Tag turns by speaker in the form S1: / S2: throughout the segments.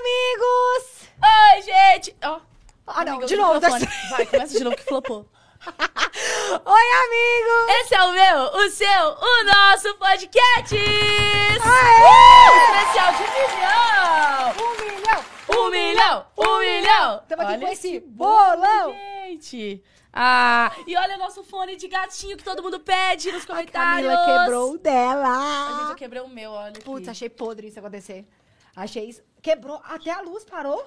S1: amigos!
S2: Oi, gente! Ó.
S1: Ah, não,
S2: Amiga,
S1: de
S2: o
S1: novo.
S2: microfone.
S1: das-
S2: Vai, começa de novo que flopou.
S1: Oi, amigos!
S2: Esse é o meu, o seu, o nosso podcast! Uh!
S1: Aê!
S2: Especial de milhão!
S1: Um milhão!
S2: Um milhão! Um milhão!
S1: Tamo aqui
S2: Olha
S1: com esse bolão!
S2: Gente! Ah, e olha o nosso fone de gatinho que todo mundo pede nos comentários!
S1: Camila quebrou o
S2: A gente, eu
S1: dela!
S2: quebrei o meu, olha. aqui.
S1: Putz, achei podre isso acontecer. Achei isso. Quebrou, até a luz parou.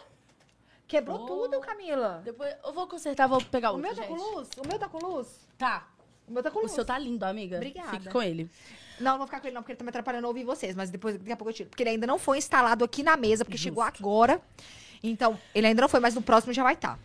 S1: Quebrou
S2: Oh.
S1: tudo, Camila.
S2: Depois eu vou consertar, vou pegar
S1: O
S2: outro,
S1: meu tá com
S2: gente.
S1: luz? O meu tá com luz?
S2: Tá.
S1: O meu tá com
S2: O
S1: luz.
S2: seu tá lindo, amiga.
S1: Obrigada.
S2: Fique com ele.
S1: Não, não vou ficar com ele, não, porque ele tá me atrapalhando a ouvir vocês, mas depois, daqui a pouco eu tiro. Porque ele ainda não foi instalado aqui na mesa, porque chegou agora. Então, ele ainda não foi, mas no próximo já vai estar.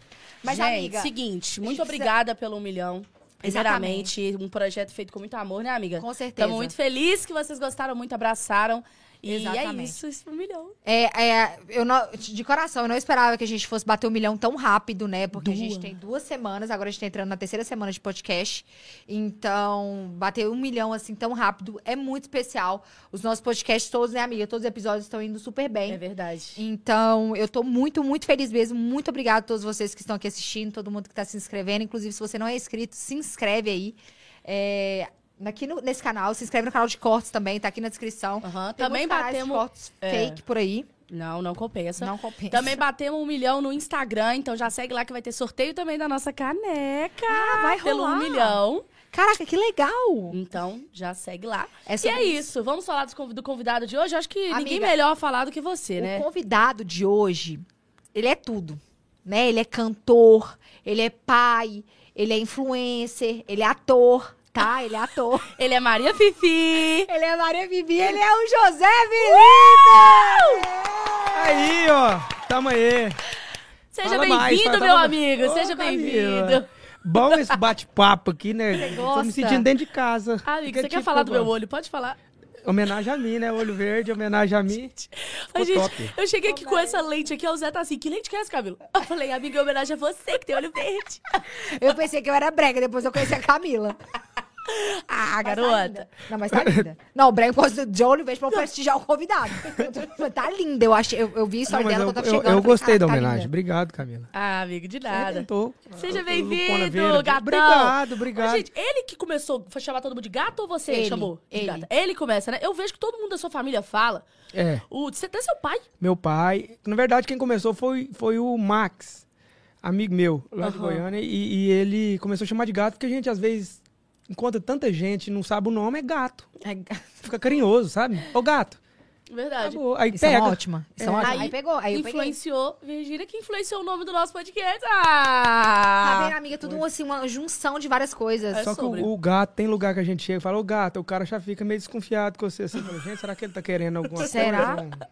S1: Mas,
S2: Gente,
S1: amiga.
S2: seguinte,
S1: gente
S2: muito
S1: precisa-
S2: obrigada pelo um milhão.
S1: Exatamente.
S2: Primeiramente, um projeto feito com muito amor, né, amiga?
S1: Com certeza.
S2: Estamos muito felizes que vocês gostaram muito, abraçaram. E
S1: Exatamente.
S2: é isso, isso pro milhão.
S1: É, é, eu não- de coração, eu não esperava que a gente fosse bater um milhão tão rápido, né? Porque a gente
S2: Duas.
S1: tem duas semanas, agora a gente tá entrando na terceira semana de podcast. Então, bater um milhão assim tão rápido é muito especial. Os nossos podcasts todos, né, amiga? Todos os episódios estão indo super bem.
S2: É verdade.
S1: Então, eu tô muito, muito feliz mesmo. Muito obrigada a todos vocês que estão aqui assistindo, todo mundo que tá se inscrevendo. Inclusive, se você não é inscrito, se inscreve aí. É, aqui no- nesse canal, se inscreve no canal de cortes também, tá aqui na descrição.
S2: Aham,
S1: Tem
S2: Também
S1: muitos canais de
S2: batemos. é.
S1: cortes fake por aí.
S2: Não, não compensa.
S1: Não compensa.
S2: Também batemos um milhão no Instagram, então já segue lá que vai ter sorteio também da nossa caneca.
S1: Ah, vai rolar.
S2: Pelo um milhão.
S1: Caraca, que legal!
S2: Então, já segue lá.
S1: É
S2: E
S1: sobre
S2: é isso, vamos falar dos conv- do convidado de hoje? Eu acho que ninguém
S1: Amiga,
S2: melhor falar do que você,
S1: O
S2: né?
S1: convidado de hoje, ele é tudo, né? Ele é cantor, ele é pai, ele é influencer, ele é ator, tá? Ele é ator.
S2: Ele é Maria Fifi.
S1: ele é Maria Vivi, ele é o José Vinícius!
S3: Aí, ó. Tamo aí.
S2: Seja
S3: Fala mais,
S2: bem-vindo,
S3: fala
S2: meu
S3: mais.
S2: amigo.
S3: Ô,
S2: Seja
S3: Camila.
S2: bem-vindo.
S3: Bom esse bate-papo aqui, né?
S1: Você
S3: Tô
S1: gosta?
S3: me sentindo dentro de casa.
S2: Amigo,
S3: Fica
S2: Ah, você quer
S3: tipo,
S2: falar do meu
S3: ó,
S2: olho? Pode falar.
S3: Homenagem a mim, né? Olho verde, homenagem a mim.
S2: Ai,
S3: Ficou
S2: gente,
S3: top.
S2: eu cheguei aqui com essa lente aqui, o Zé tá assim, que lente que é essa, Camila? Eu falei, amiga, em homenagem a você que tem olho verde.
S1: Eu pensei que eu era brega, depois eu conheci a Camila. Mas tá
S2: Ah, garota.
S1: linda. não, mas tá linda. Não, o brega por causa do Johnny veio pra eu prestigiar o convidado. tá linda, eu, achei, eu, eu vi a
S3: Não,
S1: história
S3: mas
S1: dela
S3: eu,
S1: quando tava
S3: eu- eu
S1: chegando. eu falei,
S3: gostei
S1: "Caraca,
S3: da
S1: tá
S3: homenagem.
S1: linda."
S3: obrigado, Camila.
S2: Ah, amigo,
S3: é
S2: de nada.
S3: Arrebentou.
S2: Seja
S3: Eu tô no Lucona
S2: bem-vindo,
S3: Verde.
S2: gatão.
S3: Obrigado, obrigado.
S2: Gente, ele que começou a chamar todo mundo de gato ou você
S1: Ele,
S2: chamou? de
S1: ele.
S2: gata? ele começa, né? Eu vejo que todo mundo da sua família fala.
S3: É,
S2: O, você até seu pai.
S3: meu pai. Na verdade, quem começou foi, foi o Max, amigo meu, lá de
S2: Aham.
S3: Goiânia. E, e ele começou a chamar de gato, porque a gente às vezes encontra tanta gente e não sabe o nome, é gato. Fica carinhoso, sabe? Ô gato.
S2: Verdade.
S3: Acabou. Aí
S1: Isso é
S3: pega.
S1: uma ótima. Isso é uma
S3: É.
S1: ótima. Aí, pegou, aí eu peguei.
S2: influenciou, Virgínia, que influenciou o nome do nosso podcast. Ah!
S1: Tá vendo, amiga? Tudo assim, uma junção de várias coisas.
S2: É
S3: Só que
S2: sobre.
S3: o, o gato, tem lugar que a gente chega e fala, ô gato, o cara já fica meio desconfiado com você. Assim, fala, gente, será que ele tá querendo alguma
S1: Será?
S3: coisa?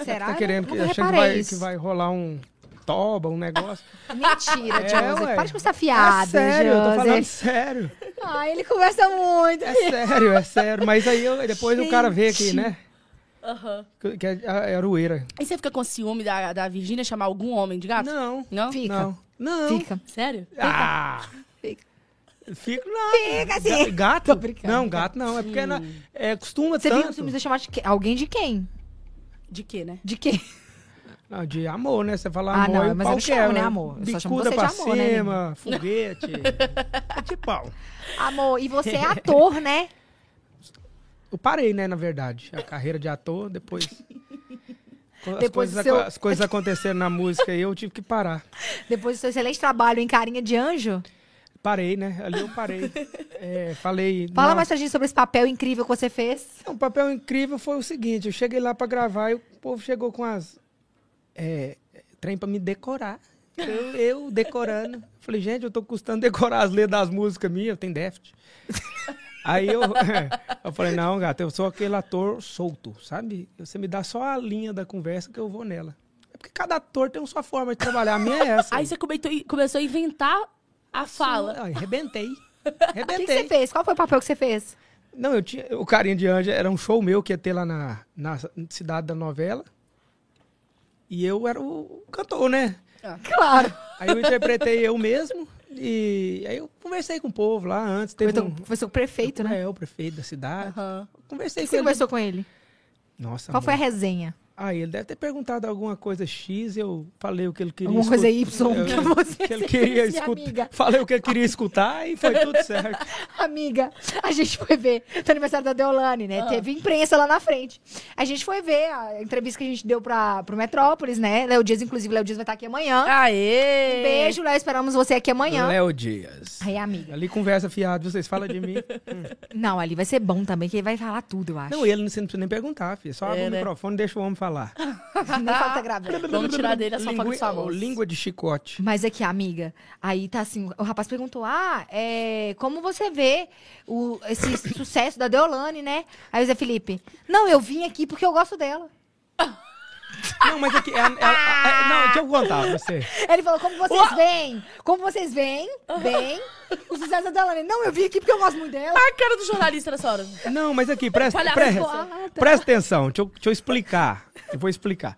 S3: Um-
S1: Será?
S3: Tá
S1: Eu
S3: querendo,
S1: nunca
S3: achando que
S1: reparei
S3: vai,
S1: isso.
S3: que vai rolar um toba, um negócio.
S1: Mentira,
S3: É,
S1: Joseph.
S3: ué.
S1: Para de conversar fiado,
S3: é sério, eu tô falando
S1: Joseph.
S3: sério.
S1: Ai, ele conversa muito.
S3: É sério, é sério. Mas aí eu- depois o cara vê aqui, né?
S2: Aham.
S3: Que- Que é a- é aroeira.
S2: E você fica com ciúme da, da Virgínia chamar algum homem de gato?
S3: Não,
S2: Não?
S1: Fica.
S3: não. Não.
S1: Fica.
S2: Sério?
S3: Ah!
S1: Fica.
S3: Fica, não.
S1: Fica, sim.
S3: Ga- Gato?
S1: Tô brincando.
S3: Não, gato não. É porque na- é, costuma
S1: Você viu
S3: tanto.
S1: que me chamar de quem? Alguém de quem?
S2: De quê, né?
S1: De quem?
S3: Não, de amor, né? Você fala
S1: Ah,
S3: amor,
S1: não,
S3: aí o
S1: mas eu
S3: pau
S1: não chamo,
S3: quebra.
S1: né, amor? Eu só chamo você
S3: Bicuda
S1: de
S3: pra
S1: amor, né,
S3: cima, foguete. é de pau.
S1: Amor, e você é ator, né?
S3: Eu parei, né, na verdade. A carreira de ator, depois... co- As,
S1: Depois
S3: coisas,
S1: do seu-
S3: as coisas aconteceram na música e eu tive que parar.
S1: Depois do seu excelente trabalho em Carinha de Anjo.
S3: Parei, né? Ali eu parei. É, falei...
S1: Fala
S3: "Não,
S1: mais pra gente sobre esse papel incrível que você fez.
S3: Então, O papel incrível foi o seguinte, eu cheguei lá pra gravar e o povo chegou com as... É, trem pra me decorar. Eu, eu decorando. Falei, gente, eu tô custando decorar as letras das músicas minhas, eu tenho déficit. Aí eu, eu falei, não, gato, eu sou aquele ator solto, sabe? Você me dá só a linha da conversa que eu vou nela. É porque cada ator tem sua forma de trabalhar, a minha é essa.
S2: Aí você comentou- começou a inventar a fala.
S3: Ai, arrebentei.
S1: O que, que
S3: Arrebentei.
S1: você fez? Qual foi o papel que você fez?
S3: Não, eu tinha. O Carinha de Anjo era um show meu que ia ter lá na, na cidade da novela. E eu era o cantor, né?
S1: Claro.
S3: Aí eu interpretei eu mesmo. E aí eu conversei com o povo lá antes. Teve
S1: Então,
S3: um,
S1: Foi o prefeito, né?
S3: É, o prefeito da cidade.
S2: Aham.
S3: Conversei
S1: O que você
S3: com ele.
S1: conversou com ele?
S3: Nossa,
S1: Qual foi a
S3: amor.
S1: resenha?
S3: Aí ele deve ter perguntado alguma coisa X, eu falei o que ele queria
S1: Alguma coisa Y
S3: escutar. Eu-
S1: que você
S3: que
S1: sempre
S3: ele queria
S1: disse,
S3: escutar.
S1: Amiga,
S3: Falei o que ele queria escutar e foi tudo certo.
S1: amiga, a gente foi ver. Foi aniversário da Deolane, né?
S2: Ah.
S1: Teve imprensa lá na frente. A gente foi ver a entrevista que a gente deu pra, pro Metrópolis, né? Léo Dias, inclusive, Léo Dias vai estar aqui amanhã.
S2: Aê!
S1: Um beijo, Léo. Esperamos você aqui amanhã.
S3: Ah, é. Léo Dias.
S1: Aí, amiga.
S3: Ali conversa fiado, vocês falam de mim.
S1: Não, ali vai ser bom também, que ele vai falar tudo, eu acho.
S3: Não, ele não você não precisa nem perguntar, filho. Só abre
S2: É,
S3: o
S2: né?
S3: microfone e deixa o homem falar.
S1: Nem falta gravando.
S2: Vamos tirar dele é a fofoca dos famosos.
S3: Língua de chicote.
S1: Mas aqui, amiga, aí tá assim, o rapaz perguntou, ah, é, como você vê o, esse sucesso da Deolane, né? Aí o Zé Felipe, não, eu vim aqui porque eu gosto dela.
S3: Não, mas aqui. É, é- é- é- não, deixa eu contar pra você.
S1: Ele falou, como vocês veem? Como vocês veem? Bem, o sucesso da Deolane. Não, eu vim aqui porque eu gosto muito dela.
S2: A cara do jornalista nessa hora.
S3: Não, mas aqui, presta,
S2: Palhaço
S3: presta,
S1: boada.
S3: presta atenção. Deixa eu, deixa eu explicar. Eu vou explicar.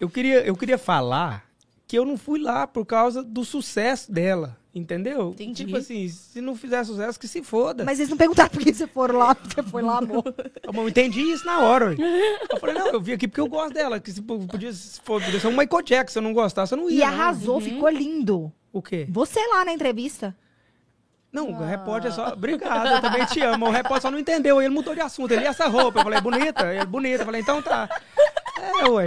S3: Eu queria, eu queria falar que eu não fui lá por causa do sucesso dela. Entendeu?
S2: Entendi.
S3: Tipo assim, se não fizer sucesso, que se foda. Tá
S1: Mas eles não perguntaram por que você foram lá, porque você foi lá, amor.
S3: Eu não entendi isso na hora. ué. Eu falei, não, eu vim aqui porque eu gosto dela. Que se po- podia, se for- podia ser um Michael Jackson, se eu não gostasse, eu não ia.
S1: E
S3: não.
S1: arrasou, ficou lindo.
S3: O quê?
S1: Você lá na entrevista.
S3: Não, o repórter é só. Obrigado, eu também te amo. O repórter só não entendeu, ele mudou de assunto. Ele, e essa roupa? Eu falei, "É bonita? Ele, bonita. Eu falei, então tá. É, ué.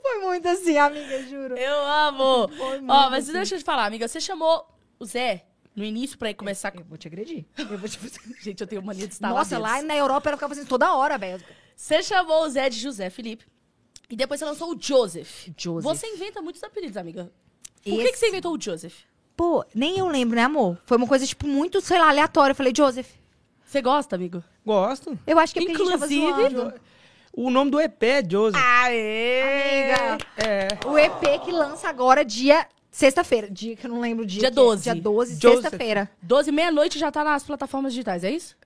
S1: Foi muito assim, amiga, juro.
S2: Eu amo.
S1: Foi muito
S2: Ó, mas deixa eu te falar, amiga. Você chamou o Zé no início pra ele começar... com-
S1: Eu vou te agredir. Eu vou te...
S2: Gente, eu tenho mania de estar
S1: Nossa, lá na Europa ela ficava fazendo toda hora, velho.
S2: é- Você chamou o Zé de José Felipe. E depois você lançou o Joseph.
S1: Joseph.
S2: Você inventa muitos apelidos, amiga. Por que
S1: Esse-
S2: que você inventou o Joseph?
S1: Pô, nem eu lembro, né, amor? Foi uma coisa, tipo, muito, sei lá, aleatória. Eu falei, Joseph,
S2: Você gosta, amigo?
S3: Gosto.
S1: eu acho que é porque a gente
S2: Inclusive-
S1: tava zoando.
S3: O nome do EP é Joseph.
S2: Aê!
S1: Amiga,
S3: É.
S1: o EP que lança agora dia... Sexta-feira. Dia que eu não lembro o dia.
S2: Dia
S1: que é.
S2: 12.
S1: Dia 12,
S3: Joseph.
S1: sexta-feira.
S2: 12 meia-noite já tá nas plataformas digitais, é isso?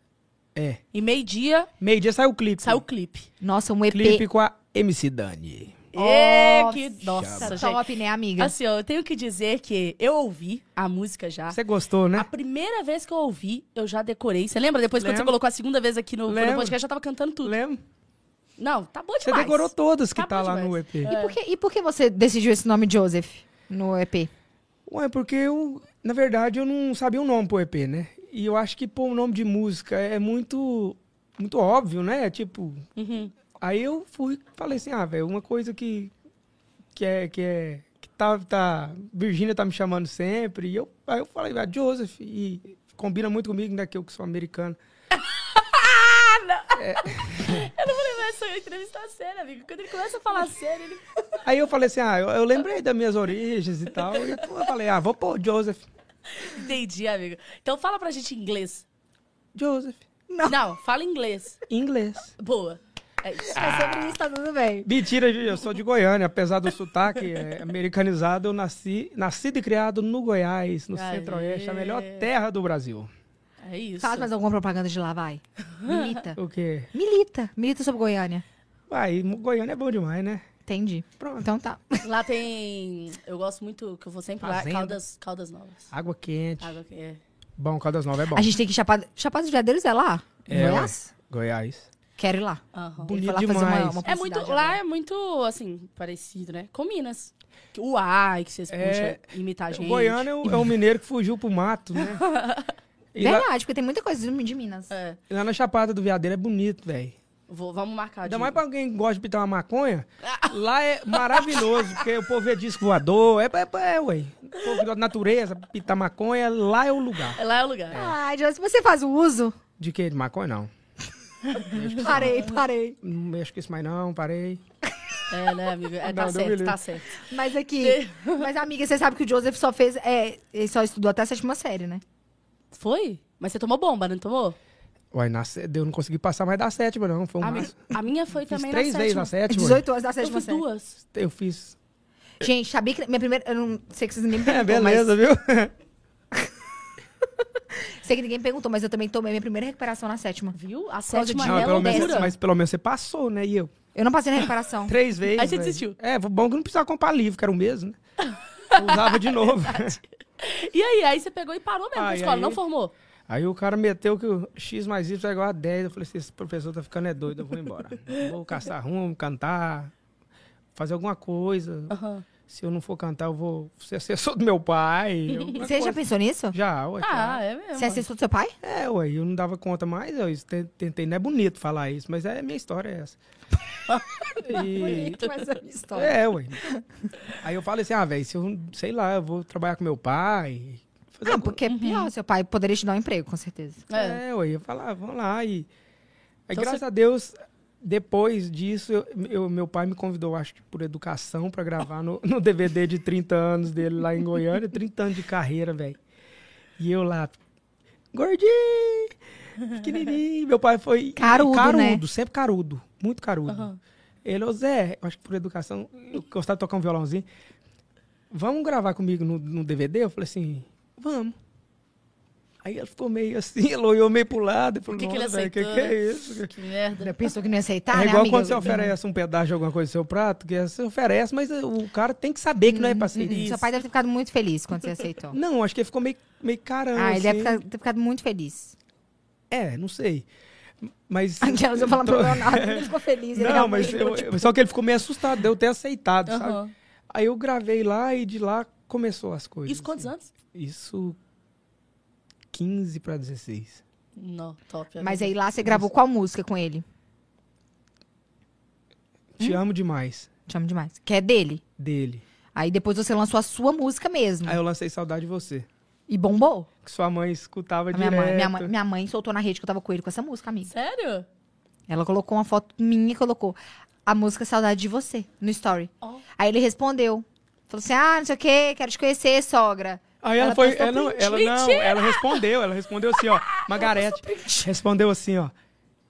S3: É.
S2: E meio-dia
S3: Meio-dia saiu o clipe.
S2: sai o clipe.
S1: Nossa, um EP...
S3: clipe com a MC Dani.
S2: É, que nossa,
S1: Nossa,
S2: gente.
S1: top, né, amiga?
S2: Assim, ó, eu tenho que dizer que eu ouvi a música já.
S3: Você gostou,
S2: A
S3: né?
S2: primeira vez que eu ouvi, eu já decorei. Você lembra? Depois, quando você
S3: Lembro.
S2: colocou a segunda vez aqui no, no
S3: Lembro.
S2: podcast, eu já tava cantando tudo.
S3: Lembra?
S2: Não, tá bom demais.
S3: Você decorou todas que
S2: Tá
S3: tá,
S2: bom
S3: lá
S2: demais.
S3: no EP.
S1: E, por que, e por que você decidiu esse nome Joseph no EP?
S3: Ué, porque eu, na verdade, eu não sabia o nome pro EP, né? E eu acho que pôr o nome de música é muito, muito óbvio, né? Tipo,
S2: Uhum.
S3: aí eu fui, falei assim, ah, velho, uma coisa que que é que é que tá tá Virgínia tá me chamando sempre, e eu aí eu falei, ah, Joseph e combina muito comigo, né, que eu que sou americano.
S2: Mas essa entrevista séria, amigo. Quando ele começa a falar sério, ele...
S3: Aí eu falei assim, ah, eu, eu lembrei das minhas origens e tal, e eu falei, ah, vou pôr Joseph.
S2: Entendi, amigo. Então fala pra gente em inglês.
S3: Joseph,
S2: Não, fala em inglês.
S3: em inglês.
S2: Boa. É isso.
S3: Ah.
S1: É sobre isso, tá tudo bem.
S3: Mentira, Ju, eu sou de Goiânia, apesar do sotaque é, americanizado, eu nasci, nascido e criado no Goiás, no
S2: Aê.
S3: Centro-Oeste, a melhor terra do Brasil.
S2: É isso.
S1: Faz mais alguma propaganda de lá, vai. Milita.
S3: O quê?
S1: Milita. Milita sobre Goiânia.
S3: Uai, Goiânia é bom demais, né?
S1: Entendi.
S3: Pronto.
S1: Então tá.
S2: Lá tem... Eu gosto muito, que eu vou sempre
S3: Fazenda.
S2: lá, Caldas, Caldas Novas.
S3: Água quente.
S2: Água que é.
S3: Bom, Caldas Novas é bom.
S1: A gente tem que ir Chapada... Chapada dos Veadeiros é lá?
S3: É,
S1: Goiás?
S3: ué. Goiás.
S1: Quero ir lá.
S2: Aham.
S1: Ele foi
S3: Bonito
S1: lá fazer
S3: demais.
S1: uma- uma
S2: É muito,
S1: publicidade
S2: lá
S1: agora.
S2: é muito, assim, parecido, né? Com Minas. O ai que vocês
S3: É.
S2: puxam, imitar a gente.
S3: O Goiânia é o, é o mineiro que fugiu pro mato, né? E lá,
S1: Verdade, porque tem muita coisa de de Minas.
S2: É.
S3: lá na Chapada do Veadeiro é bonito, velho.
S2: Vou- vamos marcar.
S3: Ainda
S2: Ju.
S3: mais pra quem gosta de pitar uma maconha, lá é maravilhoso, porque o povo é disco voador, é, é, é ué. O povo da natureza, pitar maconha, lá é o lugar.
S2: Lá é o lugar.
S3: Ah.
S1: Ai, Joyce, você faz o uso?
S3: De que? De maconha, não.
S1: Parei, parei.
S3: Não mexo com isso mais não, parei.
S2: É, né, amigo? É, tá
S3: Não, deu
S2: certo,
S3: beleza.
S2: tá certo.
S1: Mas aqui. Mas, amiga, você sabe que o Joseph só fez. É, ele só estudou até a sétima série, né?
S2: Foi? Mas você tomou bomba, não tomou?
S3: Ué, na, sé- eu não consegui passar mais da sétima, não. Foi um
S2: Amigo,
S3: máximo.
S2: a minha foi
S3: Fiz
S2: também
S3: três
S2: na
S3: vezes
S2: sétima.
S3: na sétima. ué.
S1: 18 anos da
S2: Eu
S1: sétima
S2: fiz
S1: série.
S2: duas.
S3: Eu fiz.
S1: Gente, sabia que. Minha primeira. Eu não sei que vocês ninguém me
S3: É,
S1: perguntou.
S3: beleza, viu?
S1: Mas, sei que ninguém perguntou, mas eu também tomei minha primeira recuperação na sétima.
S2: Viu? A
S1: causa
S2: sétima
S1: de-
S3: Não,
S2: é
S3: pelo menos,
S2: loucura.
S3: mas pelo menos você passou, né? E eu.
S1: Eu não passei na recuperação.
S3: Três vezes.
S2: Aí você
S3: velho.
S2: desistiu.
S3: É, bom que não precisava comprar livro, que era o mesmo, né? Usava de novo.
S2: E aí, aí você pegou e parou mesmo na
S3: Ah, e
S2: escola,
S3: aí?
S2: não formou?
S3: Aí o cara meteu que o X mais Y é igual a 10. Eu falei assim, esse professor tá ficando é doido, eu vou embora. vou caçar rumo, cantar, fazer alguma coisa.
S2: Aham.
S3: Se eu não for cantar, eu vou ser assessor do meu pai. alguma
S1: Você já
S3: coisa.
S1: pensou nisso?
S3: Já, ué.
S2: Ah, é mesmo.
S1: Você assessor do seu pai?
S3: É, ué, eu não dava conta mais, eu es- ten- tentei, não é bonito falar isso, mas é a minha história é essa. e,
S1: mas é a minha história.
S3: é, ué. Aí eu falei assim, ah, velho, se eu, sei lá, eu vou trabalhar com meu pai. Fazer
S1: Ah,
S3: uma
S1: porque é pior. Seu pai poderia te dar um emprego, com certeza.
S3: coisa. É, ué, eu falava, vamos lá. E, aí,
S2: Então
S3: graças a Deus, depois disso, eu, eu- meu pai me convidou, acho que por educação, pra gravar no, no DVD de 30 anos dele lá em Goiânia, 30 anos de carreira, velho. E eu lá, gordinho, pequenininho. Meu pai foi.
S1: Carudo,
S3: carudo
S1: né?
S3: sempre carudo, muito carudo.
S2: Aham.
S3: Ele, ô Zé, eu acho que por educação, eu gostava de tocar um violãozinho. Vamos gravar comigo no, no DVD? Eu falei assim, vamos. Aí ele ficou meio assim, ele olhou meio pro lado. e falou,
S2: que que ele
S3: "Nossa, velho,
S2: aceitou,
S3: que, que
S2: né?"
S3: é isso?
S2: Que merda.
S1: Já pensou que não ia aceitar,
S3: é
S1: né,
S3: igual
S1: amiga?
S3: quando você oferece um pedaço de alguma coisa no seu prato, que você oferece, mas o cara tem que saber que não é pra ser
S1: Hum,
S3: isso.
S1: Seu pai deve ter ficado muito feliz quando você aceitou.
S3: Não, acho que ele ficou meio, meio caramba.
S1: ah, ele deve
S3: assim.
S1: ficar- ter ficado muito feliz.
S3: É, não sei. Mas.
S1: Aquelas eu falar pro
S3: Tô-
S1: Leonardo, ele ficou feliz. Ele
S3: Então- Não, mas eu-
S1: realmente-
S3: eu- só que ele ficou meio assustado, de eu ter aceitado, sabe?
S2: Aham.
S3: Aí eu gravei lá e de lá começou as coisas. assim.
S2: Isso quantos anos?
S3: Isso 15 para 16.
S2: Não, top.
S1: Mas aí lá você gravou qual música com ele?
S3: Te
S1: Hum?
S3: amo demais
S1: Te amo demais. Que é dele.
S3: dele.
S1: Aí depois você lançou a sua música mesmo.
S3: Aí eu lancei saudade de você,
S1: E bombou.
S3: que sua mãe escutava
S1: A minha
S3: direto.
S1: mãe, minha, mãe, minha mãe soltou na rede que eu tava com ele com essa música, amiga.
S2: Sério?
S1: Ela colocou uma foto minha e colocou a música Saudade de Você no story.
S2: Ó.
S1: Aí ele respondeu. Falou assim: ah, não sei o quê, quero te conhecer, sogra.
S3: Aí ela,
S1: Ela
S3: foi,
S1: postou
S3: ela, não,
S1: print.
S3: ela não, ela respondeu, ela respondeu assim, ó, Margarete. Respondeu assim, ó.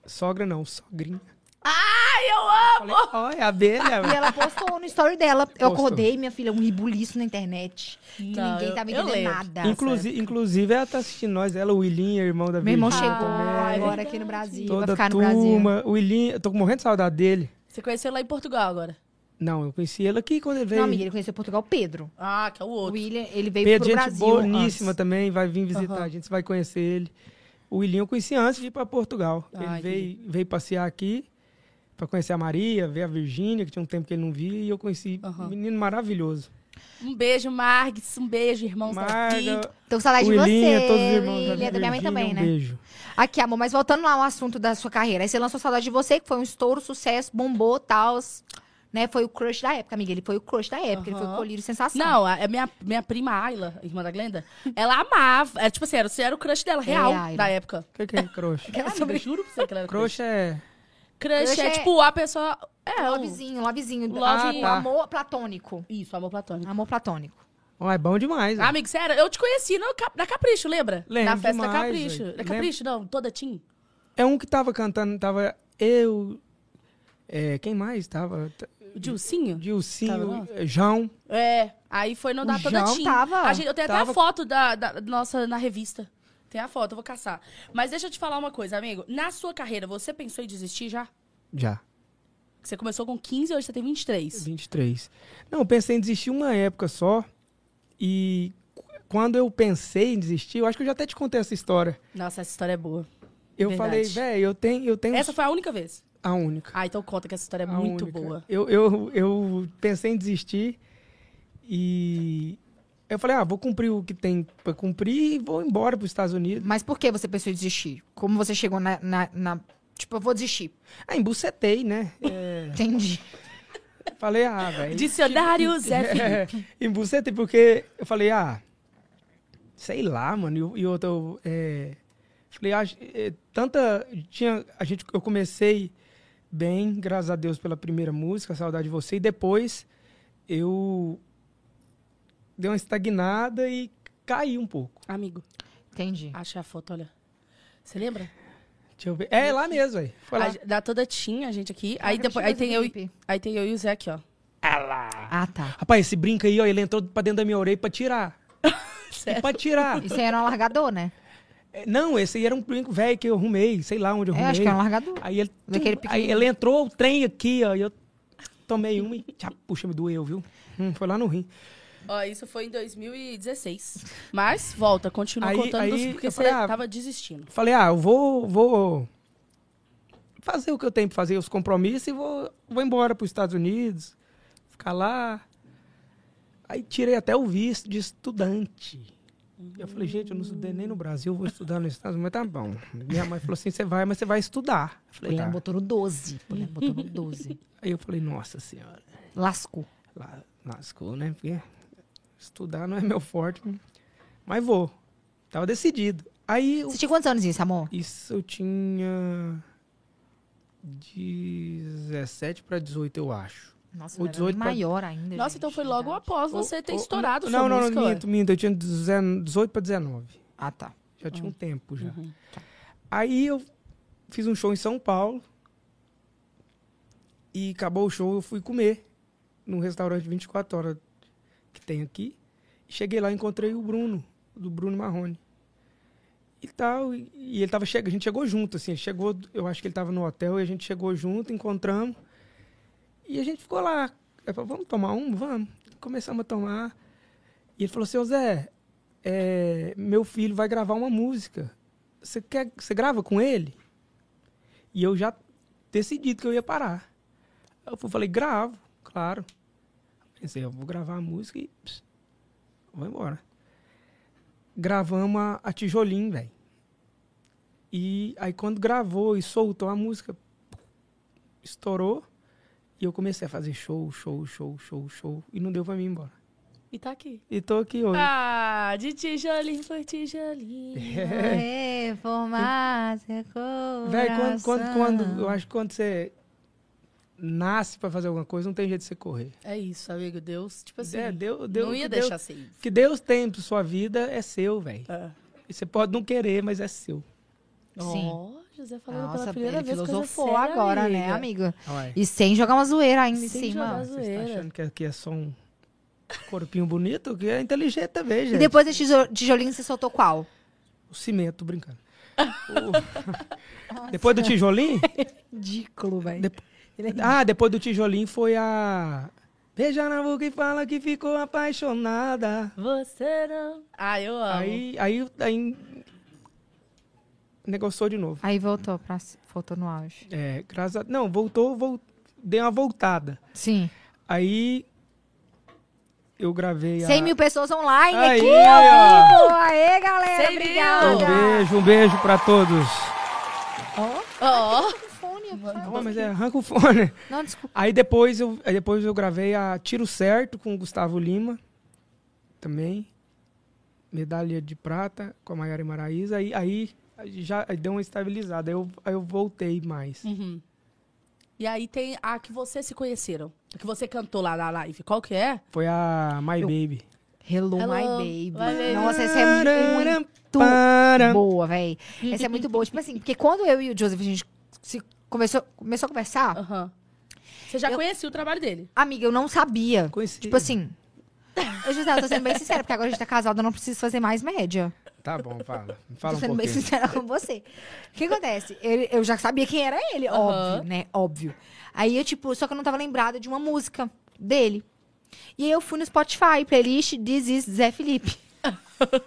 S3: Sogra não, sogrinha.
S2: Ai, eu amo!
S3: Falei, ó, é a abelha.
S1: E ela postou no story dela. Eu
S3: Postou.
S1: acordei, minha filha, um ribuliço na internet. Que
S2: Não,
S1: ninguém
S2: eu-
S1: tá me
S2: eu
S1: entendendo
S2: lembro.
S1: nada.
S3: Inclusive, inclusive, ela tá assistindo nós, ela, o Willinha, irmão da
S1: Meu irmão
S3: Virgínia
S1: chegou
S2: Ah, é
S1: agora
S2: verdade.
S1: aqui no Brasil,
S3: Toda
S1: vai ficar no Brasil.
S3: turma. O Willinha, eu tô morrendo de saudade dele.
S2: Você conheceu lá em Portugal agora?
S3: Não, eu conheci ele aqui quando ele veio.
S1: Não, amiga, ele conheceu Portugal, Pedro.
S2: Ah, que é o
S1: O
S2: outro.
S1: William, ele veio
S3: Pedro,
S1: pro
S3: gente
S1: Brasil.
S3: boníssima
S1: antes.
S3: também, vai vir visitar
S2: Aham.
S3: a gente, você vai conhecer ele. O William eu conheci antes de ir para Portugal.
S2: Ai,
S3: ele veio, veio passear aqui para conhecer a Maria, ver a Virgínia, que tinha um tempo que ele não via, e eu conheci
S2: Aham.
S3: um menino maravilhoso.
S2: Um beijo, Margs. Um beijo, irmãos daqui.
S3: Marga,
S1: Tô com saudade
S3: o William,
S1: Tá de você.
S3: todos os irmãos.
S1: William, da minha mãe
S3: Virgínia,
S1: também,
S3: um
S1: né?
S3: beijo.
S1: Aqui, amor, mas voltando lá ao assunto da sua carreira. Aí você lançou Saudade de Você, que foi um estouro, sucesso, bombou, tal. Né? Foi o crush da época, amiga. Ele foi o crush da época. Ele foi o
S2: Aham.
S1: colírio sensação.
S2: Não, a, a minha, minha prima Ayla, irmã da Glenda, ela amava. É, tipo assim, era, você era o crush dela, real,
S1: Ayla.
S2: da época.
S3: O que, que é croxa?
S2: Ela juro pra você que ela era crush.
S3: croxa é...
S2: Crush,
S1: Crush
S2: é,
S1: é-
S2: tipo a pessoa. É, o...
S1: Lovezinho, lovezinho.
S2: Love-
S1: O Amor platônico.
S2: Isso, amor platônico.
S1: Amor platônico.
S3: Ó, é bom demais.
S1: Ah.
S3: ó.
S2: Amigo, sério, eu te conheci no, Cap- na Capricho, lembra?
S3: Lembro
S2: na festa da
S3: demais,
S2: Capricho.
S3: velho.
S2: Da Capricho, não, toda Tim.
S3: É um que tava cantando, tava eu... é, quem mais tava? T-
S2: O Dilcinho? Tava
S3: Dilcinho,
S2: lá?
S3: eh, João.
S2: É, aí foi no
S1: O
S2: da toda
S1: João
S2: Tim.
S1: tava-
S2: A gente- eu tenho até
S3: tava-
S2: a foto da, da- nossa na revista. Tem a foto, eu vou caçar. Mas deixa eu te falar uma coisa, amigo. Na sua carreira, você pensou em desistir já?
S3: Já.
S2: Você começou com 15 hoje você tem 23.
S3: 23. Não, eu pensei em desistir uma época só. E qu- quando eu pensei em desistir, eu acho que eu já até te contei essa história.
S2: Nossa, essa história é boa.
S3: Eu
S2: Verdade.
S3: falei, velho, eu tenho, eu tenho
S2: Essa foi a única vez.
S3: a única.
S2: Ah, então conta que essa história é
S3: a
S2: muito
S3: única.
S2: boa.
S3: Eu, eu, eu pensei em desistir e eu falei, ah, vou cumprir o que tem pra cumprir e vou embora pros Estados Unidos.
S1: Mas por que você pensou em desistir? Como você chegou na. na- na- Tipo, eu vou desistir.
S3: Ah, embucetei, né? É,
S1: Entendi.
S3: falei, ah, velho.
S2: Dicionário Zé Felipe.
S3: É, embucetei, porque eu falei, ah, sei lá, mano, e o- e eu tô, é, falei, ah, é, tanta, tinha, a gente, eu comecei bem, graças a Deus, pela primeira música, Saudade de Você, e depois eu dei uma estagnada e caí um pouco,
S2: Amigo,
S1: Entendi.
S2: achei a foto, olha. Você lembra?
S3: deixa eu ver, é lá mesmo, aí, foi lá.
S2: A- da toda tinha a gente aqui. Aí
S1: Margaret
S2: depois aí tem eu e-
S1: Felipe.
S2: aí tem eu e o Zé aqui, ó.
S1: Ah, tá.
S3: Rapaz, esse brinca aí, ó, ele entrou pra dentro da minha orelha pra tirar,
S2: Sério?
S3: pra tirar.
S1: Isso aí era um alargador, né?
S3: É, Não, esse aí era um brinco velho que eu arrumei, sei lá onde eu
S1: É,
S3: arrumei.
S1: acho que era um alargador.
S3: Aí ele,
S1: Daquele
S3: tum, aí ele entrou o trem aqui, ó, e eu tomei um e tchá, puxa, me doeu, viu? Hum, foi lá no rim.
S2: Ó, isso foi em 2016. Mas, volta, continua
S3: Aí-
S2: contando
S3: aí
S2: dos- porque
S3: eu
S2: você
S3: falei, ah,
S2: tava desistindo.
S3: Falei, ah, eu vou, vou fazer o que eu tenho pra fazer, os compromissos, e vou, vou embora pros Estados Unidos, ficar lá. Aí tirei até o visto de estudante. Eu falei, gente, eu não estudei nem no Brasil, vou estudar nos Estados Unidos, mas tá bom. Minha mãe falou assim, você vai, mas você vai estudar. Eu falei,
S1: Poliana
S3: tá.
S1: botou no 12. Poliana botou no 12.
S3: Aí eu falei, nossa senhora,
S1: Lascou.
S3: lá, lascou, né? Porque estudar não é meu forte, mas vou. Tava decidido. Aí o
S1: Você tinha quantos anos isso, amor?
S3: Isso eu tinha 17 para 18, eu acho.
S1: Nossa,
S3: O
S1: eu era bem
S3: 18 pra-
S1: maior ainda.
S2: Nossa,
S1: gente,
S2: então foi
S1: de
S2: logo
S1: idade.
S2: após você ter
S3: Ou-
S2: estourado
S3: ou-
S2: sua
S3: Não, não,
S2: música.
S3: não,
S2: ué.
S3: minto, minto. Eu tinha 18 18 para 19.
S1: Ah, tá.
S3: Já tinha um tempo já.
S2: Uhum.
S3: Aí eu fiz um show em São Paulo. E acabou o show, eu fui comer num restaurante 24 horas que tem aqui. Cheguei lá, encontrei o Bruno, do Bruno Marrone. E tal, e, e ele tava chegando, a gente chegou junto, assim, ele chegou, eu acho que ele tava no hotel, e a gente chegou junto, encontramos. E a gente ficou lá. Eu falei, vamos tomar um? Vamos. Começamos a tomar. E ele falou assim, ô Zé, é, meu filho vai gravar uma música. Você quer, você grava com ele? E eu já decidido que eu ia parar. Eu fui- falei, gravo, claro. Pensei, eu vou gravar a música e ps, vou embora. Gravamos a, a tijolinho, velho. E aí quando gravou e soltou a música, estourou. E eu comecei a fazer show, show, show, show, show. E não deu pra mim ir embora.
S2: E tá aqui.
S3: E tô aqui hoje.
S2: Ah, de tijolinho por tijolinho.
S1: É, formar seu coração.
S3: Véi, quando, quando, quando- eu acho que quando você nasce pra fazer alguma coisa, não tem jeito de você correr.
S2: É isso, amigo. Deus, tipo assim,
S3: É, deu, deu,
S2: não ia
S3: deu-
S2: deixar assim. ser isso.
S3: O que Deus tem pra sua vida é seu, velho.
S2: É.
S3: Você pode não querer, mas é seu.
S1: Sim.
S2: Ó, José falando
S1: Nossa,
S2: pela primeira
S1: ele
S2: vez coisa
S1: filosofou
S2: séria,
S1: agora,
S2: amiga.
S1: né, amigo?
S3: Ué,
S1: E sem jogar uma zoeira ainda em
S2: Sem
S1: cima.
S2: jogar
S3: você está
S2: zoeira.
S3: achando que aqui é só um corpinho bonito? Que é inteligente também, gente.
S1: E depois desse tijo- tijolinho, você soltou qual?
S3: O cimento, tô brincando. O- Depois do tijolinho?
S1: Ridículo, velho.
S2: é
S3: Ah, depois do tijolinho foi a... Veja na boca e fala que ficou apaixonada.
S2: Você não. Ah, eu amo.
S3: Aí, aí, aí negociou de novo.
S1: Aí voltou, pra... voltou no auge.
S3: É, graças a... Não, voltou, vol... deu uma voltada.
S1: Sim.
S3: Aí eu gravei a...
S1: 100 mil pessoas online
S3: Aí,
S1: aqui,
S3: ó.
S1: ó. Aê, galera,
S2: 100 mil.
S1: obrigada.
S3: Um beijo, um beijo pra todos.
S1: Ó,
S2: Ó,
S1: fone,
S3: Não, mas é, arranca o fone.
S1: Não, desculpa.
S3: Aí depois eu, aí depois eu gravei a Tiro Certo com o Gustavo Lima. Também. Medalha de prata com a Maiara Maraíza. Aí, aí já aí deu uma estabilizada. Aí eu, aí eu voltei mais.
S2: Uhum. E aí tem a que vocês se conheceram. A que você cantou lá na live. Qual que é?
S3: Foi a My Baby.
S1: Hello,
S2: Hello,
S1: my
S2: my
S1: baby.
S2: baby.
S1: Nossa, essa é muito
S3: Pararam.
S1: boa, velho. Essa é muito boa. Tipo assim, porque quando eu e o Joseph, a gente se começou, começou a conversar,
S2: Aham. Você já conhecia o trabalho dele.
S1: amiga, eu não sabia.
S3: Conheci.
S1: Tipo assim... Eu, José, eu tô sendo bem sincera, porque agora a gente tá casado, eu não preciso fazer mais média.
S3: Tá bom, fala. Fala
S1: tô
S3: um
S1: sendo bem
S3: pouquinho.
S1: sincera com você. O que acontece? Ele- eu já sabia quem era ele,
S2: Aham.
S1: óbvio, né? Óbvio. Aí eu, tipo, só que eu não tava lembrada de uma música dele. E aí eu fui no Spotify, playlist This is Zé Felipe.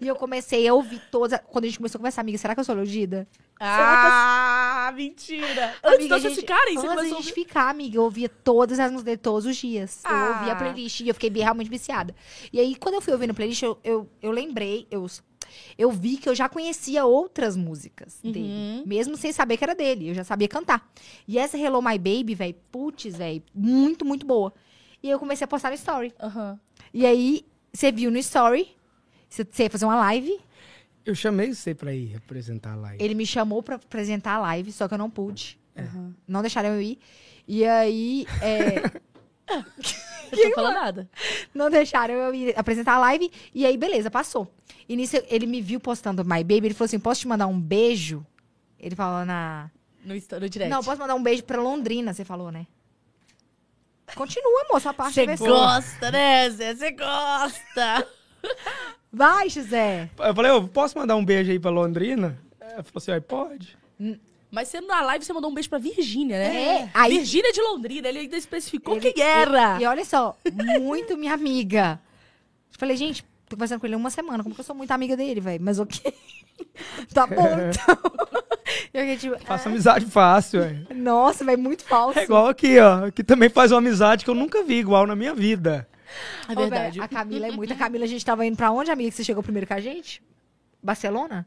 S1: e eu comecei a ouvir todas. Quando a gente começou a conversar, amiga, será que eu sou elogida?
S2: Ah, mentira. Antes de
S1: Amiga, a
S2: vocês
S1: gente-
S2: ficarem, você
S1: antes da
S2: começou a
S1: gente
S2: ouvir.
S1: ficar, amiga, eu ouvia todas as músicas dele todos os dias. Eu
S2: Ah.
S1: ouvia a playlist e eu fiquei bem- realmente viciada. E aí, quando eu fui ouvindo a playlist, eu, eu, eu lembrei, eu, eu vi que eu já conhecia outras músicas dele.
S2: Uhum.
S1: Mesmo sem saber que era dele, eu já sabia cantar. E essa Hello My Baby, velho, putz, velho, muito, muito boa. E eu comecei a postar no story.
S2: Aham.
S1: E aí, você viu no story, você você ia fazer uma live,
S3: Eu chamei você pra ir representar lá.
S1: ele me chamou pra apresentar a live, só que eu não pude.
S2: Aham.
S1: Não deixaram eu ir. E aí, é,
S2: Eu tô falando nada.
S1: Não deixaram eu ir apresentar a live. E aí, beleza, passou. E nisso, ele me viu postando My Baby. Ele falou assim, posso te mandar um beijo? Ele falou na...
S2: No, insta- no direct.
S1: Não, posso mandar um beijo pra Londrina, você falou, né? Continua, moço, a parte
S2: Você
S1: da versão.
S2: gosta, né, Zé? Você gosta.
S1: Vai, José.
S3: É, Eu falei, eu posso mandar um beijo aí pra Londrina? Ela falou assim, aí pode.
S2: Mas você na live você mandou um beijo pra Virgínia, né?
S1: É, aí-
S2: Virgínia de Londrina, ele ainda especificou
S1: Ele-
S2: quem era.
S1: E olha só, muito minha amiga. Eu falei, gente, tô conversando com ele há uma semana, como que eu sou muito amiga dele, velho? Mas ok. tá bom, então. Eu fiquei tipo,
S3: Faço amizade fácil, é.
S1: ah, nossa, velho, muito falso.
S3: É igual aqui, ó. Que também faz uma amizade que eu nunca vi igual na minha vida.
S2: É
S1: Ô, velho,
S2: verdade.
S1: a Camila é muito. A Camila, a gente tava indo pra onde, amiga, que você chegou primeiro com a gente? Barcelona?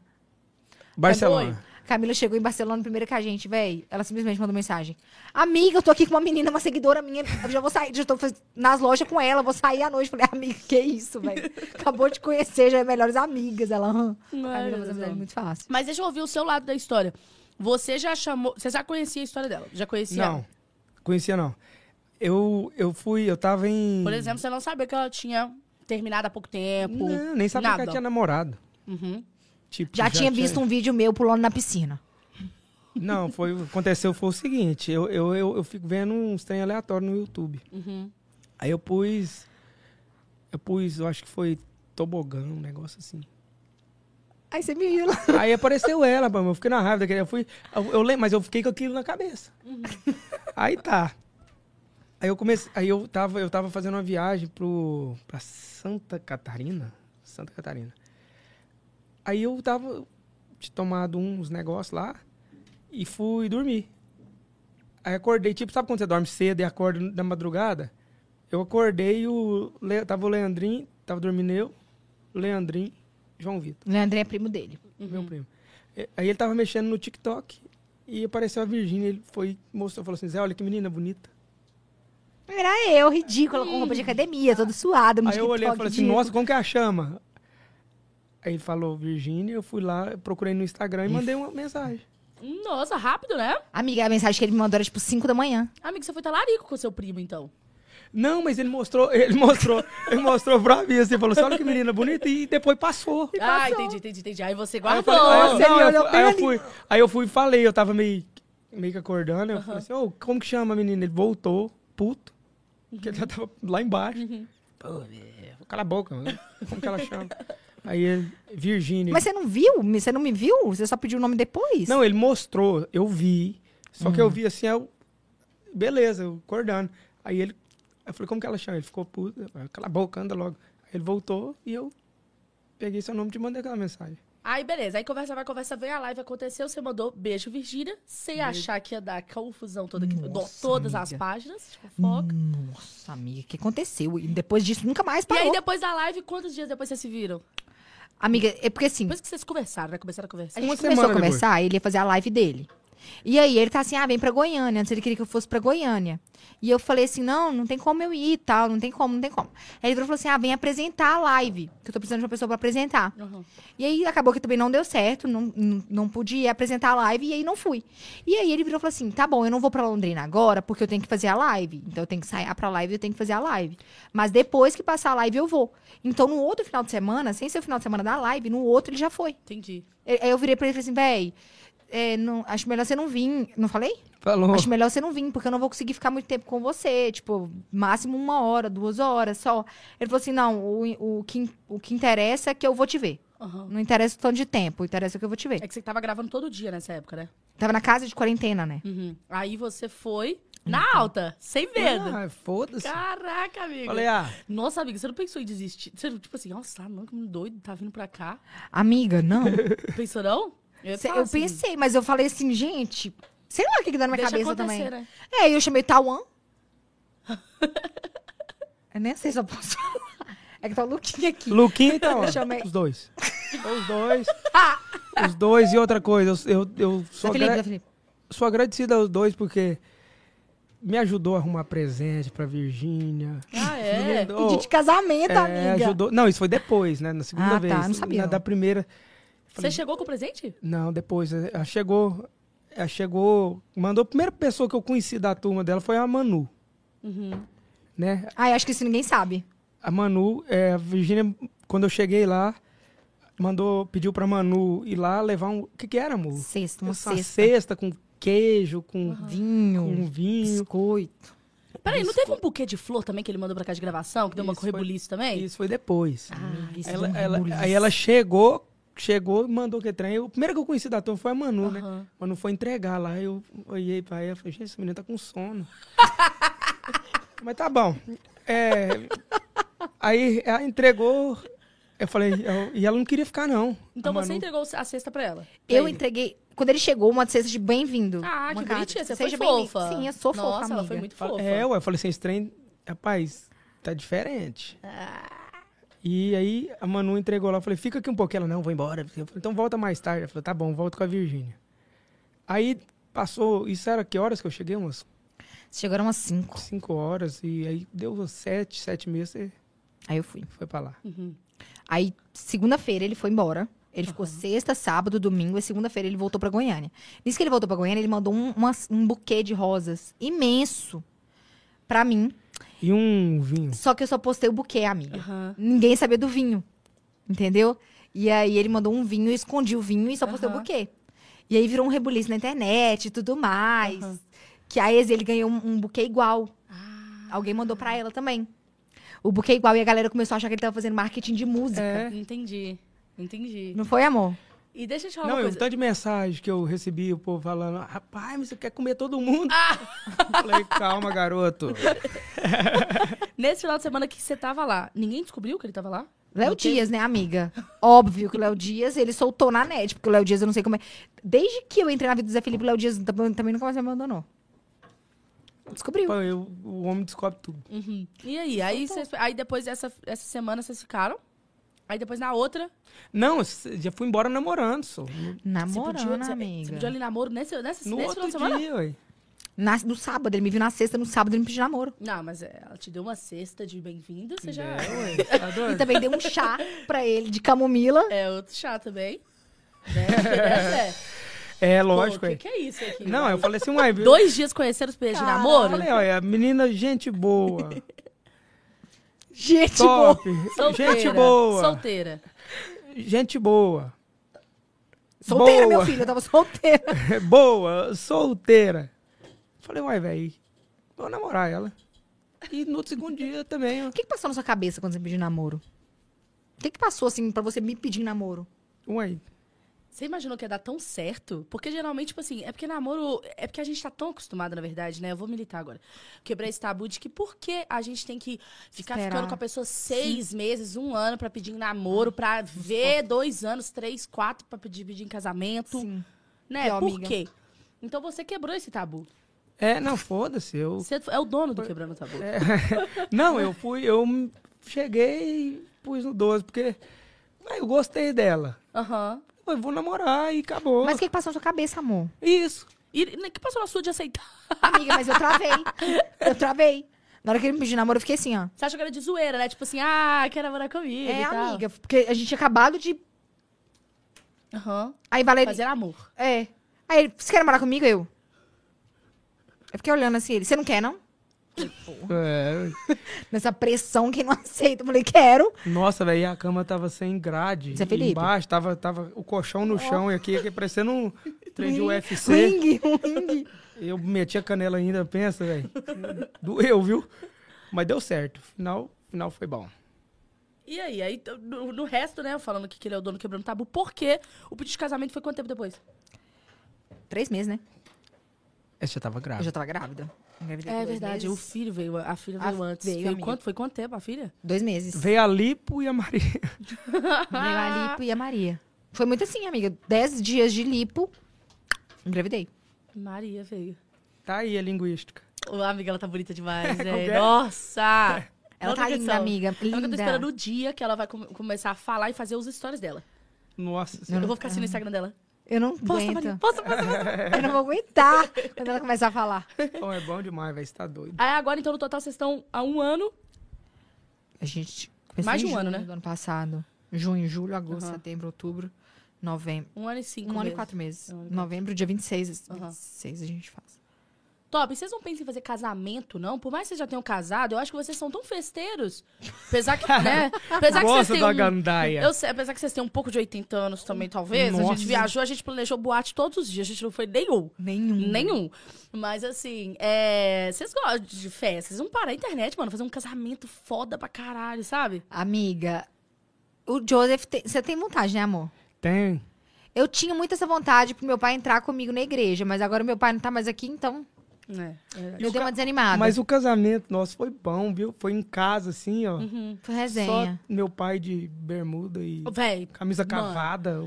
S3: Barcelona.
S1: Camila chegou em Barcelona primeiro que a gente, véi. Ela simplesmente mandou mensagem. Amiga, eu tô aqui com uma menina, uma seguidora minha. Eu já vou sair, já tô faz- nas lojas com ela, vou sair à noite. Falei, amiga, que isso, velho? Acabou de conhecer, já é melhores amigas. Ela, hã.
S2: Ai,
S1: Camila faz
S2: Deus,
S1: amizade
S2: amo.
S1: é muito fácil.
S2: Mas deixa eu ouvir o seu lado da história. Você já chamou. Você já conhecia a história dela? Já conhecia?
S3: não,
S2: ela?
S3: conhecia não. Eu, eu fui, eu tava em.
S2: Por exemplo, você não sabia que ela tinha terminado há pouco tempo.
S3: Não, nem sabia que
S2: nada.
S3: ela tinha namorado.
S2: Uhum.
S3: Tipo,
S1: Já, tinha visto um vídeo meu pulando na piscina.
S3: Não, foi, o que aconteceu foi o seguinte: eu, eu, eu, eu fico vendo uns trem aleatório no YouTube.
S2: Uhum.
S3: Aí eu pus. Eu pus, eu acho que foi tobogã, um negócio assim.
S1: Aí você me viu lá.
S3: Aí apareceu ela, mano. Eu fiquei na raiva daquele. Eu fui. Eu, eu lembro, mas eu fiquei com aquilo na cabeça. Aí tá. Aí eu comecei. Aí eu tava, eu tava fazendo uma viagem pro, pra Santa Catarina. Santa Catarina. Aí eu tava. Tinha tomado uns negócios lá e fui dormir. Aí acordei, tipo, sabe quando você dorme cedo e acorda na madrugada? Eu acordei e o. Le- Tava o Leandrinho, tava dormindo eu, Leandrinho, João Vitor
S1: Leandré é primo dele.
S3: meu primo. E- Aí ele tava mexendo no TikTok e apareceu a Virgínia. Ele foi, mostrou, falou assim: Zé, olha que menina bonita.
S1: Era eu, ridícula, com roupa de academia, toda suada. no
S3: Aí eu olhei e
S1: TikTok,
S3: falei assim:
S1: ridículo.
S3: nossa, como que é a chama? Aí ele falou: Virgínia, eu fui lá, procurei no Instagram e mandei uma mensagem.
S2: Nossa, rápido, né?
S1: Amiga, a mensagem que ele me mandou era tipo 5 da manhã.
S2: Amigo, você foi talarico com seu primo, então.
S3: Não, mas ele mostrou, ele mostrou, ele mostrou pra mim assim, falou assim: olha que menina bonita, e depois passou.
S2: Ah, entendi, entendi, entendi. Aí você
S3: Aí eu
S2: guardou.
S3: falei, aí, eu-
S1: Nossa,
S3: não,
S1: ele
S3: eu
S1: olhou
S3: fui-
S1: bem
S3: aí eu
S1: ali.
S3: fui, aí eu fui e falei, eu tava meio, meio que acordando, eu falei assim, ô, como que chama a menina? Ele voltou, puto, porque ele já tava lá embaixo.
S1: Uhum.
S3: Pô, velho, cala a boca, mano. como que ela chama? Aí ele, Virgínia.
S1: Mas você não viu? Você não me viu? Você só pediu o nome depois?
S3: Não, ele mostrou, eu vi, só
S1: Uhum.
S3: que eu vi assim, eu, beleza, eu acordando. Aí ele, eu falei, como que ela chama? Ele ficou puto, eu falei, cala a boca, anda logo. Aí ele voltou e eu peguei seu nome e te mandei aquela mensagem.
S2: Aí, beleza. Aí conversa vai, conversa vem, a live aconteceu, você mandou beijo, Virgínia, sem achar que ia dar confusão toda aqui.
S1: Nossa,
S2: todas as
S1: amiga.
S2: páginas de fofoca.
S1: Nossa, amiga, o que aconteceu? E depois disso, nunca mais
S2: E
S1: parou.
S2: aí, depois da live, quantos dias depois vocês se viram?
S1: Amiga, é porque assim,
S2: Depois que vocês conversaram, né? Começaram a
S1: a
S2: conversar.
S1: gente
S3: uma
S1: começou a
S3: semana depois.
S1: conversar, ele ia fazer a live dele. E aí ele tá assim, ah, vem pra Goiânia. Antes ele queria que eu fosse pra Goiânia. E eu falei assim, não, não tem como eu ir e tal, não tem como, não tem como. Aí ele virou e falou assim, ah, vem apresentar a live, que eu tô precisando de uma pessoa pra apresentar.
S2: Uhum.
S1: E aí acabou que também não deu certo, não, não, não pude ir apresentar a live e aí não fui. E aí ele virou e falou assim: tá bom, eu não vou pra Londrina agora porque eu tenho que fazer a live. Então eu tenho que sair pra live eu tenho que fazer a live. Mas depois que passar a live eu vou. Então no outro final de semana, sem ser o final de semana da live, no outro ele já foi.
S2: Entendi.
S1: E- Aí eu virei pra ele e falei assim: véi, é, não- acho melhor você não vir. Não falei?
S3: Falou.
S1: Acho melhor você não vir, porque eu não vou conseguir ficar muito tempo com você. Tipo, máximo uma hora, duas horas só. Ele falou assim: não, o, o, que, o que interessa é que eu vou te ver.
S2: Aham.
S1: Não interessa o tanto de tempo, interessa o que eu vou te ver.
S2: É que você tava gravando todo dia nessa época, né?
S1: Tava na casa de quarentena, né?
S2: Uhum. Aí você foi na alta, sem medo.
S3: Ah, foda-se.
S2: Caraca, amigo.
S3: Falei, ah,
S2: Nossa, amiga, você não pensou em desistir? Você, não- tipo assim, nossa, não, que menino doido, tá vindo pra cá.
S1: Amiga, não.
S2: Pensou não? ia
S1: Cê-
S2: falar
S1: eu
S2: assim,
S1: pensei, mas eu falei assim, gente, sei lá o que, que dá na minha
S2: deixa
S1: cabeça
S2: acontecer,
S1: também.
S2: Né?
S1: É, eu chamei Tauan. eu nem sei se eu posso falar. É que tá o Luquinha aqui.
S3: Luquinha e Itaú.
S1: Então, Eu chamei-
S3: Os dois. Os dois. os dois e outra coisa. Eu, eu, eu sou,
S1: Da Felipe,
S3: agra-
S1: da Felipe.
S3: sou agradecido aos dois porque me ajudou a arrumar presente pra Virgínia.
S2: Ah, é?
S3: Menino,
S1: Pedi de casamento,
S3: é,
S1: amiga.
S3: ajudou. Não, isso foi depois, né? Na segunda
S1: Ah, tá,
S3: vez.
S1: não sabia.
S3: Na, da primeira.
S2: Você chegou com o presente?
S3: Não, depois. Ela chegou. Ela chegou. Mandou. A primeira pessoa que eu conheci da turma dela foi a Manu.
S2: Uhum.
S3: Né?
S1: Ai, acho que isso ninguém sabe.
S3: A Manu, é, a Virgínia, quando eu cheguei lá, mandou, pediu pra Manu ir lá levar um. O que, que era, amor?
S1: Sexta, uma
S3: Essa
S1: sexta.
S3: cesta com queijo, com,
S1: Vinho,
S3: com vinho.
S1: biscoito.
S2: Peraí, não teve um buquê de flor também que ele mandou pra cá de gravação, que deu uma
S3: Isso foi-
S2: É correbuliço também? Ah, é
S3: Isso foi depois.
S1: Isso,
S3: Ela-
S1: um
S3: ela-
S1: rebuliço.
S3: aí ela chegou chegou, mandou que trem. O primeiro que eu conheci da turma foi a Manu, né?
S2: Aham.
S3: Manu foi entregar lá. Eu olhei pra ela e falei, gente, esse menino tá com sono. Mas tá bom. É, aí ela entregou. Eu falei, eu- e ela não queria ficar, não.
S2: Então
S3: A
S2: você
S3: Manu-
S2: entregou a cesta pra ela.
S1: Eu entreguei. Quando ele chegou, uma cesta de bem-vindo.
S2: Ah,
S1: uma
S2: que
S1: carta.
S2: bonitinha. Você
S1: Seja
S2: foi
S1: bem-vindo.
S2: fofa.
S1: Sim, eu sou
S2: Nossa,
S1: fofa, amiga.
S2: ela foi muito fofa.
S3: É, ué, eu falei assim, esse trem, rapaz, tá diferente.
S2: Ah.
S3: E aí a Manu entregou lá, eu falei, fica aqui um pouquinho. Ela, não, vou embora. Eu falei, então volta mais tarde. Ela falou, tá bom, volto com a Virgínia. Aí passou, isso era que horas que eu cheguei? Umas
S1: Chegaram umas 5.
S3: cinco horas. E aí deu umas sete, sete meses, você
S1: Aí eu fui.
S3: foi pra lá.
S2: Uhum.
S1: Aí, segunda-feira, ele foi embora. Ele ficou sexta, sábado, domingo e segunda-feira ele voltou pra Goiânia. Nisso que ele voltou pra Goiânia, ele mandou um, umas- um buquê de rosas imenso pra mim.
S3: E um vinho.
S1: Só que eu só postei o buquê, amiga.
S2: Aham.
S1: Ninguém sabia do vinho. Entendeu? E aí ele mandou um vinho, eu escondi o vinho e só postei o
S2: Aham.
S1: buquê. E aí virou um rebuliço na internet e tudo mais.
S2: Aham.
S1: Que a ex ele ganhou um, um buquê igual.
S2: Ah,
S1: Alguém mandou pra ela também. O buquê igual e a galera começou a achar que ele tava fazendo marketing de música.
S3: É.
S2: entendi. Entendi.
S1: Não foi, amor?
S2: E deixa eu te falar
S3: Não,
S2: uma
S3: e um
S2: coisa.
S3: tanto de mensagem que eu recebi, o povo falando, rapaz, mas você quer comer todo mundo?
S2: Ah.
S3: Eu Falei, calma, garoto.
S2: Nesse final de semana que você tava lá, ninguém descobriu que ele tava lá?
S1: Léo Dias, né, amiga? Óbvio que o Léo Dias, ele soltou na net, porque o Léo Dias, eu não sei como é. Desde que eu entrei na vida do Zé Felipe, o Léo Dias tam- também nunca mais me abandonou. Descobriu.
S3: Pô, eu- o homem descobre tudo.
S2: Uhum. E aí? Aí, vocês- aí depois, essa, essa semana, vocês ficaram? Aí depois, na outra,
S3: Não, eu já fui embora namorando, só. No,
S2: você
S1: Namorando,
S2: pediu, você- você
S1: amiga.
S2: pediu ali namoro nesse, nesse,
S3: no
S2: nesse final
S3: outro
S2: de semana?
S3: dia, ué.
S1: Na- no sábado, ele me viu na sexta, no sábado ele me pediu namoro.
S2: Não, mas é, ela te deu uma cesta de bem-vindo, você já...
S3: É, ué, tá
S1: E
S3: doido?
S1: também deu um chá pra ele de camomila.
S2: É outro chá também. Né? Porque dessa é.
S3: É,
S2: Pô,
S3: lógico,
S2: O que,
S3: ué.
S2: que é isso aqui?
S3: Não, eu falei assim, ué, viu?
S2: Dois dias conhecendo os pés de
S1: Caralho.
S2: namoro?
S3: Falei, olha, é menina, gente boa.
S1: Gente boa.
S3: top.
S2: Solteira.
S3: Gente boa.
S2: Solteira.
S3: Gente boa.
S1: Solteira, meu
S3: Boa.
S1: filho, eu tava solteira.
S3: boa, solteira. Falei, uai, velho, vou namorar ela. E no outro segundo dia também, ó.
S1: O que, que passou na sua cabeça quando você pediu namoro? O que, que passou, assim, pra você me pedir namoro?
S3: Uai,
S2: Você imaginou que ia dar tão certo? Porque geralmente, tipo assim, é porque namoro. É porque a gente tá tão acostumado, na verdade, né? Eu vou militar agora. Quebrar esse tabu de que por que a gente tem que ficar
S1: Esperar.
S2: ficando com a pessoa seis meses, um ano pra pedir em namoro, pra ver dois anos, três, quatro pra pedir, pedir em casamento.
S1: Sim.
S2: Né?
S1: Pior,
S2: por
S1: amiga.
S2: quê? Então você quebrou esse tabu.
S3: é, não, foda-se, eu...
S2: Você é o dono do quebrando o tabu.
S1: É.
S3: Não, eu fui, eu cheguei e pus no 12, porque uai, eu gostei dela.
S2: Aham.
S3: Eu vou namorar e acabou.
S1: Mas o que, que passou na sua cabeça, amor?
S3: Isso.
S2: E o que passou na sua de aceitar?
S1: Amiga, mas eu travei. Eu travei. Na hora que ele me pediu namoro, eu fiquei assim, ó.
S2: Você achou que era de zoeira, né? Tipo assim, ah, quer namorar comigo.
S1: É,
S2: e tal.
S1: amiga, porque a gente tinha acabado de.
S2: Aham.
S1: Aí Valéria.
S2: Fazer amor.
S1: É. Aí ele, você quer namorar comigo? Eu. Eu fiquei olhando assim, ele, você não quer, não?
S3: É,
S1: Nessa pressão que não aceita. Eu falei, quero.
S3: Nossa, velho, e a cama tava sem grade.
S1: Zé Felipe.
S3: Embaixo, tava, tava o colchão no chão e aqui, aqui parecendo um trem de
S1: Ring,
S3: UFC.
S1: Ring, ring.
S3: Eu meti a canela ainda, pensa, velho. Doeu, viu? Mas deu certo. Final, final foi bom.
S2: E aí? Aí t- no, no resto, né? eu Falando que, que ele é o dono quebrando tabu. Por quê? O pedido de casamento foi quanto tempo depois?
S1: Três meses, né?
S3: Essa já tava
S1: Eu já
S3: grávida.
S1: tava grávida. Engravidei
S2: É
S1: com dois
S2: verdade. O
S1: meses.
S2: filho veio. A filha
S1: A-
S2: veio antes.
S1: veio,
S2: Veio
S1: amiga.
S2: quanto, foi quanto tempo a filha?
S1: Dois meses. Veio
S3: Veio a Lipo e a Maria.
S1: a lipo e a Maria. Foi muito assim, amiga. Dez dias de lipo, engravidei.
S2: Maria veio.
S3: Tá aí a linguística.
S2: Ô, amiga, ela tá bonita demais,
S3: Como que
S2: né?
S3: é?
S2: Nossa!
S1: Ela
S2: Não
S1: tá
S2: tem
S1: linda,
S2: condição.
S1: amiga.
S2: Amiga, Eu tô
S1: Linda.
S2: esperando o dia que ela vai come- começar a falar e fazer os stories dela.
S3: Nossa
S2: Eu,
S3: senhora.
S2: vou ficar assim no Instagram dela.
S1: Eu não
S2: Posta,
S1: aguento.
S2: Maria, posta, posta, posta.
S1: Eu não vou aguentar quando ela começar a falar.
S3: Bom, é bom demais, velho. Você tá doido.
S2: Aí agora, então, no total, vocês estão há um ano.
S1: A gente.
S2: Mais de
S1: em
S2: um ano,
S1: junho
S2: né?
S1: Do ano passado. Junho, julho, agosto,
S2: Aham.
S1: setembro, outubro, novembro.
S2: Um ano e
S1: Um
S2: cinco
S1: ano e
S2: meses.
S1: quatro meses.
S2: Um ano e
S1: Novembro, dia 26.
S2: Aham.
S1: 26 a gente faz.
S2: Top, vocês não pensam em fazer casamento, não? Por mais que vocês já tenham casado, eu acho que vocês são tão festeiros. Apesar que, né? Apesar que vocês
S3: Gosta
S2: têm
S3: da
S2: um...
S3: gandaia.
S2: Eu sei, apesar que vocês têm um pouco de 80 anos também, talvez. A
S3: Nossa.
S2: gente viajou, a gente planejou boate todos os dias. A gente não foi nenhum.
S1: Nenhum.
S2: Nenhum. Mas assim, é... vocês gostam de festa. Vocês vão parar a internet, mano. Fazer um casamento foda pra caralho, sabe?
S1: Amiga, o Joseph. tem- Você tem vontade, né, amor?
S3: Tem.
S1: Eu tinha muito essa vontade pro meu pai entrar comigo na igreja, mas agora meu pai não tá mais aqui, então
S2: É, verdade.
S1: me deu uma desanimada.
S3: Mas o casamento nosso foi bom, viu? Foi em casa, assim, ó.
S2: Uhum.
S1: Foi
S3: Só
S1: resenha.
S3: meu pai de bermuda e
S2: Véi,
S3: camisa
S2: Mano.
S3: cavada.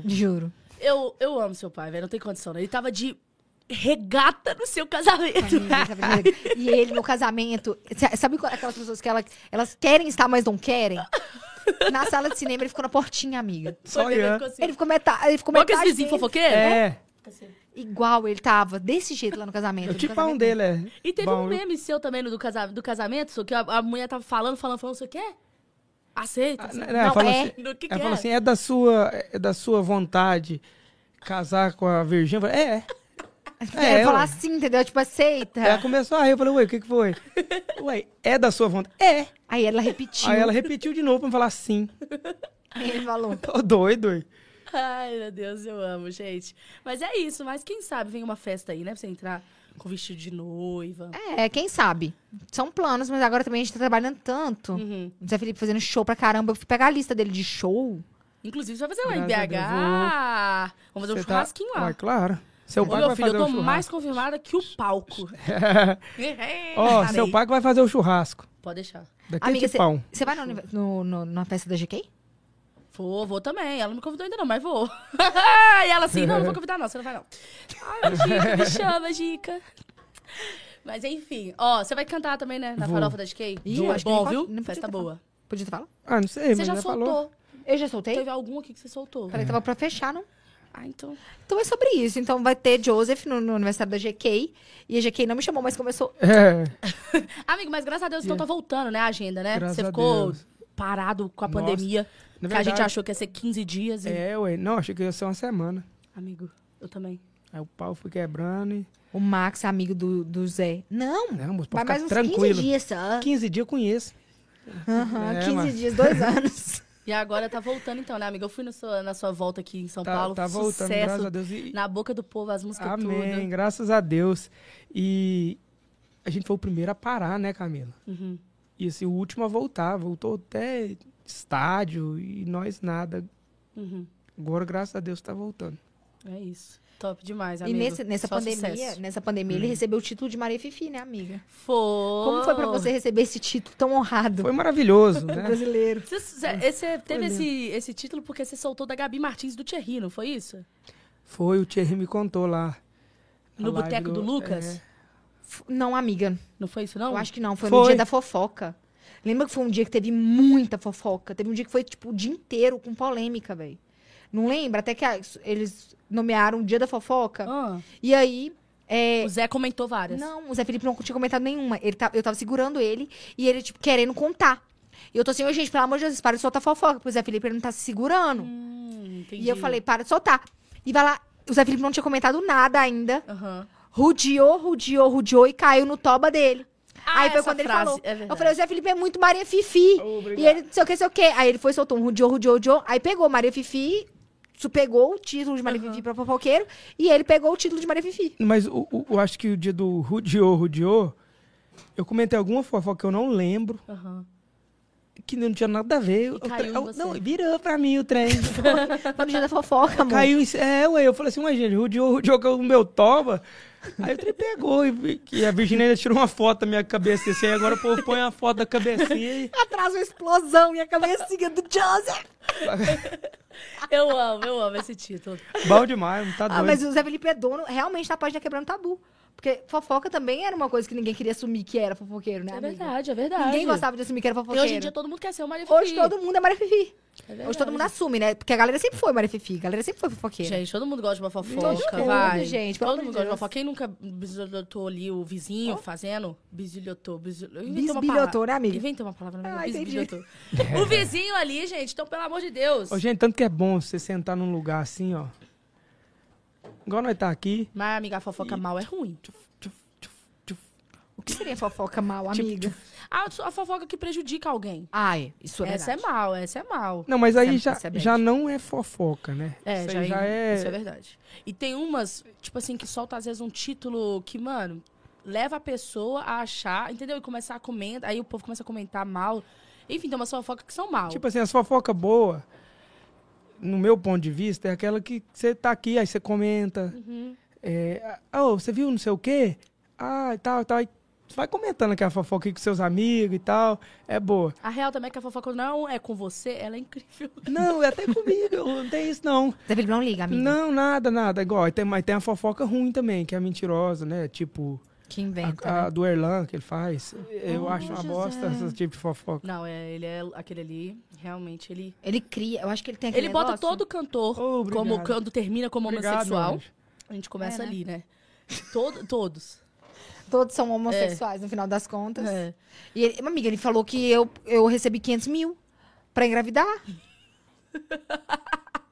S1: Juro.
S2: eu, eu amo seu pai, velho. Não tem condição, né? Ele tava de regata no seu casamento.
S1: e ele, no casamento. sa- Sabe qual- aquelas pessoas que ela- elas querem estar, mas não querem? Na sala de cinema, ele ficou na portinha, amiga.
S3: Só
S2: Foi, ele
S3: Ian.
S2: ficou assim.
S1: Ele ficou metade. Ele ficou
S2: Igual que
S1: metade.
S2: esse vizinho
S1: dele.
S2: fofoqueiro?
S3: É,
S1: Igual ele tava, desse jeito lá no casamento.
S3: eu
S1: No
S3: tipo
S1: casamento
S3: um dele, é.
S2: E teve
S3: Bom,
S2: um
S3: viu?
S2: meme seu também no do, casa, do casamento, só que a, a mulher tava falando, falando, falando, você quer? Aceita.
S3: Ah,
S2: assim.
S3: não,
S1: Não,
S3: ela falou
S1: é.
S3: assim,
S2: Do que que
S3: ela
S2: é?
S3: falou assim, é da sua, é da sua vontade casar com a Virgínia? Eu falei, É, é.
S1: É,
S3: É,
S1: falar
S3: ué.
S1: assim, entendeu? Tipo,
S2: Ah.
S1: aceita.
S3: Ela começou a rir, eu falei, ué, o que que foi? Ué, é da sua vontade? É.
S1: Aí ela repetiu.
S3: Aí ela repetiu de novo pra me falar sim.
S1: Aí ele falou.
S3: Tô doido, ué.
S2: Ai, meu Deus, eu amo, gente. Mas é isso, mas quem sabe vem uma festa aí, né? Pra você entrar com vestido de noiva.
S1: É, quem sabe? São planos, mas agora também a gente tá trabalhando tanto.
S2: Uhum.
S1: O Zé Felipe fazendo show pra caramba. Eu fui pegar a lista dele de show.
S2: Inclusive, você vai fazer lá em
S3: Graças a Deus,
S2: BH. Vamos fazer um
S3: Você tá-
S2: churrasquinho lá.
S3: Ué, claro. Seu
S2: Ô,
S3: pai
S2: meu
S3: vai
S2: filho, eu
S3: fazer um
S2: tô
S3: o
S2: mais
S3: churrasco.
S2: confirmada que o palco.
S3: Ó,
S2: Parei.
S3: seu pai que vai fazer o churrasco.
S2: Pode deixar.
S3: Daquele
S1: Amiga,
S3: de pão.
S1: Você vai no, no, no, numa festa da GK?
S2: Vou, vou também. Ela não me convidou ainda não, mas vou. e ela assim, não, não vou convidar não, você não vai não. Ai, Dica, me chama, Dica. Mas enfim, ó, você vai cantar também, né? Na
S3: Vou.
S2: farofa da GK?
S1: Ih,
S2: Boa.
S1: acho que
S2: bom,
S1: nem
S2: viu?
S1: pode- nem
S2: Festa
S1: podia ter
S2: boa.
S1: Podia ter falado?
S3: Ah, não sei,
S2: Você
S3: mas
S2: já
S3: ela
S2: soltou.
S3: falou.
S1: Eu já soltei?
S2: Teve algum aqui que você soltou.
S1: Falei que tava pra fechar, não?
S2: Ah, então.
S1: Então é sobre isso. Então vai ter Joseph no, no aniversário da GK. E a GK não me chamou, mas começou.
S3: É,
S2: Amigo, mas graças a Deus, então tá voltando, né, a agenda, né?
S3: Graças
S2: você
S3: a
S2: ficou
S3: Deus.
S2: parado com a
S3: Nossa.
S2: pandemia.
S3: Na
S2: que a gente
S3: verdade-
S2: achou que ia ser 15 dias. e-
S3: é, ué. Não, achei que ia ser uma semana.
S2: Amigo, eu também.
S3: Aí o pau foi quebrando e...
S1: O Max, amigo do, do Zé. Não,
S3: Não, moço,
S1: vai
S3: pode
S1: mais
S3: ficar
S1: uns
S3: tranquilo.
S1: 15 dias só.
S3: 15 dias eu conheço.
S1: Aham,
S3: É,
S1: 15
S3: mano.
S1: dias, dois anos.
S2: E agora tá voltando então, né, amiga? Eu fui na sua, na sua volta aqui em São
S3: Tá,
S2: Paulo.
S3: tá voltando, graças
S2: sucesso
S3: a Deus. E-
S2: na boca do povo, as músicas
S3: Amém,
S2: tudo.
S3: graças a Deus. E a gente foi o primeiro a parar, né, Camila?
S2: Uhum.
S3: E assim, o último a voltar. Voltou até estádio e nós nada.
S2: Uhum.
S3: Agora, graças a Deus, tá voltando.
S2: É isso. Top demais,
S1: E
S2: amigo.
S1: nesse, nessa,
S2: Só
S1: pandemia,
S2: sucesso.
S1: nessa pandemia, ele recebeu o título de Maria Fifi, né, amiga?
S2: Foi.
S1: Como foi pra você receber esse título tão honrado?
S3: Foi maravilhoso, né?
S1: brasileiro.
S2: Você, você- você teve
S3: lindo.
S2: esse, esse título porque você soltou da Gabi Martins do Thierry, não foi isso?
S3: Foi, o Thierry me contou lá. na
S2: No
S3: live
S2: boteco do Lucas?
S3: é.
S1: F- Não, amiga.
S2: Não foi isso, não?
S1: Eu acho que não. Foi, no
S3: Foi.
S1: dia da fofoca. Lembra que foi um dia que teve muita fofoca? Teve um dia que foi, tipo, o dia inteiro com polêmica, velho. Não lembra? Até que a- eles nomearam o dia da fofoca.
S2: Ah,
S1: E aí. é,
S2: o Zé comentou várias.
S1: Não, o Zé Felipe não tinha comentado nenhuma. Ele tá, eu tava segurando ele e ele, tipo, querendo contar. E eu tô assim, ô, gente, pelo amor de Deus, para de soltar fofoca, porque o Zé Felipe ele não tá se segurando.
S2: Hum, entendi.
S1: e eu falei, para de soltar. E vai lá, o Zé Felipe não tinha comentado nada ainda.
S2: Aham.
S1: Ah, Rudiou, rudiou, rudiou e caiu no toba dele.
S2: Ah,
S1: Aí foi
S2: essa
S1: quando ele
S2: frase,
S1: falou.
S2: é
S1: eu
S2: verdade.
S1: falei, o Zé Felipe é muito Maria Fifi.
S3: Obrigado.
S1: E ele, não sei o que, não sei o que. Aí ele foi, soltou um rudiou, rudiou, rudiou. Aí pegou Maria Fifi, su- pegou o título de Maria Fifi pra fofoqueiro. E ele pegou o título de Maria Fifi.
S3: Mas o, o- eu acho que o dia do Rudiô, Rudiô, eu comentei alguma fofoca que eu não lembro,
S1: assim,
S2: Aham.
S3: que não tinha nada a ver. O tre-
S2: caiu em
S3: eu-
S2: você.
S3: não, virou pra mim o trem.
S1: Foi no dia da fofoca, amor.
S3: Caiu, em- é, ué, eu falei assim, ué, gente, Rudiô, Rudiô, que é o meu toba. Aí o trem pegou e, vi- que a Virginia ainda tirou uma foto da minha cabeça, assim, aí agora o povo põe a foto da cabecinha e...
S1: Atrás uma explosão e a cabecinha do Joseph.
S2: Eu amo, eu amo esse título.
S3: Bom demais, não tá
S1: Ah,
S3: doido.
S1: mas o Zé Felipe é dono, realmente tá página quebrando tabu. Porque fofoca também era uma coisa que ninguém queria assumir que era fofoqueiro, né?
S2: É
S1: amiga?
S2: verdade, é verdade.
S1: Ninguém gostava de assumir que era
S2: E
S1: fofoqueiro.
S2: hoje em dia todo mundo quer ser o Maria
S1: Hoje
S2: Fifi.
S1: todo mundo é Maria Fifi.
S2: É
S1: Hoje
S2: verdade.
S1: todo mundo assume, né? Porque a galera sempre foi Maria Fifi, a galera sempre foi fofoqueira.
S2: Gente, todo mundo gosta de uma fofoca,
S1: Todo mundo,
S2: vai.
S1: gente, pelo
S2: todo
S1: amor
S2: mundo
S1: de
S2: gosta de uma
S1: Deus. Oh.
S2: fofoca. Quem nunca bisilhotou ali o vizinho fazendo? Bisilhotou, bisilhotou.
S1: Bisbilhotou, né, amiga?
S2: Inventa uma palavra, né?
S1: Ah, entendi.
S2: Bisbilhotou. O vizinho ali, gente, então pelo amor de Deus.
S3: Ô, gente, tanto que é bom você sentar num lugar assim, ó. Igual nós tá aqui.
S2: Mas, amiga, a fofoca mal é ruim.
S3: Tchuf, tchuf, tchuf.
S1: O que seria fofoca mal, amiga?
S2: Ah, a fofoca que prejudica alguém.
S1: Ai, isso é
S2: Essa é
S1: verdade.
S2: mal, essa é mal.
S3: Não, mas aí
S1: Isso é-
S3: já,
S1: isso é bad.
S3: já não é fofoca, né?
S2: É,
S3: Isso
S2: já,
S3: aí já
S2: é... Isso é
S3: é.
S2: verdade. E tem umas, tipo assim, que solta às vezes um título que, mano, leva a pessoa a achar, entendeu? E começar a comentar, aí o povo começa a comentar mal. Enfim, tem umas fofocas que são mal.
S3: Tipo assim, as fofocas boas. no meu ponto de vista, é aquela que você tá aqui, aí você comenta.
S1: Uhum.
S3: É, ah, ô, você viu não sei o quê? Ah, e tal, e tal. Aí Você vai comentando aqui a fofoca aqui com seus amigos e tal. É boa.
S2: A real também é que a fofoca não é com você, ela é incrível.
S3: Não, é até comigo, eu não tem isso não.
S1: Zé Felipe não liga, amigo.
S3: Não, nada, nada. é Igual, aí tem, mas tem a fofoca ruim também, que é a mentirosa, né? Tipo,
S1: Que
S3: a-
S1: inventa.
S3: a,
S1: né? Oh,
S3: do Erlan que ele faz. Eu acho uma
S1: José.
S3: bosta esse tipo de fofoca.
S2: Não, é, ele é aquele ali, realmente, ele...
S1: Ele cria, eu acho que ele tem aquele
S2: Ele bota
S1: negócio.
S2: todo cantor,
S3: Oh, obrigado.
S2: como quando termina como
S3: Obrigado,
S2: homossexual.
S3: meu anjo.
S2: A gente começa
S1: É, né?
S2: ali, né? Todo- todos.
S1: Todos são homossexuais, no final das contas.
S2: É.
S1: E ele, amiga, ele falou que eu, eu recebi 500 mil pra engravidar.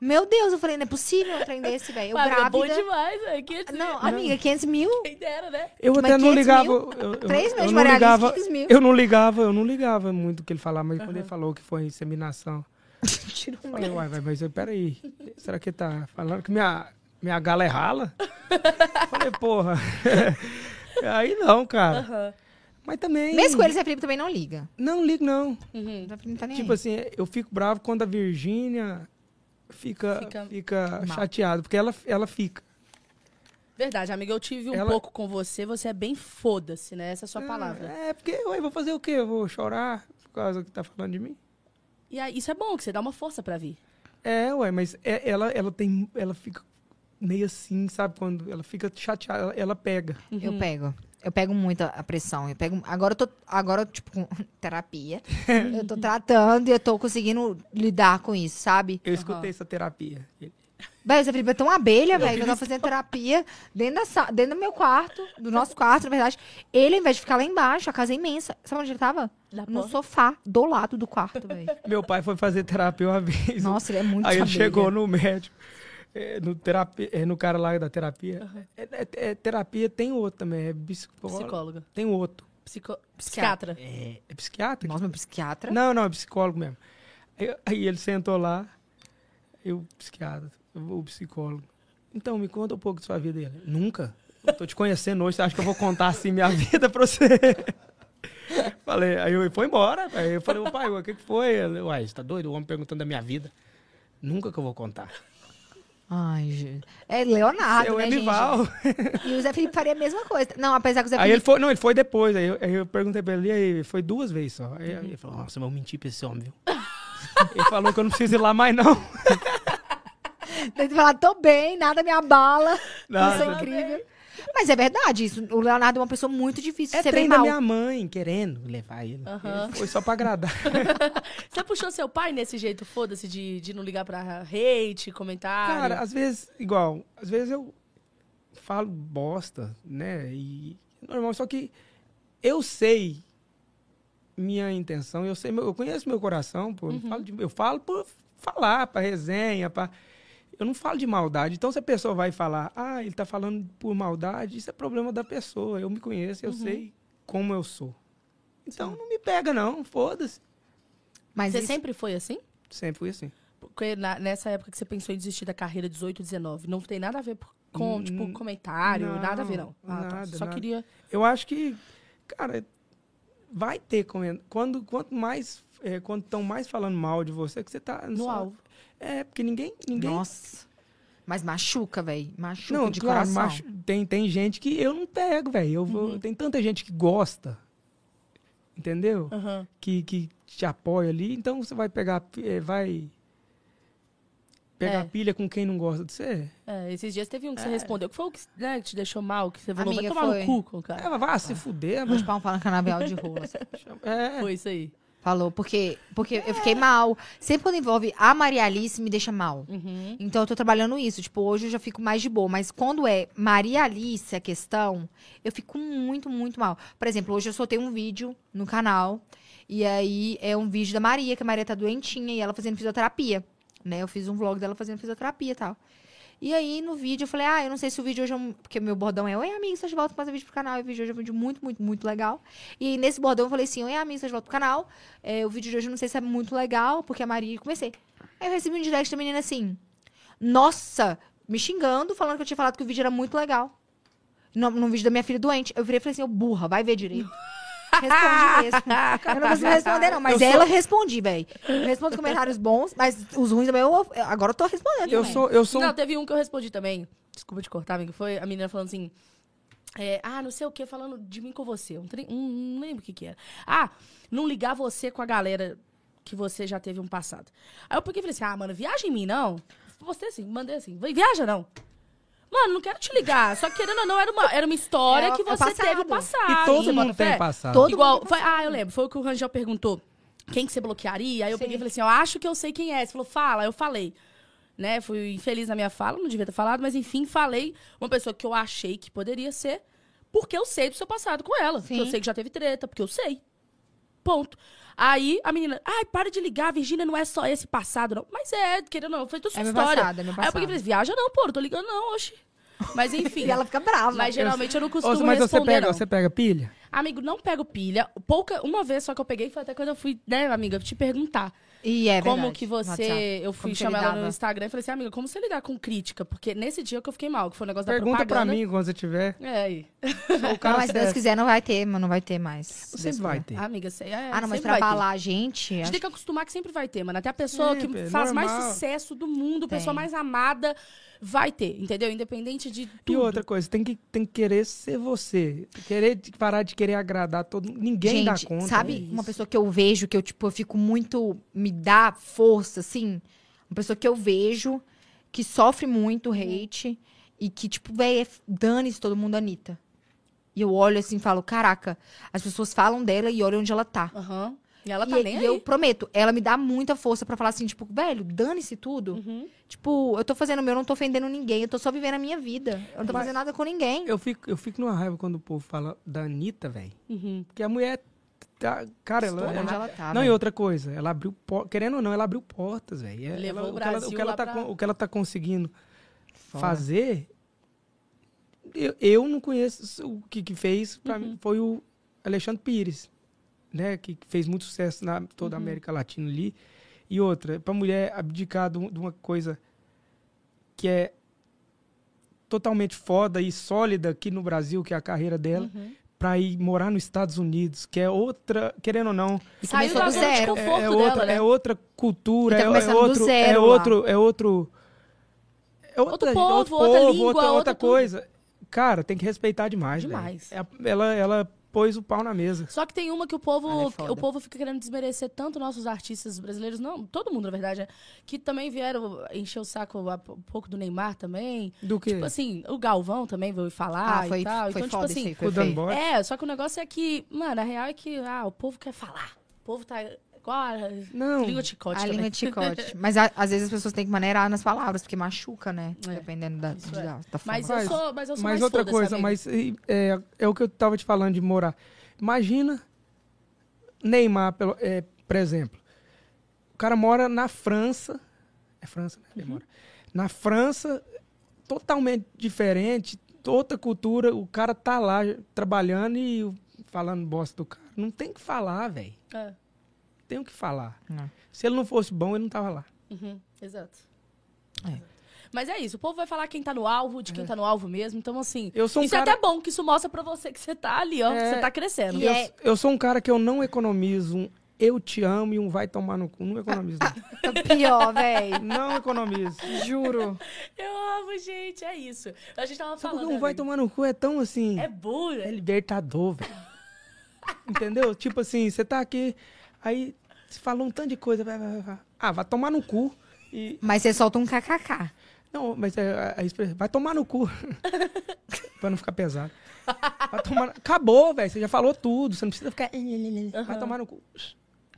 S1: Meu Deus, eu falei, não é possível um trem desse, velho. Eu
S2: Mas é bom
S1: grávida.
S2: demais, velho. Que esse-
S1: não, amiga, 500 mil?
S2: Quem dera, né?
S3: Eu
S1: Mas
S3: até não
S1: 500
S3: ligava.
S1: mil?
S3: eu- eu-
S1: é, Três meses
S3: eu
S1: de
S3: não
S1: Maria Alice,
S3: ligava,
S1: 15 mil.
S3: Eu não ligava, eu não ligava muito o que ele falava, mas quando ele falou que foi inseminação,
S1: Tira
S3: eu
S1: um
S3: falei, uai, vai, mas eu- peraí. Será que ele tá falando que minha, minha gala é rala? Eu falei, porra. Aí não, cara.
S2: Aham.
S3: Mas também.
S1: Mesmo com ele, Zé Felipe também não liga.
S3: Não ligo, não.
S2: Uhum.
S1: Zé Felipe não tá nem
S3: Tipo
S1: aí.
S3: assim, eu fico bravo quando a Virgínia fica,
S2: Fica
S3: fica,
S1: mal.
S3: chateada, porque ela, ela fica.
S2: Verdade, amiga, eu tive um
S3: Ela-
S2: pouco com você. Você é bem foda-se, né? Essa é a sua
S3: Ah,
S2: palavra.
S3: É, porque, ué, vou fazer o quê? Eu vou chorar por causa que tá falando de mim?
S2: E aí, isso é bom, que você dá uma força pra vir.
S3: É, ué, mas é- ela, ela tem. Ela fica meio assim, sabe? Quando ela fica chateada, ela, ela pega.
S1: Eu pego. Eu pego muito a- a pressão. Eu pego. Agora eu tô. Agora, eu, tipo, com terapia. eu tô tratando e eu tô conseguindo lidar com isso, sabe?
S3: Eu escutei essa terapia.
S1: Véi, Zé Felipe é tão abelha, velho, que eu tava fazendo terapia dentro, da sa- dentro do meu quarto, do nosso quarto, na verdade. Ele, ao invés de ficar lá embaixo, a casa é imensa. Sabe onde ele tava?
S2: Na
S1: no
S2: porta.
S1: sofá, do lado do quarto, velho.
S3: Meu pai foi fazer terapia uma vez.
S1: Nossa, ele é muito
S3: Aí ele
S1: abelha.
S3: chegou no médico, é, no, terapia, é, no cara lá da terapia. É, é- é terapia tem outro também, é psicólogo.
S2: Psicóloga.
S3: Tem outro.
S2: Psico... Psiquiatra.
S3: É, é psiquiatra?
S1: Nossa, meu psiquiatra.
S3: Não, não, é psicólogo mesmo. Aí, aí ele sentou lá, eu, psiquiatra, o psicólogo. Então, me conta um pouco de sua vida. Ele, nunca. Eu tô te conhecendo hoje, você acha que eu vou contar assim minha vida pra você? falei, aí eu foi embora. Aí eu falei, ô pai, o que que foi? Ele, Uai, você tá doido? O homem perguntando da minha vida. Nunca que eu vou contar.
S1: Ai, gente. É Leonardo,
S3: eu,
S1: né,
S3: Elival.
S1: gente? E o Zé Felipe faria a mesma coisa. Não, apesar que o Zé
S3: Aí ele
S1: Felipe...
S3: foi, não, ele foi depois. Aí eu, aí eu perguntei pra ele, e aí, foi duas vezes só. Aí ele falou, nossa, mas eu menti pra esse homem, viu? ele falou que eu não preciso ir lá mais, não.
S1: Ele falar, tô bem, nada me abala. isso é
S3: Nada.
S1: incrível. Mas é verdade, isso. O Leonardo é uma pessoa muito difícil.
S3: É
S1: de você vê
S3: trem da
S1: mal.
S3: minha mãe, querendo levar ele.
S2: Aham.
S3: Ele Foi só pra agradar.
S2: Você puxou seu pai nesse jeito, foda-se, de, de não ligar pra hate, comentário.
S3: Cara, às vezes, igual, às vezes eu falo bosta, né? E normal, só que eu sei minha intenção, eu sei, meu- eu conheço meu coração, pô. Eu, não falo de- eu falo por falar, pra resenha, pra. Eu não falo de maldade. Então, se a pessoa vai falar, ah, ele tá falando por maldade, isso é problema da pessoa. Eu me conheço, eu sei como eu sou. Então, não me pega, não. Foda-se.
S1: Mas
S2: você
S1: isso-
S2: sempre foi assim?
S3: Sempre fui assim.
S2: Porque na- nessa época que você pensou em desistir da carreira 18, 19, não tem nada a ver por- com,
S3: Hum,
S2: tipo, comentário,
S3: não,
S2: nada a ver, não. Ah, tá.
S3: nada,
S2: Só
S3: nada.
S2: queria.
S3: Eu acho que, cara, vai ter comendo. Quando, quanto mais, é, quando estão mais falando mal de você, que você tá
S2: No alvo.
S3: É, porque ninguém, ninguém.
S1: Nossa. Mas machuca, velho. Machuca
S3: não,
S1: de
S3: claro,
S1: coração.
S3: macho- tem, tem gente que eu não pego, velho. Eu vou,
S2: Uhum.
S3: Tem tanta gente que gosta, entendeu?
S2: Aham.
S3: Que, que te apoia ali. Então você vai pegar, pi- é, vai pegar
S2: É.
S3: pilha com quem não gosta de você.
S2: É, esses dias teve um que você respondeu, que foi o que, né, que te deixou mal, que você falou,
S1: Amiga,
S2: vai tomar
S1: foi.
S2: no cu, com o cara.
S3: Ela vai É, se fuder,
S1: Vou
S3: mas.
S1: te pôr um pau no canavial de rolo. assim.
S3: É,
S2: Ah. Foi isso aí.
S1: Falou, porque, porque eu fiquei mal. Sempre quando envolve a Maria Alice, me deixa mal.
S2: Uhum.
S1: Então eu tô trabalhando isso. Tipo, hoje eu já fico mais de boa. Mas quando é Maria Alice a questão, eu fico muito, muito mal. Por exemplo, hoje eu soltei um vídeo no canal. E aí é um vídeo da Maria, que a Maria tá doentinha e ela fazendo fisioterapia. Né? Eu fiz um vlog dela fazendo fisioterapia e tal. E aí, no vídeo, eu falei, ah, eu não sei se o vídeo hoje é um... Porque meu bordão é, oi, amigo, estás de volta para fazer vídeo pro canal. E o vídeo hoje é um vídeo muito, muito, muito legal. E aí, nesse bordão, eu falei assim, oi, amigo, estás de volta pro canal. É, o vídeo de hoje, eu não sei se é muito legal, porque a Maria... e Comecei. Aí eu recebi um direct da menina assim, nossa, me xingando, falando que eu tinha falado que o vídeo era muito legal. No, no vídeo da minha filha doente. Eu virei e falei assim, ô burra, vai ver direito. Respondi mesmo. Cara, não consigo responder, não. Mas ela respondi, velho. Eu respondo comentários bons, mas os ruins também eu, agora eu tô respondendo.
S3: Eu
S1: também.
S3: sou, eu sou um
S2: Não, teve um que eu respondi também. Desculpa te cortar, amigo. Foi a menina falando assim. é, ah, não sei o que, falando de mim com você. Um, trem- um- não lembro o que que era. Ah, não ligar você com a galera que você já teve um passado. Aí eu peguei e falei assim, ah, mano, viaja em mim, não. Postei assim, mandei assim, vai, viaja não. Mano, não quero te ligar. Só que, querendo ou não, era uma, era uma história
S1: É,
S2: que
S1: é
S2: você
S1: passado.
S2: teve um
S1: E
S2: passado.
S3: E
S2: Você
S3: todo
S2: bota
S3: mundo tem
S2: fé?
S3: passado.
S1: Todo
S2: Igual, foi- ah, eu lembro, foi o que o Rangel perguntou. Quem que você bloquearia? Aí eu
S1: Sim.
S2: peguei e falei assim, eu acho que eu sei quem é. Você falou, fala. Eu falei, né, fui infeliz na minha fala, não devia ter falado, mas enfim, falei uma pessoa que eu achei que poderia ser, porque eu sei do seu passado com ela. Porque eu
S1: Sim.
S2: sei que já teve treta, porque eu sei. Ponto. Aí a menina, ai, para de ligar, Virgínia, não é só esse passado, não. Mas é, querendo ou não, foi tua sua
S1: É meu
S2: história.
S1: passado, é meu
S2: Aí eu peguei
S1: passado.
S2: e falei, viaja não, pô, não tô ligando não, oxe. Mas enfim.
S1: E ela fica brava.
S2: Mas geralmente eu não
S3: Ô,
S2: costumo
S3: mas
S2: responder,
S3: você pega,
S2: não.
S3: você pega pilha?
S2: Amigo, não pego pilha. Pouca, uma vez só que eu peguei foi até quando eu fui, né, amiga, te perguntar.
S1: E é
S2: como
S1: verdade,
S2: que
S1: WhatsApp.
S2: você. Eu fui
S1: Como você
S2: chamar ela no
S1: lidava?
S2: Instagram e falei assim, amiga, como você lidar com crítica? Porque nesse dia que eu fiquei mal, que foi o negócio da
S3: Pergunta pra
S2: propaganda.
S3: mim quando você tiver.
S2: É aí.
S3: Sou O cara
S1: não, mas se Deus
S2: é
S3: certo.
S1: quiser, não vai ter, mas não vai ter mais. Se Deus
S3: Sempre vai
S1: quiser.
S3: ter.
S2: Amiga, sei. É,
S1: Ah, não, mas
S2: sempre
S1: pra
S2: vai ter.
S1: abalar a gente.
S2: A gente
S1: acho
S2: tem que acostumar que sempre vai ter, mano. Até a pessoa
S3: Sempre,
S2: que faz mais
S3: É, normal.
S2: sucesso do mundo, a pessoa
S1: Tem.
S2: mais amada, vai ter, entendeu? Independente de tudo.
S3: E outra coisa, tem que, tem que querer ser você. Querer de- parar de querer agradar todo mundo. Ninguém dá
S1: Gente,
S3: conta.
S1: sabe
S3: É isso.
S1: uma pessoa que eu vejo, que eu, tipo, eu fico muito. Me dá força, assim? Uma pessoa que eu vejo, que sofre muito
S2: Uhum.
S1: hate e que, tipo, véi, é f- dane-se todo mundo, Anitta. E eu olho assim e falo, caraca, as pessoas falam dela e olham onde ela tá.
S2: Aham. E ela
S1: e, é,
S2: tá nem
S1: e
S2: aí.
S1: eu prometo, ela me dá muita força pra falar assim, tipo, velho, dane-se tudo.
S2: Uhum.
S1: Tipo, eu tô fazendo o meu, eu não tô ofendendo ninguém, eu tô só vivendo a minha vida. Eu não tô
S3: Mas-
S1: fazendo nada com ninguém.
S3: Eu fico, eu fico numa raiva quando o povo fala da Anitta, velho.
S2: Uhum.
S3: Porque a mulher. tá- cara, ela.
S1: Olha
S3: ela-
S1: onde ela
S2: né?
S1: tá.
S3: não, e
S1: velho.
S3: outra coisa, ela abriu por- Querendo ou não, ela abriu portas, velho. Ela-
S2: Levou
S3: ela-
S2: o
S3: que ela-
S2: Brasil
S3: que ela
S2: lá
S3: tá
S2: pra-
S3: con- o que ela tá conseguindo
S1: Fora.
S3: fazer, eu, eu não conheço o que, que fez, pra mim, foi o Alexandre Pires, né? Que que fez muito sucesso na toda a América Latina ali. E outra, pra mulher abdicar de um- de uma coisa que é totalmente foda e sólida aqui no Brasil, que é a carreira dela, pra ir morar nos Estados Unidos, que é outra, querendo ou não,
S1: E
S2: Saiu
S1: começou
S2: da
S1: do
S2: zona de
S1: zero.
S2: conforto
S3: é, é
S2: dela,
S3: outra,
S2: né?
S3: é outra cultura,
S1: E tá
S3: é- é,
S1: começando do
S3: outro, é
S1: zero lá.
S3: outro, é outro, é outra,
S2: povo, outra língua,
S3: outra,
S2: outra tudo.
S3: coisa. Cara, tem que respeitar demais, velho.
S2: Demais.
S3: É a- ela, ela pôs o pau na mesa.
S2: Só que tem uma que o
S1: Ela é
S2: povo,
S1: foda.
S2: o povo fica querendo desmerecer tanto nossos artistas brasileiros, não, todo mundo na verdade, né? que também vieram encher o saco há pou- um pouco do Neymar também.
S3: Do que?
S2: Tipo assim, o Galvão também veio falar
S1: Ah, foi,
S2: e tal.
S1: foi
S2: então
S1: foda isso
S2: tipo
S1: aí,
S2: assim,
S1: foi
S3: o Dan
S1: feio.
S3: Boy.
S2: é, só que o negócio é que, mano, a real é que ah, o povo quer falar. O povo tá agora
S3: Não.
S2: língua de chicote
S1: A
S2: também.
S1: língua de chicote. Mas a- às vezes as pessoas têm que maneirar nas palavras, porque machuca, né?
S2: É.
S1: Dependendo da,
S2: Isso
S1: de- tá
S2: é.
S1: da, da forma.
S2: Mas eu
S3: Mas-
S2: sou, mas eu sou
S3: Mas
S2: mais
S3: outra
S2: foda,
S3: coisa,
S2: sabe?
S3: mas e, é, é o que eu tava te falando de morar. Imagina Neymar, pelo, é, por exemplo. O cara mora na França. É França, né?
S2: Uhum.
S3: Ele mora. Na França, totalmente diferente, outra cultura. O cara tá lá trabalhando e o- falando bosta do cara. Não tem o que falar, velho.
S2: É,
S3: Tem o que falar.
S1: Não.
S3: Se ele não fosse bom, ele não tava lá.
S2: uhum, exato.
S1: É.
S2: Mas é isso, o povo vai falar quem tá no alvo, de quem tá no alvo mesmo. Então, assim,
S3: Eu sou um
S2: isso
S3: cara.
S2: é até bom, que isso mostra pra você que você tá ali, ó, que
S3: É.
S2: você tá crescendo.
S1: E
S3: eu,
S1: é-
S3: eu sou um cara que eu não economizo um eu te amo e um vai tomar no cu. Não economizo. não.
S1: Tá pior, velho.
S3: Não economizo.
S1: Juro.
S2: Eu amo, gente, é isso. A gente tava
S3: Só porque
S2: falando.
S3: um vai
S2: amigo.
S3: tomar no cu é tão assim.
S2: É
S3: É,
S2: burro.
S3: libertador, velho. Entendeu? Tipo assim, você tá aqui, aí você falou um tanto de coisa. vai, vai, vai, vai. Ah, vai tomar no cu. E,
S1: Mas você solta um kkk.
S3: não, mas é, a- a expressão, vai tomar no cu. pra não ficar pesado. Vai tomar, no- acabou, velho. Você já falou tudo. Você não precisa ficar. Vai tomar no cu.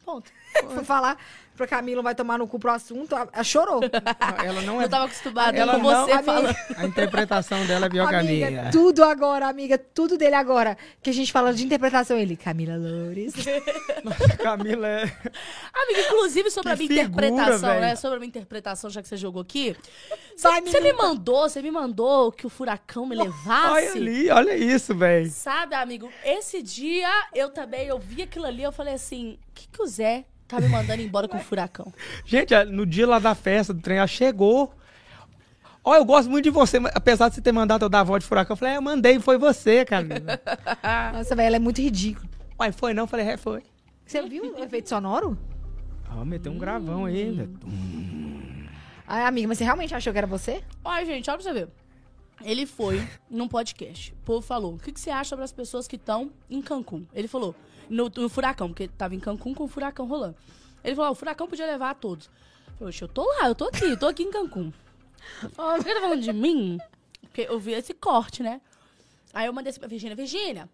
S2: Ponto.
S1: Foi falar pra Camila vai tomar no cu pro assunto, a, a chorou.
S3: Ela não é.
S2: Eu tava acostumada
S3: Ela
S2: com
S3: não- é
S2: você
S1: amiga.
S2: falando.
S3: A interpretação dela é pior que a minha.
S1: amiga, tudo agora, amiga, tudo dele agora. Que a gente fala de interpretação, ele, Camila Loures.
S3: Camila é.
S2: Amiga, inclusive sobre
S3: Que
S2: a minha
S3: figura,
S2: interpretação, né?
S3: velho.
S2: Sobre a minha interpretação, já que você jogou aqui.
S1: Vai,
S2: Você me
S1: menina.
S2: mandou, você me mandou que o furacão me
S3: Olha
S2: levasse.
S3: ali, olha isso, velho.
S2: Sabe, amigo, esse dia eu também, eu vi aquilo ali, eu falei assim, o que, que o Zé tá me mandando embora com o furacão?
S3: Gente, é, no dia lá da festa do trem, ela chegou. Ó, eu gosto muito de você, mas apesar de você ter mandado eu dar a voz de furacão. Eu falei, é, eu mandei, foi você, Camila.
S1: Nossa, velho, ela é muito ridícula.
S3: Uai, foi não? Falei, é, foi.
S1: Você viu o efeito sonoro?
S3: Ó, meteu um gravão aí. né?
S1: Ai, amiga, mas você realmente achou que era você?
S2: Olha, gente, olha pra você ver. Ele foi num podcast. O povo falou: o que, que você acha sobre as pessoas que estão em Cancún? Ele falou: no, no furacão, porque ele tava em Cancún com o furacão rolando. Ele falou: "Ah, o furacão podia levar a todos. Eu falei, "Oxe, eu tô lá, eu tô aqui, eu tô aqui em Cancún. Ah, Você tá falando de mim? Porque eu vi esse corte, né? Aí eu mandei assim pra Virgínia: Virgínia,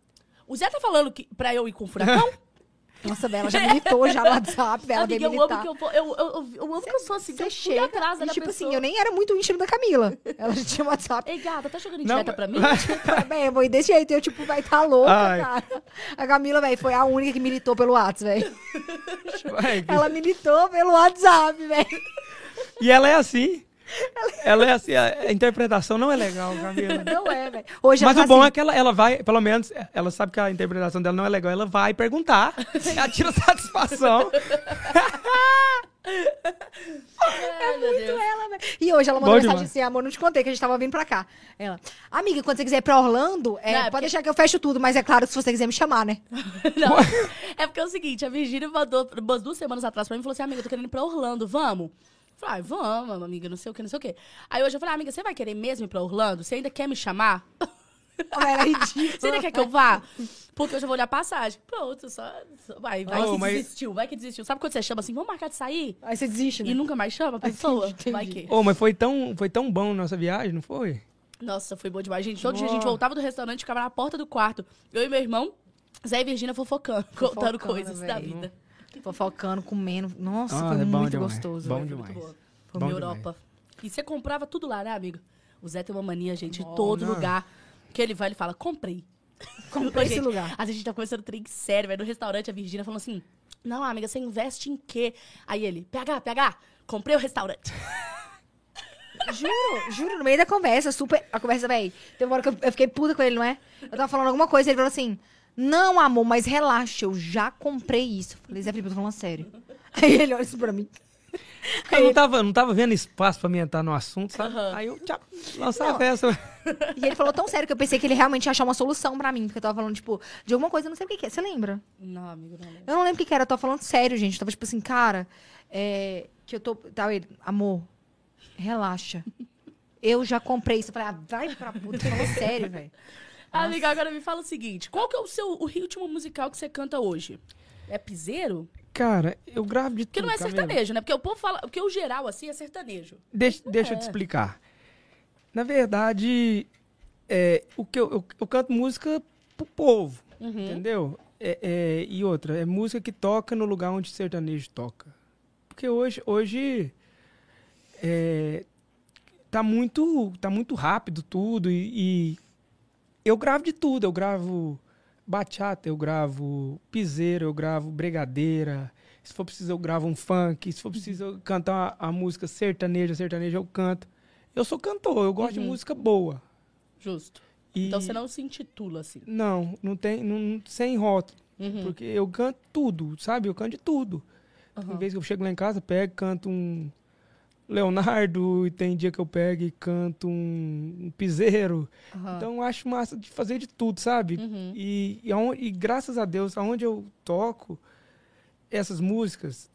S2: o Zé tá falando que, pra eu ir com o furacão?
S1: Nossa, Bela já militou já no WhatsApp, Bela
S2: Amiga,
S1: veio
S2: eu amo
S1: militar.
S2: que eu vou. Eu, eu, eu, eu amo que eu sou assim, que eu fui atrás da
S1: e, tipo
S2: pessoa.
S1: assim, eu nem era muito íntimo da Camila. Ela já tinha WhatsApp.
S2: Ei, gata, tá jogando em
S3: Não,
S2: direta pra mim?
S1: Bem, eu vou ir desse jeito, eu, tipo, vai tá louca,
S3: Ai.
S1: cara. A Camila, velho, foi a única que militou pelo WhatsApp, velho.
S3: Vai,
S1: Ela militou pelo WhatsApp, velho.
S3: E ela é assim. Ela é assim. A a interpretação não é legal, Camila.
S1: Não é, velho. Hoje
S3: Mas
S1: ela
S3: o
S1: tá
S3: bom
S1: assim,
S3: é que ela, ela vai, pelo menos, ela sabe que a interpretação dela não é legal, ela vai perguntar. Ela tira satisfação.
S2: Ai, É,
S1: É
S2: meu Deus.
S1: ela, velho. E hoje ela mandou
S3: Bom
S1: mensagem
S3: demais.
S1: assim, amor, não te contei que a gente tava vindo pra cá. Ela, amiga, quando você quiser ir pra Orlando, é,
S2: Não, é
S1: pode
S2: porque-
S1: deixar que eu fecho tudo, mas é claro, se você quiser me chamar, né?
S2: Não. É porque é o seguinte, a Virgínia mandou umas duas semanas atrás pra mim e falou assim, amiga, eu tô querendo ir pra Orlando, vamos? Eu Falei, ah, vamos, amiga, não sei o que, não sei o que. Aí hoje eu falei, ah, amiga, você vai querer mesmo ir pra Orlando? Você ainda quer me chamar?
S1: Ela era ridícula.
S2: Você ainda quer que eu vá? Porque eu já vou olhar a passagem. Pronto, só. só- vai, vai
S3: Oh,
S2: que
S3: mas-
S2: desistiu, vai que desistiu. Sabe quando você chama assim, vamos marcar de sair?
S1: Aí você desiste, né?
S2: E nunca mais chama a pessoa? Vai que.
S3: Ô, mas foi tão, foi tão bom nossa viagem, não foi?
S2: Nossa, foi bom demais, gente. Todo dia a
S3: Boa.
S2: gente voltava do restaurante, ficava na porta do quarto. Eu e meu irmão, Zé e Virgínia fofocando,
S1: Fofocando,
S2: contando coisas
S3: né,
S2: da
S1: velho.
S2: vida.
S1: Fofocando, comendo. Nossa,
S3: Ah,
S1: foi
S3: é bom
S1: muito
S3: demais.
S1: gostoso.
S3: Bom
S1: velho.
S2: Foi muito
S3: demais.
S2: boa. Foi
S3: Bom
S2: na
S3: demais.
S2: Europa. E você comprava tudo lá, né, amigo? O Zé tem uma mania, gente,
S3: Não,
S2: em todo
S3: não.
S2: lugar que ele vai, ele fala, comprei.
S1: Comprei esse
S2: Gente,
S1: lugar.
S2: Às vezes a gente tá conversando trem sério, velho. No restaurante, a Virgínia falou assim, não, amiga, você investe em quê? Aí ele, PH, PH, comprei o restaurante.
S1: Juro, juro, no meio da conversa, super. A conversa, véi. Teve uma hora que eu, eu fiquei puta com ele, não é? Eu tava falando alguma coisa, ele falou assim: Não, amor, mas relaxa, eu já comprei isso. Eu falei, Zé Felipe, eu tô falando sério. Aí ele olha isso pra mim.
S3: Eu não tava, não tava vendo espaço pra me entrar no assunto, sabe?
S2: Aham.
S3: Aí eu tchau, lançar a festa.
S1: E ele falou tão sério que eu pensei que ele realmente ia achar uma solução pra mim, porque eu tava falando, tipo, de alguma coisa, eu não sei o que, que é. Você lembra?
S2: Não, amigo, não. lembro.
S1: Eu não lembro o que, que era, eu tava falando sério, gente. Eu tava tipo assim, cara, é, que eu tô. Tá, ele, amor, relaxa. Eu já comprei isso. Eu falei, ah, vai pra puta, falou sério, velho.
S2: Amiga, agora me fala o seguinte, qual que é o seu o ritmo musical que você canta hoje? É piseiro?
S3: Cara, eu gravo de tudo.
S2: Porque não é
S3: Camila.
S2: sertanejo, né? Porque o povo fala, porque o geral, assim, é sertanejo.
S3: Deixa, deixa
S2: É.
S3: eu te explicar. Na verdade, é, o que eu, eu, eu canto música pro povo, entendeu? É, é, e outra, é música que toca no lugar onde sertanejo toca. Porque hoje, hoje é, tá, muito, tá muito rápido tudo e, e eu gravo de tudo. Eu gravo bachata, eu gravo piseiro, eu gravo bregadeira. Se for preciso, eu gravo um funk. Se for preciso, eu cantar a música sertaneja, sertaneja, eu canto. Eu sou cantor, eu gosto de música boa.
S2: Justo.
S3: E-
S2: Uhum. Então você não se intitula assim.
S3: Não, não tem, não- não, sem rótulo. Porque eu canto tudo, sabe? Eu canto de tudo. Tem vezes que eu chego lá em casa, pego, canto um Leonardo, e tem dia que eu pego e canto um, um piseiro.
S1: Ah.
S3: Então eu acho massa de fazer de tudo, sabe? E, e, aon- e graças a Deus, aonde eu toco essas músicas,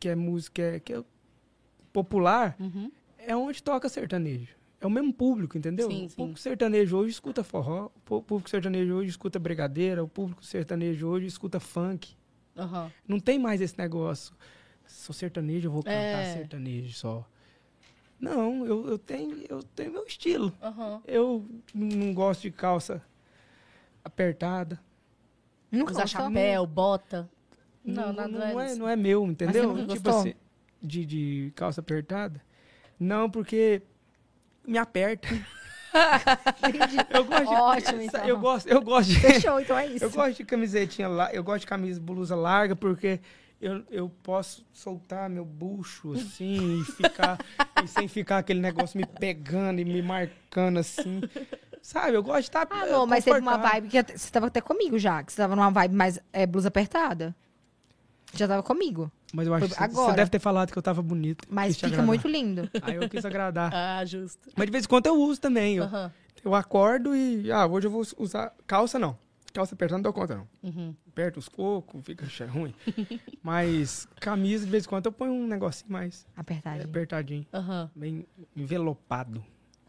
S3: que é música que é popular, é onde toca sertanejo. É o mesmo público, entendeu?
S2: Sim,
S3: o
S2: sim.
S3: público sertanejo hoje escuta forró, o pú- público sertanejo hoje escuta bregadeira, o público sertanejo hoje escuta funk.
S2: Aham.
S3: Não tem mais esse negócio. Sou sertanejo, eu vou cantar
S2: É.
S3: sertanejo só. Não, eu, eu, tenho, eu tenho meu estilo.
S2: Aham.
S3: Eu n- não gosto de calça apertada.
S1: Nunca
S2: Usar
S1: gostou?
S2: chapéu, bota.
S3: Não, não, não é,
S2: isso.
S3: não é meu, entendeu?
S1: Mas você não
S3: tipo
S1: gostou?
S3: assim, de, de calça apertada. Não, porque me aperta. eu gosto de,
S1: Ótimo, então.
S3: Eu gosto, eu gosto de,
S1: Fechou, então é isso.
S3: eu gosto de camisetinha lá, eu gosto de camisa blusa larga porque eu, eu posso soltar meu bucho assim e ficar e sem ficar aquele negócio me pegando e me marcando assim. Sabe? Eu gosto de estar
S1: Ah, amor, mas teve uma
S3: confortável.
S1: vibe que até- você tava até comigo já, que você tava numa vibe mais é, blusa apertada. Já tava comigo.
S3: Mas eu acho
S1: Foi
S3: que você-
S1: agora.
S3: você deve ter falado que eu tava bonito.
S1: Mas
S3: quis te
S1: fica
S3: agradar.
S1: muito lindo.
S3: Aí eu quis agradar.
S2: Ah, justo.
S3: Mas de vez em quando eu uso também. Eu,
S2: Aham.
S3: eu acordo e. Ah, hoje eu vou usar. Calça não. calça apertada não dou conta, não.
S2: Uhum.
S3: Aperta os cocos, fica che- ruim. Mas camisa, de vez em quando, eu ponho um negocinho mais
S1: Apertadinho.
S3: apertadinho.
S2: Aham.
S3: Bem envelopado,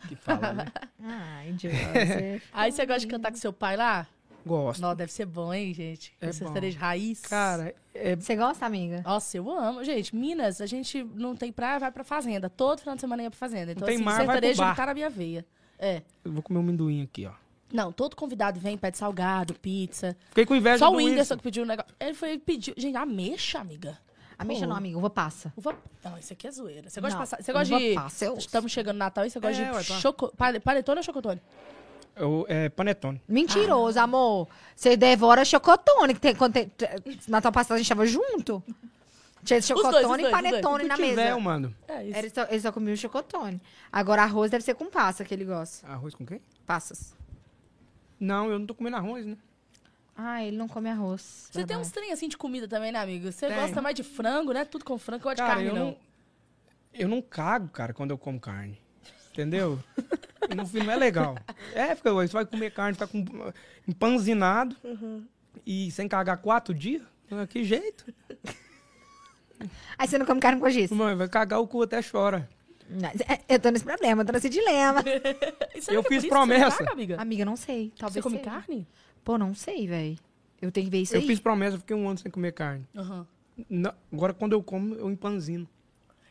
S3: que fala, né?
S1: Ai, Joyce.
S2: Aí você gosta de cantar com seu pai lá?
S3: Gosto.
S2: Não, deve ser bom, hein, gente?
S3: É
S2: É Essas
S3: bom.
S2: três raiz.
S3: Cara, é
S1: Você gosta, amiga?
S2: Nossa, eu amo. Gente, Minas, a gente não tem praia, vai pra fazenda. Todo final de semana ia pra fazenda. Então,
S3: tem
S2: assim,
S3: mar, vai pro
S2: sertanejo
S3: bar.
S2: tá na minha veia. É.
S3: Eu vou comer um amendoim aqui, ó.
S2: Não, todo convidado vem, pede salgado, pizza.
S3: Fiquei com inveja
S2: Só
S3: do
S2: o Whindersson
S3: Whindersson.
S2: que pediu um negócio. Ele foi, ele pediu. Gente, ameixa, amiga.
S1: Ameixa não, amiga. Uva passa.
S2: Uva... Não, isso aqui é zoeira. Você gosta
S1: Não,
S2: de passar. Você gosta
S1: uva
S2: de.
S1: passa, eu-
S2: Estamos chegando no Natal e você gosta de
S3: É, ué, tá.
S2: choco... pale- paletone ou chocotone?
S3: Eu- é, panetone.
S1: Mentiroso, amor. Você devora chocotone. Que tem, quando tem- Natal passado a gente tava junto. Tinha
S2: Os dois,
S1: chocotone e
S2: os dois, os dois.
S1: panetone
S3: Se
S1: na
S3: tiver, um- eu
S1: mesa.
S3: mando.
S2: É isso.
S1: Ele só, ele só comia o chocotone. Agora arroz deve ser com passa que ele gosta.
S3: Arroz com quem?
S1: Passas.
S3: Não, eu não tô comendo arroz, né?
S1: Ah, ele não come arroz.
S2: Você tem uns
S1: verdade.
S2: trem assim de comida também, né, amigo? Você
S3: Tem.
S2: gosta mais de frango, né? Tudo com frango, eu gosto de
S3: Cara,
S2: carne,
S3: eu
S2: não.
S3: não... Eu não cago, cara, quando eu como carne. Entendeu? E no fim não é legal. É, fica, você vai comer carne, fica com empanzinado
S1: Uhum.
S3: e sem cagar quatro dias? Ah, Que jeito?
S1: Aí você não come carne com giz.
S3: Mãe, vai cagar o cu até chora.
S1: Não, é, Eu tô nesse problema, eu tô nesse dilema.
S2: E será
S3: Eu
S2: que é por isso que você
S3: fiz promessa. Ah,
S2: não caga, amiga?
S1: Amiga, não sei. Talvez
S2: Você come
S1: seja.
S2: carne?
S1: Pô, não sei, velho. Eu tenho que ver isso
S3: Eu
S1: aí.
S3: fiz promessa, eu fiquei um ano sem comer carne.
S2: Aham.
S3: Não, agora, quando eu como, eu empanzino.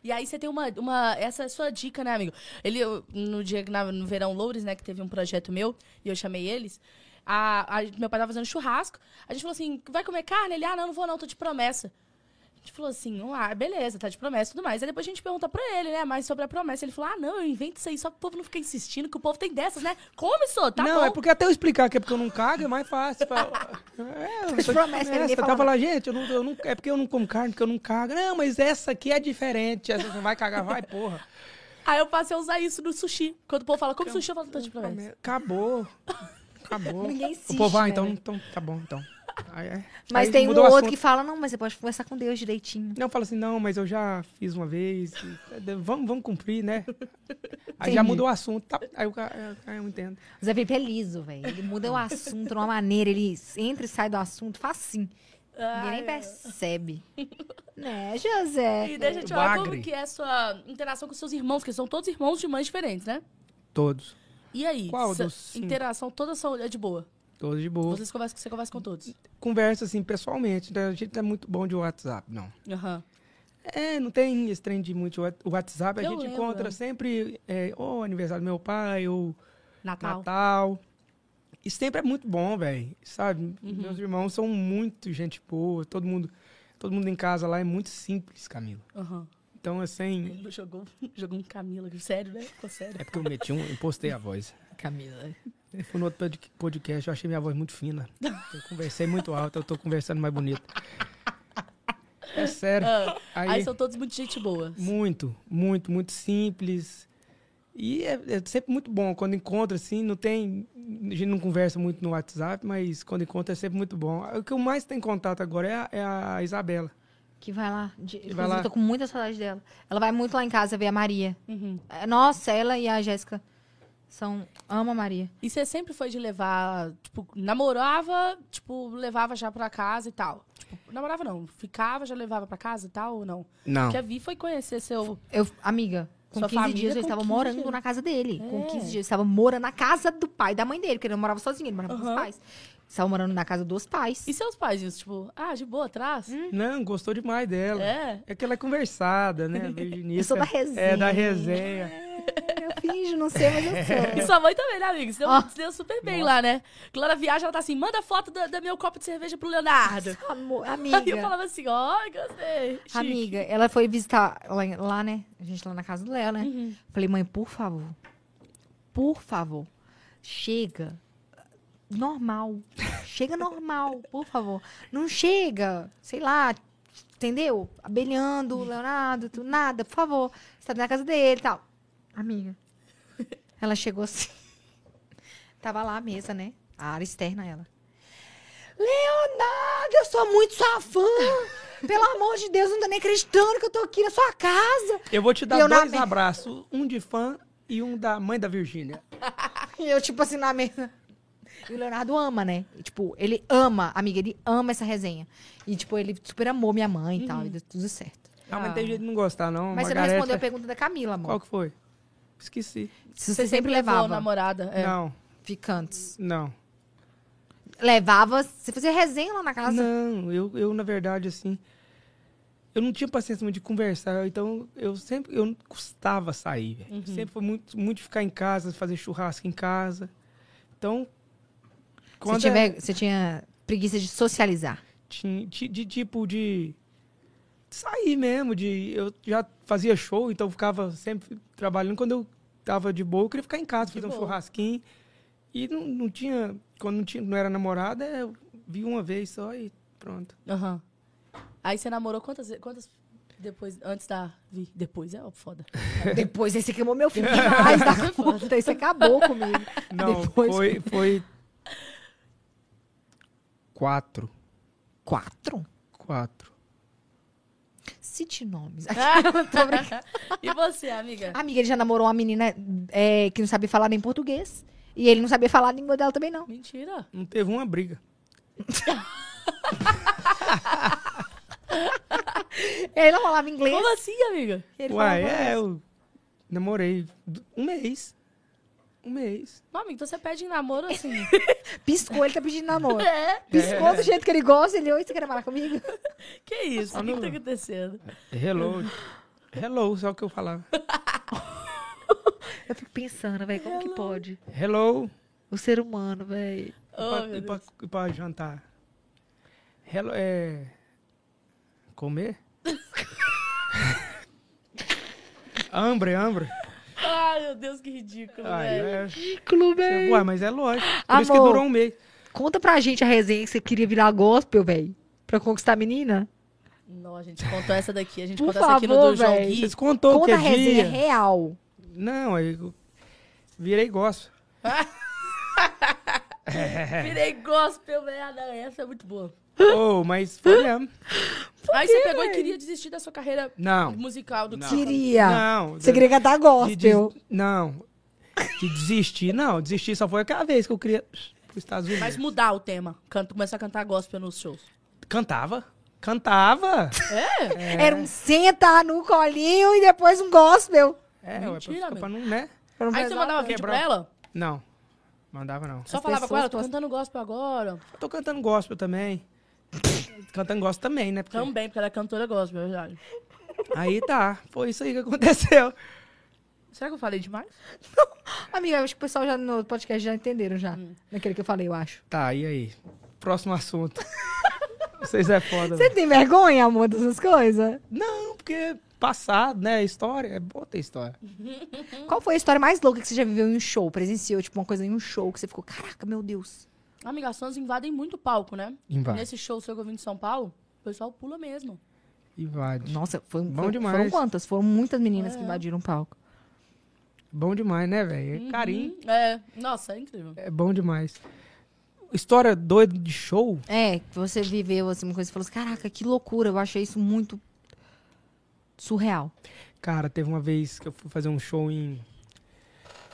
S2: E aí você tem uma, uma. Essa é a sua dica, né, amigo? Ele, eu- no dia que na- no verão Loures, né, que teve um projeto meu, e eu chamei eles. A, a- meu pai tava fazendo churrasco. A gente falou assim: vai comer carne? Ele, ah, não, não vou, não, tô de promessa. A gente falou assim, ah, beleza, tá de promessa e tudo mais. Aí depois a gente pergunta pra ele, né, mais sobre a promessa. Ele falou, ah, não, eu invento isso aí só pro povo não ficar insistindo, que o povo tem dessas, né? Come, só, tá
S3: não,
S2: bom.
S3: é porque até eu explicar que é porque eu não cago é mais fácil. Fala- é, eu sou de
S1: promessa, ninguém
S3: promessa. Eu
S1: fala nada.
S3: tava lá, gente, eu não, eu não- é porque eu não como carne, porque eu não cago. Não, mas essa aqui é diferente. Essa você vai cagar, vai, porra.
S2: Aí eu passei a usar isso no sushi. Quando o povo fala, come sushi, eu falo, tô de promessa.
S3: Acabou. Acabou.
S1: É. Ninguém insiste,
S3: O povo, ah,
S1: né,
S3: então,
S1: velho?
S3: então, tá bom, então. Aí, é.
S1: Mas
S3: Aí
S1: tem um
S3: muda o
S1: outro
S3: assunto.
S1: que fala, não, mas você pode conversar com Deus direitinho.
S3: Não, fala assim, não, mas eu já fiz uma vez. e- é, Vamos, vamos cumprir, né? Aí já
S1: Entendi.
S3: mudou o assunto. Tá, aí, o cara- aí eu entendo.
S1: O Zé Felipe é liso, velho. Ele muda o assunto de uma maneira, ele entra e sai do assunto facinho. Ninguém
S2: Ai,
S1: nem
S2: é.
S1: percebe. né, José?
S2: E deixa eu te falar,
S3: Bagre.
S2: como que é a sua interação com seus irmãos? Porque são todos irmãos de mães diferentes, né?
S3: Todos.
S2: E aí?
S3: Qual
S2: essa
S3: dos cinco?
S2: Interação toda são, é de boa.
S3: Todos de boa.
S2: Vocês conversam, você conversa com todos.
S3: Conversa assim, pessoalmente. né? A gente não é muito bom de WhatsApp, não.
S2: Aham.
S3: É, não tem esse trem de muito wa- WhatsApp. A
S2: Eu
S3: gente
S2: lembro.
S3: encontra sempre é, ou aniversário do meu pai, ou
S2: Natal.
S3: Natal. E sempre é muito bom, velho. Sabe?
S2: Uhum.
S3: Meus irmãos são muito gente boa. Todo mundo, todo mundo em casa lá é muito simples, Camila.
S2: Aham.
S3: Então, assim.
S2: Ele jogou, jogou um Camila. Sério, né? Ficou sério.
S3: É porque eu meti um, impostei a voz.
S2: Camila.
S3: Eu fui no outro pod- podcast, eu achei minha voz muito fina. Eu conversei muito alto, eu tô conversando mais bonito. É sério.
S2: Ah, Aí, são todos muito gente boa.
S3: Muito, muito, muito simples. E é, é sempre muito bom. Quando encontra, assim, não tem. A gente não conversa muito no WhatsApp, mas quando encontra é sempre muito bom. O que eu mais tenho contato agora é a, é a Isabela.
S1: Que vai lá. De, inclusive,
S3: vai lá.
S1: eu tô com muita saudade dela. Ela vai muito lá em casa ver a Maria.
S2: Uhum.
S1: É, Nossa, ela e a Jéssica são... Ama a Maria.
S2: E você sempre foi de levar, tipo, namorava, tipo, levava já pra casa e tal. Tipo, namorava não. Ficava, já levava pra casa e tal ou não?
S3: Não.
S1: é
S2: Porque a Vi foi conhecer seu...
S1: Eu, amiga, com
S2: Sua
S1: 15
S2: família
S1: dias eu
S2: com
S1: estava
S2: 15
S1: morando
S2: dias.
S1: na casa dele. Com
S2: É.
S1: 15 dias eu estava morando na casa do pai e da mãe dele, porque ele não morava sozinho, ele morava com
S2: Aham.
S1: os pais. Estava morando na casa dos pais.
S2: E seus pais, isso? Tipo, ah, de boa, atrás?
S1: Hum.
S3: Não, gostou demais dela. É,
S2: É.
S3: que ela é conversada, né?
S1: Eu
S3: Virginista.
S1: sou da resenha.
S3: É, da resenha.
S1: Eu finjo, não sei, mas eu sou.
S2: E sua mãe também, né, amiga? Você deu,
S1: É. Ó.
S2: se deu super bem lá, né? Clara viaja, ela tá assim, manda foto da, da meu copo de cerveja pro Leonardo.
S1: Amor,
S2: Aí eu
S1: amiga.
S2: falava assim, ó, gostei. Chique.
S1: Amiga, ela foi visitar lá, em- lá, né? A gente lá na casa do Léo, né? Falei, mãe, por favor. Por favor. Chega. Normal. Chega normal, por favor. Não chega, sei lá, entendeu? Abelhando, Leonardo, tu- nada, por favor. Você tá na casa dele e tal. Amiga. Ela chegou assim. Tava lá a mesa, né? A área externa, ela. Leonardo, eu sou muito sua fã. Pelo amor de Deus, não tô nem acreditando que eu tô aqui na sua casa.
S3: Eu vou te dar
S1: Leonardo-
S3: dois abraços, um de fã e um da mãe da Virgínia.
S1: E eu, tipo assim, na mesa. E o Leonardo ama, né? E, tipo, ele ama, amiga, ele ama essa resenha. E, tipo, ele super amou minha mãe e tal, e deu tudo certo.
S3: Ah, mas tem jeito de não gostar, não.
S1: Mas você não
S3: Margarete-
S1: respondeu a pergunta da Camila, amor.
S3: Qual que foi? Esqueci.
S1: Se você sempre levava
S2: namorada. É.
S3: Não,
S1: ficantes.
S3: não.
S1: Levava, você fazia resenha lá na casa.
S3: Não, eu, eu, na verdade, assim... Eu não tinha paciência muito de conversar, então eu sempre... Eu não custava sair, velho. Sempre foi muito, muito de ficar em casa, fazer churrasco em casa. Então...
S1: Você,
S3: é-
S1: tiver- você tinha preguiça de socializar.
S3: Ti- ti- de, tipo de sair mesmo, de eu já fazia show, então ficava sempre trabalhando. Quando eu tava de boa, eu queria ficar em casa,
S2: De
S3: fazer um
S2: boa.
S3: churrasquinho. E não, não tinha, quando não, tinha, não era namorada, é, eu vi uma vez só e pronto.
S2: Aham. Aí você namorou quantas ve- quantas depois antes da Vi? Depois é ó, foda.
S1: Depois aí você queimou meu filho demais da conta. Isso acabou comigo.
S3: Não,
S1: Depois-
S3: foi, foi quatro,
S1: Quatro?
S3: quatro.
S1: Cite nomes.
S2: e você, amiga?
S1: Amiga, ele já namorou uma menina é, que não sabia falar nem português. E ele não sabia falar a língua dela também, não.
S2: Mentira.
S3: Não teve uma briga.
S1: Ele não falava inglês.
S2: Como assim, amiga?
S1: Ele
S3: Uai,
S1: falava-
S3: é, eu namorei d- um mês, um mês.
S2: Não, amiga, então você pede em namoro assim.
S1: Piscou, ele tá pedindo namoro.
S2: é.
S1: Piscou do jeito que ele gosta, ele, oi, você quer namorar comigo?
S2: Que isso? O que, que tá acontecendo?
S1: É.
S3: Hello, hello, só o que eu falava.
S1: Eu fico pensando, velho, como que pode?
S3: Hello.
S1: O ser humano, velho.
S2: Oh,
S3: pra-
S2: meu
S3: e pra, e pra jantar? Hello, é... Comer? hambre, hambre.
S2: Ai, meu Deus, que ridículo,
S3: Ai,
S2: velho.
S3: é...
S1: Ridículo, velho.
S3: Ué, mas é lógico. Por isso que
S1: Amor.
S3: durou um mês.
S1: Conta pra gente a resenha que você queria virar gospel, velho. Pra conquistar a menina.
S3: é.
S2: Não, a gente contou essa daqui. A gente
S1: Por
S2: contou essa aqui no
S1: favor,
S2: do João
S1: velho.
S2: Gui.
S3: Vocês contou
S1: Conta
S3: que é
S1: a resenha
S3: dia.
S1: real.
S3: Não, aí eu virei gosto. É.
S2: Virei gospel, velho. Ah, não, essa é muito boa.
S3: oh, mas foi mesmo.
S2: Aí você pegou e queria desistir da sua carreira
S3: Não.
S2: musical do
S1: Queria.
S3: Não.
S1: Você queria cantar
S3: de, de,
S1: gospel.
S3: Não. De desistir. Não, desistir só foi aquela vez que eu queria... Para Estados Unidos.
S2: Mas mudar o tema. Canto, começar a cantar gospel nos shows.
S3: Cantava. Cantava.
S2: É?
S1: Era um senta no colinho e depois um gospel.
S3: É, ué, pra
S2: Mentira,
S3: ficar-
S2: meu.
S3: pra não, né?
S2: Aí você mandava vídeo pra
S3: Quebrar.
S2: ela?
S3: Não. Mandava não.
S2: Só
S1: As
S2: falava com
S1: pessoas
S2: ela, tô
S1: gostam-
S2: cantando gospel agora.
S3: Eu tô cantando gospel também. cantando gospel também, né? Porque-
S2: Também, porque ela é cantora gospel, é verdade.
S3: Aí tá. Foi isso aí que aconteceu.
S2: Será que eu falei demais?
S1: Amiga, eu acho que o pessoal já no podcast já entenderam já. Naquele que eu falei, eu acho.
S3: Tá, e aí? Próximo assunto. Vocês é foda.
S1: Você
S3: velho.
S1: tem vergonha, amor, dessas coisas?
S3: Não, porque passado, né? História. É boa ter história.
S1: Qual foi a história mais louca que você já viveu em um show? Presenciou, tipo, uma coisa em um show que você ficou, caraca, meu Deus.
S2: Amiga, as fãs invadem muito o palco, né?
S3: Invade.
S2: Nesse show seu que eu vim de São Paulo, o pessoal pula mesmo.
S3: Invade.
S1: Nossa, foi, um.
S3: Bom
S1: foi
S3: demais.
S1: foram quantas? Foram muitas meninas que
S2: É.
S1: invadiram o palco.
S3: Bom demais, né, velho? É Carinho.
S2: Uhum, É, nossa, é incrível.
S3: É bom demais. História doida de show.
S1: É, que você viveu assim uma coisa e falou assim, caraca, que loucura, eu achei isso muito surreal.
S3: Cara, teve uma vez que eu fui fazer um show em,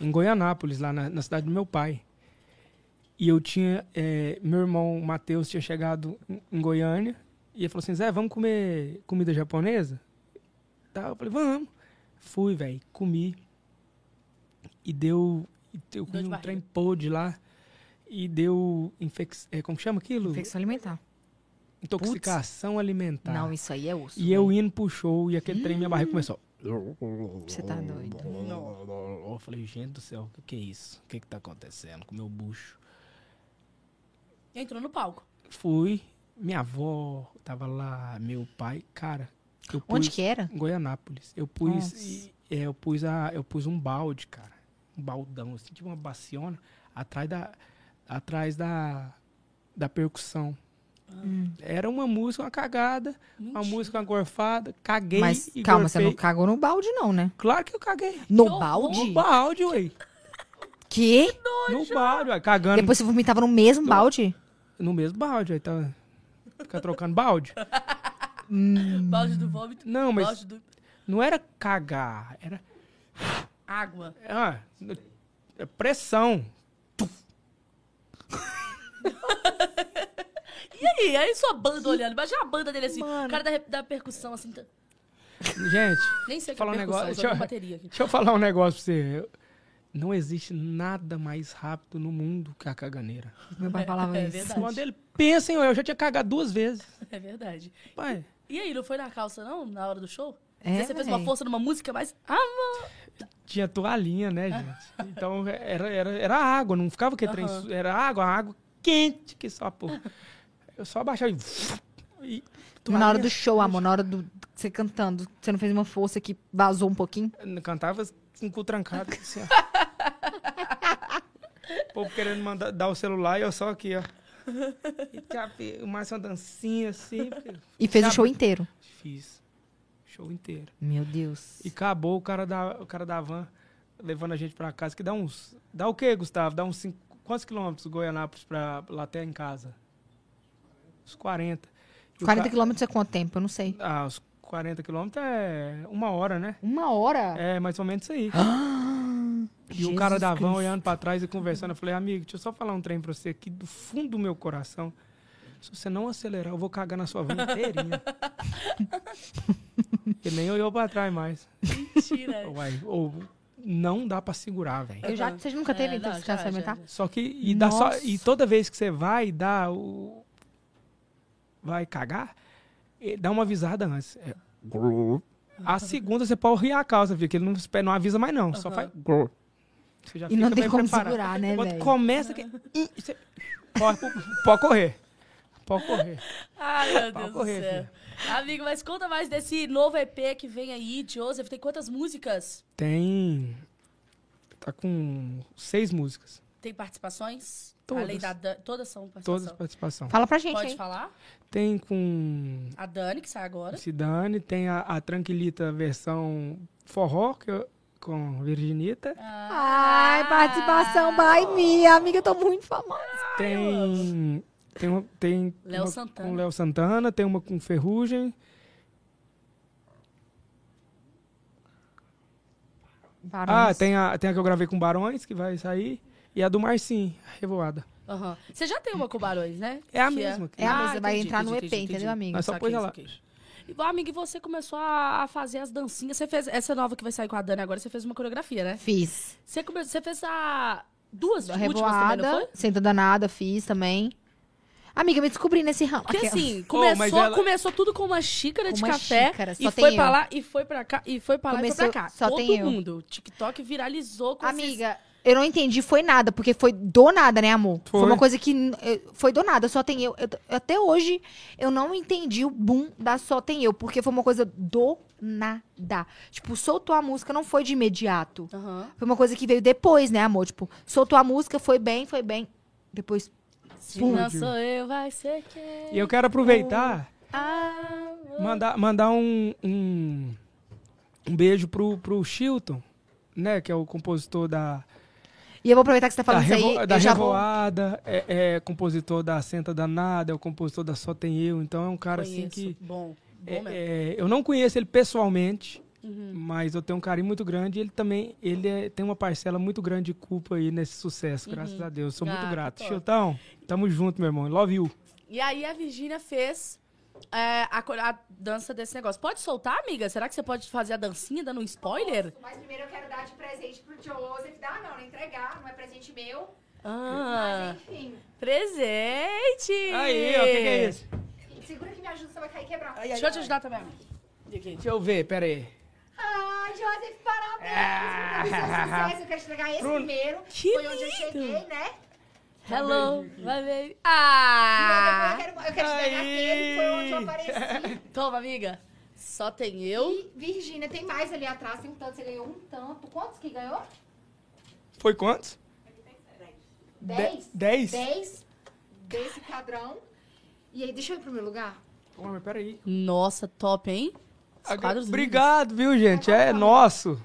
S3: em Goianápolis, lá na, na cidade do meu pai. E eu tinha. eh, meu irmão Matheus tinha chegado em, em Goiânia. E ele falou assim: Zé, vamos comer comida japonesa? Tá, eu falei: vamos. Fui, velho, comi. E deu. e Eu
S2: Dor
S3: comi
S2: de
S3: um
S2: barriga.
S3: trem podre lá. E deu. Infec, eh, como que chama aquilo?
S1: Infecção alimentar.
S3: Intoxicação alimentar.
S1: Não, isso aí é osso.
S3: Tá. E eu indo pro show e aquele trem, minha barriga começou.
S1: Você tá doido.
S3: Eu falei, gente do céu, o que, que é isso? O que, que tá acontecendo com o meu bucho?
S2: Entrou no palco.
S3: Fui, minha avó tava lá, meu pai, cara. Eu pus,
S1: Onde que era?
S3: Em Goianápolis. Eu pus, e- é, eu, pus a, eu pus um balde, cara. Um baldão, assim, tipo uma baciona, atrás da, atrás da, da percussão.
S1: Hum.
S3: Era uma música, uma cagada, uma música, uma gorfada, caguei
S1: Mas
S3: e
S1: calma, você
S3: gorfei.
S1: não cagou no balde não, né?
S3: Claro que eu caguei.
S1: No
S2: horror!
S1: balde?
S3: No balde, ué.
S1: Que?
S3: No balde, ué. Cagando
S1: Depois você vomitava no mesmo balde?
S3: no mesmo balde, aí tá. Ficar trocando balde.
S2: Balde do vômito.
S3: Não, mas-
S2: Balde do...
S3: Não era cagar, era.
S2: Água.
S3: Ah, é pressão. Tum.
S2: aí? Aí sua banda olhando. Imagina a banda dele assim.
S3: Mano.
S2: O cara da, re- da percussão, assim. tá-
S3: Gente,
S2: Nem sei o que
S3: falar
S2: é
S3: um
S2: percussão,
S3: negócio.
S2: só
S3: Deixa
S2: tem
S3: eu,
S2: bateria aqui.
S3: deixa eu falar um negócio pra você. Não existe nada mais rápido no mundo que a caganeira.
S1: Meu pai falava
S2: É
S1: isso.
S2: verdade.
S3: Quando ele pensa em eu, eu já tinha cagado duas vezes.
S2: É verdade.
S3: Pai,
S2: E aí, não foi na calça, não? Na hora do show?
S1: É,
S2: você fez uma
S1: véi.
S2: força numa música, mas. Ah,
S3: tinha toalhinha, né, gente? Então era, era, era água, não ficava que trem.
S2: Aham.
S3: su- Era água, água quente que só, pô. Eu só abaixava e. e
S1: Na hora
S2: né?
S3: toalhinha.
S1: do show, amor, na hora do do- você cantando, você não fez uma força que vazou um pouquinho?
S3: Cantava com o cu trancado. Assim, ó. o povo querendo mandar, dar o celular e eu só aqui, ó. E tá, cabe- mais uma dancinha assim. porque-
S1: E fez o
S3: Sabe?
S1: show inteiro.
S3: Fiz. Show inteiro.
S1: Meu Deus.
S3: E acabou o cara da, o cara da van levando a gente pra casa, que dá uns. Dá o quê, Gustavo? Dá uns cinco, quantos quilômetros Goianápolis pra lá até em casa? Uns 40. E o
S1: 40
S3: ca-
S1: quilômetros é quanto tempo? Eu não sei.
S3: Ah, uns 40 quilômetros é uma hora, né?
S1: Uma hora?
S3: É mais ou menos isso aí. E o
S1: Jesus
S3: cara da van
S1: Cristo.
S3: olhando pra trás e conversando, eu falei, amigo, deixa eu só falar um trem pra você aqui do fundo do meu coração. Se você não acelerar, eu vou cagar na sua van inteirinha. Ele nem olhou pra trás mais.
S1: É.
S2: mentira.
S3: Uai, ou não dá pra segurar, velho.
S1: Eu já,
S2: Aham.
S1: vocês nunca teve
S2: É,
S1: então,
S2: não,
S1: esse cancelamento,
S2: já,
S1: tá?
S2: já,
S3: Só que. E, dá só,
S1: Nossa.
S3: e toda vez que você vai dar o. Vai cagar, eh, dá uma avisada antes. É, glu. A segunda você pode rir a calça, viu? Que ele não, espe- não avisa mais, não. Só
S2: Aham.
S3: faz. glu. Você já
S1: E não
S3: fica
S1: tem
S3: bem
S1: como
S3: preparado.
S1: segurar, né,
S3: Quando
S1: velho?
S3: começa que. Ih, você- Pode, pode correr. Pode correr.
S2: Ai, meu
S3: Pau
S2: Deus
S3: correr,
S2: do céu. Amigo, mas conta mais desse novo EP que vem aí, Joseph. Tem quantas músicas?
S3: Tem. Tá com seis músicas.
S2: Tem participações?
S3: Todas.
S2: Além da Dan- Todas são participações.
S3: Todas participação.
S1: Fala pra gente,
S2: Pode
S1: hein?
S2: falar?
S3: Tem com
S2: A Dani, que sai agora.
S3: Cidane, tem a, a Tranquilita versão forró, que eu- com Virginita.
S1: Ai, participação by me. Amiga, eu tô muito famosa.
S3: Tem. Tem, uma, tem
S2: Léo
S3: uma
S2: Santana.
S3: com Léo Santana, tem uma com Ferrugem. Ah, tem a, tem a que eu gravei com Barões, que vai sair. E a do Marcinho, a Revoada.
S2: Aham. Você já tem uma com Barões, né?
S3: É a
S2: Que
S3: mesma. que-
S1: É a
S2: Ah,
S1: mesma, vai
S2: entendi,
S1: entrar no EP,
S2: entendi, entendi,
S1: entendeu,
S2: entendi.
S1: amigo?
S3: Mas só
S2: Saquei,
S3: põe ela lá.
S2: saquei. E, bom, amigo, e você começou a, a fazer as dancinhas. Você fez essa nova que vai sair com a Dani agora, você fez uma coreografia, né?
S1: Fiz.
S2: Você, come... você fez a duas últimas também, não
S1: Revoada,
S2: foi?
S1: Senta Danada, fiz também. Amiga, me descobri nesse ramo.
S2: Porque
S1: Aquela-
S2: assim,
S3: Pô, mas
S2: começou,
S3: ela-
S2: começou tudo com uma xícara de
S1: Uma
S2: café
S1: xícara, só
S2: e
S1: tem
S2: foi pra
S1: eu.
S2: lá e foi pra cá e foi pra lá e foi
S1: Começou-
S2: pra cá.
S1: só
S2: Todo
S1: tem eu.
S2: mundo, o TikTok viralizou com esses...
S1: Amiga, eu não entendi, foi nada, porque foi do nada, né, amor? Foi,
S3: Foi.
S1: uma coisa que n- eu- foi do nada, só tem eu. Eu t- Até hoje eu não entendi o boom da só tem eu, porque foi uma coisa do nada. Tipo, soltou a música, não foi de imediato.
S2: Aham.
S1: Foi uma coisa que veio depois, né, amor? Tipo, soltou a música, foi bem, foi bem. Depois,
S2: Se
S3: Explodiu.
S2: não sou eu, vai ser quem.
S3: E eu quero aproveitar,
S2: Ah,
S3: mandar, mandar um, um, um beijo pro, pro Chilton, né? Que é o compositor da,
S1: e eu vou aproveitar que você tá
S3: da,
S1: falando isso
S3: Revo-
S1: aí,
S3: da
S1: eu já vou...
S3: Revoada, é, é compositor da Senta Danada, é o compositor da Só Tem Eu. Então é um cara assim
S2: conheço.
S3: que.
S2: Bom, bom
S3: É,
S2: mesmo.
S3: é, eu não conheço ele pessoalmente, mas eu tenho um carinho muito grande. e Ele também ele é- tem uma parcela muito grande de culpa aí nesse sucesso, graças a Deus. Sou
S2: Ah,
S3: muito
S2: que
S3: grato.
S2: top.
S3: Chiltão, tamo junto, meu irmão. Love you.
S2: E aí a Virgínia fez é, a, co- a dança desse negócio. Pode soltar, amiga? Será que você pode fazer a dancinha dando um spoiler?
S1: Mas primeiro eu quero dar de presente pro Joseph. Dá não, entregar, não é presente meu.
S2: Ah,
S1: Enfim,
S2: presente!
S3: Aí, ó, o que, que é isso?
S1: segura que me ajuda, você vai cair quebrado.
S2: Deixa eu te ajudar também, amiga. Aqui.
S3: Deixa eu ver, pera aí.
S1: Ai, Joseph, parabéns! Ah. Sucesso. Eu quero entregar esse
S3: Bruno,
S1: primeiro.
S2: que
S1: Foi onde eu
S2: lindo.
S1: cheguei, né?
S2: Hello, my baby.
S1: E
S2: Ah!
S1: eu, depois eu quero, eu quero te entregar
S3: Aí.
S1: aquele. Foi onde eu apareci.
S2: Toma, amiga. Só tem eu.
S1: E, Virgínia, tem mais ali atrás. Tem um tanto, você ganhou um tanto. Quantos que ganhou?
S3: Foi quantos?
S1: Dez?
S3: De- dez?
S1: Dez desse cadrão. E aí, deixa eu ir pro meu lugar?
S3: Ô, mas pera aí.
S2: Nossa, top, hein? Os
S3: Agora-
S2: quadros lindos.
S3: Obrigado, viu, gente? É nosso.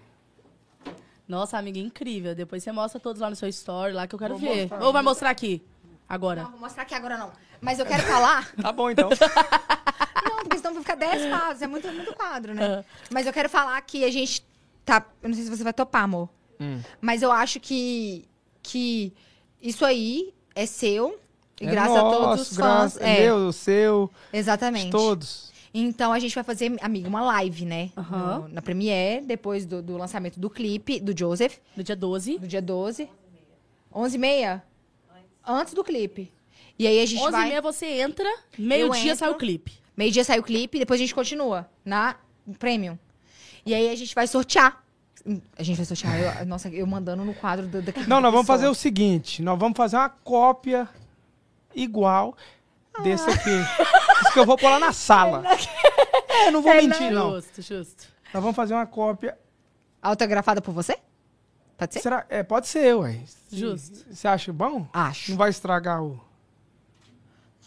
S2: Nossa, amiga, incrível. Depois você mostra todos lá no seu story, lá que eu quero
S3: Vou
S2: ver.
S3: mostrar.
S2: Ou vai mostrar aqui,
S1: Não,
S2: agora.
S1: vou mostrar aqui agora não. Mas eu quero falar.
S3: Tá bom, então.
S1: Não, porque senão vai ficar 10 quadros. É muito, muito quadro,
S2: Ah.
S1: né? Mas eu quero falar que a gente tá. Eu não sei se você vai topar, amor.
S2: Hum.
S1: Mas eu acho que. Que isso aí é seu. E
S3: É
S1: graças a todos
S3: nosso,
S1: os fãs.
S3: graças-
S1: é,
S3: Meu, o seu,
S1: exatamente.
S3: de todos.
S1: Então a gente vai fazer, amigo, uma live, né?
S2: Aham.
S1: No- na Premiere, depois do, do lançamento do clipe do Joseph,
S2: No dia 12.
S1: no dia 12. 11 e meia? Antes do clipe. E aí a gente
S2: 11
S1: vai.
S2: e meia você entra, meio-dia
S1: entro.
S2: sai o clipe.
S1: Meio-dia sai o clipe, depois a gente continua na Premium. E aí a gente vai sortear. A gente vai sortear. eu- nossa, eu mandando no quadro da. da
S3: Não, nós vamos fazer o seguinte: nós vamos fazer uma cópia igual desse aqui. Isso que eu vou pôr lá na sala. É, não vou mentir, não.
S2: Justo, justo.
S3: Nós vamos fazer uma cópia.
S1: Autografada por você? Pode ser?
S3: Será? É, pode ser, ué. Se-
S2: Justo.
S3: Você acha bom?
S1: Acho.
S3: Não vai estragar o.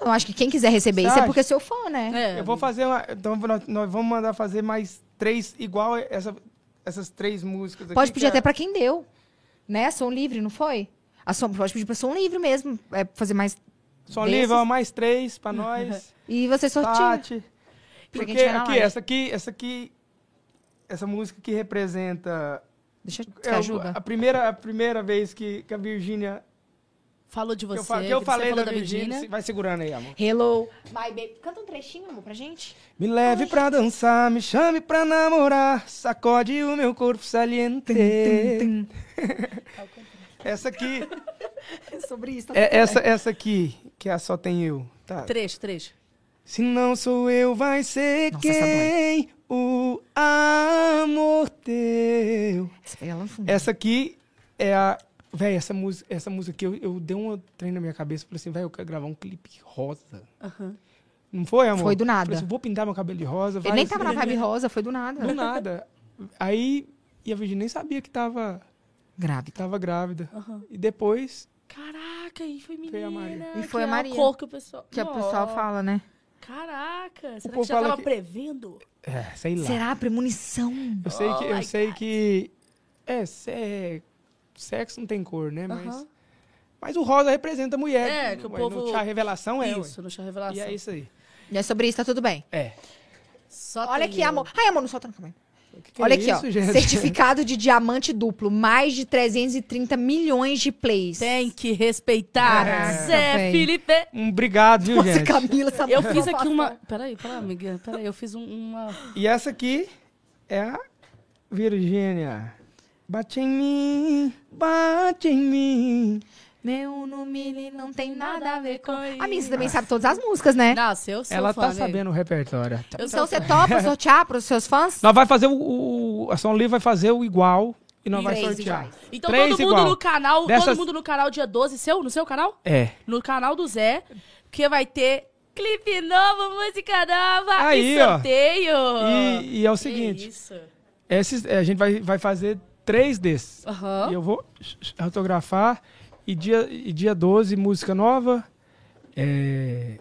S1: Eu acho que quem quiser receber
S3: Você
S1: isso é
S3: acha?
S1: porque é seu fã, né?
S2: É,
S3: Eu vou fazer uma. Então nós, nós vamos mandar fazer mais três, igual essa- essas três músicas aqui.
S1: Pode
S3: que
S1: pedir
S3: é-
S1: até pra quem deu. Né? Som livre, não foi? A som, pode pedir pra som livre mesmo. É fazer mais.
S3: Som
S1: desses.
S3: livre, ó, mais três pra nós.
S1: E você sorteia. Pra
S3: Tati.
S1: quem
S3: Porque
S1: tiver na
S3: aqui,
S1: live.
S3: essa aqui, essa aqui. Essa música que representa.
S1: Deixa eu te
S3: é, o-
S1: ajuda.
S3: a, primeira, a primeira vez que, que a Virgínia.
S2: Falou de
S3: Que,
S2: você.
S3: eu fa- que eu
S2: você
S3: falei
S2: falou
S3: da Virgínia. se- Vai segurando aí, amor.
S1: Hello, my baby. Canta um trechinho, amor, pra gente.
S3: Me leve pra dançar, me chame pra namorar. Sacode o meu corpo saliente. essa aqui.
S1: Sobre isso.
S3: É, essa, essa aqui, que é a Só Tem Eu. Tá.
S2: Trecho, trecho.
S3: Se não sou eu, vai ser
S1: Nossa, essa
S3: quem o amor teu.
S1: Essa pega lá no fundo.
S3: Essa aqui é a. Véi, essa música, essa música aqui, eu, eu dei um trem na minha cabeça. Falei assim, véi, eu quero gravar um clipe rosa.
S2: Aham.
S3: Não foi, amor?
S1: Foi do nada.
S3: Falei assim, vou pintar meu cabelo de rosa.
S1: Ele
S3: vai
S1: nem
S3: ser-
S1: tava na vibe rosa, foi do nada.
S3: Do nada. Aí, e a Virgínia nem sabia que tava, que
S1: Grávida.
S3: tava grávida.
S2: Aham.
S3: E depois,
S2: Caraca, e foi menina.
S3: Foi a Maria.
S1: E foi a
S2: que é
S1: Maria.
S2: cor que o pessoal...
S1: Que o
S2: Ó,
S1: pessoal fala, né?
S2: Caraca, será que
S3: povo
S2: já
S3: fala
S2: tava
S3: que-
S2: prevendo?
S3: é, sei lá.
S1: Será a premonição?
S3: Eu sei que,
S2: Oh
S3: eu
S2: my
S3: sei que é, se- sexo não tem cor, né? Mas,
S2: Aham.
S3: mas o rosa representa a mulher.
S2: É, que o
S3: Ué,
S2: povo-
S3: No chá revelação é, ué.
S2: Isso, não tinha revelação.
S3: E é isso aí.
S1: E é sobre isso, tá tudo bem.
S3: É.
S2: Só
S1: Olha
S2: tem
S1: aqui,
S2: eu.
S1: amor. Ai, amor, não solta no cabelo.
S3: O que que é
S1: Olha aqui,
S3: isso,
S1: ó.
S3: gente?
S1: Certificado de diamante duplo. Mais de 330 milhões de plays.
S2: Tem que respeitar.
S1: Caraca,
S2: Zé
S1: véi.
S2: Felipe.
S3: Um obrigado, viu,
S1: Nossa,
S3: gente?
S1: Camila, essa
S2: Eu
S1: boca
S2: fiz
S1: não
S2: aqui
S1: passa.
S2: uma. Peraí, peraí, amiga. Peraí, eu fiz um- uma.
S3: E essa aqui é a Virgínia. Bate em mim, bate em mim.
S1: Meu nome ele não tem nada a ver com...
S2: isso.
S1: A minha, você também sabe todas as músicas, né?
S2: Nossa, eu sou
S3: Ela
S2: fã,
S3: tá
S2: amiga.
S3: sabendo o repertório. Tá.
S2: Eu sou
S1: Então
S2: fã.
S1: você topa sortear pros seus fãs?
S3: Nós vai fazer o, o- A São Livre vai fazer o igual e nós vai
S1: Três
S3: sortear.
S1: iguais.
S2: Então
S3: Três
S2: todo mundo
S3: igual.
S2: no canal,
S3: Dessas-
S2: todo mundo no canal dia 12, seu, no seu canal?
S3: É.
S2: No canal do Zé, que vai ter clipe novo, música nova
S3: Aí,
S2: e
S3: ó.
S2: sorteio.
S3: E, e é o
S2: Que
S3: seguinte.
S2: isso.
S3: Esses, é, a gente vai, vai fazer três desses.
S2: Aham.
S3: E eu vou autografar. E dia, e dia 12, música nova. é,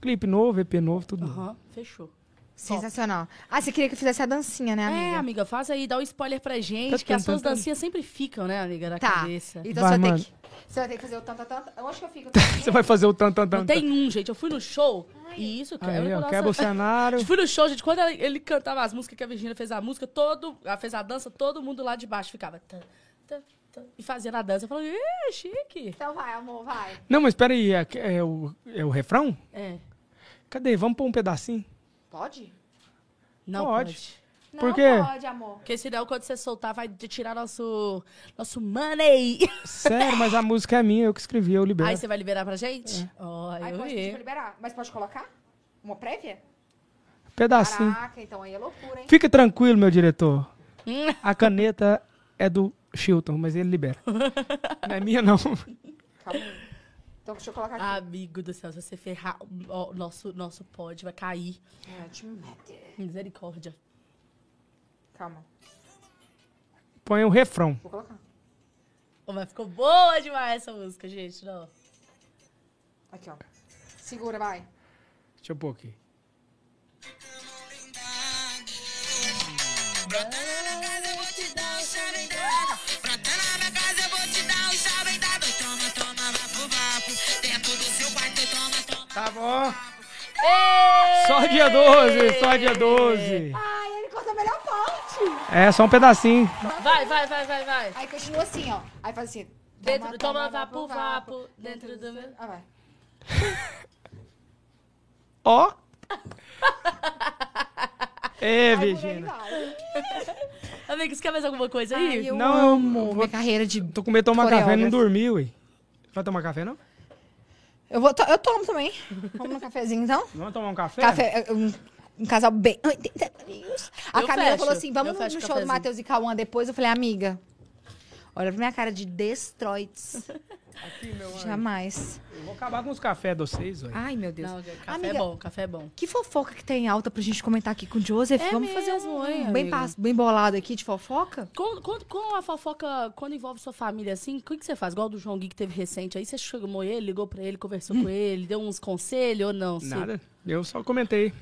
S3: clipe novo, EP novo, tudo novo.
S2: Aham, fechou.
S1: Sensacional. Ah, você queria que eu fizesse a dancinha, né,
S2: É,
S1: amiga?
S2: amiga, faz aí, dá um spoiler pra gente,
S3: Tá,
S2: que as
S3: tá, tá,
S2: suas
S3: tá.
S2: dancinhas sempre ficam, né, amiga, na
S1: tá.
S2: cabeça.
S1: Então
S3: Vai,
S1: você, vai ter
S3: mano.
S1: que, você vai ter que fazer o tanta tanta. Onde que eu fico?
S3: Você vai fazer o tan tan tan.
S2: Não tem um, gente. Eu fui no show. E isso, é
S3: tan. Aí,
S2: quebra o Tipo
S3: ó,
S2: coração.
S3: quebra o cenário.
S2: Eu fui no show, gente. Quando ela- ele cantava as músicas que a Virgínia fez a música, todo. Ela fez a dança, todo mundo lá de baixo ficava. tã, tã, tã, e fazia a dança. Eu falava, ih, chique.
S1: Então vai, amor, vai.
S3: Não, mas peraí, é, é o, é o refrão?
S2: É.
S3: Cadê? Vamos pôr um pedacinho?
S1: Pode?
S2: Não pode.
S3: Pode. Por quê?
S1: pode, amor.
S2: Porque senão, quando você soltar, vai te tirar nosso. Nosso money.
S3: Sério, mas a música é minha, eu que escrevi, eu libero.
S2: Aí você vai liberar pra gente? Ó,
S1: Aí
S2: eu
S1: pode pedir pra
S2: ia.
S1: liberar. Mas pode colocar? Uma prévia?
S3: Pedacinho.
S1: Caraca, então aí é loucura, hein?
S3: Fica tranquilo, meu diretor.
S2: Hum,
S3: A caneta é do Chilton, mas ele libera. Não é minha, não.
S1: Calma aí. Então deixa eu colocar aqui.
S2: Amigo do céu, se você ferrar, ó, nosso, nosso pod vai cair.
S1: Ah, te meter.
S2: Misericórdia.
S1: Calma,
S3: Põe o refrão.
S1: vou colocar.
S2: Ô, mas ficou boa demais essa música, gente. Não.
S1: Aqui, ó. Segura, vai.
S3: Deixa eu pôr aqui. Tá bom. Só dia 12, só dia 12.
S1: Ai, ele corta a melhor parte.
S3: É, só um pedacinho.
S2: Vai, vai, vai, vai, vai.
S1: Aí continua assim, ó. Aí faz assim.
S2: Dentro do- toma vapo, vapo, dentro do meu-
S1: Ah, vai.
S3: Ó. É,
S1: Aí por aí
S3: Virgínia.
S1: vai.
S2: Amigo, você quer mais alguma coisa aí?
S1: Ai, eu
S3: Não, eu
S1: amo
S3: vou-
S1: minha carreira de...
S3: Tô com medo de tomar café e não
S1: Coreógrafo.
S3: dormi, ué. Vai tomar café, não?
S1: Eu, vou to- eu tomo também. Vamos no cafezinho, então?
S3: Vamos tomar um café?
S1: Café, é, um, um casal bem... Ai, tem- tem- A
S2: Eu
S1: Camila
S2: fecho,
S1: falou assim,
S2: eu
S1: vamos no show
S2: fecho o
S1: do
S2: cafezinho.
S1: Matheus e Cauã depois. Eu falei, amiga, olha pra minha cara de destroids.
S3: Aqui, meu anjo.
S1: Jamais.
S3: Eu vou acabar com os cafés de vocês, ué.
S1: Ai, meu Deus.
S2: Não, café é
S1: Amiga-
S2: bom, café é bom.
S1: Que fofoca que tem alta pra gente comentar aqui com o Joseph?
S2: É
S1: Vamos fazer
S2: mesmo,
S1: um
S2: hein,
S1: bem,
S2: amiga?
S1: pas- bem bolado aqui de fofoca?
S2: Com, com, com a fofoca, quando envolve sua família, assim, o que, que você faz? Igual do João Gui que teve recente aí, você chamou ele, ligou pra ele, conversou com ele, deu uns conselhos ou não? Sim.
S3: Nada. Eu só comentei.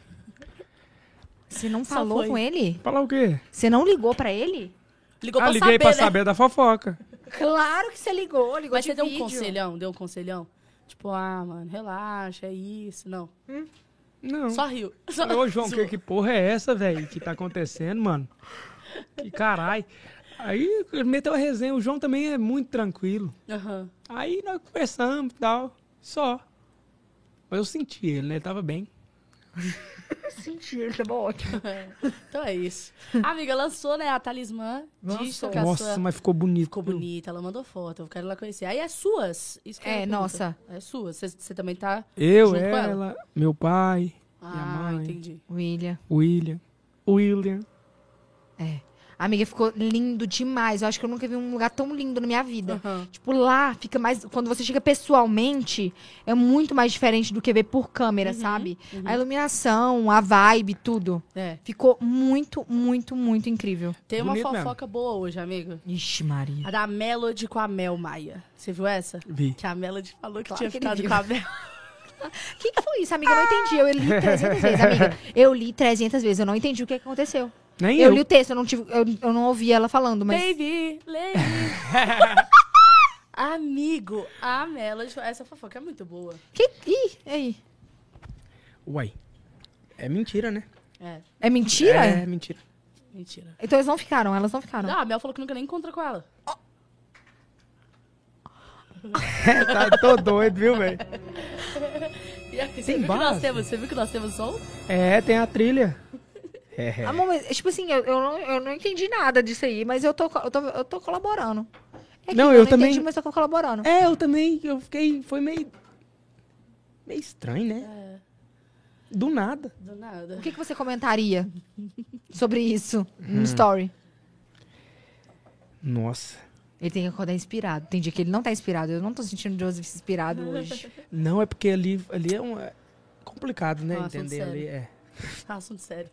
S1: Você não
S2: Só
S1: falou
S2: foi.
S1: com ele?
S3: Falar o quê?
S1: Você não ligou pra ele?
S2: Ligou
S3: ah,
S2: pra
S3: liguei
S2: saber,
S3: pra
S2: né?
S3: saber da fofoca.
S1: Claro que você ligou, ligou
S2: Mas
S1: de
S2: você deu um
S1: vídeo.
S2: conselhão, deu um conselhão? Tipo, ah, mano, relaxa, é isso, não.
S3: Não.
S2: Só riu. Só...
S3: Falei, Ô, João,
S2: Zoou.
S3: que, que porra é essa, velho, que tá acontecendo, mano? Que caralho. Aí ele meteu a resenha, o João também é muito tranquilo.
S2: Aham.
S3: Aí nós conversamos e tal, só. Mas eu senti ele, né? Ele tava bem.
S1: Senti, ele tava ótimo.
S2: Então é isso. Amiga, lançou, né, a talismã de
S1: Lançou.
S2: Chocaçã.
S3: Nossa, mas ficou bonito.
S2: Ficou bonita, ela mandou foto, eu quero lá conhecer. Aí é suas? Isso que eu
S1: É,
S2: ia perguntar.
S1: nossa.
S2: É suas, você- você também tá...
S3: Eu,
S2: junto com
S3: ela, meu pai,
S2: Ah,
S3: minha mãe,
S2: entendi.
S1: William,
S3: o William. O William.
S1: é. Amiga, ficou lindo demais. Eu acho que eu nunca vi um lugar tão lindo na minha vida.
S2: Aham.
S1: Tipo, lá fica mais. Quando você chega pessoalmente, é muito mais diferente do que ver por câmera, sabe? A iluminação, a vibe, tudo.
S2: É.
S1: Ficou muito, muito, muito incrível.
S2: Tem uma
S3: Bonito
S2: fofoca boa hoje, amigo.
S1: Ixi, Maria.
S2: A da Melody com a Mel Maia. Você viu essa?
S3: Vi.
S2: Que a Melody falou que
S1: Claro
S2: tinha
S1: que ele
S2: ficado
S1: viu.
S2: com a Mel.
S1: O que, que foi isso, amiga? Eu não entendi. Eu li 300 vezes, amiga. Eu li 300 vezes. Eu não entendi o que que aconteceu.
S3: Nem
S1: Eu
S3: eu.
S1: li o texto, eu não, tive, eu, eu não ouvi ela falando, mas.
S2: Baby, lady. Amigo, a Melody. Essa fofoca é muito boa.
S1: Que... Ih, aí.
S3: Uai. É mentira, né?
S2: É,
S1: É mentira?
S3: É mentira.
S2: mentira.
S1: Então eles não ficaram, elas Ah, não ficaram.
S2: Não, a Mel falou que nunca nem encontrou com ela.
S3: tá, tô doido, viu, velho?
S2: E aqui, você,
S3: Tem
S2: viu que nós
S3: base?
S2: temos, você viu que nós temos som?
S3: É, tem a trilha. É.
S1: Amor, mas, tipo assim, eu, eu, não, eu não entendi nada disso aí, mas eu tô, co- eu tô, eu tô colaborando. É que
S3: Não, eu também-
S1: entendi, mas eu tô colaborando.
S3: É, eu também, eu fiquei, foi meio, meio estranho, né?
S2: É,
S3: Do nada.
S2: do nada.
S1: O que, que você comentaria sobre isso
S3: Hum.
S1: no story?
S3: Nossa.
S1: Ele tem que acordar inspirado. Tem dia que ele não tá inspirado. Eu não tô sentindo o Joseph inspirado hoje.
S3: Não, é porque ali, ali é um, é complicado, né,
S2: É um assunto
S3: entender ali, é.
S2: Ah, assunto sério.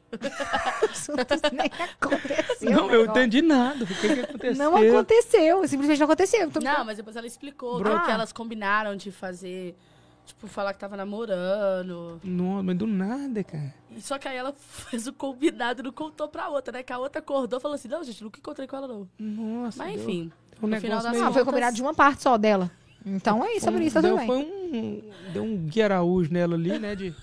S1: Nem aconteceu.
S3: Não,
S1: o
S3: eu
S1: é um negócio.
S3: entendi nada, o que que aconteceu?
S1: Não aconteceu. Simplesmente não aconteceu. Então,
S2: Não, mas depois ela explicou
S1: Bro-
S2: que, que elas combinaram de fazer. Tipo, falar que tava namorando.
S3: Não, mas do nada, cara.
S2: E Só que aí ela fez o combinado e não contou pra outra, né? Que a outra acordou e falou assim: Não, gente, nunca encontrei com ela, não.
S3: Nossa,
S2: Mas
S3: deu-
S2: enfim.
S3: deu um
S2: no final
S3: negócio
S2: das
S3: meio-
S1: Ah, foi combinado de uma parte só dela. Então é isso, sobre isso, tá
S3: deu,
S1: tudo bem.
S3: Foi um, deu um Gui Araújo nela ali, né, de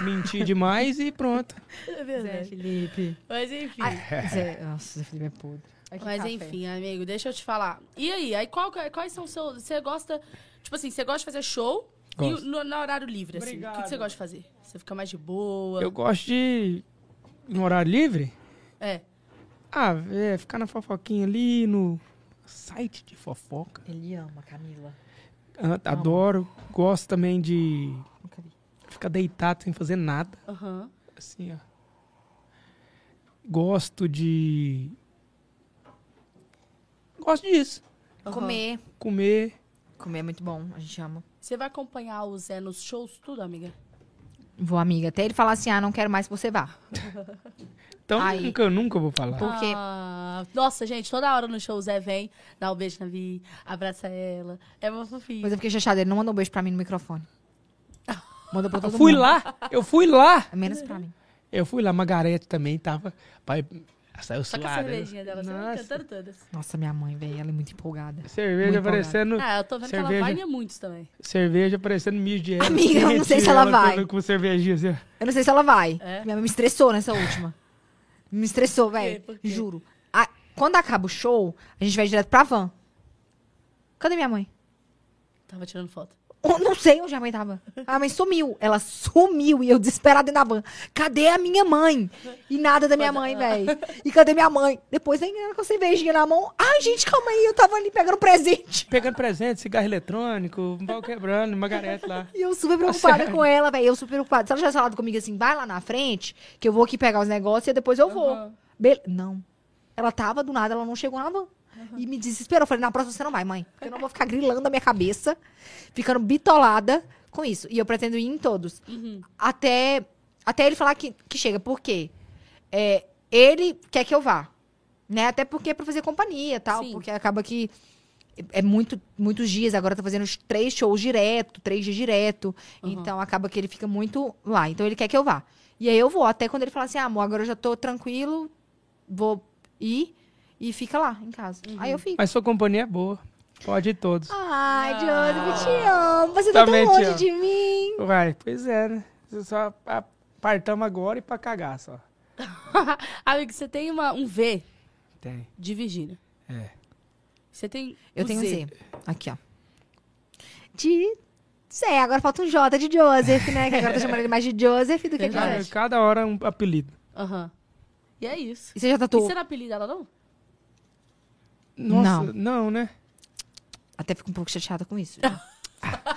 S3: mentir demais e pronto.
S2: É
S3: né,
S2: verdade.
S1: Felipe.
S2: Mas enfim.
S1: Zé, nossa, Zé Felipe é podre. Ai, que
S2: Mas
S1: café.
S2: enfim, amigo, deixa eu te falar. E aí, aí qual, que é- quais são os seus. Você gosta. Tipo assim, você gosta de fazer show
S3: Gosto.
S2: e no, no horário livre, assim. O que que,
S3: Obrigado.
S2: você gosta de fazer? Você fica mais de boa?
S3: Eu gosto de, no horário livre,
S2: É.
S3: Ah, é, ficar na fofoquinha ali no site de fofoca.
S1: Ele ama, Camila.
S3: Ah, Adoro. Gosto também de
S1: Tá Nunca vi.
S3: ficar deitado sem fazer nada.
S2: Aham.
S3: Assim, ó. Gosto de. Gosto disso.
S2: aham.
S1: Comer.
S3: Comer.
S1: Comer é muito bom, a gente ama.
S2: Você vai acompanhar o Zé nos shows, tudo, amiga?
S1: Vou, amiga. Até ele falar assim, ah, não quero mais que você vá.
S3: Então
S1: Aí.
S3: nunca, nunca vou falar.
S1: Por quê?
S2: Ah, nossa, gente, toda hora no show o Zé vem, dá um beijo na Vi, abraça ela. É uma fofinha.
S1: Mas eu fiquei chateada, ele não mandou um beijo pra mim no microfone. Mandou pra todo
S3: Eu fui
S1: mundo. É
S3: lá, eu fui lá.
S1: Menos pra mim.
S3: Eu fui lá, Margarete também tava. Pai, saiu
S2: Só que a
S3: suada, né?
S2: cervejinha dela, você vai
S3: Nossa,
S2: cantando todas.
S1: Nossa, minha mãe, velho, ela é muito empolgada.
S3: Cerveja
S1: Muito É,
S3: aparecendo.
S2: Ah, eu tô vendo que
S3: Hum. Cerveja.
S2: ela vai em muitos também.
S3: Cerveja aparecendo mijo de erva
S1: Amiga, eu não sei
S3: quente,
S1: se ela vai.
S3: com- Com cervejinha assim, ó.
S1: Eu não sei se ela vai.
S2: É?
S1: Minha mãe me estressou nessa última. Me estressou, velho.
S2: Por quê?
S1: Juro. A- quando acaba o show, a gente vai direto pra van. Cadê minha mãe?
S2: Tava tirando foto.
S1: Eu não sei onde a mãe tava. A mãe sumiu. Ela sumiu e eu desesperada dentro da van. Cadê a minha mãe? E nada da minha mãe, velho. E cadê minha mãe? Depois nem ela com a cervejinha na mão. Ai, gente, calma aí. Eu tava ali pegando um presente.
S3: Pegando presente, cigarro eletrônico, um pau quebrando, margarete lá.
S1: E eu super preocupada com ela, velho. Eu super preocupada. Se ela tivesse falado comigo assim, vai lá na frente, que eu vou aqui pegar os negócios e depois eu vou.
S2: Aham.
S1: Be- não. Ela tava do nada, ela não chegou na van. E me desesperou. Eu falei, na próxima você não vai, mãe. Porque eu não vou ficar grilando a minha cabeça, ficando bitolada com isso. E eu pretendo ir em todos.
S2: Uhum.
S1: Até, até ele falar que, que chega. Por quê? É, ele quer que eu vá. Né? Até porque é pra fazer companhia e tal.
S2: Sim.
S1: Porque acaba que é muito, muitos dias. Agora tá fazendo três shows direto, três dias direto.
S2: Uhum.
S1: Então acaba que ele fica muito lá. Então ele quer que eu vá. E aí eu vou. Até quando ele falar assim, ah, amor, agora eu já tô tranquilo, vou ir e fica lá em casa. Aí eu fico.
S3: Mas sua companhia é boa. Pode ir todos.
S1: Ai,
S2: Ah.
S1: Jonathan, eu te amo. Você tá tão
S3: Também te
S1: longe
S3: amo.
S1: de mim.
S3: Vai, pois é, né? Você Só a- partamos agora e pra cagar só.
S2: Amigo, você tem uma, um V
S3: Tem.
S2: de Virgínia.
S3: É.
S2: Você tem.
S1: Eu
S2: o
S1: tenho um
S2: Z.
S1: Z. Aqui, ó. De. Zé, agora falta um J de Joseph, né? Que agora tá chamando ele mais de Joseph do que de
S2: Verdade.
S1: Joseph.
S3: Cada, cada hora um apelido.
S2: Aham. E é isso.
S1: E você já tá
S2: E
S1: tatuou?
S2: você não apelida ela, não?
S3: Nossa, não, né?
S1: Até fico um pouco chateada com isso. Ah.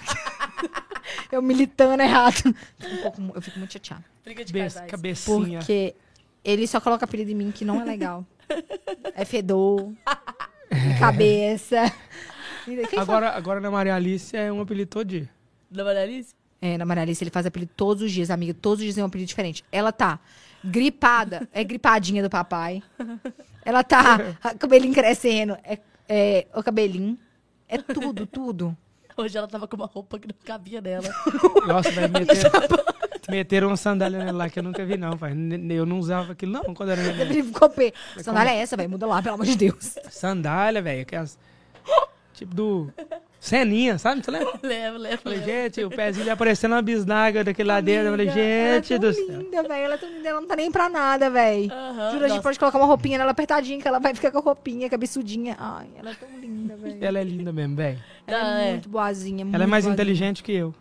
S1: eu militando errado. Fico um pouco- eu fico muito chateada.
S2: Briga de
S3: Cabeça,
S2: casais.
S3: cabecinha.
S1: Porque ele só coloca apelido em mim que não é legal. É fedor. cabeça. Quem
S3: Agora, agora na Maria Alice é um apelido todo dia.
S2: Da Maria Alice?
S1: É, na Maria Alice ele faz apelido todos os dias, amiga. Todos os dias é um apelido diferente. Ela tá gripada, é gripadinha do papai. Ela tá a- cabelinho crescendo, é, é o cabelinho. É tudo, tudo.
S2: Hoje ela tava com uma roupa que não cabia nela.
S3: Nossa, vai meter. Meteram uma sandália nela lá que eu nunca vi, não, pai. N- Eu não usava aquilo, não, quando era menino.
S1: Ele ficou pé. Sandália é essa, velho. Muda lá, pelo amor de Deus.
S3: Sandália, velho. Aquelas. Tipo do. Ceninha, sabe? Você lembra?
S2: leva, leva,
S3: Falei,
S2: leva.
S3: gente, o pezinho já parecendo uma bisnaga daquele lá dentro. Eu falei,
S1: Amiga, ela é
S3: gente
S1: tão
S3: do céu.
S1: linda, velho. Ela é tão linda, ela não tá nem pra nada, velho.
S2: Aham,
S1: Juro, a gente
S2: nossa.
S1: pode colocar uma roupinha nela apertadinha, que ela vai ficar com a roupinha, cabeçudinha. Ai, ela é tão linda, velho.
S3: Ela é linda mesmo, velho.
S1: Ela
S2: Ah,
S1: é
S2: é.
S1: muito boazinha.
S3: Ela é
S1: muito
S3: mais
S1: boazinha.
S3: inteligente que eu.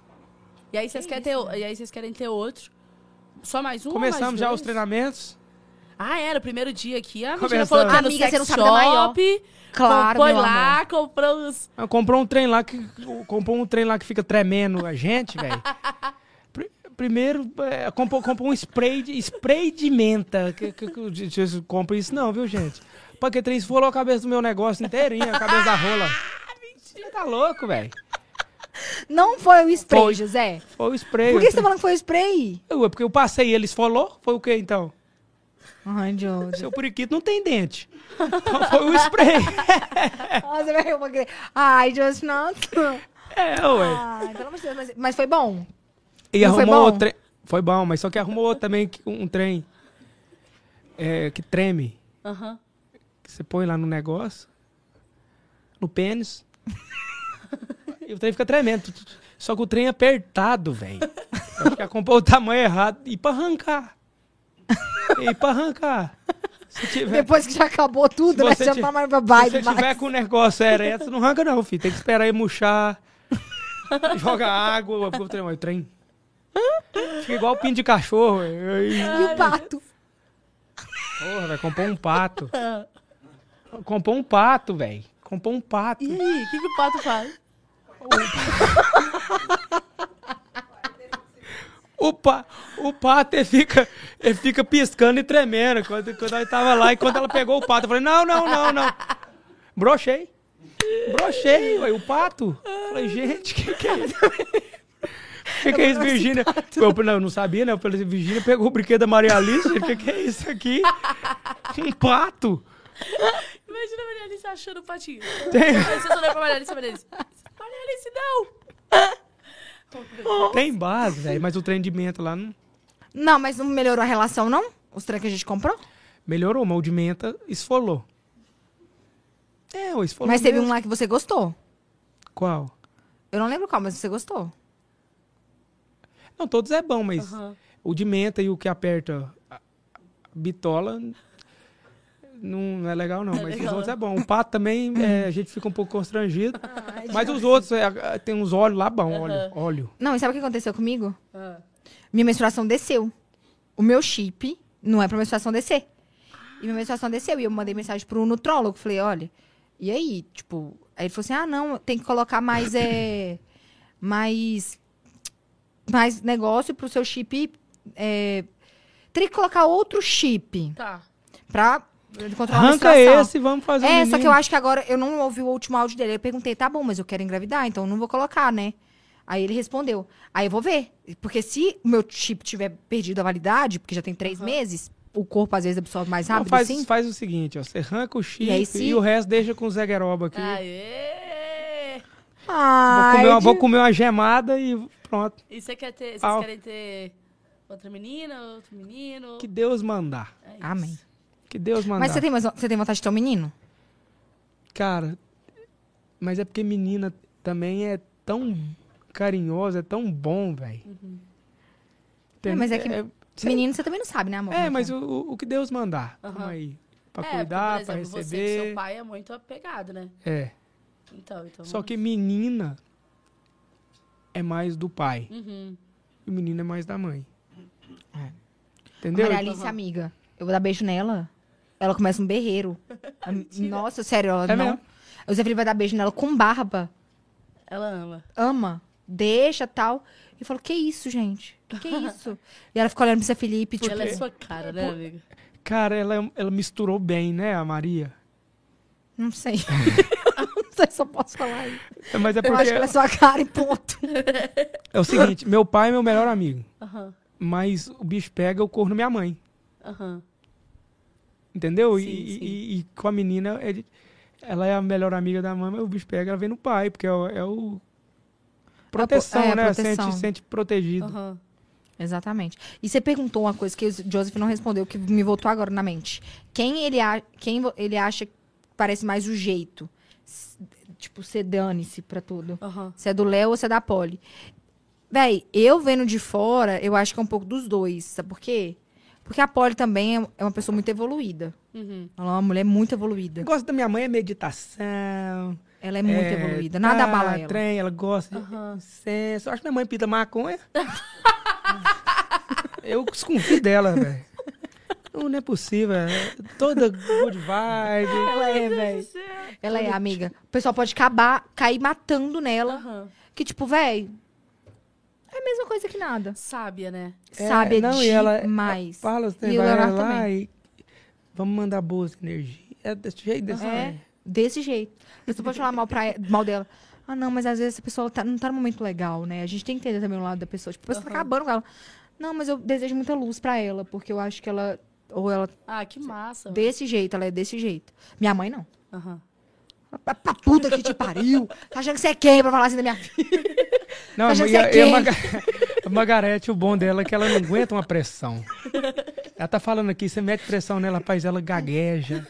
S2: E aí vocês querem ter, o- e aí vocês querem ter outro? Só mais um? ou
S3: Começamos
S2: mais
S3: já
S2: dois?
S3: os
S1: é
S3: treinamentos.
S2: Ah, era o primeiro dia aqui. A menina
S3: Começamos.
S2: falou que
S1: Ah,
S2: no
S1: amiga,
S2: sex
S1: você não sabe da maior.
S2: shop.
S1: Claro,
S2: Foi
S1: meu
S2: lá, comprou os...
S3: Ah, Comprou um trem lá que comprou um trem lá que fica tremendo a gente, velho. Pri- Primeiro, é, comprou, comprou um spray de, spray de menta. Que, que, que- de- de- compra isso não, viu, gente? Porque trem esfolou a cabeça do meu negócio inteirinha, a cabeça da rola. Você tá louco, velho.
S1: Não foi o spray,
S3: Foi.
S1: José.
S3: Foi o spray.
S1: Por que
S3: o
S1: você tá
S3: trem-
S1: falando que foi o spray?
S3: Ué, porque eu passei ele esfolou? Foi o que então?
S1: Ai, José.
S3: Seu periquito não tem dente. Então foi o spray.
S1: Nossa, velho, eu vou querer. Ai, José, não.
S3: É, ué.
S1: Ai, pelo amor de Deus. Mas, mas foi bom.
S3: E
S1: Não foi
S3: arrumou
S1: bom?
S3: outro trem. Foi bom, mas só que arrumou outro também que- um trem é, que treme.
S2: Aham.
S3: Que você põe lá no negócio, no pênis. e o trem fica tremendo. Tu- tu- Só que o trem é apertado, velho. Eu Acho que comprou o tamanho errado. E pra arrancar. E pra arrancar. Se tiver,
S1: Depois que já acabou tudo,
S3: Se
S1: né?
S3: você
S1: Já
S3: ti-
S1: tá mais pra
S3: se
S1: vibe.
S3: você
S1: mais.
S3: tiver com o negócio ereto, não arranca não, filho. Tem que esperar ele murchar. joga água. O trem, o trem. Fica igual o pino de cachorro. velho.
S1: E
S3: Ai,
S1: o pato?
S3: Porra, vai comprar um pato. Comprou um pato, velho. Comprou um pato.
S2: E aí, o que, que o pato faz?
S3: O, pa, o pato ele fica, ele fica piscando e tremendo. Quando, quando ela tava lá e quando ela pegou o pato, eu falei: não, não, não, não. Brochei. Brochei, ué, o pato. Eu falei: gente, que que é isso? Que que é isso, Virgínia? Eu não, eu não sabia, né? Eu falei: Virgínia pegou o brinquedo da Maria Alice. O que, que é isso aqui? Um pato.
S2: Imagina a Maria Alice achando o patinho.
S3: Tem,
S2: Você só olhou pra Maria Alice, Maria Alice. Maria Alice, não!
S3: tem base, velho, mas o trem de menta lá não.
S1: Não, mas não melhorou a relação, não? Os trem que a gente comprou?
S3: Melhorou, mas o de menta esfolou. É, o esfolou.
S1: mas teve
S3: mesmo.
S1: um lá que você gostou.
S3: Qual?
S1: Eu não lembro qual, mas você gostou.
S3: Não, todos é bom, mas
S2: Aham.
S3: o de menta e o que aperta a a bitola Não, não é legal, não,
S2: Não é
S3: mas os
S2: legal,
S3: outros
S2: não.
S3: é bom. O pato também, é, a gente fica um pouco constrangido.
S2: Ah,
S3: mas os outros, é, tem uns óleos lá bom, óleo. óleo.
S1: Não, e sabe o que aconteceu comigo?
S2: Ah.
S1: Minha menstruação desceu. O meu chip não é pra menstruação descer. E minha menstruação desceu. E eu mandei mensagem pro nutrólogo. Falei, olha, e aí? Tipo, aí ele falou assim: ah, não, tem que colocar mais. É, mais. Mais negócio pro seu chip. É, teria que colocar outro chip
S2: Tá.
S1: pra controlar a
S3: Arranca
S1: menstruação.
S3: esse e vamos fazer um
S1: É, só que
S3: menino.
S1: eu acho que agora eu não ouvi o último áudio dele. Eu perguntei, tá bom, mas eu quero engravidar, então eu não vou colocar, né? Aí ele respondeu, aí eu vou ver. Porque se o meu chip tiver perdido a validade, porque já tem três meses, o corpo às vezes absorve mais
S3: Não,
S1: rápido,
S3: faz,
S1: assim.
S3: faz o seguinte, ó, você arranca o chip
S1: E aí
S3: e,
S1: se-
S3: o resto deixa com o Zé Gueroba aqui.
S2: Aê!
S1: Ai,
S3: vou, comer uma,
S1: de-
S3: vou comer uma gemada e pronto.
S2: E você quer ter. Vocês
S3: Ah.
S2: querem ter outra menina, outro menino?
S3: Que Deus mandar.
S2: É isso.
S1: Amém.
S3: Que Deus mandar.
S1: Mas você tem, mais, você tem vontade de ter um menino?
S3: Cara, mas é porque menina também é tão carinhosa, é tão bom, velho.
S1: É, mas é que-
S3: Sei-
S1: Menino você também não sabe, né, amor?
S3: É, mas o, o- o que Deus mandar.
S2: Aham.
S3: Calma aí. Pra
S2: É, porque,
S3: cuidar,
S2: por exemplo, Você,
S3: pra
S2: que seu
S3: receber.
S2: pai é muito apegado, né?
S3: É.
S2: Então, então.
S3: Só que menina é mais do pai.
S2: Uhum.
S3: E menino é mais da mãe.
S1: É.
S3: Entendeu?
S1: Maria Alice, é amiga, eu vou dar beijo nela. Ela começa um berreiro. Nossa, sério, ela
S3: É
S1: não.
S3: mesmo?
S1: O Zé Felipe vai dar beijo nela com barba.
S2: Ela ama.
S1: ama, deixa tal. E eu falo, que isso, gente? Que isso? e ela fica olhando pra Zé Felipe, tipo,
S2: Ela é sua cara, né, amiga?
S3: Cara, ela, ela misturou bem, né, a Maria?
S1: não sei. não sei se eu posso falar isso.
S3: É, Mas é
S1: Eu acho
S3: porque.
S1: que ela é sua cara e ponto.
S3: É o seguinte: meu pai é meu melhor amigo.
S2: Aham.
S3: Mas o bicho pega o corno da minha mãe.
S2: Aham.
S3: Entendeu? E-
S2: Sim,
S3: e,
S2: sim.
S3: e- e com a menina, ele- ela é a melhor amiga da mãe, mas o bicho pega, ela vem no pai, porque é o. é o- Proteção,
S1: é, a
S3: né?
S1: proteção.
S3: Sente, sente protegido.
S2: Aham.
S1: Exatamente. E você perguntou uma coisa que o Joseph não respondeu, que me voltou agora na mente. Quem ele, a... Quem vo- ele acha que parece mais o jeito? S- Tipo, você dane-se pra tudo.
S2: Aham.
S1: Se é do Léo ou se é da Polly. Véi, eu vendo de fora, eu acho que é um pouco dos dois. Sabe por quê? Porque a Polly também é- é uma pessoa muito evoluída.
S2: Uhum.
S1: Ela é uma mulher muito
S3: O
S1: evoluída.
S3: negócio da minha mãe é meditação.
S1: Ela é muito
S3: é,
S1: evoluída. Nada
S3: tá,
S1: abala ela.
S3: Trem, ela gosta de
S2: Aham.
S3: senso. Eu acho que minha mãe pita maconha. eu desconfio dela, velho. Não, não é possível. é Toda good vibe.
S1: Ela é, velho. Ela é, amiga. O pessoal pode acabar, cair matando nela.
S2: Aham.
S1: Que, tipo, véi, é a mesma coisa que nada.
S2: Sábia, né?
S3: É,
S1: Sabe, é
S3: não, e ela-
S1: demais.
S3: Fala, você
S1: E
S3: vai
S1: o Leonardo
S3: lá
S1: também.
S3: e vamos mandar boas energias. É desse jeito, desse
S1: É,
S3: jeito.
S1: desse jeito. Você pode falar mal, pra, mal dela. Ah, não, mas às vezes essa pessoa tá- não tá no momento legal, né? A gente tem que entender também o lado da pessoa. Tipo, a pessoa
S2: Aham.
S1: tá acabando com ela. Não, mas eu desejo muita luz pra ela, porque eu acho que ela. Ou ela
S2: Ah, que massa. velho.
S1: desse jeito, ela é desse jeito. Minha mãe não.
S2: Aham.
S1: Pra, pra puta que te pariu. Tá achando que você é quem pra falar assim da minha filha?
S3: Não,
S1: Mas já
S3: e
S1: sei
S3: a, e a
S1: quem.
S3: Maga- a Margarete, o bom dela é que ela não aguenta uma pressão. Ela tá falando aqui, você mete pressão nela, rapaz, ela gagueja,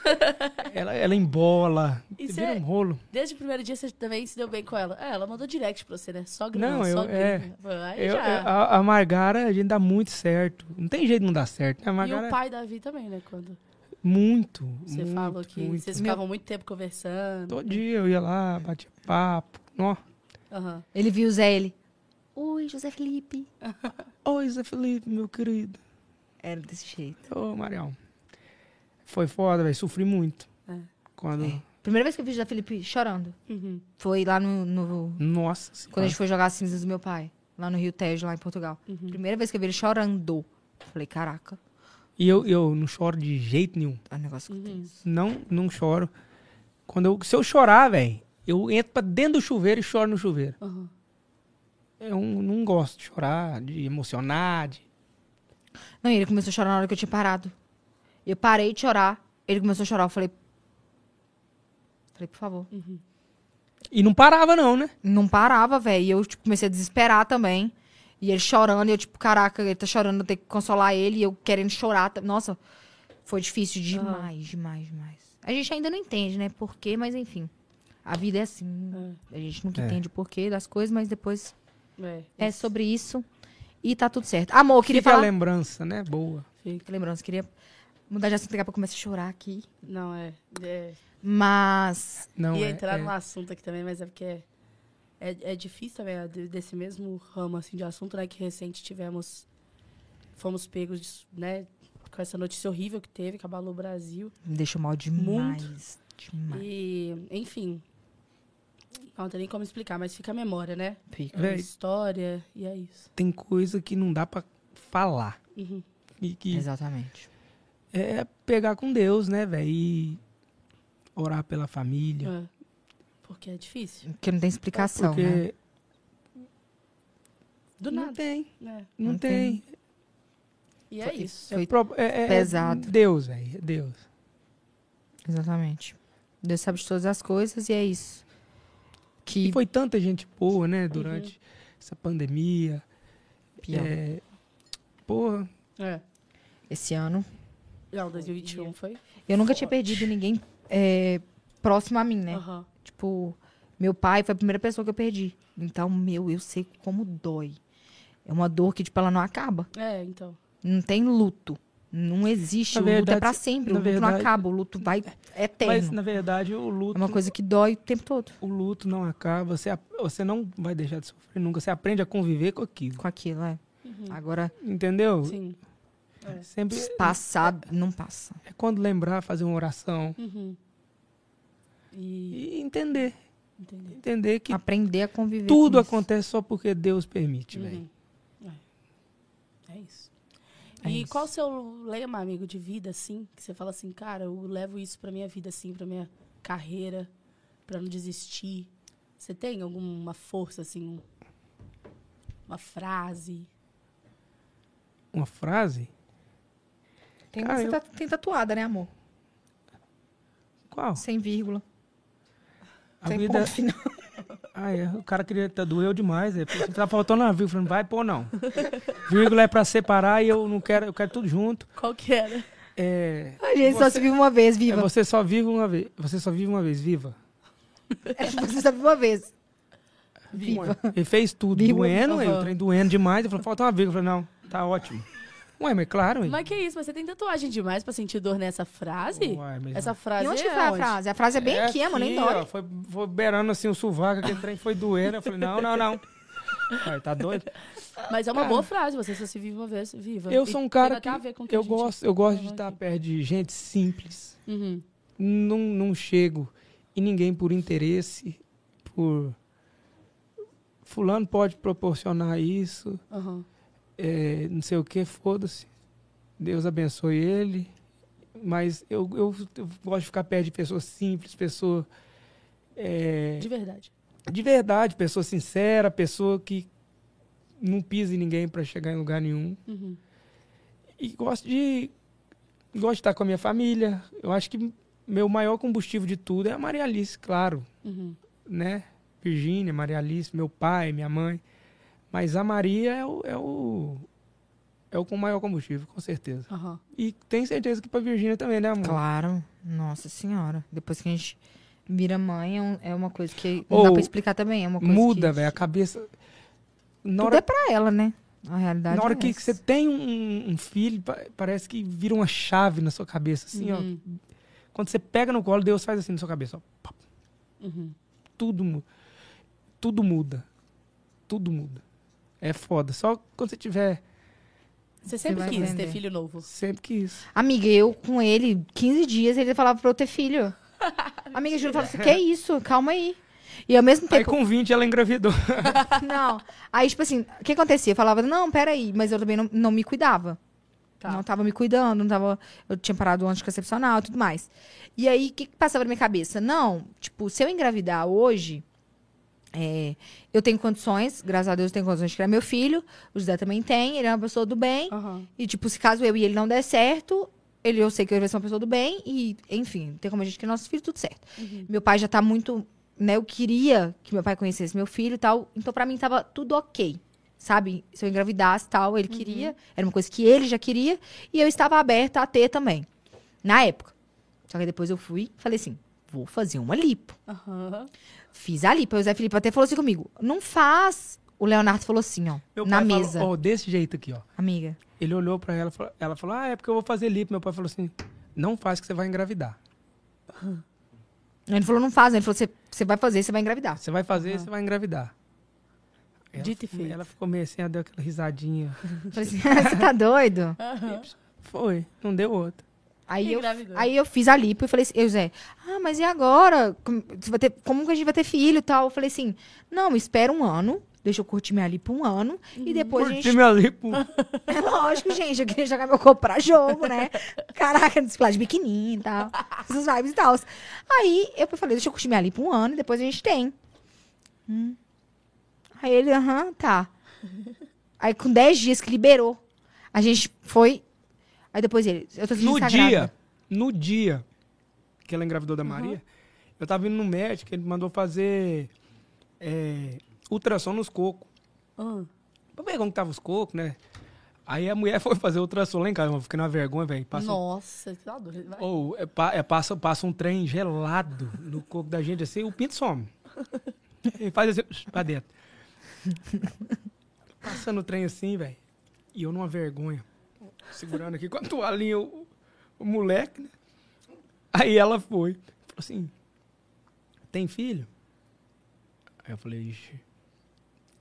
S3: ela, ela embola,
S2: Isso
S3: vira
S2: é-
S3: um rolo.
S2: Desde o primeiro dia você também se deu bem com ela. É, ela mandou direct pra você, né? Só grana,
S3: Não,
S2: só
S3: eu- é.
S2: grana. Vai
S3: Eu-
S2: já.
S3: eu- a, a Margara, a gente dá muito certo. Não tem jeito de não dar certo. né? A
S2: E
S3: Margara,
S2: o pai Davi também, né? Quando
S3: muito,
S2: você
S3: muito,
S2: falou que
S3: muito.
S2: vocês ficavam muito tempo conversando.
S3: Todo dia eu ia lá, batia papo. Ó,
S2: Aham.
S1: Ele viu o Zé, ele. Oi, José Felipe.
S3: oi, Zé Felipe, meu querido.
S1: Era desse jeito.
S3: Ô, Marião. Foi foda, velho, sofri muito.
S2: É.
S3: Quando...
S1: Primeira vez que eu vi o José Felipe chorando
S2: Uhum.
S1: foi lá no- no,
S3: Nossa
S1: Quando
S3: senhora.
S1: a gente foi jogar as cinzas do meu pai, lá no Rio Tejo, lá em Portugal. Primeira vez que eu vi ele chorando. Falei, caraca,
S3: E eu, eu não choro de jeito nenhum.
S1: é um negócio que eu tenho.
S3: Não, não choro. Quando eu, se eu chorar, velho, eu entro pra dentro do chuveiro e choro no chuveiro.
S2: Aham.
S3: Eu não gosto de chorar, de emocionar, de...
S1: Não, e ele começou a chorar na hora que eu tinha parado. Eu parei de chorar, ele começou a chorar. Eu falei. Falei, por favor.
S3: E não parava não, né?
S1: Não parava, velho. E eu tipo, comecei a desesperar também. E ele chorando, e eu, tipo, caraca, ele tá chorando, eu tenho que consolar ele, e eu querendo chorar. ta- Nossa, foi difícil demais, demais, demais. A gente ainda não entende, né? Por quê, mas enfim. A vida é assim. A gente nunca
S3: É.
S1: entende o porquê das coisas, mas depois
S2: É.
S1: é sobre isso. E tá tudo certo. Amor, eu queria
S3: Fica a
S1: falar.
S3: lembrança, né? Boa.
S1: Lembrança, queria mudar de assunto daqui a pouco eu começo a chorar aqui.
S2: Não, é. é.
S1: Mas.
S3: Não,
S2: Ia
S3: é,
S2: entrar
S3: é.
S2: num assunto aqui também, mas é porque é, é, é difícil também, é de- desse mesmo ramo assim, de assunto, né? Que recente tivemos. Fomos pegos, de- né? Com essa notícia horrível que teve, que abalou o Brasil.
S1: Me deixa mal demais. Demais.
S2: E, enfim. Não, não tem nem como explicar, mas fica a memória, né? É uma
S3: Véi.
S2: história, e é isso. Uhum.
S3: Tem coisa que não dá pra falar. E que
S1: Exatamente.
S3: é pegar com Deus, né, velho? E orar pela família.
S2: É. Porque é difícil.
S1: Porque não tem explicação,
S3: porque
S1: né?
S2: Do
S3: não
S2: nada,
S3: tem.
S2: né?
S3: Não,
S1: Não
S3: tem.
S1: tem.
S2: E é isso.
S1: Foi-
S3: É pro- é- é-
S1: pesado.
S3: É Deus, velho. É Deus.
S1: Exatamente. Deus sabe de todas as coisas e é isso.
S3: E
S1: Que
S3: foi tanta gente boa,
S2: Uhum.
S3: né, durante essa pandemia.
S1: pior.
S3: É, porra,
S2: É.
S1: Esse ano.
S2: Não, 2021 foi?
S1: Eu nunca tinha perdido ninguém é, próximo a mim, né?
S3: Ah.
S2: Aham.
S1: Tipo, meu pai foi a primeira pessoa que eu perdi. Então, meu, eu sei como dói. É uma dor que, tipo, ela não acaba.
S2: É, então.
S1: Não tem luto. Não existe.
S3: Na
S1: o luto é
S3: verdade-
S1: pra sempre. O
S3: na
S1: luto não
S3: verdade-
S1: acaba. O luto vai
S3: mas
S1: eterno.
S3: na verdade o
S1: É
S3: luto,
S1: uma coisa que dói o tempo todo
S3: o luto não acaba, você, ap- você não vai deixar de sofrer nunca, você aprende a conviver com aquilo,
S1: com aquilo, é.
S3: Uhum.
S1: Agora,
S3: entendeu?
S2: Sim.
S3: Sempre
S1: passar, não passa.
S3: é quando lembrar, fazer uma oração
S2: Uhum. E.
S3: e entender,
S2: Entendi.
S3: entender que
S1: Aprender a conviver.
S3: tudo
S1: com isso.
S3: acontece só porque Deus permite,
S2: Uhum.
S3: velho.
S2: É isso.
S1: É
S2: e
S1: isso.
S2: qual o seu lema, amigo, de vida, assim? Que você fala assim, cara, eu levo isso pra minha vida, assim, pra minha carreira, pra não desistir. Você tem alguma força, assim? um- Uma frase?
S3: Uma frase?
S1: Tem, uma que você
S3: Cara,
S1: tá- tem tatuada, né, amor?
S3: Qual?
S1: Sem vírgula.
S3: A
S1: sem
S3: vida
S1: ponto final.
S3: Ah, é. O cara queria tá doeu demais. É. Tá faltando uma vírgula. Não vai pôr, não. Vírgula é pra separar e eu não quero, eu quero tudo junto.
S2: Qual que era?
S3: É,
S1: A gente só se vive uma vez,
S3: é
S1: viva. Você...
S3: você só vive uma vez. Você só vive uma vez, viva.
S1: É, você só vive uma vez. Viva.
S3: Ele fez tudo
S1: Vírgula,
S3: doendo,
S2: aham.
S3: eu trem doendo demais. Ele falou, falta uma vírgula. Eu falei, não, tá ótimo. Ué, mas é claro, ué.
S2: Mas que isso, mas você tem tatuagem demais pra sentir dor nessa frase?
S3: Uai, mas-
S2: Essa frase
S1: E onde
S2: é
S1: que foi a
S2: onde?
S1: frase? A frase é bem aqui, amor, nem
S3: aqui,
S1: dói.
S3: ó, Foi, foi beirando assim o sovaco, aquele trem foi doendo. Eu falei, não, não, não. Ué, tá doido?
S2: Mas é uma boa frase, você só se vive uma vez, viva.
S3: Ah. Eu
S2: E
S3: sou um
S2: tem
S3: cara
S2: até
S3: que
S2: a ver com o que a
S3: eu
S2: gente-
S3: gosto, eu gosto de
S2: falou
S3: estar
S2: aqui.
S3: perto de gente simples.
S2: Uhum.
S3: não, não chego em ninguém por interesse, por. Fulano pode proporcionar isso,
S2: Aham.
S3: é, não sei o que, foda-se. Deus abençoe ele. Mas eu, eu, eu gosto de ficar perto de pessoas simples, pessoa é,
S2: De verdade.
S3: de verdade, pessoa sincera, pessoa que não pisa em ninguém para chegar em lugar nenhum.
S2: Uhum.
S3: E gosto de gosto de estar com a minha família. Eu acho que meu maior combustível de tudo é a Maria Alice, claro,
S2: Uhum.
S3: né? Virgínia, Maria Alice, meu pai, minha mãe. Mas a Maria é o é o é o com maior combustível, com certeza.
S2: Aham.
S3: E tenho certeza que para Virgínia também, né, amor?
S1: Claro, nossa senhora. Depois que a gente vira mãe, é, um- é uma coisa que não dá
S3: Ou
S1: pra explicar também. É uma coisa
S3: Muda,
S1: que-
S3: velho, a cabeça na
S1: Tudo
S3: hora,
S1: é pra ela, né? A realidade
S3: na hora
S1: é
S3: que,
S1: essa.
S3: você tem um, um filho, pa- parece que vira uma chave na sua cabeça, assim,
S2: Uhum.
S3: ó. Quando você pega no colo, Deus faz assim na sua cabeça, ó. Pá,
S2: Uhum.
S3: tudo, mu- tudo muda. Tudo muda. É foda. Só quando você tiver
S2: Você sempre
S1: vai
S2: quis
S1: entender.
S2: ter filho novo.
S3: sempre que isso.
S1: Amiga, eu com ele, 15 dias, ele falava pra eu ter filho. Amiga, Júlia falava assim, que isso? Calma aí. E ao mesmo
S3: Aí
S1: tempo,
S3: com 20 ela engravidou.
S1: não. Aí, tipo assim, o que acontecia? Eu falava, não, peraí, mas eu também não, não me cuidava.
S2: Tá.
S1: Não tava me cuidando, não tava. Eu tinha parado o anticoncepcional e tudo mais. E aí, o que, que passava na minha cabeça? Não, tipo, se eu engravidar hoje, é, eu tenho condições, graças a Deus eu tenho condições de criar meu filho, o José também tem, ele é uma pessoa do bem.
S2: Aham.
S1: E, tipo, se caso eu e ele não der certo, ele, eu sei que ele vai ser uma pessoa do bem. E, enfim, tem como a gente criar nossos filhos, tudo certo.
S3: Uhum.
S1: Meu pai já tá muito... Né, eu queria que meu pai conhecesse meu filho e tal. Então, pra mim, tava tudo ok. Sabe? Se eu engravidasse e tal, ele
S3: Uhum.
S1: queria. Era uma coisa que ele já queria. E eu estava aberta a ter também. Na época. Só que depois eu fui falei assim, vou fazer uma lipo.
S2: Aham.
S1: Fiz a lipo. Aí O Zé Felipe até falou assim comigo: não faz O Leonardo falou assim, ó.
S3: Meu
S1: na
S3: pai falou,
S1: mesa.
S3: ó, desse jeito aqui, ó.
S1: Amiga.
S3: Ele olhou pra ela, e falou- ela falou, ah, é porque eu vou fazer lipo. Meu pai falou assim, não faz que você vai engravidar.
S1: Ele falou, não faz. né? Ele falou, "Você- você vai fazer, você vai engravidar.
S3: Você vai fazer, você vai engravidar. Ela
S2: Dito e
S3: ficou-
S2: feito.
S3: Ela ficou meio assim, ela deu aquela risadinha.
S1: Eu falei assim, você tá doido?
S3: Foi, não deu outro.
S1: Aí eu,
S2: Engravidou.
S1: aí eu fiz a lipo e falei assim, eu, Zé, ah, mas e agora? Como, você vai ter- como que a gente vai ter filho e tal? Eu falei assim, não, espera um ano, deixa eu curtir minha lipo um ano, e depois a
S3: Curti
S1: gente...
S3: minha lipo.
S1: É lógico, gente, eu queria jogar meu corpo pra jogo, né? Caraca, não se falar de biquininho e tal, essas vibes e tal. Aí eu falei, deixa eu curtir minha lipo um ano, e depois a gente tem. Hum. Aí ele, aham, tá. Aí com 10 dias que liberou, a gente foi... Aí depois ele, eu tô sentindo
S3: No
S1: que tá grávida. Uhum.
S3: dia, no dia que ela engravidou da Maria, eu tava indo no médico, ele mandou fazer é, ultrassom nos cocos.
S2: Ah.
S3: Pra ver como que tava os cocos, né? Aí a mulher foi fazer ultrassom lá em casa, eu fiquei na vergonha, velho. Passa, um-
S2: Nossa, que dá dor. Vai.
S3: Ou, é, pa- é, passa, passa um trem gelado no coco da gente, assim, o pinto some. Ele faz assim, pra dentro. Passando o trem assim, velho, e eu numa vergonha, segurando aqui com a toalhinha o, o moleque, né? Aí ela foi, falou assim, tem filho? Aí eu falei, Ixi,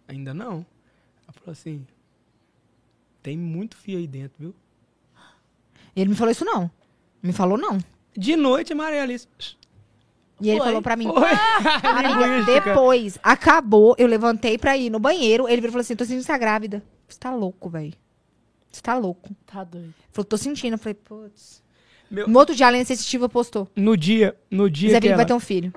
S3: ainda não. Ela falou assim, tem muito fio aí dentro, viu?
S1: Ele me falou isso não. Me falou não.
S3: De noite, Maria Alice.
S1: E ele
S2: Foi,
S1: falou pra mim,
S3: Foi.
S1: amiga,
S3: Linguística.
S1: depois, acabou, eu levantei pra ir no banheiro, ele virou e falou assim, tô sentindo que você tá grávida. Você tá louco, velho. Você tá louco. Ele
S2: Tá doido.
S1: falou, tô sentindo. Eu falei, putz.
S3: Meu-
S1: No outro dia, a Lena Sensitiva postou.
S3: No dia, no dia
S1: Zé
S3: que
S1: Vini
S3: ela,
S1: vai ter um filho.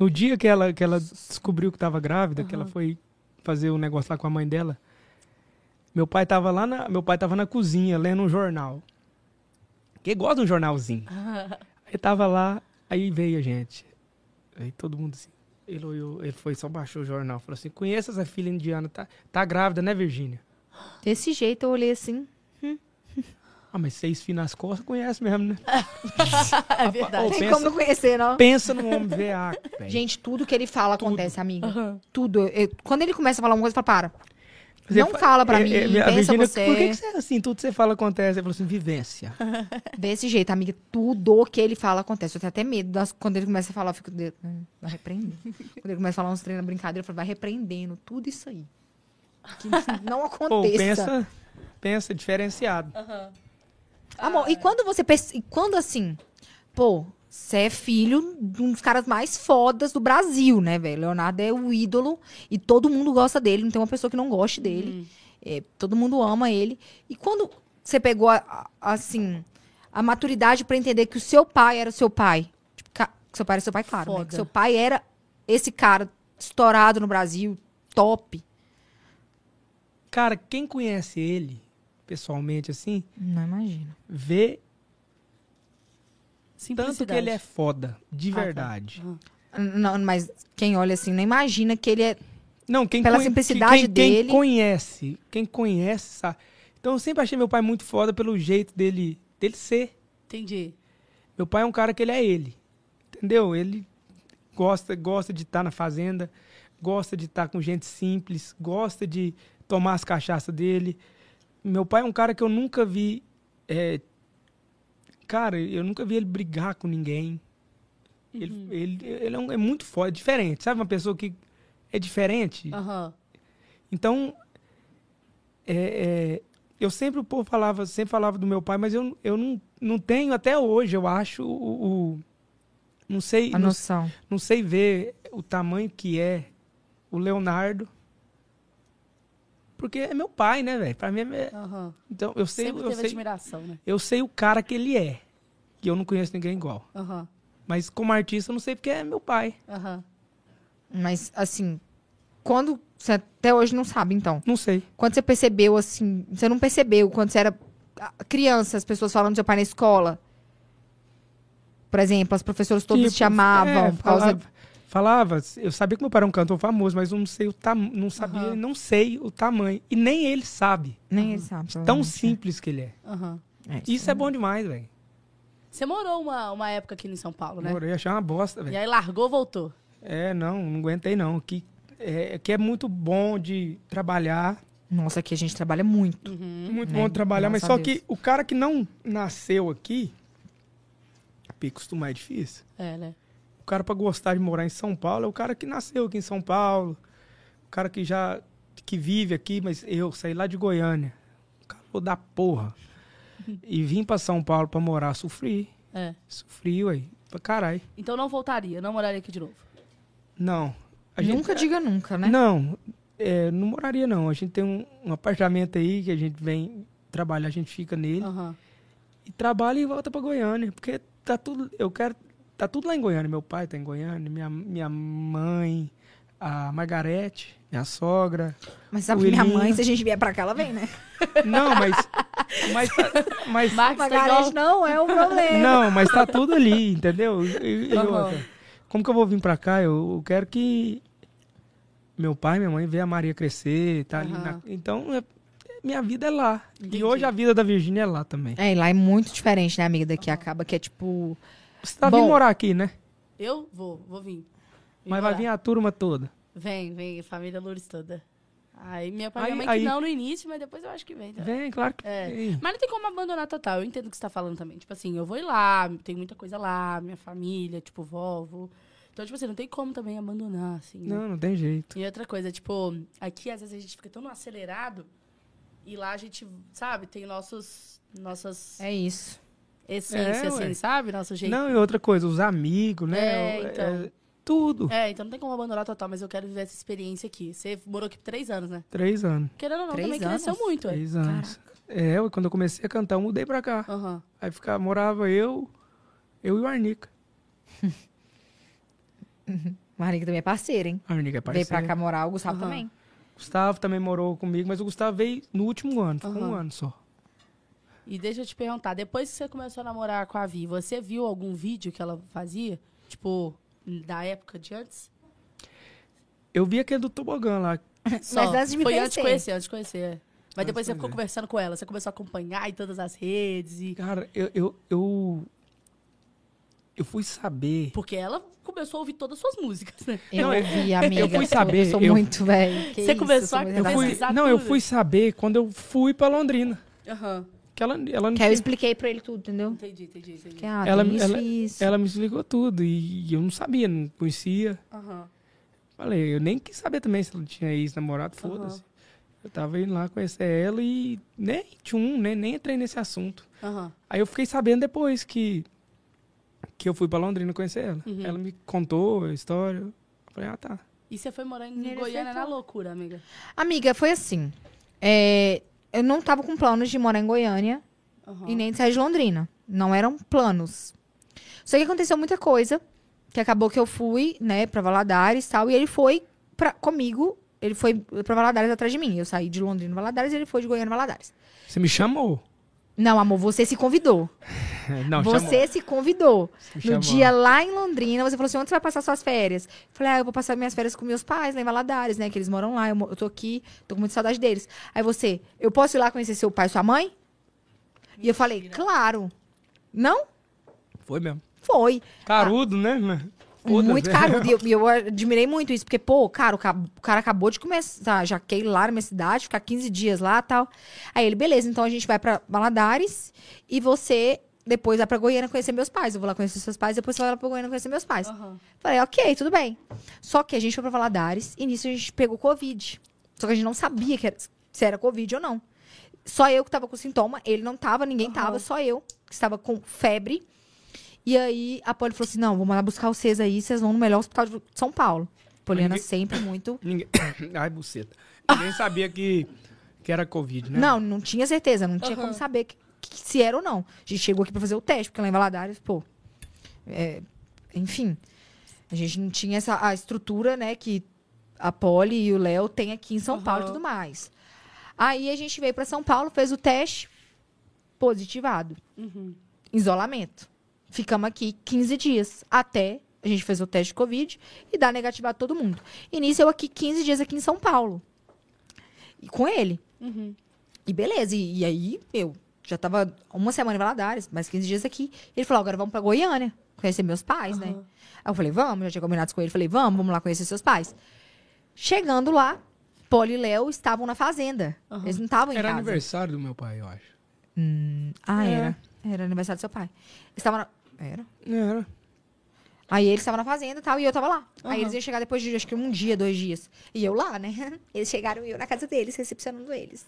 S3: no dia que ela, que ela descobriu que estava grávida, que ela foi fazer um negócio lá com a mãe dela, meu pai tava lá na, meu pai tava na cozinha lendo um jornal. Que gosta de um jornalzinho. Aí tava lá, aí veio a gente. Aí todo mundo assim, ele olhou, ele foi só baixou o jornal, falou assim: "Conheço essa filha indiana, tá, tá grávida, né, Virgínia?"
S1: Desse jeito, eu olhei assim.
S3: Ah, mas seis filhos nas costas conhece mesmo, né? Ah,
S2: é verdade.
S1: Não tem
S3: pensa-
S1: como não conhecer, não.
S3: Pensa no homem veaco, velho.
S1: Gente, tudo que ele fala acontece, amiga.
S2: Aham.
S1: Tudo. Eu- eu- quando ele começa a falar uma coisa, eu falo, para.
S3: Você
S1: não fala pra
S3: é,
S1: mim,
S3: é, a
S1: pensa
S3: Virgínia,
S1: você.
S3: Por que, que você é assim? Tudo que você fala acontece. Ele falou assim, vivência.
S1: Desse jeito, amiga, tudo que ele fala acontece. Eu tenho até medo. das- quando ele começa a falar, eu fico. de- hum, Vai repreender. quando ele começa a falar uns treinos brincadeira, eu falo, vai repreendendo tudo isso aí. Que não
S3: Pô,
S1: aconteça.
S3: pensa, pensa diferenciado.
S1: Amor, e quando você pensa. E quando assim, pô, você é filho de um dos caras mais fodas do Brasil, né, velho? Leonardo é o ídolo e todo mundo gosta dele, não tem uma pessoa que não goste dele. É, todo mundo ama ele. E quando você pegou, a- a- assim, a maturidade pra entender que o seu pai era o seu pai? Tipo, ca- que seu pai era seu pai, claro. Né?
S2: Foda.
S1: Que seu pai era esse cara estourado no Brasil, top.
S3: Cara, quem conhece ele, pessoalmente, assim,
S1: Não imagina.
S3: vê
S2: Simplicidade.
S3: tanto que ele é foda, de
S2: Ah, tá.
S3: verdade.
S2: Aham.
S1: Não, mas quem olha assim, não imagina que ele é
S3: Não, quem
S1: Pela
S3: conhe-
S1: simplicidade
S3: quem- quem
S1: dele.
S3: conhece, quem conhece, sabe? Então eu sempre achei meu pai muito foda pelo jeito dele, dele ser.
S2: Entendi.
S3: Meu pai é um cara que ele é ele. Entendeu? Ele gosta, gosta de estar na fazenda, gosta de estar com gente simples, gosta de tomar as cachaças dele. Meu pai é um cara que eu nunca vi. é, cara, eu nunca vi ele brigar com ninguém. Ele, ele, ele é, um- é muito foda, é diferente. Sabe uma pessoa que é diferente?
S2: Aham.
S3: Então, é, é, eu sempre, o povo falava, sempre falava do meu pai, mas eu, eu não, não tenho até hoje, eu acho, o, o- não sei,
S1: a
S3: não,
S1: noção.
S3: não sei ver o tamanho que é o Leonardo, porque é meu pai, né, velho? Pra mim, é,
S2: Aham.
S3: então eu sei,
S2: Sempre
S3: eu
S2: teve
S3: sei,
S2: admiração, né?
S3: eu sei o cara que ele é, que eu não conheço ninguém igual.
S2: Aham.
S3: Mas como artista, eu não sei porque é meu pai.
S2: Aham.
S1: Mas, assim, quando. Você até hoje não sabe, então.
S3: Não sei.
S1: Quando você percebeu, assim. Você não percebeu quando você era ah, criança, as pessoas falando do seu pai na escola. Por exemplo, as professoras todas
S3: Tipo,
S1: te amavam
S3: é,
S1: por causa.
S3: Falava, falava, eu sabia que meu pai era um cantor famoso, mas eu não sei o tam, não sabia,
S2: Aham.
S3: não sei o tamanho. E nem ele sabe.
S1: Nem ele sabe.
S3: Tão
S1: provavelmente. né?
S3: simples que ele é.
S2: Aham.
S1: É,
S3: Isso é bom demais, velho.
S2: Você morou uma, uma época aqui em São Paulo, né?
S3: Morei, achei uma bosta,
S2: E
S3: velho.
S2: aí largou, voltou.
S3: É, não, não aguentei não. Que é, que é muito bom de trabalhar.
S1: Nossa, aqui a gente trabalha muito.
S2: Uhum.
S3: Muito
S1: Né?
S3: bom de trabalhar, mas
S1: Graças
S3: só
S1: a Deus.
S3: que o cara que não nasceu aqui, porque costumar é difícil.
S2: É, né?
S3: O cara pra gostar de morar em São Paulo é o cara que nasceu aqui em São Paulo. O cara que já que vive aqui, mas eu saí lá de Goiânia. Calor da porra. E vim pra São Paulo pra morar, sofri.
S2: É.
S3: Sofri, ué. Pra caralho.
S2: Então não voltaria, não moraria aqui de novo.
S3: Não. A gente- é.
S1: nunca diga nunca, né?
S3: Não, é, não moraria não. A gente tem um, um apartamento aí que a gente vem trabalhar, a gente fica nele.
S2: Aham.
S3: E trabalha e volta pra Goiânia. Porque tá tudo. Eu quero. Tá tudo lá em Goiânia. Meu pai tá em Goiânia, minha, minha mãe, a Margarete, minha sogra.
S1: Mas a
S3: O
S1: minha
S3: Elinho.
S1: mãe, se a gente vier pra cá, ela vem, né?
S3: Não, mas. Mas. mas
S2: Max, tá
S1: Margarete
S2: igual-
S1: não é o problema.
S3: não, mas tá tudo ali, entendeu? E- e
S2: Aham.
S3: outra, como que eu vou vir pra cá? Eu, eu quero que meu pai e minha mãe vejam a Maria crescer, tá ali na-
S2: Aham.
S3: Então, é- minha vida é lá.
S2: Entendi.
S3: E hoje a vida da Virgínia é lá também.
S1: É, e lá é muito diferente, né, amiga? Daqui acaba que é tipo.
S3: Você tá vindo
S1: Bom.
S3: morar aqui, né?
S2: Eu vou, vou vir. Vim
S3: Mas vai
S2: morar.
S3: vir a turma toda.
S2: Vem, vem, família Lourdes toda. Aí minha pai e
S3: Aí-
S2: minha mãe
S3: aí-
S2: que não no início, mas depois eu acho que vem. Tá?
S3: Vem, claro que
S2: É.
S3: vem.
S2: Mas não tem como abandonar total, eu entendo o que você tá falando também. Tipo assim, eu vou ir lá, tem muita coisa lá, minha família, tipo, vovo. Então, tipo assim, não tem como também abandonar, assim. né?
S3: Não, não tem jeito.
S2: E outra coisa, tipo, aqui às vezes a gente fica tão acelerado e lá a gente, sabe, tem nossos, nossas
S1: É isso.
S2: essências,
S3: É,
S2: assim,
S3: ué.
S2: sabe? Nosso jeito.
S3: Não, e outra coisa, os amigos, né?
S2: É,
S3: O-
S2: então.
S3: tudo.
S2: É, então não tem como abandonar total, mas eu quero viver essa experiência aqui. Você morou aqui por três anos, né?
S3: Três anos.
S2: Querendo ou não,
S1: Três
S2: também
S1: anos?
S2: cresceu muito, é.
S3: Três anos. É, ué, quando eu comecei a cantar, eu mudei pra cá.
S2: Aham.
S3: Aí ficava, morava eu, eu e o Arnica.
S1: Marica também é parceira, hein?
S3: O Arnica é
S1: Veio
S3: parceiro.
S1: pra cá morar, o Gustavo
S2: Aham.
S1: também.
S3: Gustavo também morou comigo, mas o Gustavo veio no último ano, ficou um
S2: Aham.
S3: ano só.
S2: E deixa eu te perguntar, depois que você começou a namorar com a Vi, você viu algum vídeo que ela fazia? Tipo, da época de antes?
S3: Eu vi aquele do tobogã lá.
S1: Mas antes de me
S2: Foi antes
S1: conhecer.
S2: de conhecer, antes de conhecer. é. Mas depois
S3: Antes de
S2: você ficou
S3: conhecer.
S2: conversando com ela, você começou a acompanhar em todas as redes e...
S3: Cara, eu. Eu, eu, eu fui saber.
S2: Porque ela começou a ouvir todas as suas músicas, né?
S1: Eu
S3: Não, eu-
S1: ouvi, amiga.
S3: eu fui saber,
S1: sou
S3: eu-
S1: muito, velho.
S2: Você começou a-
S3: Eu fui,
S2: pesquisar
S3: não, eu
S2: tudo.
S3: fui saber quando eu fui pra Londrina.
S2: Aham.
S3: Que ela, ela, não
S1: Que aí eu
S3: tinha-
S1: expliquei pra ele tudo, entendeu?
S2: Entendi, entendi, entendi.
S1: Que, ah,
S3: Ela-
S1: tem isso,
S3: ela-
S1: isso.
S3: ela me explicou tudo. E eu não sabia, não conhecia.
S2: Aham.
S3: Falei, eu nem quis saber também se ela tinha ex-namorado, foda-se. Eu tava indo lá conhecer ela e nem tinha um, né? Nem entrei nesse assunto.
S2: Aham.
S3: Aí eu fiquei sabendo depois que, que eu fui pra Londrina conhecer ela.
S2: Uhum.
S3: Ela me contou a história. Eu falei, ah, tá.
S2: E você foi morar em
S1: Ele
S2: Goiânia na
S1: aceitou.
S2: loucura, amiga.
S1: Amiga, foi assim. é, eu não tava com planos de morar em Goiânia
S2: Aham.
S1: e nem de sair de Londrina. Não eram planos. Só que aconteceu muita coisa. Que acabou que eu fui, né, pra Valadares e tal. E ele foi pra, comigo. Ele foi pra Valadares atrás de mim. Eu saí de Londrina Valadares e ele foi de Goiânia Valadares.
S3: Você me chamou?
S1: Não, amor, você se convidou.
S3: Não,
S1: você se convidou.
S3: Me
S1: No
S3: chamou.
S1: dia lá em Londrina, você falou assim: onde você vai passar suas férias? Eu falei: ah, eu vou passar minhas férias com meus pais lá em Valadares, né? Que eles moram lá, eu, mo- eu tô aqui, tô com muita saudade deles. Aí você, eu posso ir lá conhecer seu pai e sua mãe? E eu falei: claro. Não?
S3: Foi mesmo.
S1: Foi.
S3: Carudo, né? né? Foda-se.
S1: Muito caro. E eu, e eu admirei muito isso, porque, pô, cara, o, ca- o cara acabou de começar, já quer ir lá na minha cidade, ficar 15 dias lá e tal. Aí ele, beleza, então a gente vai pra Valadares e você depois vai pra Goiânia conhecer meus pais. Eu vou lá conhecer seus pais, depois você vai lá pra Goiânia conhecer meus pais.
S2: Aham.
S1: Falei, ok, tudo bem. Só que a gente foi pra Valadares e nisso a gente pegou Covid. Só que a gente não sabia que era- se era Covid ou não. Só eu que tava com sintoma, ele não tava, ninguém tava, só eu que estava com febre. E aí a Poli falou assim: não, vou mandar buscar vocês aí, vocês vão no melhor hospital de São Paulo. Poliana
S3: Ninguém-
S1: sempre muito.
S3: Ninguém... Ai, buceta. Ninguém sabia que, que era Covid, né?
S1: Não, não tinha certeza, não tinha
S2: Aham.
S1: como saber que- que- se era ou não. A gente chegou aqui pra fazer o teste, porque lá em Valadares, pô. é, enfim, a gente não tinha essa a estrutura, né, que a Poli e o Léo têm aqui em São
S2: Aham.
S1: Paulo e tudo mais. Aí a gente veio pra São Paulo, fez o teste, positivado.
S2: Uhum.
S1: Isolamento. Ficamos aqui 15 dias até a gente fez o teste de Covid e dá negativo a todo mundo. E nisso eu aqui 15 dias aqui em São Paulo. E com ele.
S2: Uhum.
S1: E beleza, e, e aí eu já tava uma semana em Valadares, mais 15 dias aqui. Ele falou, agora vamos pra Goiânia, conhecer meus pais, né?
S2: Aham.
S1: Aí eu falei, vamos, já tinha combinado isso com ele. Falei, vamos, vamos lá conhecer seus pais. Chegando lá, Poli e Léo estavam na fazenda.
S2: Aham.
S1: Eles não estavam em
S3: Era
S1: casa.
S3: aniversário do meu pai, eu acho.
S1: Hum, ah,
S2: É.
S1: era. Era aniversário do seu pai. Estavam na... Era?
S3: Era.
S1: Aí eles estavam na fazenda e tal, e eu tava lá.
S2: Aham.
S1: Aí eles iam chegar depois de, acho que um dia, dois dias. E eu lá, né? Eles chegaram e eu na casa deles, recepcionando eles.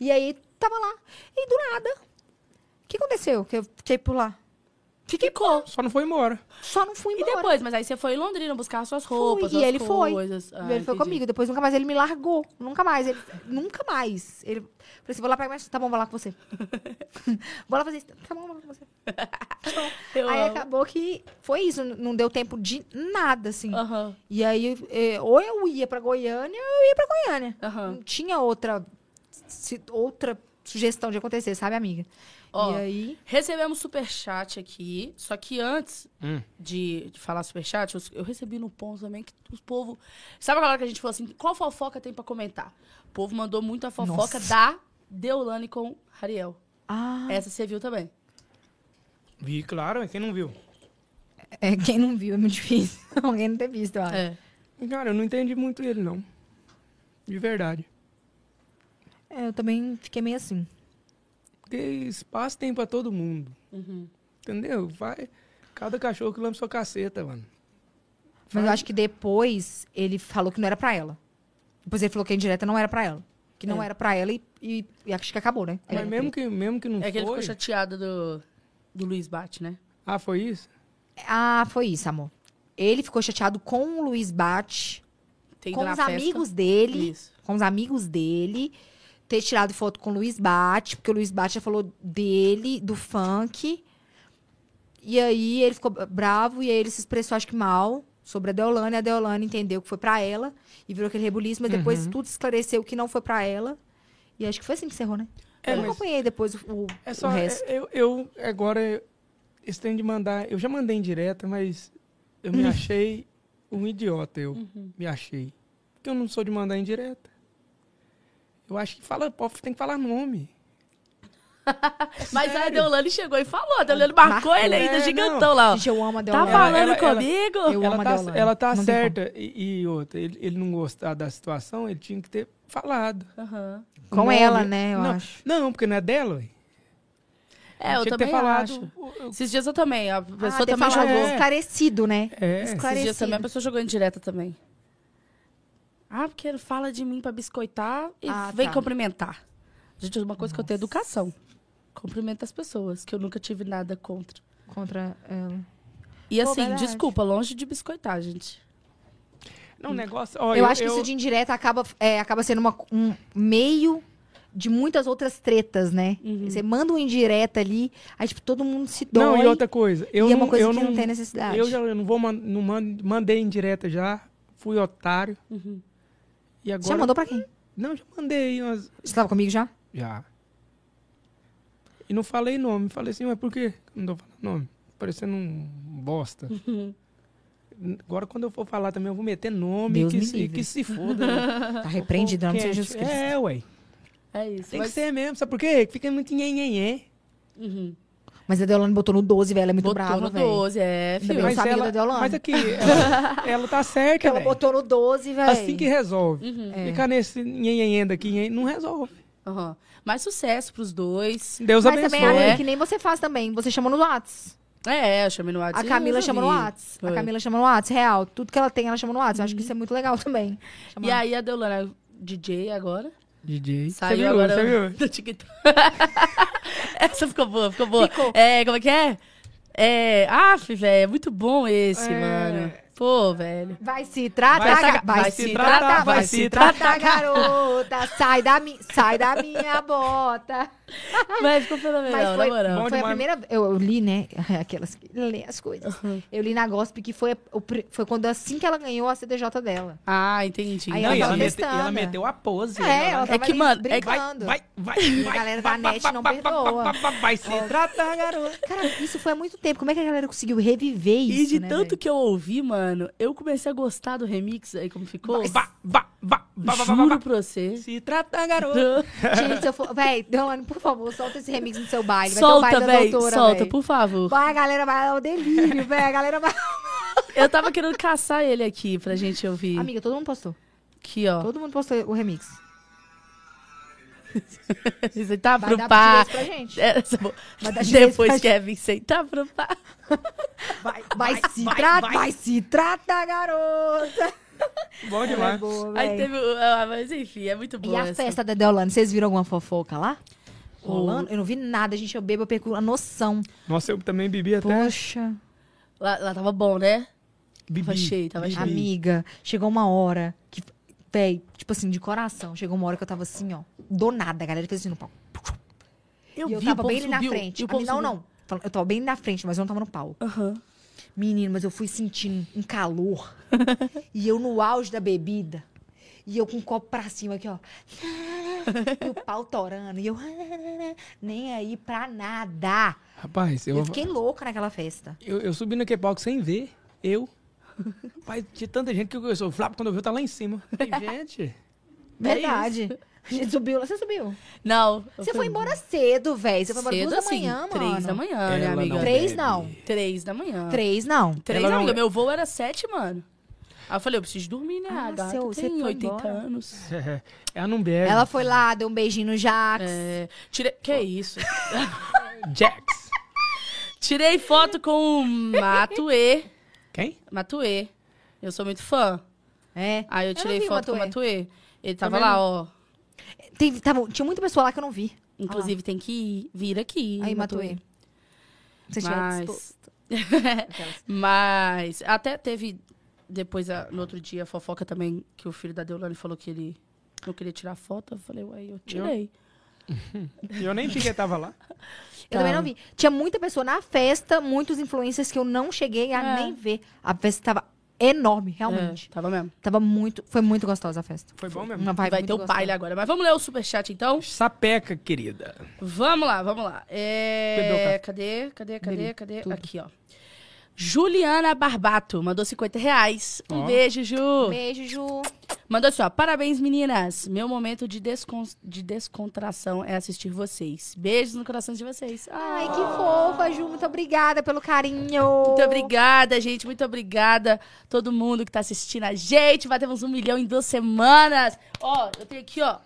S1: E aí, tava lá. E do nada, o que aconteceu? Que eu fiquei por lá.
S2: Fiquei com.
S3: Só não foi embora.
S1: Só não fui
S2: E
S1: embora.
S2: depois, mas aí você foi em Londrina buscar suas roupas,
S1: e
S2: suas
S1: ele foi.
S2: coisas. Ah,
S1: ele foi
S2: entendi.
S1: comigo, depois nunca mais ele me largou. Nunca mais. Ele, nunca mais. Ele falou assim: vou lá pra mais. Tá bom, vou lá com você. vou lá fazer isso. Tá bom, vou lá com você.
S2: Eu
S1: aí
S2: amo.
S1: acabou que foi isso. n- Não deu tempo de nada, assim.
S2: Aham,
S1: E aí, eh, ou eu ia pra Goiânia, ou eu ia pra Goiânia.
S2: aham.
S1: Não tinha outra, se- outra sugestão de acontecer, sabe, amiga?
S2: Ó.
S1: E aí.
S2: Recebemos superchat aqui, só que antes
S3: Hum.
S2: de, de falar superchat, eu, eu recebi no ponto também que os povo... Sabe aquela hora que a gente falou assim, qual fofoca tem pra comentar? O povo mandou muito a fofoca
S1: Nossa.
S2: da Deolane com Ariel.
S1: Ah,
S2: Essa você viu também.
S3: Vi, claro, é, quem não viu?
S1: é, quem não viu é muito difícil. Alguém não ter visto, eu acho.
S2: É.
S3: Cara, eu não entendi muito ele, não. De verdade.
S1: É, eu também fiquei meio assim.
S3: Porque espaço tem pra todo mundo.
S2: Uhum.
S3: Entendeu? Vai. Cada cachorro que lambe sua caceta, mano.
S1: Mas eu acho que depois ele falou que não era pra ela. Depois ele falou que a indireta não era pra ela. Que não
S2: É.
S1: era pra ela e, e, e acho que acabou, né?
S3: Mas mesmo que, mesmo que não
S2: É que ele
S3: foi.
S2: ficou chateado do, do Luiz Bate, né?
S3: Ah, foi isso?
S1: Ah, foi isso, amor. Ele ficou chateado com o Luiz Bate,
S2: Tem
S1: com
S2: lá
S1: os
S2: a festa.
S1: amigos dele.
S2: Isso.
S1: com os amigos dele, ter tirado foto com o Luiz Bate, porque o Luiz Bate já falou dele, do funk. E aí ele ficou bravo e aí ele se expressou, acho que mal, sobre a Deolane. A Deolane entendeu que foi pra ela e virou aquele rebuliço, mas depois tudo esclareceu que não foi pra ela. E acho que foi assim que encerrou, né?
S3: É,
S1: eu não
S3: mas-
S1: acompanhei depois o, o-
S3: É só.
S1: o resto.
S3: é- eu, eu agora. Esse trem de mandar. Eu já mandei em direta, mas eu me achei um idiota, eu
S2: Uhum.
S3: me achei. Porque eu não sou de mandar em direta. Eu acho que fala, pô, tem que falar nome.
S2: Mas aí a
S3: É Sério?
S2: Deolane chegou e falou. A Deolane marcou,
S1: Marcou.
S2: ele ainda,
S3: É,
S2: gigantão
S3: não.
S2: lá. ó.
S1: Gente, eu amo a
S2: Tá
S1: Deolane.
S2: falando
S3: ela- ela-
S2: comigo?
S1: Eu amo
S3: ela
S1: a
S3: tá,
S1: Deolane.
S3: ela tá
S1: Não tem
S3: certa. E, e outra, ele, ele não gostar da situação, ele tinha que ter falado.
S2: Aham.
S1: Com
S3: Nome.
S1: ela, né, eu
S3: não,
S1: acho.
S3: Não, porque não é dela, ué.
S2: É, eu
S3: tinha
S2: também
S3: que ter falado.
S2: acho.
S3: o- o-
S2: Esses dias eu também. A pessoa
S1: Ah, ter
S2: também
S1: falado,
S2: jogou.
S3: É.
S1: esclarecido, né?
S3: É.
S2: Esses dias também a
S1: Esclarecido.
S2: pessoa jogou em direta também. Ah, porque ele fala de mim pra biscoitar e
S1: Ah,
S2: vem
S1: tá.
S2: cumprimentar. Gente, uma coisa que eu tenho é educação. Cumprimenta as pessoas, que eu nunca tive nada contra.
S1: Contra ela.
S2: E
S1: Pô,
S2: assim,
S1: verdade.
S2: desculpa, longe de biscoitar, gente.
S3: Não, o negócio. ó,
S1: eu, acho que isso de indireta acaba, é, acaba sendo uma- um meio de muitas outras tretas, né? Você manda um indireta ali, aí tipo, todo mundo se dói.
S3: Uhum. Não, e outra coisa. Eu
S1: e é
S3: não,
S1: uma coisa
S3: eu
S1: que não,
S3: não
S1: tem necessidade.
S3: Eu já eu não vou man- não man- mandei em direta já, fui otário.
S2: Uhum.
S3: E
S1: Você
S3: agora
S1: já mandou pra quem?
S3: Não, já mandei umas
S1: Você tava comigo já?
S3: já. E não falei nome, falei assim, mas por quê? que eu Não tô falando nome, parecendo um bosta. Agora quando eu for falar também eu vou meter nome
S1: Deus
S3: que
S1: me
S3: se,
S1: livre.
S3: que se foda. né?
S1: Tá repreendido, em nome de
S3: Cat,
S1: Jesus Cristo.
S3: É, ué.
S2: É isso.
S3: Tem
S2: mas-
S3: que ser mesmo, sabe por quê? Que Fica muito nhenhenhé.
S2: Uhum.
S3: é-
S1: Mas a Deolane botou no 12, velho. Ela é muito
S2: Botou
S1: brava,
S2: no
S1: velho.
S2: 12, é,
S1: Ainda
S2: filho.
S1: bem.
S3: Mas
S1: sabia
S3: ela,
S1: da Deolane.
S3: mas aqui, ela, ela tá certa,
S1: Ela
S3: velho.
S1: botou no 12, velho.
S3: Assim que resolve.
S1: Uhum.
S2: É.
S3: Ficar nesse nhenhenhé daqui, nhenhen, não resolve.
S2: Aham. Mais sucesso pros dois.
S3: Deus
S1: Mas
S3: abençoe.
S1: também, Alan,
S2: né?
S1: que nem você faz também. Você chamou no Whats.
S2: É, eu chamei no WhatsApp.
S1: A Camila
S2: chamou
S1: chama no Whats. A Camila chama no Whats, real. Tudo que ela tem, ela chama no Whats. Eu acho que isso é muito legal também.
S2: E aí a Deolana, DJ agora.
S3: DJ.
S2: Saiu
S3: Você viu,
S2: agora
S3: você viu?
S2: do TikTok. Essa ficou boa, ficou boa.
S1: Ficou.
S2: É, como é que é? É, af, velho, é muito bom esse,
S3: É.
S2: mano. Pô, velho.
S1: Vai se tratar,
S3: Vai
S1: ga-
S2: se- vai se
S3: tratar, vai se
S1: tratar, garota. Sai da, mi- sai da minha bota.
S2: Mas ficou fenomenal,
S1: Ah, Mas
S2: na
S1: foi,
S2: moral.
S3: Bom
S1: foi a
S3: demais.
S1: primeira. Eu, eu li, né? Aquelas que lê as coisas. Eu li na Gossip que foi, o pri- foi quando assim que ela ganhou a CDJ dela.
S2: Ah, entendi.
S1: Aí
S3: Não,
S1: ela
S3: e
S1: tava
S3: ela, mete-
S1: testando.
S3: ela meteu a pose.
S1: É, ela
S3: né?
S1: tava
S2: que,
S1: ali
S2: mano, é que-
S3: Vai,
S1: brincando.
S3: vai, vai, vai.
S1: galera da
S3: vai,
S1: net
S3: vai,
S1: não
S3: vai, vai,
S1: perdoa.
S3: vai, vai, vai se tratar, garoto.
S1: Cara, isso foi há muito tempo. Como é que a galera conseguiu reviver isso?
S2: E de
S1: né,
S2: tanto
S1: velho?
S2: que eu ouvi, mano, eu comecei a gostar do remix aí, como ficou.
S3: Vai, vai, vai, vai, vai, vai,
S2: Juro
S3: vai.
S2: pra você.
S3: Se tratar, garoto.
S1: Gente, se eu for. Véi, Deolane, por favor, solta esse remix no seu baile. Vai ter
S2: Solta,
S1: o baile
S2: velho.
S1: da doutora,
S2: Solta,
S1: véi.
S2: por favor.
S1: Vai, a galera vai ao delírio, velho. A galera vai.
S2: Eu tava querendo caçar ele aqui pra gente ouvir.
S1: Amiga, todo mundo postou.
S2: Aqui, ó.
S1: Todo mundo postou o remix.
S2: Você tá
S1: Vai
S2: pro
S1: dar
S2: pá.
S1: direito pra gente.
S2: É, essa bo-
S1: Vai dar direito pra
S2: Depois Kevin sentar pro pá.
S1: Vai, se tratar, vai. se tratar, garota.
S3: Bom
S1: Ela é
S3: demais.
S1: boa,
S2: Aí
S1: véi.
S2: teve. o- ah, mas enfim, é muito bom.
S1: E a
S2: essa.
S1: festa da Deolane, vocês viram alguma fofoca lá?
S2: O-
S1: Rolando? Eu não vi nada, gente. Eu bebo, eu perco a noção.
S3: Nossa, eu também bebi até.
S1: Poxa,
S2: Lá, lá tava bom, né?
S3: bebi.
S2: Tava cheio, tava
S3: bebi.
S2: cheio.
S1: amiga, chegou uma hora que. Véi, tipo assim, de coração. Chegou uma hora que eu tava assim, ó. Do nada, a galera fez assim no pau. e eu
S2: vi,
S1: tava
S2: o povo
S1: bem ali na
S2: subiu,
S1: frente.
S2: e o
S1: A
S2: povo
S1: mim- não,
S2: subiu.
S1: não. Fala- Eu tava bem na frente, mas eu não tava no pau.
S2: Aham.
S1: Menino, mas eu fui sentindo um calor. e eu no auge da bebida. E eu com o copo pra cima aqui, ó. E o pau torando. E eu nem aí pra nada.
S3: Rapaz, eu,
S1: Eu
S3: eu,
S1: fiquei louca naquela festa.
S3: eu, subi naquele palco sem ver. Eu. Rapaz, tinha tanta gente que eu sou. O Flávio, quando eu vi, eu tá lá em cima. Falei, gente.
S1: Verdade. A gente subiu lá. Você subiu?
S2: Não. É eu
S1: Você
S2: fui-
S1: foi embora cedo, velho. Você foi embora
S2: Cedo,
S1: duas da
S2: assim,
S1: manhã, mano.
S2: Três da manhã, né,
S3: ela
S2: amiga?
S3: não
S1: Três,
S3: bebe.
S1: não.
S2: Três da manhã.
S1: Três, não.
S2: Três
S3: Ela não-
S2: amiga. Meu voo era sete, mano. Aí eu falei, eu preciso dormir, né?
S1: Ah,
S2: a gata
S1: seu- você
S2: tem
S1: foi
S2: 80
S1: embora.
S2: anos.
S3: Ela não bebe.
S1: Ela foi lá, deu um beijinho no Jax.
S2: É, tirei... Que isso?
S3: Jax.
S2: tirei foto com o Matue.
S3: Quem?
S2: Matue. Eu sou muito fã.
S1: É.
S2: Aí eu
S1: não
S2: tirei
S1: vi o Tá
S2: foto com o Matue. Ele tava
S1: Também
S2: lá, ó.
S1: Teve- tava- tá tinha muita pessoa lá que eu não vi.
S2: Inclusive tem que ir, vir aqui.
S1: Ah. Aí, Matuê. Você tinha dispo-
S2: Mas... é, Mas até teve depois, a- no outro dia, a fofoca também, que o filho da Deolane falou que ele não queria tirar foto. Eu falei, uai, eu tirei.
S3: Eu nem vi que tava lá.
S1: Eu também
S2: Tá.
S1: não vi. Tinha muita pessoa na festa, muitos influencers que eu não cheguei a
S2: É.
S1: nem ver. A festa tava enorme, realmente.
S2: É, tava mesmo.
S1: Tava muito, foi muito gostosa a festa.
S3: Foi bom mesmo.
S1: Uma
S2: Vai,
S1: vibe muito
S2: ter o
S1: gostosa.
S2: baile agora. Mas vamos ler o superchat, então?
S3: Sapeca, querida.
S2: Vamos lá, vamos lá. É,
S3: Bebeu o café.
S2: Cadê, cadê, cadê,
S1: Bebi
S2: cadê?
S1: tudo.
S2: Aqui, ó. Juliana Barbato mandou 50 reais. Um
S3: Ó.
S2: beijo, Ju.
S1: Beijo, Ju.
S2: Mandou assim, ó. Parabéns, meninas. Meu momento de, descon... de descontração é assistir vocês. Beijos no coração de vocês. Ah,
S1: Ai, que fofa, Ju. Muito obrigada pelo carinho.
S2: Muito obrigada, gente. Muito obrigada todo mundo que tá assistindo a gente. Batemos um milhão em duas semanas. Ó, eu tenho aqui, ó.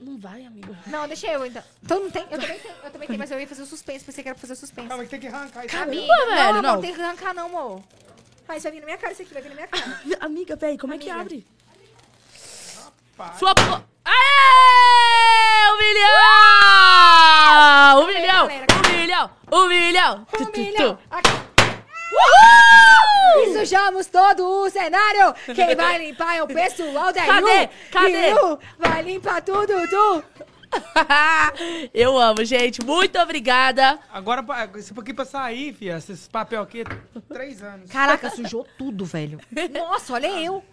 S2: Não vai, amigo.
S1: Não, deixa eu então. Então não tem. Eu também tenho, eu também tenho, mas eu ia fazer o suspense, pensei que era pra fazer o suspense.
S3: Calma, que tem que arrancar isso.
S1: Amiga, não,
S2: velho,
S1: não,
S2: não.
S1: tem que arrancar, não, amor. Mas isso vai vir na minha cara, isso aqui vai vir na minha cara.
S2: Amiga, velho, como é que abre?
S3: Rapaz.
S2: Flopou. Aê! Um milhão! Um milhão!
S1: galera,
S2: Um milhão! Um milhão! Tu, tu, tu.
S1: Humilha. Aqui.
S2: Uhul!
S1: Sujamos todo o cenário. Quem vai limpar é o pessoal da
S2: Cadê?
S1: Yu.
S2: Cadê?
S1: Yu vai limpar tudo, tu.
S2: Eu amo, gente. Muito obrigada.
S3: Agora, pa- isso aqui pra sair, filha, esses papel aqui, três anos.
S1: Caraca, sujou tudo, velho. Nossa, olha eu.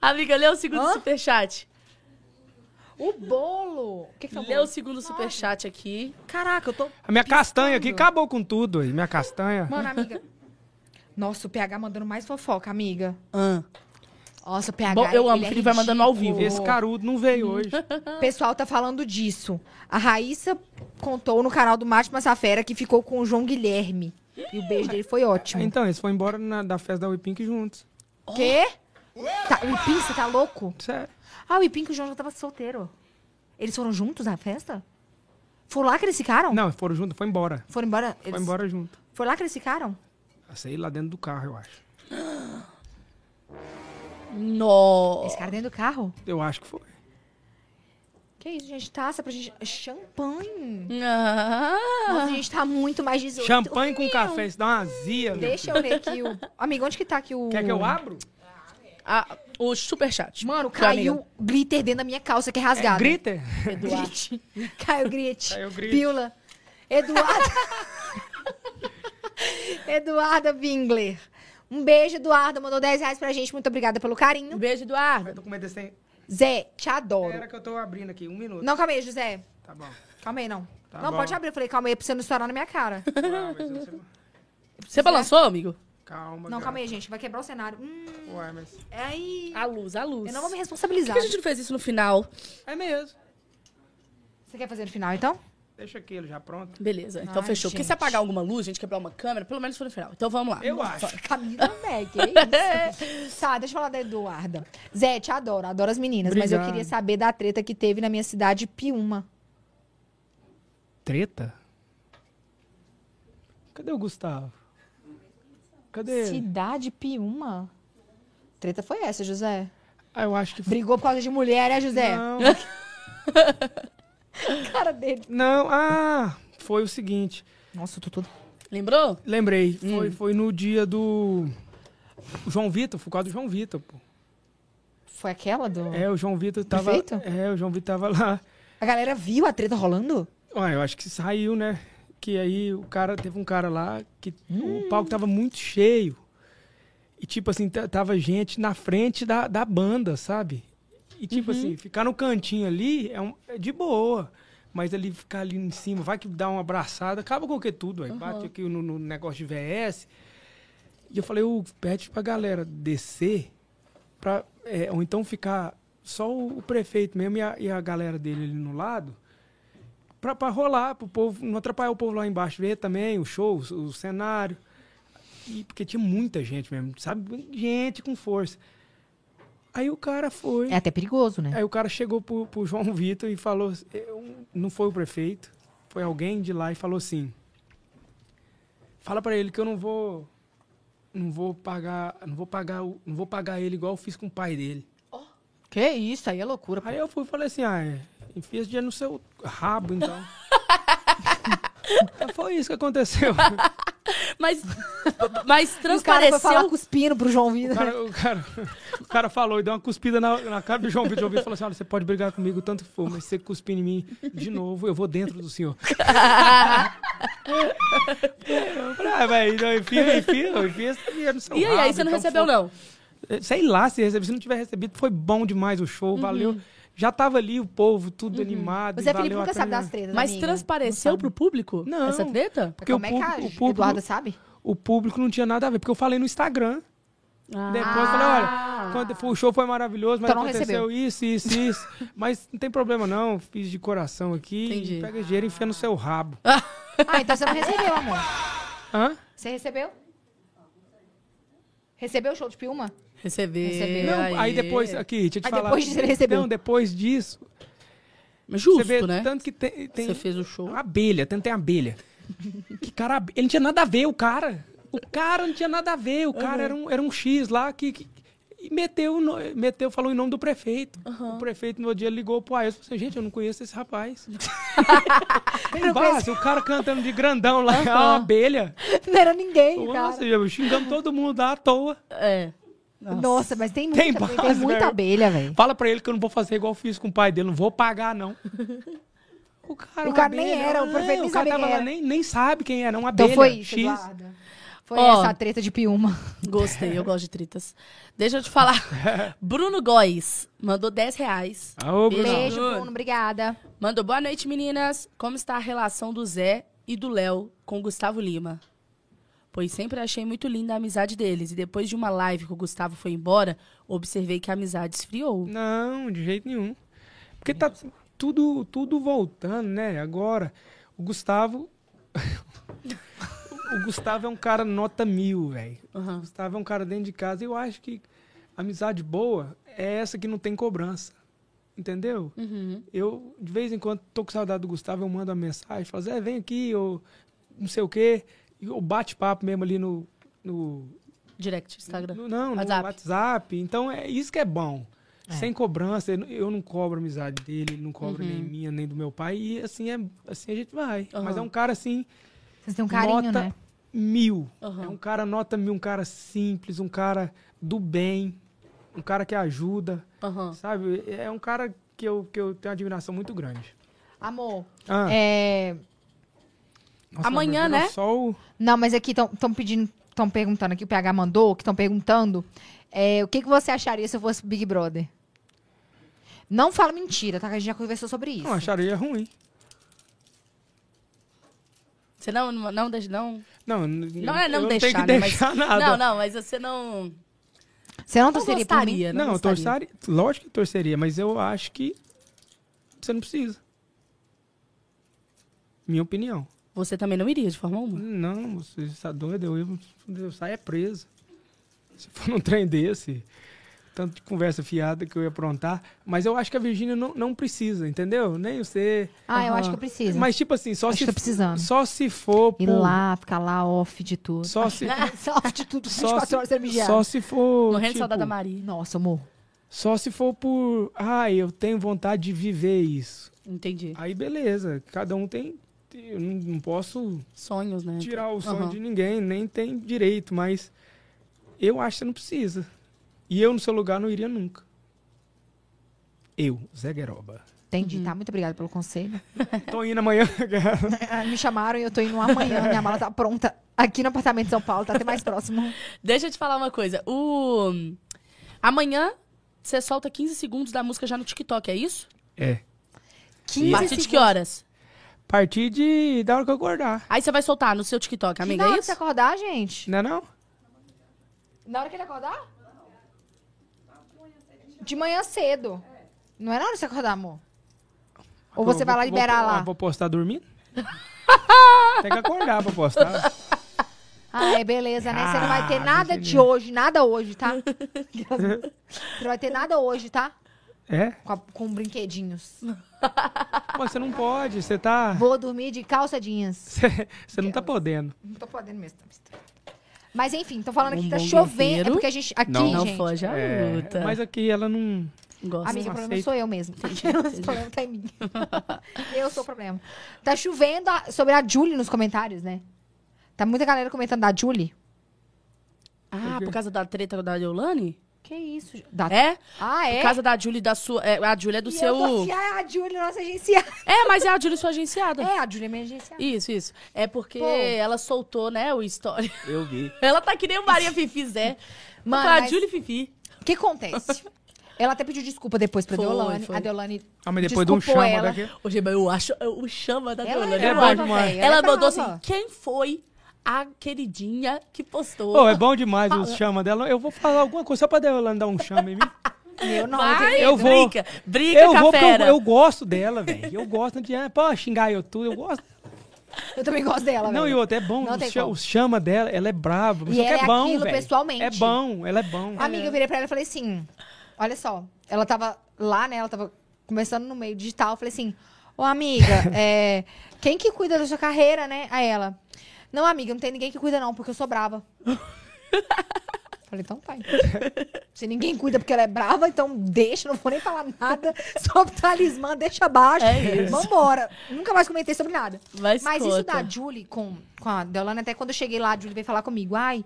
S2: Amiga, lê o segundo
S1: Hã?
S2: superchat.
S1: O bolo. O que que tá
S2: Lê o segundo superchat aqui.
S1: Caraca, eu tô...
S3: A minha castanha aqui acabou com tudo aí, minha castanha.
S1: Mano, amiga. Nossa, o PH mandando mais fofoca, amiga. Nossa, o PH,
S2: Bom, eu amo,
S1: ele é
S2: que ele vai mandando ao vivo.
S1: ridículo.
S3: Esse carudo não veio
S1: Hum.
S3: hoje.
S1: O pessoal tá falando disso. A Raíssa contou no canal do Márcio Massafera que ficou com o João Guilherme. E o beijo dele foi ótimo.
S3: Então, eles foram embora na- da festa da WePink juntos.
S1: Quê?
S2: então-
S1: Tá, o Ipim, você tá louco?
S3: Sério.
S1: Ah, o Ipim que o João já tava solteiro. Eles foram juntos na festa? Foi lá que eles ficaram?
S3: Não, foram juntos, foi embora.
S1: Foram embora? Eles...
S3: Foi embora junto.
S1: Foi lá que eles ficaram?
S3: Sei lá dentro do carro, eu acho.
S1: Esse
S2: Nossa.
S1: cara dentro do carro?
S3: Eu acho que foi.
S1: Que isso, gente? Taça pra gente... Champanhe.
S2: Ah.
S1: Nossa, a gente tá muito mais 18.
S3: Champanhe com
S1: Meu,
S3: café, isso dá uma azia. meu
S1: Deixa
S3: filho.
S1: eu ver aqui o... Amigo, onde que tá aqui o...
S3: Quer que eu abro?
S2: Ah, o superchat.
S1: Mano,
S2: Tá, amiga?
S1: caiu um glitter dentro da minha calça, que é rasgada.
S3: Grita.
S1: Grit. Caiu Grit.
S3: Caiu Grit.
S1: Pílula. Eduarda. Eduarda Bingler. Um beijo, Eduarda. Mandou 10 reais pra gente. Muito obrigada pelo
S2: Um
S1: carinho.
S2: beijo,
S3: Eu
S2: Eduardo.
S3: tô com medo desse tem-
S1: Zé, te adoro.
S3: Era que eu tô abrindo aqui, um minuto.
S1: Não, calma aí, José.
S3: Tá bom.
S1: Calma aí, não.
S3: Tá
S1: não,
S3: bom.
S1: pode abrir. Eu falei, calma aí, pra você não estourar na minha cara.
S3: Ah, mas eu sei-
S2: Você balançou, amigo?
S3: Calma,
S1: não,
S3: gata.
S1: calma aí, gente. Vai quebrar o cenário. Hum,
S3: Ué, mas...
S1: é aí.
S2: A luz, a luz.
S1: Eu não vou me
S2: Por
S1: responsabilizar.
S2: que a gente não fez isso no final?
S3: É mesmo.
S1: Você quer fazer no final, então?
S3: Deixa aquilo já pronto.
S2: Beleza, então
S1: Ai,
S2: fechou. Porque se
S1: gente.
S2: apagar alguma luz, gente, quebrar uma câmera, pelo menos foi no final. Então vamos lá.
S3: Eu
S2: Vamos
S3: acho.
S2: fora.
S1: Camila Mac, é isso. tá, deixa eu falar da Eduarda. Zé, te adoro, adoro as meninas, mas eu
S3: Obrigado.
S1: queria saber da treta que teve na minha cidade Piuma.
S3: Treta? Cadê o Gustavo? Cadê ele?
S1: Cidade Piuma? Treta foi essa, José.
S3: Ah, eu acho que foi.
S1: Brigou por causa de mulher, né, José?
S3: Não,
S1: Cara dele.
S3: não, ah, foi o seguinte.
S1: Nossa, eu tô toda.
S2: Lembrou?
S3: Lembrei, foi, foi no dia do João Vitor, foi por causa do João Vitor, pô.
S1: Foi aquela do.
S3: É, o João Vitor tava.
S1: Prefeito?
S3: É, o João Vitor tava lá.
S1: A galera viu a treta rolando?
S3: Ué, eu acho que saiu, né? Que aí o cara, teve um cara lá que o palco tava muito cheio. E tipo assim, ta- tava gente na frente da, da banda, sabe? E tipo assim, ficar no cantinho ali é, um- é de boa. Mas ali ficar ali em cima, vai que dá uma abraçada, acaba com o que tudo, aí bate aqui no, no negócio de VS. E eu falei, o pede pra galera descer, pra, é, ou então ficar só o, o prefeito mesmo e a, e a galera dele ali no lado, pra, pra rolar, pro povo, não atrapalhar o povo lá embaixo, ver também o show, o, o cenário. E, porque tinha muita gente mesmo, sabe? Gente com força. Aí o cara foi.
S1: É até perigoso, né?
S3: Aí o cara chegou pro, pro João Vitor e falou: eu- não foi o prefeito, foi alguém de lá e falou assim: fala pra ele que eu não vou, não vou pagar, não vou pagar, o- não vou pagar ele igual eu fiz com o pai dele.
S1: Que isso, aí é loucura.
S3: Aí eu fui e falei assim: ah, é, enfia esse dinheiro no seu rabo, então. Então foi isso que aconteceu. O
S2: Mas, mas
S1: O cara foi falar
S2: transpareceu.
S1: cuspindo pro João Vitor.
S3: cara, o cara- o cara falou e deu uma cuspida na, na cara do João Vitor. O João Vitor falou assim: olha, você pode brigar comigo tanto que for, mas se você cuspir em mim de novo, eu vou dentro do senhor. Eu falei, ah, velho, não, enfia, enfia, enfia esse dinheiro no seu
S2: E aí, aí
S3: rabo,
S2: você não
S3: então,
S2: recebeu,
S3: foda-
S2: não?
S3: Sei lá se recebeu, se não tiver recebido, foi bom demais o show,
S1: Uhum.
S3: valeu. Já tava ali o povo, tudo animado.
S1: O
S3: e
S1: Zé
S3: valeu
S1: Felipe nunca
S3: a
S1: é sabe
S3: pena.
S1: das tretas.
S2: Mas
S1: amiga.
S2: transpareceu pro público
S3: Não.
S2: essa treta?
S1: Mas
S3: porque
S1: Como
S3: o
S1: é que a
S3: público- o público-
S1: Eduarda sabe?
S3: O público não tinha nada a ver, porque eu falei no Instagram. Depois eu falei, olha, quando foi- o show foi maravilhoso, mas
S1: Ah. Então não
S3: aconteceu isso, isso, isso. mas não tem problema não, fiz de coração aqui.
S2: Entendi.
S3: Pega esse dinheiro e enfia no seu rabo.
S1: Ah, então você não recebeu, amor.
S3: Hã?
S1: Você recebeu? Recebeu o show de Piuma?
S2: Recebeu.
S1: Recebeu.
S3: Não, aí, depois, aqui, deixa eu te
S1: É, Aí
S3: falar.
S1: depois de- ele recebeu.
S3: Não, depois disso,
S2: Mas
S3: você
S2: Justo,
S3: vê
S2: né?
S3: tanto que tem... tem
S2: Você fez o show.
S3: Abelha, tanto tem abelha. que cara, ab- ele não tinha nada a ver, o cara. O cara não tinha nada a ver, o cara era, um, era um X lá que... que- e meteu, no- meteu, falou em nome do prefeito. O prefeito no outro dia ligou pro Ailson e falou assim, gente, eu não conheço esse rapaz. Tem vários, o cara cantando de grandão lá, a abelha.
S1: Não era ninguém,
S3: Nossa,
S1: cara.
S3: eu xingamos todo mundo lá à toa.
S2: É.
S1: Nossa, mas tem muita,
S3: Tem
S1: tem
S3: base,
S1: muita
S3: velho.
S1: abelha, velho.
S3: Fala pra ele que eu não vou fazer igual eu fiz com o pai dele, não vou pagar, não. O cara, é
S1: O
S3: uma
S1: cara nem
S3: abelha,
S1: era, o
S3: não,
S1: prefeito nem
S3: o cara
S1: sabia
S3: tava
S1: quem
S3: lá,
S1: era.
S3: nem, nem sabe quem era, uma abelha,
S1: Então foi isso,
S3: X.
S1: Eduarda. Foi
S2: Ó.
S1: essa treta de Piuma.
S2: Gostei, eu gosto de tretas. Deixa eu te falar. Bruno Góes mandou 10 reais.
S3: Aô, Bruno.
S2: Não.
S1: Beijo, Bruno. Obrigada.
S2: Mandou boa noite, meninas. Como está a relação do Zé e do Léo com Gustavo Lima? Pois sempre achei muito linda a amizade deles. E depois de uma live que o Gustavo foi embora, observei que a amizade esfriou.
S3: Não, de jeito nenhum. Porque tá tudo, tudo voltando, né? Agora, o Gustavo. o Gustavo é um cara nota mil, velho. O
S2: Aham.
S3: Gustavo é um cara dentro de casa. E eu acho que amizade boa é essa que não tem cobrança. Entendeu?
S2: Uhum.
S3: Eu, de vez em quando, tô com saudade do Gustavo, eu mando uma mensagem, falo, Zé, vem aqui, ou não sei o quê. E eu bate papo mesmo ali no- no,
S2: Direct, Instagram.
S3: no- Não,
S2: WhatsApp.
S3: no WhatsApp. Então, é isso que é bom. Sem cobrança, eu- eu não cobro a amizade dele, ele não cobro nem minha, nem do meu pai. E assim, é, assim a gente vai.
S2: Uhum. Aham.
S3: Mas é um cara assim,
S1: Vocês têm um carinho,
S3: nota
S1: né?
S3: mil.
S2: Aham.
S3: É um cara nota mil, um cara simples, um cara do bem, um cara que ajuda,
S2: Aham.
S3: sabe? É um cara que eu, que eu tenho uma admiração muito grande.
S1: Amor,
S3: Ah,
S1: é...
S3: nossa,
S2: amanhã,
S3: meu Deus,
S2: né?
S3: Só o...
S1: Não, mas aqui estão pedindo, estão perguntando aqui, o PH mandou, que estão perguntando é, o que, que você acharia se eu fosse Big Brother? Não fala mentira, tá? Que a gente já conversou sobre isso.
S3: Não, acharia ruim.
S2: Você não, não, não deixa, não.
S3: Não,
S2: Não é não
S3: eu
S2: deixar,
S3: não tenho que
S2: né?
S3: deixar
S2: mas,
S3: nada.
S2: Não, não, mas você não.
S1: Você não
S2: Não
S1: torceria por mim?
S2: gostaria,
S3: Não, eu
S2: gostaria.
S3: torçaria. Lógico que torceria, mas eu acho que você não precisa. Minha opinião.
S2: Você também não iria de forma alguma.
S3: Não, você está doido, eu, eu, eu saio é preso. Se for num trem desse, tanto de conversa fiada que eu ia aprontar. Mas eu acho que a Virgínia não, não precisa, entendeu? Nem você.
S1: Ah, eu
S2: Aham.
S1: acho que eu preciso.
S3: Mas tipo assim, só
S1: Acho
S3: se
S1: que tô precisando.
S3: só se for
S1: Ir
S3: por-
S1: lá, ficar lá off de tudo.
S3: só se
S1: off de tudo,
S3: só
S1: 24 horas é
S3: se,
S1: MGA.
S3: só se for
S2: Morrendo de
S3: tipo,
S2: saudade da Maria.
S1: Nossa, amor.
S3: só se for por, ah, eu tenho vontade de viver isso.
S2: Entendi.
S3: Aí beleza, cada um tem eu não, não posso
S2: Sonhos, né?
S3: tirar o sonho
S2: Aham.
S3: de ninguém, nem tem direito, mas eu acho que não precisa. E eu no seu lugar não iria nunca. Eu, Zé Gueroba.
S1: Entendi,
S3: Uhum.
S1: tá? Muito obrigada pelo conselho.
S3: Tô indo amanhã.
S1: Ah, Me chamaram e eu tô indo amanhã. Minha mala tá pronta aqui no apartamento de São Paulo, tá até mais próximo.
S2: Deixa eu te falar uma coisa. O... Amanhã você solta 15 segundos da música já no TikTok, é isso?
S3: é.
S1: 15
S2: a partir de
S1: segundos.
S2: que horas?
S3: A partir de da hora que eu acordar.
S2: Aí você vai soltar no seu TikTok,
S1: Que
S2: amiga,
S1: na hora
S2: é
S1: que você
S2: isso?
S1: acordar, gente?
S3: Não é não?
S1: Na hora que ele acordar? De manhã cedo. Não é na hora que você acordar, amor? Ou você
S3: Eu
S1: vai
S3: vou-
S1: lá liberar
S3: vou,
S1: lá?
S3: ah, Vou postar dormindo? Tem que acordar pra postar.
S1: Ah, é beleza, né? Você não vai ter
S3: Ah,
S1: nada
S3: Virginia.
S1: de hoje, nada hoje, tá? Você não vai ter nada hoje, tá?
S3: É?
S1: Com, a- com brinquedinhos.
S3: Pô, você não pode, você tá.
S1: Vou dormir de calça jeans.
S3: Você você não tá podendo.
S1: Não tô podendo mesmo. tá, mister? Mas enfim, tô falando aqui
S2: Um
S1: que tá
S2: bom
S1: chovendo. É
S2: guerreiro.
S1: porque a gente. Aqui,
S3: Não,
S2: Não
S1: gente.
S2: foge a
S3: É,
S1: Tá.
S2: luta.
S3: mas aqui ela não.
S2: Gosto.
S1: Amiga, o
S3: Não
S1: problema
S3: aceito.
S1: sou eu mesmo. O problema tá em mim. Eu sou o problema. Tá chovendo a- sobre a Julie nos comentários, né? Tá muita galera comentando da Julie.
S2: Ah, por causa da treta da Yolane?
S1: Que isso? gente? Da...
S2: É?
S1: Ah, é?
S2: Por causa da Julie da sua. é, a Julie é do
S1: E eu
S2: seu.
S1: tô aqui, ah, a Julie, nossa agenciada.
S2: É, mas é a Julie sua agenciada.
S1: É, a Julie é minha agenciada.
S2: Isso, isso. É porque
S1: Pô.
S2: ela soltou, né, o story.
S3: Eu vi.
S2: Ela tá que nem o Maria Fifi Zé.
S1: Mano,
S2: Mano, a
S1: mas-
S2: Julie Fifi.
S1: O que acontece? Ela até pediu desculpa depois pra
S2: Foi,
S1: Deolane.
S2: foi.
S1: A Deolane.
S3: Ah, mas depois de um
S1: desculpou
S3: chama
S1: ela.
S3: daqui.
S2: Hoje, mas eu acho eu- o chama da
S1: Ela, é
S2: Deolane.
S3: é
S2: eu
S3: bom
S1: brava,
S2: acho.
S3: demais.
S1: velho,
S2: Ela
S1: é
S2: mandou
S1: brava.
S2: assim: quem foi a queridinha que postou?
S3: Pô, é bom demais o chama dela. Eu vou falar alguma coisa só pra Deolane dar um chama em mim.
S1: Eu não, eu tenho-
S2: Vai,
S3: eu vou.
S2: Brinca, brinca
S3: Eu
S2: com a
S3: vou porque
S2: fera.
S3: eu, eu gosto dela, velho. Eu gosto. Não adianta. Pô, xingar eu tudo, eu gosto.
S1: eu também gosto dela.
S3: Não, e
S1: velho.
S3: outra, é bom.
S1: Não
S3: o
S1: tem
S3: cha-
S1: como.
S3: o chama dela, ela é brava.
S1: E
S3: só que
S1: ela
S3: é
S1: é
S3: bom,
S1: aquilo
S3: velho.
S1: pessoalmente.
S3: É bom, ela é bom.
S1: Uhum. Amiga, eu virei pra ela e falei assim: olha só, ela tava lá, né? Ela tava começando no meio digital. Eu falei assim: ô amiga, é, quem que cuida da sua carreira, né? A ela: não, amiga, não tem ninguém que cuida, não, porque eu sou brava. Falei, então pai. Se ninguém cuida porque ela é brava, então deixa, não vou nem falar nada. Só pro talismã, deixa abaixo.
S2: É isso.
S1: Vambora. Nunca mais comentei sobre nada.
S2: Mas
S1: isso
S2: conta.
S1: da Julie com, com a Deolane, até quando eu cheguei lá, a Julie veio falar comigo. Ai, o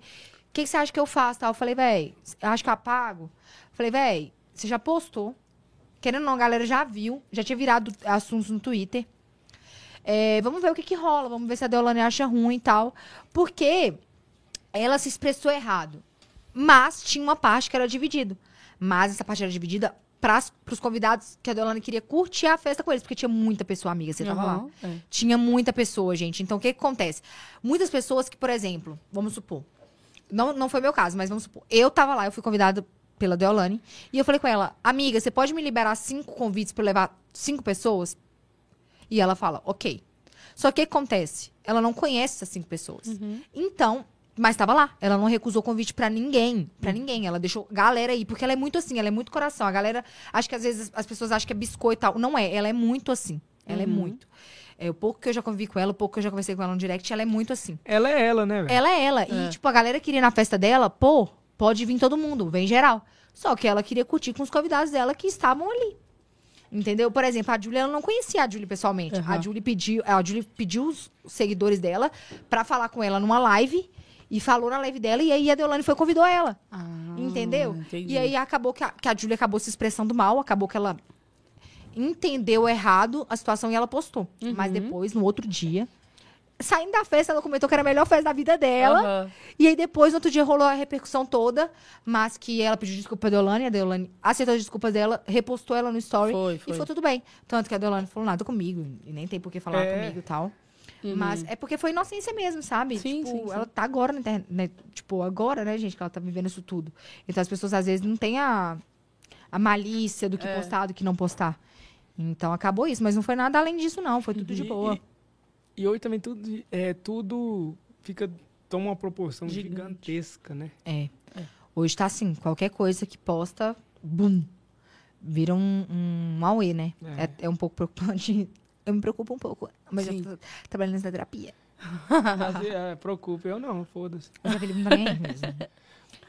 S1: que, que você acha que eu faço? Tal. Eu falei, véi, eu acho que eu apago. Eu falei, véi, você já postou. Querendo ou não, a galera já viu. Já tinha virado assuntos no Twitter. É, vamos ver o que, que rola. Vamos ver se a Deolane acha ruim e tal. Porque ela se expressou errado. Mas tinha uma parte que era dividido. Mas essa parte era dividida para os convidados que a Deolane queria curtir a festa com eles. Porque tinha muita pessoa amiga, você tava lá.
S2: Aham, é.
S1: Tinha muita pessoa, gente. Então, o que, que acontece? Muitas pessoas que, por exemplo, vamos supor. Não, não foi meu caso, mas vamos supor. Eu tava lá, eu fui convidada pela Deolane. E eu falei com ela, amiga, você pode me liberar cinco convites pra eu levar cinco pessoas? E ela fala, ok. Só que o que acontece? Ela não conhece essas cinco pessoas. Então, mas tava lá. Ela não recusou convite pra ninguém. Pra ninguém. Ela deixou galera aí. Porque ela é muito assim, ela é muito coração. A galera, acho que às vezes as pessoas acham que é biscoito e tal. Não é, ela é muito assim. Ela é muito. É, o pouco que eu já convivi com ela, o pouco que eu já conversei com ela no direct, ela é muito assim.
S3: Ela é ela, né, velho?
S1: Ela é ela. E, tipo, a galera queria na festa dela, pô, pode vir todo mundo, vem geral. Só que ela queria curtir com os convidados dela que estavam ali. Entendeu? Por exemplo, a Julie, ela não conhecia a Julie pessoalmente.
S2: Aham.
S1: A Julie pediu, a Julie pediu os seguidores dela pra falar com ela numa live e falou na live dela e aí a Deolane foi e convidou ela.
S2: Ah,
S1: Entendeu?
S2: entendi.
S1: E aí acabou que a, que a Júlia acabou se expressando mal, acabou que ela entendeu errado a situação e ela postou. Mas depois, no outro dia, saindo da festa, ela comentou que era a melhor festa da vida dela.
S2: Aham.
S1: E aí depois, no outro dia, rolou a repercussão toda, mas que ela pediu desculpa pra Deolane, a Deolane aceitou as desculpas dela, repostou ela no story
S2: Foi,
S1: e
S2: foi.
S1: ficou tudo bem. Tanto que a Deolane falou nada comigo, e nem tem por que falar
S3: É.
S1: comigo e tal. Mas é porque foi inocência mesmo, sabe?
S2: Uhum. Sim,
S1: tipo,
S2: sim, sim.
S1: ela tá agora na internet, né? Tipo, agora, né, gente, que ela tá vivendo isso tudo. Então as pessoas às vezes não têm a, a malícia do que
S2: É. Uhum.
S1: postar, do que não postar. Então acabou isso, mas não foi nada além disso, não. Foi tudo de
S3: E-
S1: boa.
S3: E, E hoje também tudo, é, tudo fica, toma uma proporção
S2: Gigante.
S3: gigantesca, né?
S1: É. Hoje tá assim, qualquer coisa que posta, bum, vira um, um auê, né? É. é um pouco preocupante. Eu me preocupo um pouco, mas
S2: Sim.
S1: eu tô trabalhando nessa terapia.
S3: Mas, é, preocupa, eu não, foda-se.
S1: Mas aquele não tá nem aí mesmo.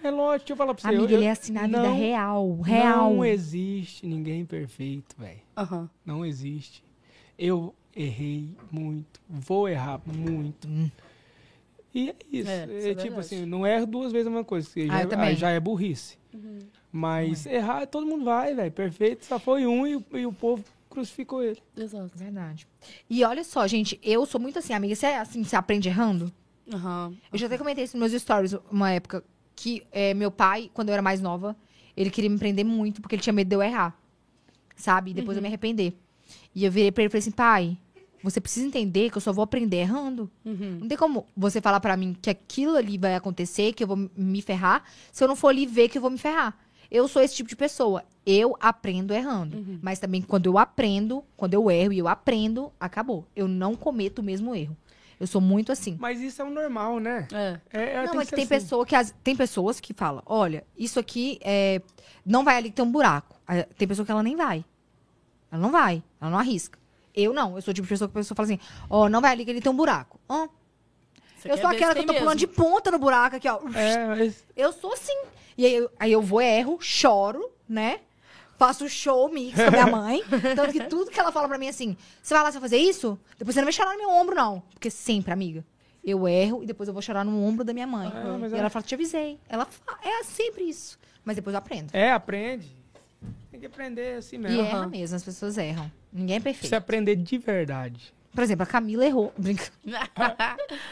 S3: É lógico, deixa eu falar pra você.
S1: Amiga,
S3: eu,
S1: ele é assim na vida
S3: não-
S1: real, real.
S3: Não existe ninguém perfeito, velho.
S2: Aham.
S3: Não existe. Eu errei muito, vou errar muito. E é isso.
S2: É,
S3: É,
S2: isso é
S3: tipo
S2: verdade.
S3: assim, não erro duas vezes a mesma coisa. que
S1: Ah,
S3: já,
S1: eu também. Uhum.
S3: aí já é burrice. Mas errar, todo mundo vai, velho. Perfeito, só foi um e, o- e o povo crucificou ele.
S2: Exato.
S1: Verdade. E olha só, gente, eu sou muito assim, amiga. Você é assim, você aprende errando?
S2: Aham.
S1: Eu já até comentei isso nos meus stories uma época. Que eh, meu pai, quando eu era mais nova, ele queria me prender muito porque ele tinha medo de eu errar. Sabe? E depois eu me arrepender. E eu virei pra ele e falei assim: pai, você precisa entender que eu só vou aprender errando.
S2: Uhum.
S1: Não tem como você falar pra mim que aquilo ali vai acontecer, que eu vou me ferrar, se eu não for ali ver que eu vou me ferrar. Eu sou esse tipo de pessoa. Eu aprendo errando. Mas também quando eu aprendo, quando eu erro e eu aprendo, acabou. Eu não cometo o mesmo erro. Eu sou muito assim.
S3: Mas isso é o normal, né?
S2: É.
S3: É, é,
S1: Não, é que
S3: ser
S1: tem,
S3: assim.
S1: pessoa que as- tem pessoas que falam, olha, isso aqui é, não vai ali que tem um buraco. Aí, Tem pessoa que ela nem vai. Ela não vai, ela não arrisca. Eu não, eu sou o tipo de pessoa que a pessoa fala assim, ó, não vai ali que ele tem um buraco. Hã?
S2: Você
S1: eu
S2: quer
S1: sou
S2: ver
S1: aquela
S2: se
S1: que eu
S2: tem
S1: tô pulando de
S2: é mesmo.
S1: ponta no buraco aqui, ó.
S3: É, mas
S1: Eu sou assim. E aí eu, aí eu vou, erro, choro, né? Faço show mix com a minha mãe. Tanto que tudo que ela fala pra mim é assim: você vai lá, você vai fazer isso? Depois você não vai chorar no meu ombro, não. Porque sempre, amiga. Eu erro e depois eu vou chorar no ombro da minha mãe.
S3: Ah, mas
S1: e
S3: é-
S1: ela fala, te avisei. Ela fala, é sempre isso. Mas depois eu aprendo.
S3: é, aprende. Tem que aprender assim
S1: E é.
S3: mesmo.
S1: erra mesmo, as pessoas erram. Ninguém é
S3: Precisa
S1: perfeito.
S3: aprender de verdade.
S1: Por exemplo, a Camila errou. Brinca. A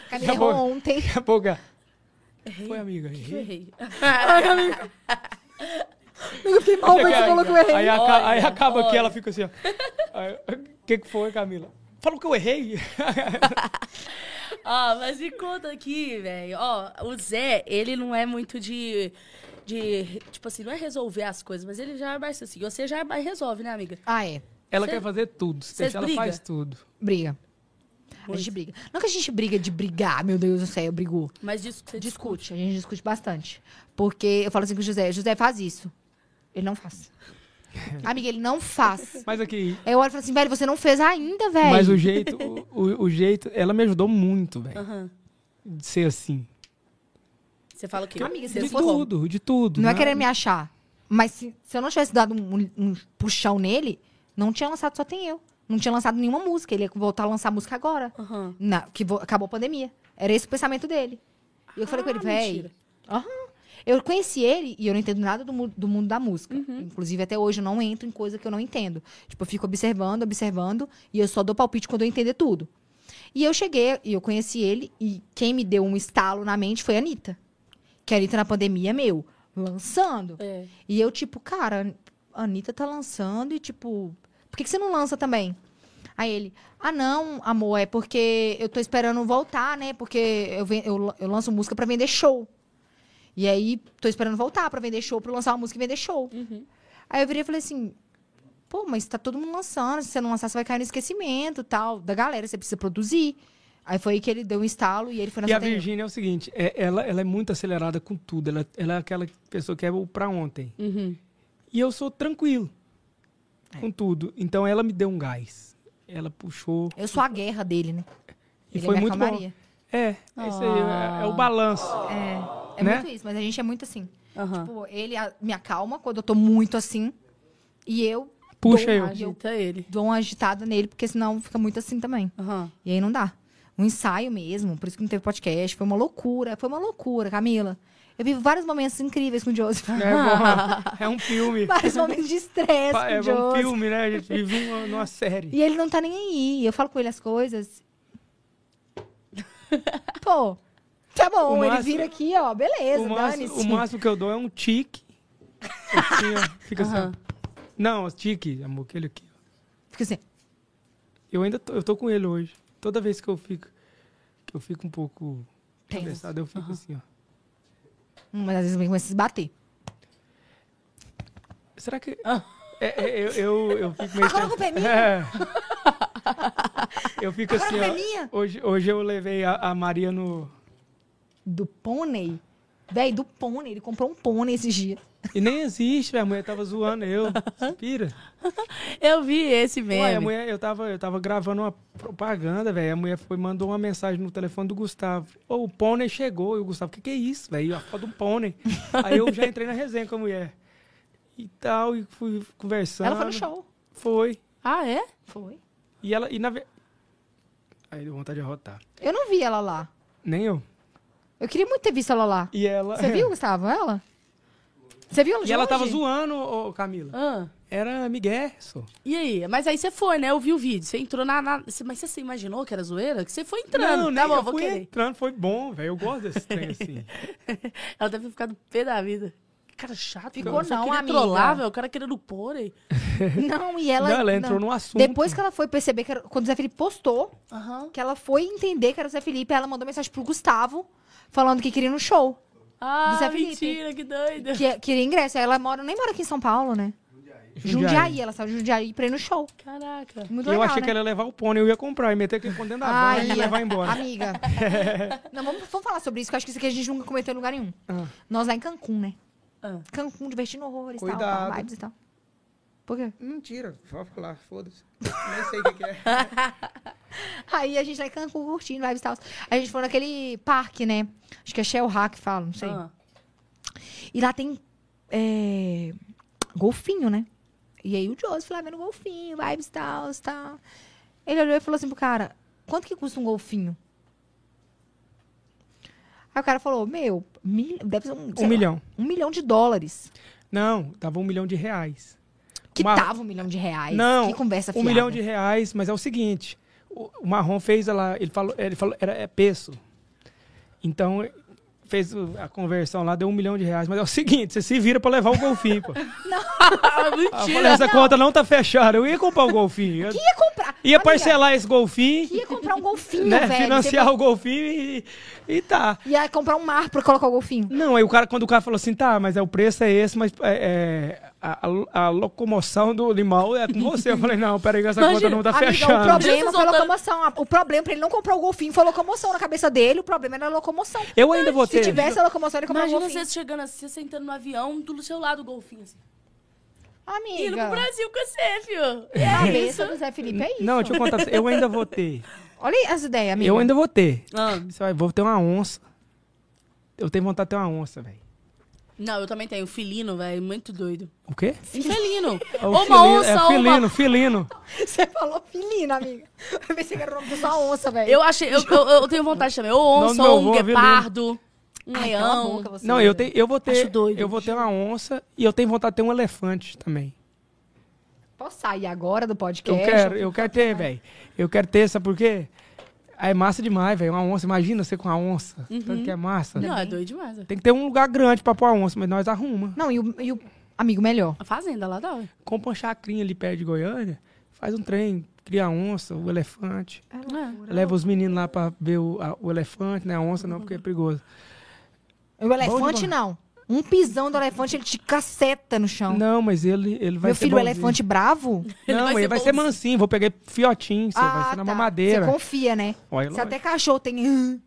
S1: Camila
S3: Tá bom.
S1: errou ontem.
S3: Daqui a pouco. é, Foi, amiga.
S2: Eu errei.
S1: Eu fiquei mal, mas você falou que eu errei.
S3: Aí, aca-
S2: Olha,
S3: aí acaba que
S2: olha.
S3: ela fica assim, ó. Aí, O que, que foi, Camila? Falou que eu errei?
S2: Ó, mas me conta aqui, velho. Ó, o Zé, ele não é muito de. De, tipo assim, não é resolver as coisas, mas ele já é mais assim. Você já é mais resolve, né, amiga?
S1: Ah, é.
S3: Ela
S2: Cê-
S3: quer fazer tudo. Se
S2: cês
S3: deixar, ela
S2: briga?
S3: faz tudo.
S1: Briga. A gente briga. Não que a gente briga de brigar, meu Deus do céu, brigou.
S2: Mas disso que você discute.
S1: Discute, a gente discute bastante. Porque eu falo assim com o José, José, faz isso. Ele não faz. Amiga, ele não faz.
S3: Mas aqui.
S1: Aí eu olho e falo assim, velho, você não fez ainda, velho.
S3: Mas o jeito, o, o- o jeito, ela me ajudou muito, velho.
S2: Aham.
S3: De ser assim.
S2: Você fala o quê?
S1: Amiga,
S2: você
S1: se
S3: De
S1: fosse-
S3: tudo, de tudo.
S1: Não é
S3: né?
S1: querer me achar. Mas se, se eu não tivesse dado um, um puxão nele, não tinha lançado Só Tem Eu. Não tinha lançado nenhuma música. Ele ia voltar a lançar música agora.
S2: Aham.
S1: Na, que vo- acabou a pandemia. Era esse o pensamento dele. E eu falei com
S2: Ah,
S1: ele, velho.
S2: mentira.
S1: Eu conheci ele e eu não entendo nada do, mu- do mundo da música.
S2: Uhum.
S1: Inclusive, até hoje eu não entro em coisa que eu não entendo. Tipo, eu fico observando, observando, e eu só dou palpite quando eu entender tudo. E eu cheguei, e eu conheci ele, e quem me deu um estalo na mente foi a Anitta. Que a Anitta na pandemia, meu, lançando.
S2: É.
S1: E eu, tipo, cara, a Anitta tá lançando e, tipo, por que, que você não lança também? Aí ele, ah, não, amor, é porque eu tô esperando voltar, né? Porque eu, ven- eu, la- eu lanço música pra vender show. E aí, tô esperando voltar pra vender show, pra eu lançar uma música e vender show.
S3: Uhum.
S1: Aí eu virei e falei assim, pô, mas tá todo mundo lançando, se você não lançar, você vai cair no esquecimento e tal, da galera, você precisa produzir. Aí foi aí que ele deu um estalo e ele foi na
S3: E a
S1: Santa Anitta.
S3: Virgínia é o seguinte, é- ela, ela é muito acelerada com tudo. Ela, ela é aquela pessoa que é o pra ontem.
S2: Uhum.
S3: E eu sou tranquilo
S1: É.
S3: com tudo. Então ela me deu um gás. Ela puxou.
S1: Eu sou a guerra dele, né?
S3: E
S1: Ele é
S3: foi
S1: minha
S3: muito
S1: calmaria.
S3: bom. É, é isso aí. É, é
S2: Ah.
S3: o balanço.
S1: É, é
S3: Né?
S1: muito isso, mas a gente é muito assim.
S2: Aham.
S1: Tipo, ele a- me acalma quando eu tô muito assim. E eu
S3: Puxa
S1: dou,
S3: eu.
S2: Agita ele.
S1: dou uma agitada nele, porque senão fica muito assim também.
S2: Aham.
S1: E aí não dá. Um ensaio mesmo, por isso que não teve podcast. Foi uma loucura, foi uma loucura, Camila. Eu vivo vários momentos incríveis com o Joseph.
S3: É, bom, é um filme.
S1: vários momentos de estresse
S3: Pa-
S1: com
S3: É
S1: o
S3: um
S1: Joseph.
S3: filme, né? A gente vive uma, numa série.
S1: E ele não tá nem aí. Eu falo com ele as coisas. Pô, tá bom,
S3: O
S1: ele
S3: máximo-
S1: vira aqui, ó. Beleza,
S3: o, máximo, o
S1: dane-se.
S3: máximo que eu dou é um tique. Assim, ó, fica assim. ó.
S2: Aham.
S3: Não, tique, amor, aquele aqui. ó.
S1: Fica assim.
S3: Eu ainda tô, eu tô com ele hoje. Toda vez que eu fico, que eu fico um pouco
S1: Tenso.
S3: estressado, eu fico assim, ó.
S1: Hum, Mas às vezes ele começa a se bater.
S3: Será que.
S2: Ah.
S1: Ah.
S3: É, é, eu, eu, eu fico meio.
S1: Agora a culpa é minha.
S3: É. Eu fico assim,
S1: Agora
S3: ó,
S1: não é minha?
S3: hoje, hoje eu levei a, a Maria no...
S1: Do pônei? Véi, do pônei. Ele comprou um pônei esses dias.
S3: E nem existe, minha mulher tava zoando eu. Pira.
S2: Eu vi esse meme.
S3: Ué, a mulher, eu tava, eu tava gravando uma propaganda, velho. A mulher foi, mandou uma mensagem no telefone do Gustavo. Ô, o pônei chegou. E o Gustavo, o que, que é isso, velho? A foto do pônei. Aí eu já entrei na resenha com a mulher. E tal, e fui conversando.
S1: Ela foi no show.
S3: Foi.
S2: Ah, é?
S1: Foi.
S3: E ela, e na ve- Aí deu vontade de arrotar.
S1: Eu não vi ela lá.
S3: Nem eu.
S1: Eu queria muito ter visto ela lá.
S3: E ela.
S1: Você viu, Gustavo, ela? Você viu ela de
S3: É. E ela
S1: longe?
S3: tava zoando, ô, ô, Camila.
S2: Ah,
S3: Era Miguel, só.
S2: e aí? Mas aí você foi, né? Eu vi o vídeo. Você entrou na. na- cê- Mas você se imaginou que era zoeira? Que você foi entrando.
S3: nem
S2: tá bom,
S3: eu
S2: vou
S3: fui
S2: querer.
S3: entrando, foi bom, velho. Eu gosto desse trem assim.
S2: Ela deve ter ficado pé da vida. Que Cara chato.
S1: Ficou
S2: mano. Só
S1: não,
S2: queria
S1: amiga.
S2: trollar, velho. O cara querendo pôr aí.
S1: Não, e ela...
S3: Não, ela entrou num assunto.
S1: Depois que ela foi perceber que era... Quando o Zé Felipe postou,
S2: Aham.
S1: que ela foi entender que era o Zé Felipe, ela mandou mensagem pro Gustavo, falando que queria ir no show.
S2: Ah,
S1: Do Zé Felipe.
S2: mentira, que doida.
S1: Que queria ingresso. Aí Ela mora, nem mora aqui em São Paulo, né? Jundiaí. ela saiu de Jundiaí pra ir no show.
S2: Caraca.
S1: Muito
S3: eu
S1: legal, né?
S3: achei que ela ia levar o pônei, eu ia comprar e meter aquele pônei dentro da
S1: Ah,
S3: van e
S1: ia.
S3: levar embora.
S1: Amiga. Não, vamos, vamos falar sobre isso, que eu acho que isso aqui a gente nunca comentou em lugar nenhum.
S3: Ah.
S1: Nós lá em Cancún, né?
S2: Ah.
S1: Cancún, divertindo horrores, tal,
S3: Cuidado.
S1: tal, vibes e tal. Por quê?
S3: Mentira, só falar, foda-se. Nem sei o que, que é.
S1: Aí a gente lá em Cancún curtindo vibes e tal. A gente foi naquele parque, né? Acho que é Shell Hack, fala, não sei.
S2: Ah.
S1: E lá tem é, golfinho, né? E aí o Joseph lá vendo golfinho, vibes e tal, tal. Ele olhou e falou assim pro cara, quanto que custa um golfinho? Aí o cara falou, meu, mil, deve ser um... sei
S3: Um
S1: lá,
S3: milhão.
S1: um milhão de dólares.
S3: Não, tava um milhão de reais.
S1: Que
S3: Uma-
S1: tava um milhão de reais.
S3: Não,
S1: Que conversa
S3: um
S1: fiada.
S3: milhão de reais, mas é o seguinte, o, o Marrom fez ela, ele falou, ele falou, era é peso. Então fez o- a conversão lá, deu um milhão de reais, mas é o seguinte, você se vira pra levar o golfinho, pô.
S2: Ah,
S3: Ah, eu
S2: mentira.
S3: falei, essa conta não tá fechada, eu ia comprar o golfinho, eu
S1: Que ia comprar?
S3: ia
S1: Amiga,
S3: parcelar esse golfinho,
S1: que ia comprar um golfinho,
S3: né,
S1: velho.
S3: financiar o golfinho e- e tá.
S1: Você Ia comprar um mar pra colocar o golfinho.
S3: Não, aí o cara, quando o cara falou assim, tá, mas é, o preço é esse, mas é, é, a, a- a locomoção do animal é com você. Eu falei, não, peraí, que essa
S2: Imagina,
S3: conta não tá
S1: Amiga, o
S3: fechando.
S1: problema
S2: Jesus,
S1: foi a
S2: voltando.
S1: locomoção. A- O problema pra ele não comprar o golfinho foi a locomoção na cabeça dele. O problema era a locomoção.
S3: Eu ainda vou
S1: Se
S3: ter.
S1: tivesse a locomoção, ele comprava o
S2: Imagina
S1: golfinho.
S2: você chegando assim, você sentando no avião, do seu lado o golfinho assim. Indo pro
S1: Amiga,
S2: Brasil com você, filho.
S1: a
S2: É isso.
S1: cabeça do Zé Felipe é isso.
S3: Não, deixa eu contar. pra você. Eu ainda vou ter.
S1: Olha aí as ideias, amiga.
S3: Eu ainda vou ter.
S2: Ah,
S3: Você vai- Vou ter uma onça. Eu tenho vontade de ter uma onça, velho.
S2: Não, eu também tenho. Filino, velho. Muito doido.
S3: O quê?
S2: Um felino.
S3: É o
S2: ou uma
S3: felino-
S2: onça,
S3: é
S2: ou
S3: felino,
S2: uma...
S3: felino.
S1: Você falou filina, amiga. Eu pensei que era o nome da sua onça, velho.
S2: Eu achei... Eu, eu, eu tenho vontade também. Ou
S3: Nome do
S2: onça,
S3: meu
S2: ou um
S3: avô é felino.
S2: guepardo. Um
S1: Ai, cala a
S2: leão.
S1: boca, você,
S3: Não, eu,
S1: velho.
S3: tenho, eu vou ter.
S2: Acho doido.
S3: Eu vou ter uma onça e eu tenho vontade de ter um elefante também.
S1: Posso sair agora do
S3: Eu
S1: podcast?
S3: quero, eu quero ter, velho. Eu quero ter, sabe por quê? Ah, É massa demais, velho. Uma onça. Imagina você com uma onça. Tanto que é massa.
S2: Não, é doido demais. velho.
S3: Tem que ter um lugar grande pra pôr a onça, mas nós arruma.
S1: Não, e o, e o- Amigo, melhor.
S2: A fazenda lá dá, ué.
S3: Compra uma chacrinha ali perto de Goiânia, faz um trem, cria a onça, o elefante.
S2: É.
S3: Leva os meninos lá pra ver o, a- o elefante, né? A onça não, porque é perigoso.
S1: O elefante, não. Um pisão do elefante, ele te caceta no chão.
S3: Não, mas ele, ele vai
S1: Meu
S3: ser
S1: filho, o
S3: bonzinho.
S1: elefante bravo?
S2: Ele
S3: Não,
S2: vai
S3: ele
S2: ser
S3: vai ser
S2: bonzinho.
S3: mansinho. Vou pegar fiotinho, só, vai ser na mamadeira.
S1: Ah, tá. Você confia, né?
S3: Olha,
S1: Se até
S3: lógico.
S1: cachorro tem.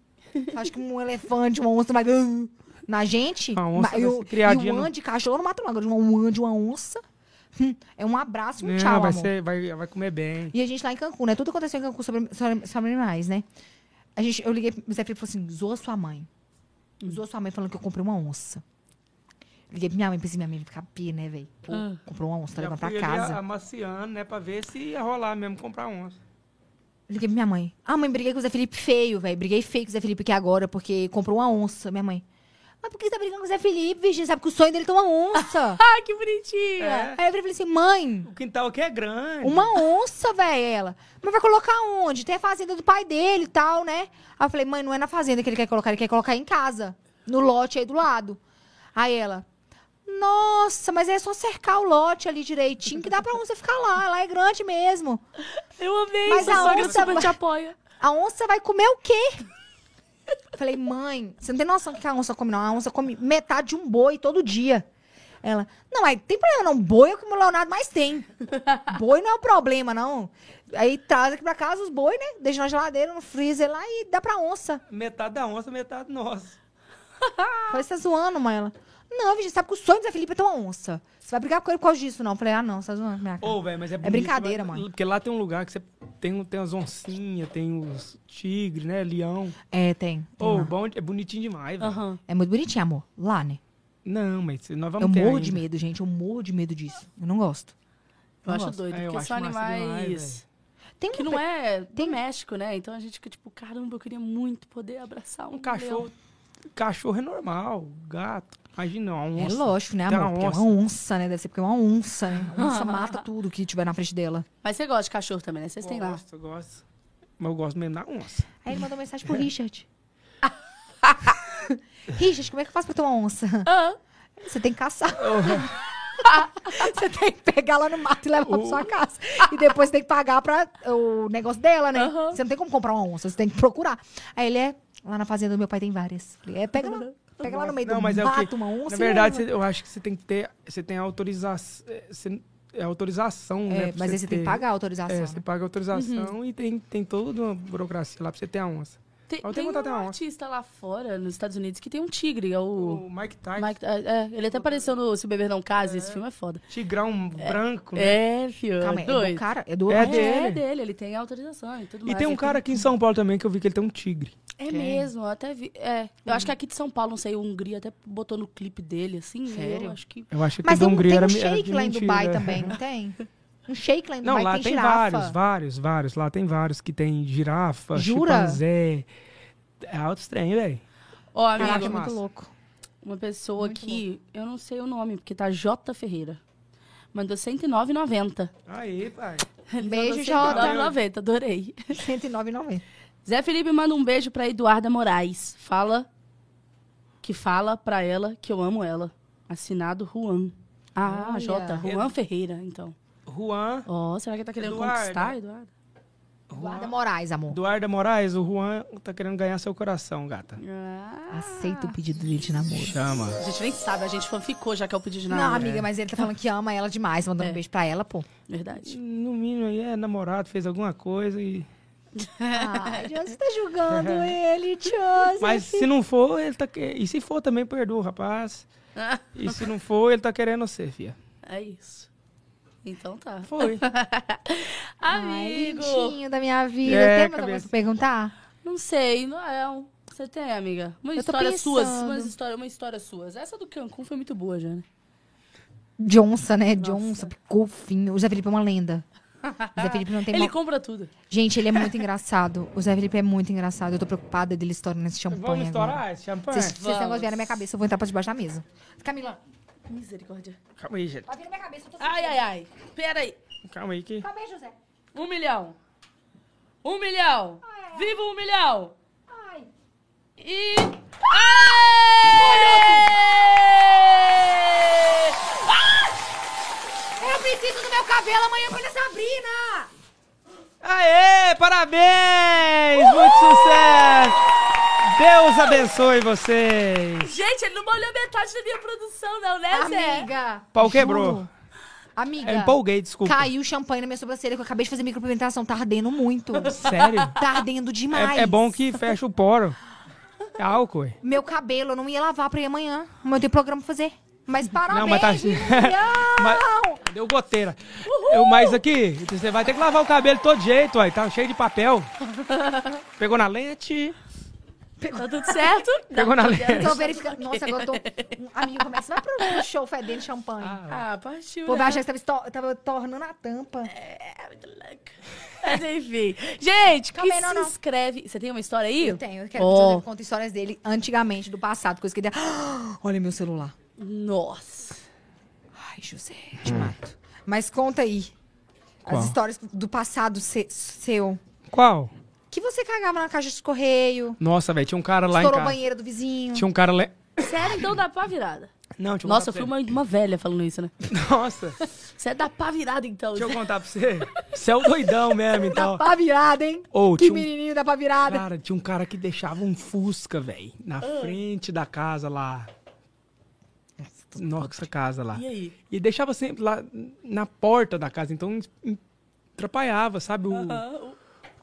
S1: Acho que um elefante, uma onça, não vai. Na gente,
S3: A onça vai
S1: e
S3: ser
S1: o,
S3: criadinha
S1: e o
S3: no-
S1: ande de cachorro não mata não. Agora, um ande, uma onça, hum, é um abraço e um
S3: Não,
S1: tchau,
S3: vai,
S1: amor.
S3: ser, vai, vai comer bem.
S1: E a gente lá em Cancún, né? Tudo aconteceu em Cancún sobre, sobre, sobre animais, né? A gente, eu liguei pro Zé Felipe e falou assim, zoa sua mãe. Zoa sua mãe falando que eu comprei uma onça. Liguei pra minha mãe, pensei, minha mãe vai ficar pia, né, velho? Pô,
S2: Ah.
S1: comprou uma onça, tá levando pra
S3: fui ali
S1: casa.
S3: amaciando, né? Pra ver se ia rolar mesmo comprar onça.
S1: Liguei pra minha mãe. Ah, mãe, briguei com o Zé Felipe feio, velho. Briguei feio com o Zé Felipe aqui agora, porque comprou uma onça, minha mãe. Mas por que você tá brigando com o Zé Felipe, Virgínia? Sabe que o sonho dele é ter uma onça.
S2: Ai, que bonitinha.
S3: É.
S1: Aí eu falei assim, mãe,
S3: O quintal aqui é grande.
S1: uma onça, velho, é ela. Mas vai colocar onde? Tem a fazenda do pai dele e tal, né? Aí eu falei, mãe, não é na fazenda que ele quer colocar, ele quer colocar em casa. No lote aí do lado. Aí ela, nossa, mas é só cercar o lote ali direitinho que dá pra onça ficar lá. Lá é grande mesmo.
S2: Eu amei
S1: Mas
S2: Mas
S1: a
S2: a sogra
S1: onça
S2: super
S1: vai-
S2: te apoia.
S1: A onça vai comer o quê? Eu Falei, mãe, você não tem noção do que a onça come, não. A onça come metade de um boi todo dia. Ela, não, mas tem problema não. Boi é o que o Leonardo mais tem. boi não é o problema, não. Aí traz aqui pra casa os boi, né? Deixa na geladeira, no freezer lá e dá pra onça.
S3: Metade da onça, metade nossa.
S1: Falei, você tá zoando, mãe? Ela, não, Virginia, sabe que o sonho do Zé Felipe é ter uma onça. Você vai brigar com ele por causa disso, não. Eu Falei, ah, não, você tá zoando, minha cara.
S3: Ô, velho, mas é bonito,
S1: brincadeira,
S3: vai-
S1: mano.
S3: Porque lá tem um lugar que você tem, tem as oncinhas, tem os tigres, né? Leão.
S1: É, tem. tem
S3: Ô,
S1: lá.
S3: bom, é bonitinho demais, velho.
S2: Aham.
S1: É muito bonitinho, amor. Lá, né?
S3: Não, mas se- nós
S1: eu
S3: vamos ter
S1: morro de
S3: ainda.
S1: medo, gente. Eu morro de medo disso. Eu não gosto.
S2: Eu
S1: Não
S2: acho
S1: gosto.
S2: doido,
S3: É, eu
S2: porque
S3: acho
S2: são
S3: massa demais,
S2: animais
S1: Tem
S2: que
S1: uma
S2: não é
S1: Tem-
S2: doméstico, né? Então a gente fica tipo, caramba, eu queria muito poder abraçar um,
S3: Um cachorro. Cachorro é normal, gato. Imagina, uma
S1: É
S3: onça.
S1: lógico, né,
S3: Tem
S1: amor?
S3: uma
S1: Porque é
S3: onça.
S1: uma onça, né? Deve ser porque é uma onça, né? A onça mata tudo que tiver na frente dela.
S2: Mas você gosta de cachorro também, né? Vocês têm lá.
S3: Gosto, gosto. Mas eu gosto mesmo da onça.
S1: Aí ele mandou mensagem pro Richard. Richard, como é que eu faço pra ter uma onça?
S2: Ah,
S1: Você tem que caçar. você tem que pegar lá no mato e levar pra
S3: O-
S1: sua casa. E depois você tem que pagar pra o negócio dela, né?
S2: Aham.
S1: Você não tem como comprar uma onça, você tem que procurar. Aí ele é, lá na fazenda do meu pai tem várias. Falei, é, pega lá. Pega lá no meio
S3: Não,
S1: do
S3: mas é o
S1: mato
S3: que-
S1: uma onça.
S3: Na
S1: e
S3: verdade,
S1: leva.
S3: você- eu acho que você tem que ter. Você tem autorização. É autorização, né?
S1: É,
S3: pra
S1: mas aí você tem que
S3: ter.
S1: pagar Uhum. a autorização.
S3: É,
S1: né?
S3: você paga a autorização e tem, tem toda uma burocracia lá pra você ter a onça.
S2: tem
S3: Eu tenho
S2: tem um
S3: vontade de ter uma onça.
S2: artista lá fora, nos Estados Unidos, que tem um tigre. É o.
S3: O Mike Tyson,
S2: Mike- é, é, ele até apareceu no Se Beber Não Case, esse filme é foda.
S3: tigrão branco. né?
S2: É, filho.
S1: Calma aí, é do
S2: doido.
S1: cara? É do
S3: É
S2: É
S1: Orlando?
S2: dele.
S3: dele.
S2: ele tem autorização e tudo
S3: E
S2: mais.
S3: tem um
S2: Ele
S3: cara aqui em São Paulo também que eu vi que ele tem um tigre.
S2: É mesmo, eu até vi. É, eu acho que aqui de São Paulo, não sei, o Hungria até botou no clipe dele, assim.
S1: Sério?
S2: Eu acho que.
S3: Eu acho que
S1: Mas
S3: o da
S1: tem, um-
S3: Hungria
S1: tem
S3: era
S1: um
S3: me- era
S1: shake
S3: de
S1: lá em
S3: mentira.
S1: Dubai também, não tem? Um shake lá em
S3: Não,
S1: Dubai
S3: lá
S1: tem,
S3: tem,
S1: girafa.
S3: vários, vários, vários. Lá tem vários que tem girafa,
S1: Jura?
S3: chimpanzé. É alto estranho, velho.
S2: Ó, amigo,
S1: Caraca, é muito
S3: massa.
S1: louco.
S2: uma pessoa
S1: muito
S2: aqui, eu não sei o nome, porque tá J Ferreira. Mandou 109,90.
S3: Aí, pai.
S2: Ele
S1: Beijo,
S2: mandou
S1: Jota.
S2: 109,90, adorei.
S1: 109,90.
S2: Zé Felipe manda um beijo pra Eduarda Moraes. Fala. Que fala pra ela que eu amo ela. Assinado Juan. Ah,
S1: Olha.
S2: J. Juan Ferreira, então.
S3: Juan,
S2: Ó, será que ele tá querendo
S3: Eduarda.
S2: conquistar, Eduarda?
S1: Guarda Moraes, amor.
S3: Eduarda Moraes, o Juan tá querendo ganhar seu coração, gata.
S2: Ah.
S1: Aceita o pedido dele de namoro.
S3: Chama.
S2: A gente nem sabe, a gente fanficou já que é o pedido de
S1: Não,
S2: namoro.
S1: amiga, mas ele tá falando que ama ela demais, mandando
S2: É.
S1: um beijo pra ela, pô.
S2: Verdade.
S3: No mínimo aí é namorado, fez alguma coisa e.
S1: Ai, Josi, você tá julgando ele, Josi.
S3: Mas se não for, ele tá. que- E se for também, perdoa, o rapaz. E se não for, ele tá querendo ser, filha.
S2: É isso. Então tá.
S3: Foi.
S1: Ai,
S2: Amigo!
S1: lindinho da minha vida.
S3: É,
S1: tem mais alguma coisa
S3: cabeça.
S1: pra perguntar?
S2: Não sei, não é. um- Você tem, amiga? Uma
S1: Eu tô
S2: história sua.
S1: pensando.
S2: Uma história, uma história sua. Essa do Cancún foi muito boa já, né?
S1: De onça, né? De
S2: Nossa.
S1: onça, picofinho. O Zé Felipe é uma lenda. O Zé Felipe não tem
S2: Ele
S1: mal.
S2: compra tudo.
S1: Gente, ele é muito engraçado. O Zé Felipe é muito engraçado. Eu tô preocupada dele estourando esse champanhe
S3: Vamos
S1: agora.
S3: estourar esse champanhe?
S1: Vocês vocês
S2: Vamos.
S1: estão vendo na minha cabeça, eu vou entrar pra debaixo da mesa. Camila,
S2: Misericórdia.
S3: Calma aí, gente.
S1: tá vindo na minha cabeça, eu tô
S2: Ai, ai, ai. Pera aí.
S3: Calma aí que.
S1: Calma aí, José.
S2: Um milhão. Um milhão. Viva um milhão.
S1: Ai.
S2: E... Aê!
S1: Eu preciso do meu cabelo amanhã pra Sabrina!
S3: Aê, parabéns! Muito sucesso! Deus abençoe vocês!
S2: Gente, ele não molhou metade da minha produção, não, né, Zé?
S1: Amiga!
S3: Pau quebrou.
S1: juro. Amiga,
S3: Eu empolguei, desculpa.
S1: caiu champanhe na minha sobrancelha que eu acabei de fazer micropigmentação. Tá ardendo muito.
S3: Sério?
S1: Tá ardendo demais.
S3: É, é bom que fecha o poro. É álcool. ué.
S1: Meu cabelo, eu não ia lavar pra ir amanhã. Mas eu tenho programa pra fazer. Mas parabéns,
S3: mas tá-
S1: Julião!
S3: Mas- deu goteira. Eu, mas aqui, você vai ter que lavar o cabelo de todo jeito, ué. Tá cheio de papel. Pegou na lente.
S2: Tá tudo certo?
S3: Pegou na
S1: Eu
S3: lente.
S1: tô verificando. Nossa, agora eu tô. Amigo, como é que você vai pro show fedendo champanhe?
S2: Ah, partiu.
S1: Pô,
S2: né?
S1: vai achar que você tava, esto- tava tornando a tampa.
S2: É, muito louco. Mas enfim. Gente, que
S1: Calma aí,
S2: se
S1: não, não.
S2: inscreve... Você tem uma história aí?
S1: Eu tenho, eu quero que o
S2: Ó.
S1: José conta histórias dele antigamente, do passado, coisa que ele. Olha meu celular.
S2: Nossa.
S1: Ai, José, te mato. Mas conta aí.
S3: Hum. Qual?
S1: As histórias do passado se- seu.
S3: Qual?
S1: Que você cagava na caixa de correio,
S3: Nossa, velho, tinha um cara lá em
S1: estourou a
S3: casa.
S1: banheira do vizinho.
S3: Tinha um cara lá.
S2: Sério, então dá pá virada.
S3: Não, deixa eu
S2: Nossa, eu
S3: contar
S2: fui uma, uma velha falando isso, né?
S3: pra você. Nossa, deixa
S2: Você é da pá virada, então.
S3: eu contar pra você. Você é o doidão mesmo,
S1: Da
S3: então.
S1: pá virada, hein?
S3: Ô,
S1: que
S3: tinha um-
S1: menininho da pá virada.
S3: Cara, tinha um cara que
S1: Ah.
S3: deixava um fusca, velho, na frente da casa lá. nossa casa lá.
S2: E aí?
S3: E deixava sempre lá na porta da casa, então em- atrapalhava, sabe, o
S2: Aham, Ah, o-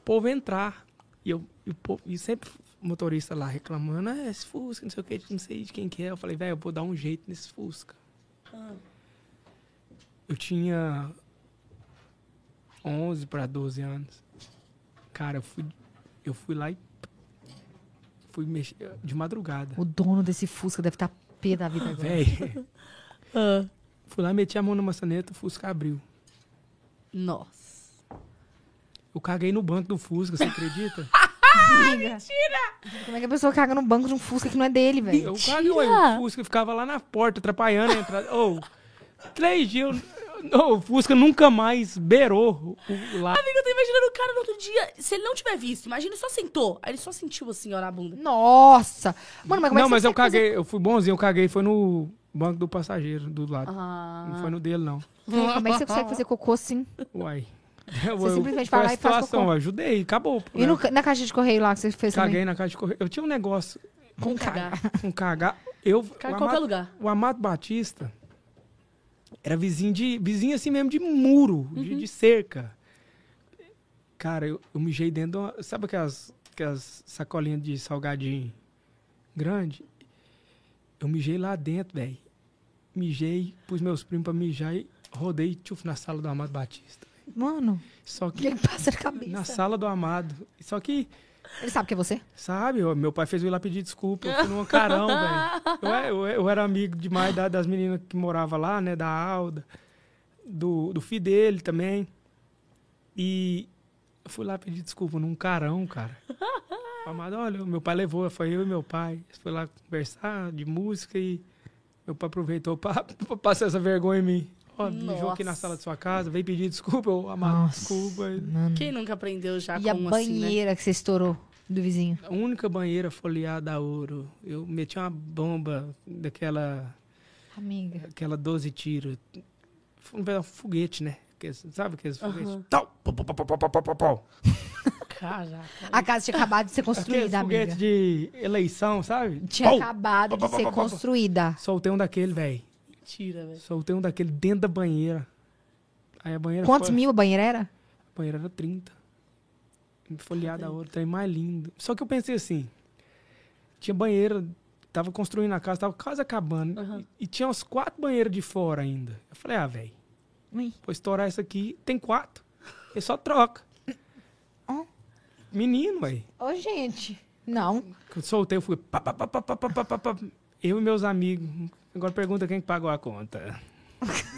S3: povo entrar. E, eu, e, o povo- e sempre o motorista lá reclamando, ah, esse Fusca, não sei o que, não sei de quem que é. Eu falei, velho, eu vou dar um jeito nesse Fusca.
S2: ah,
S3: Eu tinha 11 para 12 anos. Cara, eu fui, eu fui lá e fui mexer de madrugada.
S1: O dono desse Fusca deve estar pé da vida agora.
S3: Velho,
S2: ah.
S3: fui lá, meti a mão na maçaneta, o Fusca abriu.
S2: Nossa.
S3: Eu caguei no banco do Fusca, você acredita?
S1: Mentira! Como é que a pessoa caga no banco de um Fusca que não é dele, velho?
S3: Eu caguei, ué, o Fusca ficava lá na porta, atrapalhando a entrada. Ô, três dias, eu- não, o Fusca nunca mais beirou o, o lá.
S2: Amiga, eu tô imaginando o cara no outro dia. Se ele não tiver visto, imagina, ele só sentou. Aí ele só sentiu assim, ó, na bunda.
S1: Nossa! Mano, mas como é
S3: Não,
S1: que
S3: mas
S1: você
S3: eu
S1: sabe fazer-
S3: caguei, eu fui bonzinho, eu caguei, foi no banco do passageiro, do lado.
S2: Ah.
S3: Não foi no dele, não.
S1: Gente, Como é que você consegue fazer cocô assim?
S3: Uai.
S1: Você simplesmente vai lá e faz
S3: situação,
S1: cocô.
S3: eu ajudei, acabou. pô,
S1: E
S3: né?
S1: no ca- na caixa de correio lá que você fez
S3: Caguei
S1: também?
S3: na caixa de correio. Eu tinha um negócio
S2: Com cagar.
S3: com cagar. Eu,
S2: Cara,
S3: o
S2: em qualquer
S3: Amado-
S2: lugar.
S3: O Amado Batista era vizinho de. vizinho assim mesmo de muro, de, de cerca. Cara, eu, eu mijei dentro de uma, Sabe aquelas, aquelas sacolinhas de salgadinho grande? Eu mijei lá dentro, velho. Mijei, pus meus primos pra mijar e rodei tchuf na sala do Amado Batista.
S1: Mano,
S3: Só
S1: o que
S3: que.
S1: que passa na
S3: Na
S1: cabeça?
S3: sala do Amado. Só que
S1: Ele sabe que é você?
S3: Sabe, ó, meu pai fez eu ir lá pedir desculpa, eu fui num carão, velho. Eu, é- eu, é- eu era amigo demais da- das meninas que moravam lá, né, da Alda, do, do filho dele também. E eu fui lá pedir desculpa num carão, cara. Amado, olha, o meu pai levou, foi eu e meu pai. Eles foram lá conversar de música e meu pai aproveitou pra pra passar essa vergonha em mim. Ó, mijou aqui na
S2: Nossa.
S3: sala de sua casa, veio pedir desculpa, eu amado,
S1: Nossa,
S3: desculpa.
S1: Mano.
S2: Quem nunca aprendeu
S3: Tá
S2: já
S1: E a
S2: com assim, né?
S1: banheira que você estourou do vizinho?
S3: A única banheira folheada a ouro. Eu meti uma bomba daquela
S1: Amiga.
S3: aquela 12 tiros. Foi um foguete, né? Aqueles- sabe aqueles foguetes?
S2: Aham.
S3: Tal! Pau, pau, pau, pau, pau, pau, pau, pau.
S2: Caraca.
S1: A casa tinha acabado de ser
S3: Aqueles
S1: construída, amiga.
S3: foguetes de eleição, sabe?
S1: Tinha
S3: é Pau!
S1: acabado de ser construída.
S3: Soltei um daquele, velho.
S2: Mentira, velho.
S3: Soltei um daquele dentro da banheira. Aí a banheira
S1: Quantos
S3: foi-
S1: mil a banheira era?
S3: A banheira era 30. Folheada a ouro, trem mais lindo. Só que eu pensei assim, tinha banheira, tava construindo a casa, tava quase acabando.
S2: Aham.
S3: E, e tinha uns quatro banheiros de fora ainda. Eu falei, ah, velho,
S1: Ui.
S3: vou estourar isso aqui, tem quatro. E só troca.
S1: Ó.
S3: Menino, velho.
S1: Ô, gente. Não.
S3: Eu soltei, eu fui. pá, pá, pá, pá, pá, pá, pá, pá, pá. Eu e meus amigos. Agora pergunta quem que pagou a conta.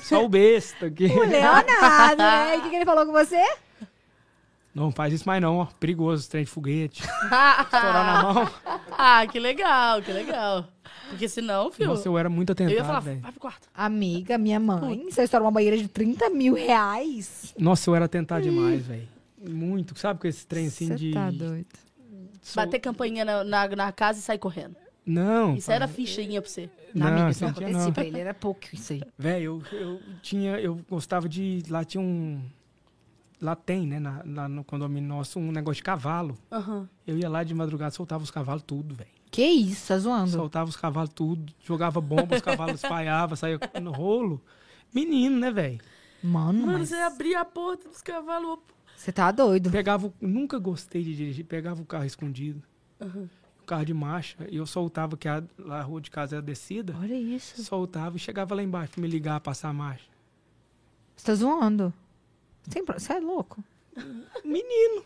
S3: Só o besta aqui.
S1: O Leonardo, né? E o que, que ele falou com você?
S3: Não faz isso mais não, ó. Perigoso, trem de foguete. Estourar na mão.
S2: ah, que legal, que legal. Porque senão, filho.
S3: Nossa, eu era muito
S2: eu ia falar,
S3: atentado, velho.
S2: vai pro quarto.
S1: Amiga, minha mãe, você estourou uma banheira de 30 mil reais?
S3: Nossa, eu era atentado demais, velho. Muito. Sabe com esse trem assim de.
S1: tá doido.
S3: Sou-
S2: Bater campainha na, na, na casa e sair correndo.
S3: Não.
S2: Isso era fichinha pra você.
S1: é Na
S3: Não,
S1: amiga, isso não
S3: sentia,
S1: acontecia
S3: não.
S1: pra ele, era é pouco isso aí.
S3: Velho, eu, eu tinha. Eu gostava de. Lá tinha um. Lá tem, né? na- lá no condomínio nosso, um negócio de cavalo.
S2: Aham.
S3: Eu ia lá de madrugada, soltava os cavalos tudo, velho.
S1: Que isso, tá zoando?
S3: Soltava os cavalos tudo, jogava bomba, os cavalos espalhavam, saía no rolo. Menino, né, velho?
S1: Mano,
S2: Mano,
S1: mas
S2: você abria a porta dos cavalos.
S1: você tá doido.
S3: Pegava, o- nunca gostei de dirigir, pegava o carro escondido, o carro de marcha, e eu soltava, que a, lá a rua de casa era descida,
S1: Olha isso.
S3: soltava e chegava lá embaixo pra me ligar, passar a marcha.
S1: Você tá zoando. Sem pro- Você é louco.
S3: Menino!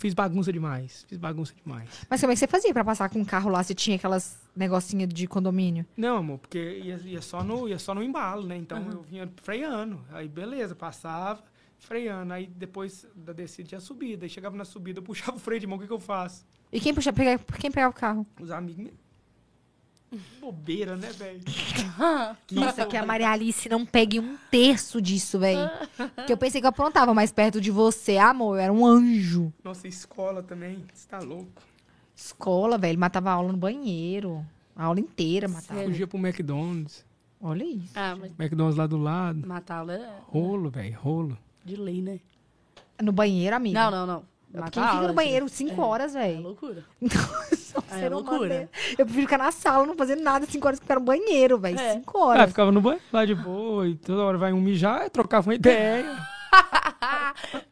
S3: Fiz bagunça demais, fiz bagunça demais.
S1: Mas como é que você fazia pra passar com um carro lá? Você tinha aquelas negocinho de condomínio?
S3: Não, amor, porque ia, ia só, no, ia só no embalo, né? Então eu vinha freando, aí beleza, passava, freando, aí depois da descida tinha subida, aí chegava na subida, eu puxava o freio de mão, o que, que eu faço?
S1: E quem, puxa, pega, quem pegava o carro?
S3: Os amigos... me- Bobeira, né, velho?
S1: Nossa, que a é Maria Alice não pegue um terço disso, velho. Que eu pensei que eu aprontava mais perto de você. Ah, amor, eu era um anjo.
S3: Nossa, escola também, você tá louco.
S1: Escola, velho, matava aula no banheiro. A aula inteira matava.
S3: Fugia pro McDonald's.
S1: Olha isso.
S2: Ah, mas
S3: McDonald's lá do lado.
S2: matá-la é
S3: Rolo, velho, rolo.
S2: de lei, né?
S1: No banheiro, amiga.
S2: Não, não, não.
S1: Quem
S2: Matar
S1: fica
S2: aula,
S1: no banheiro
S2: gente,
S1: cinco
S2: é-
S1: horas,
S2: É
S1: velho?
S2: loucura.
S1: Nossa. Ser
S2: É,
S1: humano,
S2: loucura.
S1: né? Eu prefiro ficar na sala, não fazer nada, cinco horas que ficar no banheiro, velho.
S2: É.
S1: Cinco
S3: Ah,
S1: horas.
S3: ficava no banho lá de boa, e toda hora vai um mijar, trocava uma ideia.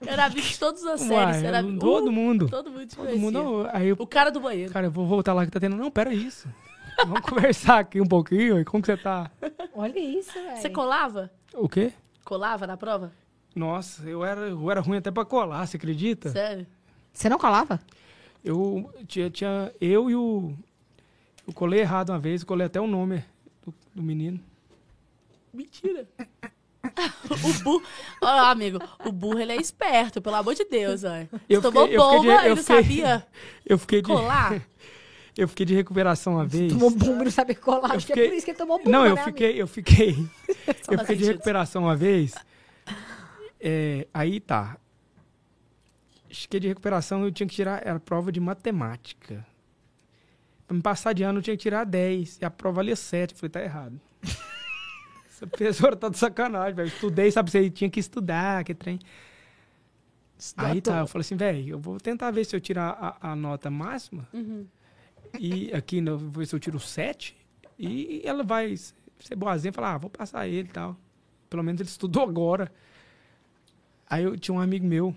S2: Era amigo de todas as séries.
S3: Uai,
S2: Era...
S3: eu-
S2: amigo-
S3: todo
S2: Uh,
S3: mundo.
S2: Todo mundo te
S3: Todo mundo. é
S2: conhecia.
S3: não, Aí eu,
S2: O cara do banheiro.
S3: cara, eu vou voltar lá que tá tendo. Não, pera isso. Vamos conversar aqui um pouquinho. e Como que você tá?
S1: Olha isso, velho.
S2: Você colava?
S3: O quê?
S2: Colava na prova?
S3: Nossa, eu era, eu era ruim até pra colar, você acredita?
S2: Sério?
S1: Você não colava?
S3: Eu tinha, tinha- eu e o. Eu colei errado uma vez, colei até o nome do, do menino.
S2: Mentira. o burro. Ó, amigo, o burro ele é esperto, pelo amor de Deus, olha.
S3: Eu
S2: Você tomou
S3: fiquei- eu fiquei
S2: bomba
S3: de-
S2: e
S3: eu
S2: não
S3: fiquei-
S2: sabia
S3: Eu fiquei de,
S2: colar.
S3: eu fiquei de recuperação uma vez.
S1: Tomou bumbo e não sabia colar.
S3: Eu
S1: Acho que é
S3: fiquei-
S1: por isso que ele tomou bumbo,
S3: Não, eu
S1: né, amigo?
S3: fiquei, eu fiquei. Eu
S2: faz
S3: fiquei de
S2: sentido.
S3: recuperação uma vez. É, aí tá. Fiquei de recuperação, eu tinha que tirar. Era prova de matemática. Pra me passar de ano, eu tinha que tirar 10. E a prova ali é 7. Eu falei, tá errado. Essa professora tá de sacanagem, velho. Eu Estudei, sabe? Você tinha que estudar, que trem. Aí tá, eu falei assim, velho, eu vou tentar ver se eu tirar a, a nota máxima.
S1: Uhum.
S3: E aqui, né, eu vou ver se eu tiro 7. E ela vai ser boazinha e falar, ah, vou passar ele e tal. Pelo menos ele estudou agora. Aí eu tinha um amigo meu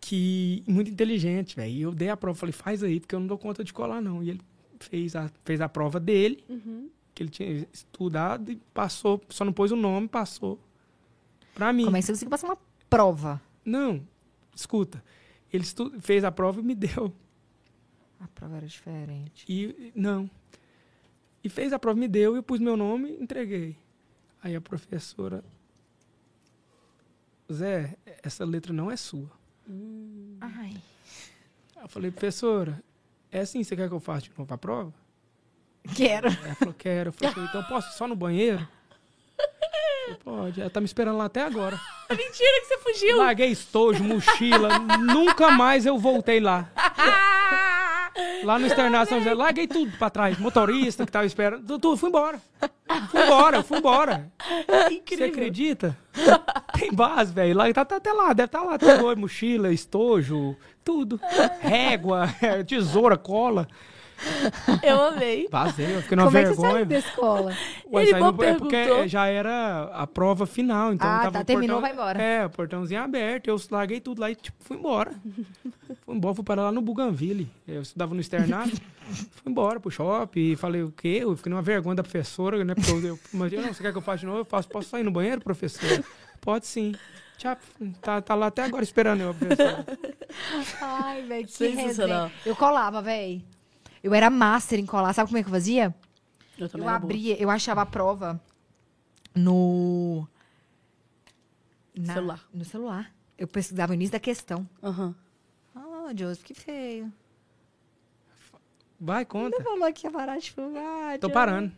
S3: que muito inteligente, velho. E eu dei a prova, falei, faz aí, porque eu não dou conta de colar, não. E ele fez a, fez a prova dele,
S1: Uhum.
S3: que ele tinha estudado e passou, só não pôs o nome, passou. Pra mim.
S1: Como é que você conseguiu passar uma prova?
S3: Não, escuta. Ele estu- fez a prova e me deu.
S1: A prova era diferente.
S3: E não. E fez a prova, me deu, eu pus meu nome e entreguei. Aí a professora. Zé, essa letra não é sua.
S1: Ai.
S3: Aí Eu falei, professora, é assim, você quer que eu faça de novo a prova?
S1: Quero.
S3: Ela falou, quero. Eu falei, então posso ir só no banheiro? Eu falei, Pode. Ela tá me esperando lá até agora.
S2: Mentira que você fugiu.
S3: Larguei estojo, mochila, nunca mais eu voltei lá. Lá no externato São José, larguei tudo pra trás. Motorista que tava esperando, tudo, tudo, fui embora. Fui embora, fui embora. Você
S2: Incrível.
S3: acredita? Tem base, velho. Lá tá, tá até lá, deve estar tá lá. até agora, mochila, estojo, tudo. Régua, é, tesoura, cola.
S2: Eu amei.
S3: Vazei, eu fiquei numa
S1: Como é que você
S3: vergonha.
S1: saiu da escola?
S3: Ué,
S2: Ele
S3: saiu
S2: mal
S3: no- é porque
S2: perguntou.
S3: já era a prova final, então
S1: Ah,
S3: tava
S1: tá,
S3: o
S1: terminou, vai embora.
S3: É, o portãozinho aberto, eu larguei tudo lá e tipo, fui embora. fui embora, fui parar lá no Buganville. Eu estudava no externato, fui embora pro shopping, falei o quê? Eu fiquei numa vergonha da professora, né? Porque eu, eu imagino, não, você quer que eu faça de novo? Eu faço, posso sair no banheiro, professora? Pode sim. Tchau, tá, tá lá até agora esperando eu, a professora.
S1: Ai, velho, que
S2: Sensacional.
S1: resenha. Eu colava, velho. Eu era master em colar. Sabe como é que eu fazia?
S2: Eu também
S1: eu
S2: era boa.
S1: abria, eu achava a prova no... na-
S2: Celular.
S1: No celular. Eu pesquisava o início da questão.
S2: Aham.
S1: Ah, Joseph, que feio.
S3: Vai,
S1: Você
S3: conta.
S1: falou que ia parar de fumar.
S3: Tô
S1: Joseph.
S3: parando.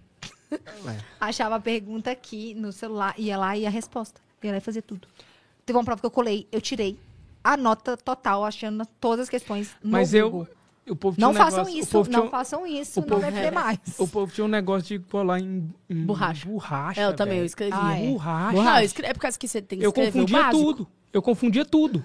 S1: Achava a pergunta aqui no celular, ia lá e a resposta. Ia lá e fazia tudo. Teve uma prova que eu colei, eu tirei a nota total, achando todas as questões no
S3: Mas
S1: Google.
S3: eu... O povo tinha
S1: Não
S3: um
S1: façam
S3: negócio- o
S1: isso,
S3: povo tinha
S1: não
S3: um-
S1: façam isso,
S3: o
S1: não
S3: povo-
S1: deve ter mais.
S3: O povo tinha um negócio de colar em, em
S2: Borracha.
S3: borracha,
S2: É, eu também, eu
S3: velho.
S2: escrevia.
S1: Ah, é.
S3: Borracha.
S2: Não, eu escre- é por causa que você tem que
S3: Eu
S2: escrever o
S3: confundia
S2: básico.
S3: tudo. Eu confundia tudo.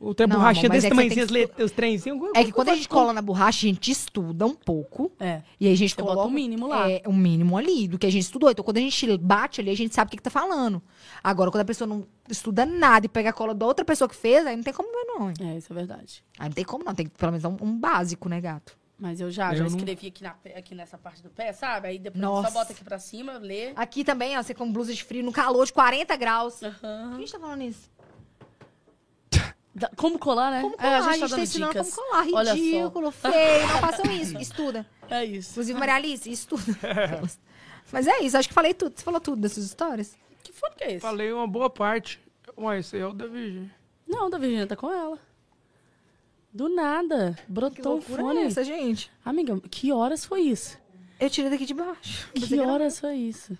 S3: O trem
S1: Não,
S3: borrachinha
S1: amor, mas
S3: desse
S1: é que
S3: tamanho,
S1: você tem
S3: esses
S1: que
S3: le- os trenzinhos. eu-
S1: É que
S3: eu
S1: quando a
S3: faço
S1: gente
S3: tudo.
S1: cola na borracha, a gente estuda um pouco.
S2: É.
S1: E aí a gente
S2: Você
S1: coloca
S2: bota o mínimo lá.
S1: É, o mínimo ali do que a gente estudou. Então, quando a gente bate ali, a gente sabe o que, que tá falando. Agora, quando a pessoa não estuda nada e pega a cola da outra pessoa que fez, aí não tem como ver, não. hein?
S2: É, isso é verdade.
S1: Aí não tem como, não. Tem que, pelo menos dar um, um básico, né, gato?
S2: Mas eu já,
S3: Eu
S2: já
S3: não-
S2: escrevi aqui, na pe- aqui nessa parte do pé, sabe? Aí depois
S1: Nossa.
S2: só bota aqui pra cima, lê.
S1: Aqui também, ó, você com blusa de frio, no calor de 40 graus. Por que a
S2: Aham.
S1: gente tá falando isso?
S2: Da- Como colar, né?
S1: Como
S2: É,
S1: colar?
S2: a gente tá dando
S1: ensinando
S2: dicas.
S1: como colar.
S2: Olha só.
S1: Ridículo, feio. Não façam isso. Estuda.
S2: É isso.
S1: Inclusive, Maria Alice, estuda. Mas é isso, acho que falei tudo. Você falou tudo dessas histórias?
S2: Que foda que é esse?
S3: Falei uma boa parte. Ué, esse aí é o da Virgínia.
S2: Não, da Virgínia tá com ela. Do nada. Brotou o fone.
S1: é gente?
S2: Amiga, que horas foi isso?
S1: Eu tirei daqui de baixo.
S2: Que horas foi isso?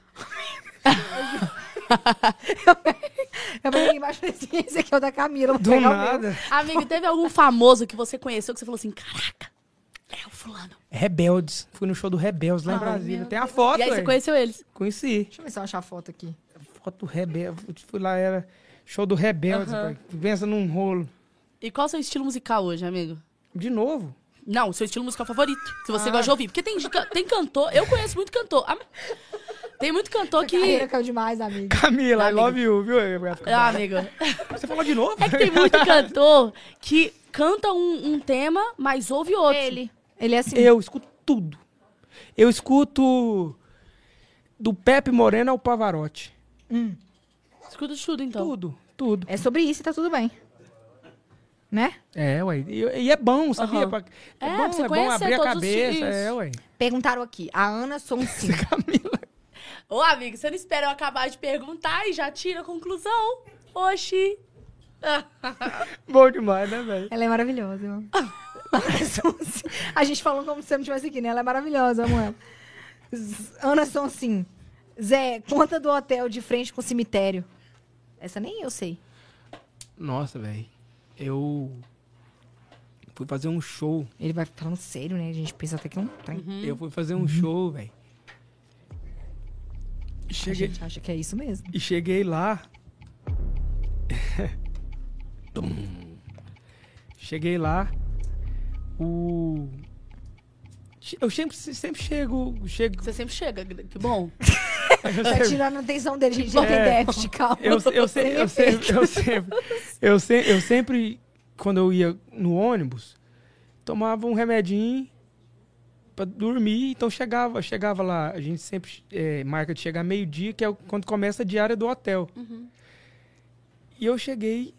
S1: Eu peguei embaixo desse esse aqui é o da Camila. vou
S3: Do
S1: pegar o meu.
S3: nada.
S2: Amigo, teve algum famoso que você conheceu que você falou assim, caraca, é o fulano.
S3: Rebeldes. Fui no show do Rebeldes lá em Brasília. Tem a foto,
S2: E aí você
S3: ué.
S2: conheceu eles.
S3: Conheci.
S1: Deixa eu ver se eu achar a foto aqui.
S3: Foto do Rebeldes. Fui lá, era show do Rebeldes.
S2: Aham.
S3: pai. Pensa num rolo.
S2: E qual é o seu estilo musical hoje, amigo?
S3: De novo.
S2: Não, seu estilo musical favorito. Se
S1: Ah.
S2: você gosta de ouvir. Porque tem, ca- tem cantor, eu conheço muito cantor. Ah, Tem muito cantor
S1: Carreira
S2: que.
S1: caiu demais, amiga.
S3: Camila, I
S2: Amiga.
S3: love you, viu? Eu ia ficar
S2: Ah,
S3: bravo.
S2: amiga.
S3: Você falou de novo?
S2: É que tem muito cantor que canta um, um tema, mas ouve outro.
S1: Ele. Ele é assim.
S3: Eu escuto tudo. Eu escuto do Pepe Moreno ao Pavarotti.
S2: Escuta de tudo, então.
S3: Tudo, tudo.
S1: É sobre isso e tá tudo bem. Né?
S3: É, ué. E, e é bom, sabia?
S2: Aham.
S3: Pra- É,
S2: É,
S3: bom,
S2: você
S3: é bom
S2: conhecer
S3: abrir a
S2: todos os
S3: cabeça.
S2: estilos.
S3: É, ué.
S1: Perguntaram aqui. A Ana Sonsin.
S3: Camila.
S2: Ô, amigo, você não espera eu acabar de perguntar e já tira a conclusão? Oxi.
S3: Bom demais, né, velho?
S1: Ela é maravilhosa, eu amo. Ana Sonsin. A gente falou como se você não tivesse aqui, né? Ela é maravilhosa, amo ela. Z- Ana Sonsin. Zé, conta do hotel de frente com o cemitério. Essa nem eu sei.
S3: Nossa, velho. Eu fui fazer um show.
S1: Ele vai falando sério, né? A gente pensa até que é um trem.
S2: Hum.
S3: Eu fui fazer um show, velho.
S1: A
S3: Cheguei,
S1: gente acha que é isso mesmo.
S3: E cheguei lá. Tum. cheguei lá. O. che- Eu sempre, sempre chego. chego
S2: Você sempre chega, que bom.
S1: Tá tirando a atenção dele, gente. Ele tem déficit, calma.
S3: É. eu, eu, se- eu, sempre, eu, sempre, eu, se- eu sempre, quando eu ia no ônibus, tomava um remedinho pra dormir. Então chegava, chegava lá, a gente sempre eh, marca de chegar meio-dia, que é o- quando começa a diária do hotel.
S1: Uhum.
S3: E eu cheguei,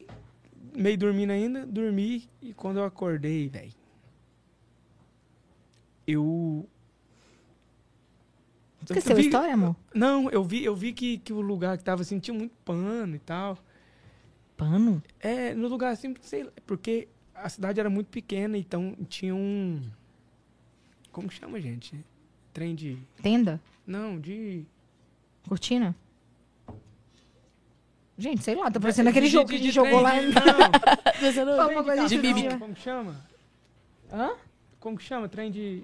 S3: meio dormindo ainda, dormi, e quando eu acordei, velho, eu.
S1: Esqueceu a
S3: vi-
S1: história, amor?
S3: Não, eu vi, eu vi que, que o lugar que tava assim tinha muito pano e tal.
S1: Pano?
S3: É, no lugar assim, sei lá, porque a cidade era muito pequena, então tinha um. Como que chama, gente? Trem de.
S1: Tenda?
S3: Não, de.
S1: Cortina? Gente, sei lá, tá parecendo aquele jogo que a gente jogou
S3: trem
S1: lá.
S3: É, de- Não, assim,
S2: Você não-
S1: Fala uma coisa
S3: de
S1: que a gente
S3: mímica.
S1: não-
S3: Como que chama?
S1: Hã?
S3: Como que chama? Trem de.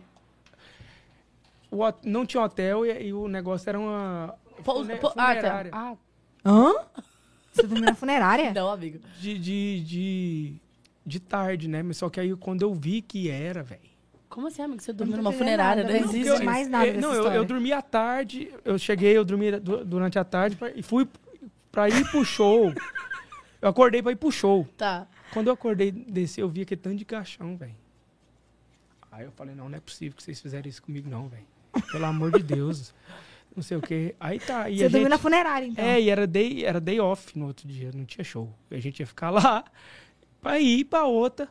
S3: O hot- Não tinha hotel e, e o negócio era uma.
S2: Pou-
S3: fune-
S2: pou- ah, tá.
S3: funerária.
S2: Ah,
S1: Hã? Você dormiu na funerária?
S2: não, amigo.
S3: de, de, de, de tarde, né? Mas só que aí quando eu vi que era, velho.
S2: Como assim, amigo? Você
S1: tô
S2: dormiu numa
S1: entendendo
S2: funerária,
S1: nada,
S2: não
S1: não, porque
S2: existe.
S1: eu- mais nada
S3: é,
S1: dessa
S3: Não, eu,
S1: história.
S3: eu dormi à tarde, eu cheguei, eu dormi du- durante a tarde pra- e fui pra ir pro show. Eu acordei pra ir pro show.
S2: Tá.
S3: Quando eu acordei, desci, eu vi aquele tanto de caixão, velho. Aí eu falei, não, não é possível que vocês fizeram isso comigo, não, velho. Pelo amor de Deus. Não sei o quê. Aí tá. E
S1: Você
S3: a
S1: dormiu
S3: gente-
S1: na funerária, então.
S3: é, e era day, era day off no outro dia, não tinha show. A gente ia ficar lá pra ir pra outra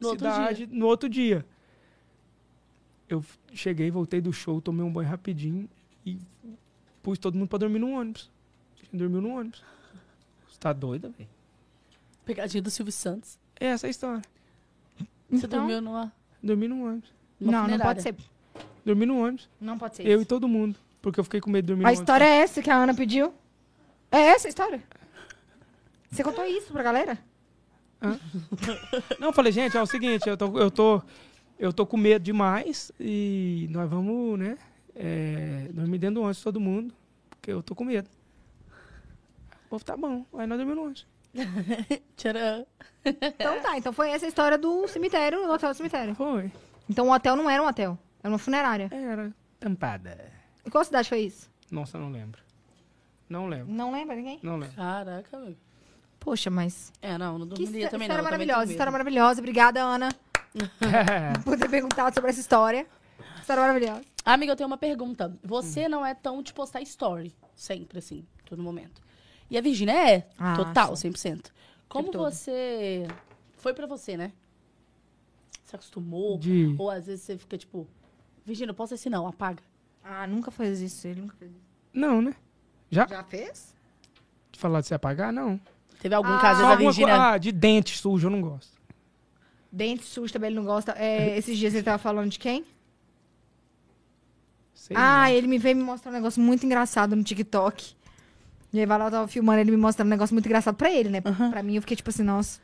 S2: No outro
S3: cidade no outro dia. Eu f- cheguei, voltei do show, tomei um banho rapidinho e pus todo mundo pra dormir no ônibus. A gente dormiu no ônibus. Você tá doida, velho?
S2: Pegadinha do Silvio Santos.
S3: É essa a história.
S2: Você
S1: Então-
S2: dormiu numa.
S3: Dormi no ônibus.
S2: numa
S1: Não, não
S2: funerária.
S1: pode ser.
S3: Dormi no ônibus.
S1: Não pode ser.
S3: Eu e
S1: É isso.
S3: todo mundo. Porque eu fiquei com medo de dormir
S1: A
S3: no
S1: história é essa que a Ana pediu. É essa a história? Você contou isso pra galera?
S3: ônibus. Não, eu falei, gente, é o seguinte, eu tô, eu tô, eu tô com medo demais e nós vamos, né, é, dormir dentro do ônibus todo mundo, porque eu tô com medo. O povo tá bom, aí nós dormimos no ônibus.
S2: Tcharam.
S1: Então tá, então foi essa a história do cemitério, do hotel do cemitério.
S3: Foi.
S1: Então o hotel não era um hotel, era uma funerária.
S3: Era tampada.
S1: E qual cidade foi isso?
S3: Nossa, não lembro. Não lembro.
S1: Não lembra ninguém?
S3: Não lembro.
S2: Caraca, amigo.
S1: Poxa, mas.
S2: É, não, não
S1: Que
S2: dormiria
S1: histó- história
S2: também não. eu também tenho
S1: maravilhosa,
S2: medo.
S1: história maravilhosa. Obrigada, Ana, por ter perguntado sobre essa história. História maravilhosa.
S2: Amiga, eu tenho uma pergunta. Você
S1: Hum.
S2: não é tão de postar story, sempre, assim, todo momento. E a Virgínia é,
S1: Ah,
S2: total, 100%. Como
S1: Tempo todo.
S2: você... Foi pra você, né? Se acostumou?
S3: De-
S2: Ou às vezes você fica, tipo... Virgínia, eu posso assim, não, apaga.
S1: Ah, nunca fez isso, ele nunca fez isso.
S3: Não, né? Já?
S1: Já fez?
S3: De falar de se apagar, não.
S2: Teve algum
S1: Ah,
S2: caso
S1: Às
S3: Só
S2: da
S3: alguma coisa.
S2: Virgínia...
S3: Ah, de dente sujo, eu não gosto.
S1: Dente sujo também, ele não gosta. É, esses dias ele tava falando de quem?
S3: Sei
S1: ah,
S3: lá.
S1: ele me veio me mostrar um negócio muito engraçado no TikTok. E aí vai lá, eu tava filmando, ele me mostrando um negócio muito engraçado pra ele, né? Pra mim, eu fiquei tipo assim, nossa,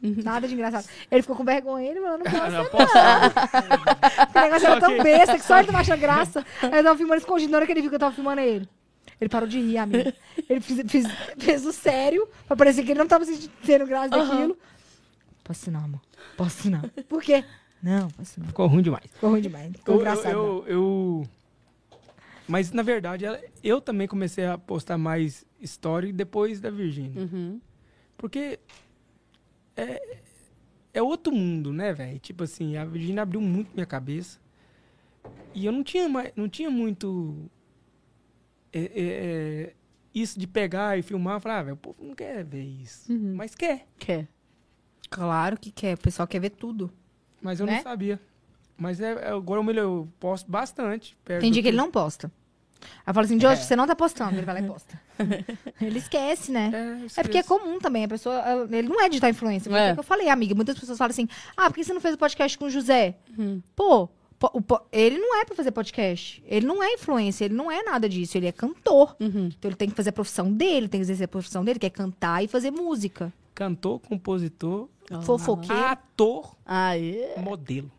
S1: nada de engraçado. Ele ficou com vergonha, ele falou, não posso,
S3: Ah, não posso, não.
S1: Porque o negócio era
S3: Só que-
S1: tão besta que só ele tava achando graça. Aí eu tava filmando escondido, na hora que ele viu que eu tava filmando é ele. Ele parou de rir, amigo. Ele fez, fez, fez o sério, pra parecer que ele não tava sentindo- tendo graça daquilo. Posso não, amor. Posso não. Por quê? Não, posso não.
S3: Ficou ruim demais.
S1: Ficou ruim demais. Ficou
S3: Eu,
S1: engraçado. né? não.
S3: eu, eu, eu- Mas, na verdade, ela- eu também comecei a postar mais story depois da
S1: Ah. Hum.
S3: Virgínia.
S2: Uhum.
S3: Porque é, é outro mundo, né, velho? Tipo assim, a Virgínia abriu muito minha cabeça. E eu não tinha, mais, não tinha muito é, é, é, isso de pegar e filmar e falar, ah, velho, o povo não quer ver isso.
S1: Uhum.
S3: Mas quer.
S2: Quer.
S1: Claro que quer. O pessoal quer ver tudo.
S3: Mas eu
S1: Né?
S3: não sabia. Mas é, é, agora eu, melhor, eu posto bastante. perto
S1: Tem
S3: do É.
S1: dia que ele não posta. Aí fala assim, Josh, você não tá postando. Ele vai lá e posta. ele esquece, né?
S3: É, eu
S1: É porque é
S3: esqueço.
S1: comum também, a pessoa, ela- ele não é digital influencer, mas
S2: É.
S1: é o que eu falei, amiga, muitas pessoas falam assim, ah, por que você não fez o podcast com o José?
S3: Uhum.
S1: Pô, po- o po- ele não é pra fazer podcast, ele não é influencer, ele não é nada disso, ele é cantor,
S3: Uhum.
S1: então ele tem que fazer a profissão dele, tem que exercer a profissão dele, que é cantar e fazer música,
S3: Cantor, compositor,
S1: fofoqueiro,
S3: ator,
S2: Aê.
S3: modelo.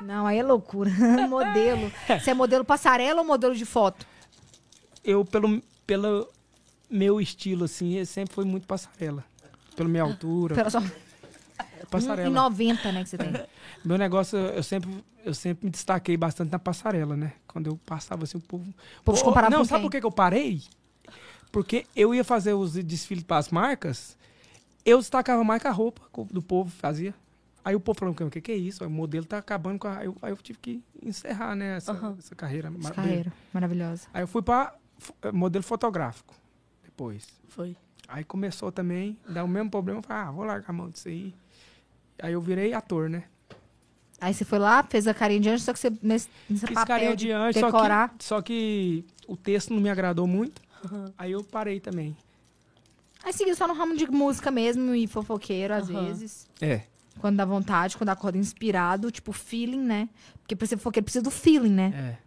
S1: não, aí é loucura, modelo, você é modelo passarela ou modelo de foto?
S3: Eu, pelo, pelo meu estilo, assim, eu sempre foi muito passarela. Pela minha altura,
S1: Pela sua...
S3: passarela.
S1: 1,90, né, que você tem.
S3: Meu negócio, eu sempre, eu sempre me destaquei bastante na passarela, né? Quando eu passava, assim, o povo...
S1: O povo te
S3: Ô,
S1: comparava
S3: Não,
S1: com
S3: sabe
S1: quem?
S3: por que que eu parei? Porque eu ia fazer os desfiles para as marcas, eu destacava mais que a roupa co- do povo fazia. Aí o povo falou, o que que é isso? O modelo tá acabando com a... Aí eu, aí eu tive que encerrar, né, essa, essa carreira.
S1: Essa
S3: maravilhosa.
S1: Carreira, maravilhosa.
S3: Aí eu fui para modelo fotográfico depois.
S2: Foi.
S3: Aí começou também, dá o mesmo problema, eu falei, ah, vou largar a mão disso aí. Aí eu virei ator, né?
S1: Aí você foi lá, fez a carinha de anjo, só que você nesse, nesse
S3: Fiz
S1: papel
S3: carinha
S1: de,
S3: de anjo, só
S1: decorar.
S3: que, só que o texto não me agradou muito. Aí eu parei também.
S1: Aí seguiu só no ramo de música mesmo e fofoqueiro, às
S2: Aham.
S1: vezes.
S3: É.
S1: Quando dá vontade, quando acorda inspirado, tipo feeling, né? Porque pra ser fofoqueiro precisa do feeling, né?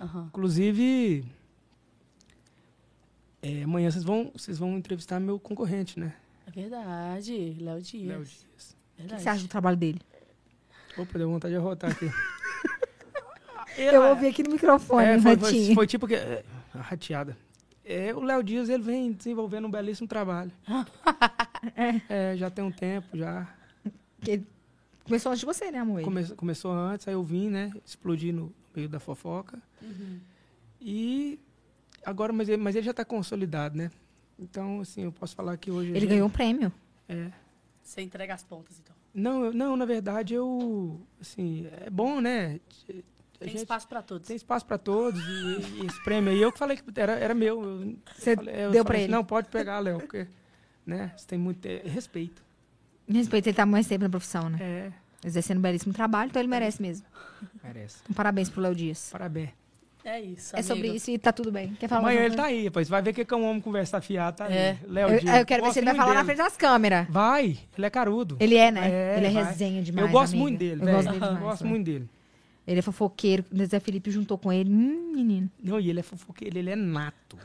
S3: É.
S2: Aham.
S3: Inclusive, é, amanhã vocês vão, vocês vão entrevistar meu concorrente, né?
S2: É verdade. Léo Dias.
S3: Léo Dias.
S1: O que que
S2: Verdade.
S1: você acha do trabalho dele?
S3: Opa, deu vontade de arrotar aqui.
S1: Eu ouvi aqui no microfone,
S3: É,
S1: é,
S3: foi, foi, foi tipo que. é, a rateada. É, o Léo Dias ele vem desenvolvendo um belíssimo trabalho. é, já tem um tempo, já.
S1: Começou antes de você, né, amor?
S3: Come- começou antes, aí eu vim, né? Explodi no meio da fofoca.
S1: Uhum.
S3: E agora, mas ele, mas ele já está consolidado, né? Então, assim, eu posso falar que hoje. a
S1: Ele
S3: gente-
S1: ganhou um prêmio.
S3: É.
S2: Você entrega as pontas, então.
S3: Não, eu- não, na verdade, eu. Assim, é bom, né? A
S2: Tem
S3: gente
S2: espaço pra todos.
S3: tem espaço para todos. E, e esse prêmio aí, eu que falei que era, era meu. eu-
S1: Você
S3: Falei-
S1: deu
S3: eu falei
S1: pra
S3: assim,
S1: ele.
S3: Não, pode pegar, Léo, porque né, você tem muito é, respeito.
S1: Respeito, ele tá mais tempo na profissão, né?
S3: É,
S1: Exercendo um belíssimo trabalho, então ele merece mesmo.
S3: merece.
S1: Então, parabéns pro Léo Dias.
S3: Parabéns.
S2: É isso,
S1: É sobre
S2: amigo.
S1: isso e tá tudo bem. Quer falar
S3: Amanhã
S1: mais
S3: ele tá aí, rapaz. Vai ver que é um homem conversar fiado, tá
S2: É.
S3: aí. Léo
S1: Eu,
S3: Dias.
S1: eu quero ver se
S3: Gosto
S1: ele vai
S3: muito
S1: falar na
S3: dele.
S1: frente das câmeras.
S3: Vai, ele é carudo.
S1: Ele é, né? ele é
S3: vai.
S1: resenha demais.
S3: Eu gosto
S1: amiga.
S3: muito dele,
S1: Eu
S3: velho.
S1: gosto dele demais.
S3: gosto
S1: velho.
S3: muito dele.
S1: Ele é fofoqueiro. O Zé Felipe juntou com ele. Hum, menino.
S3: Não, e ele é fofoqueiro, ele é nato.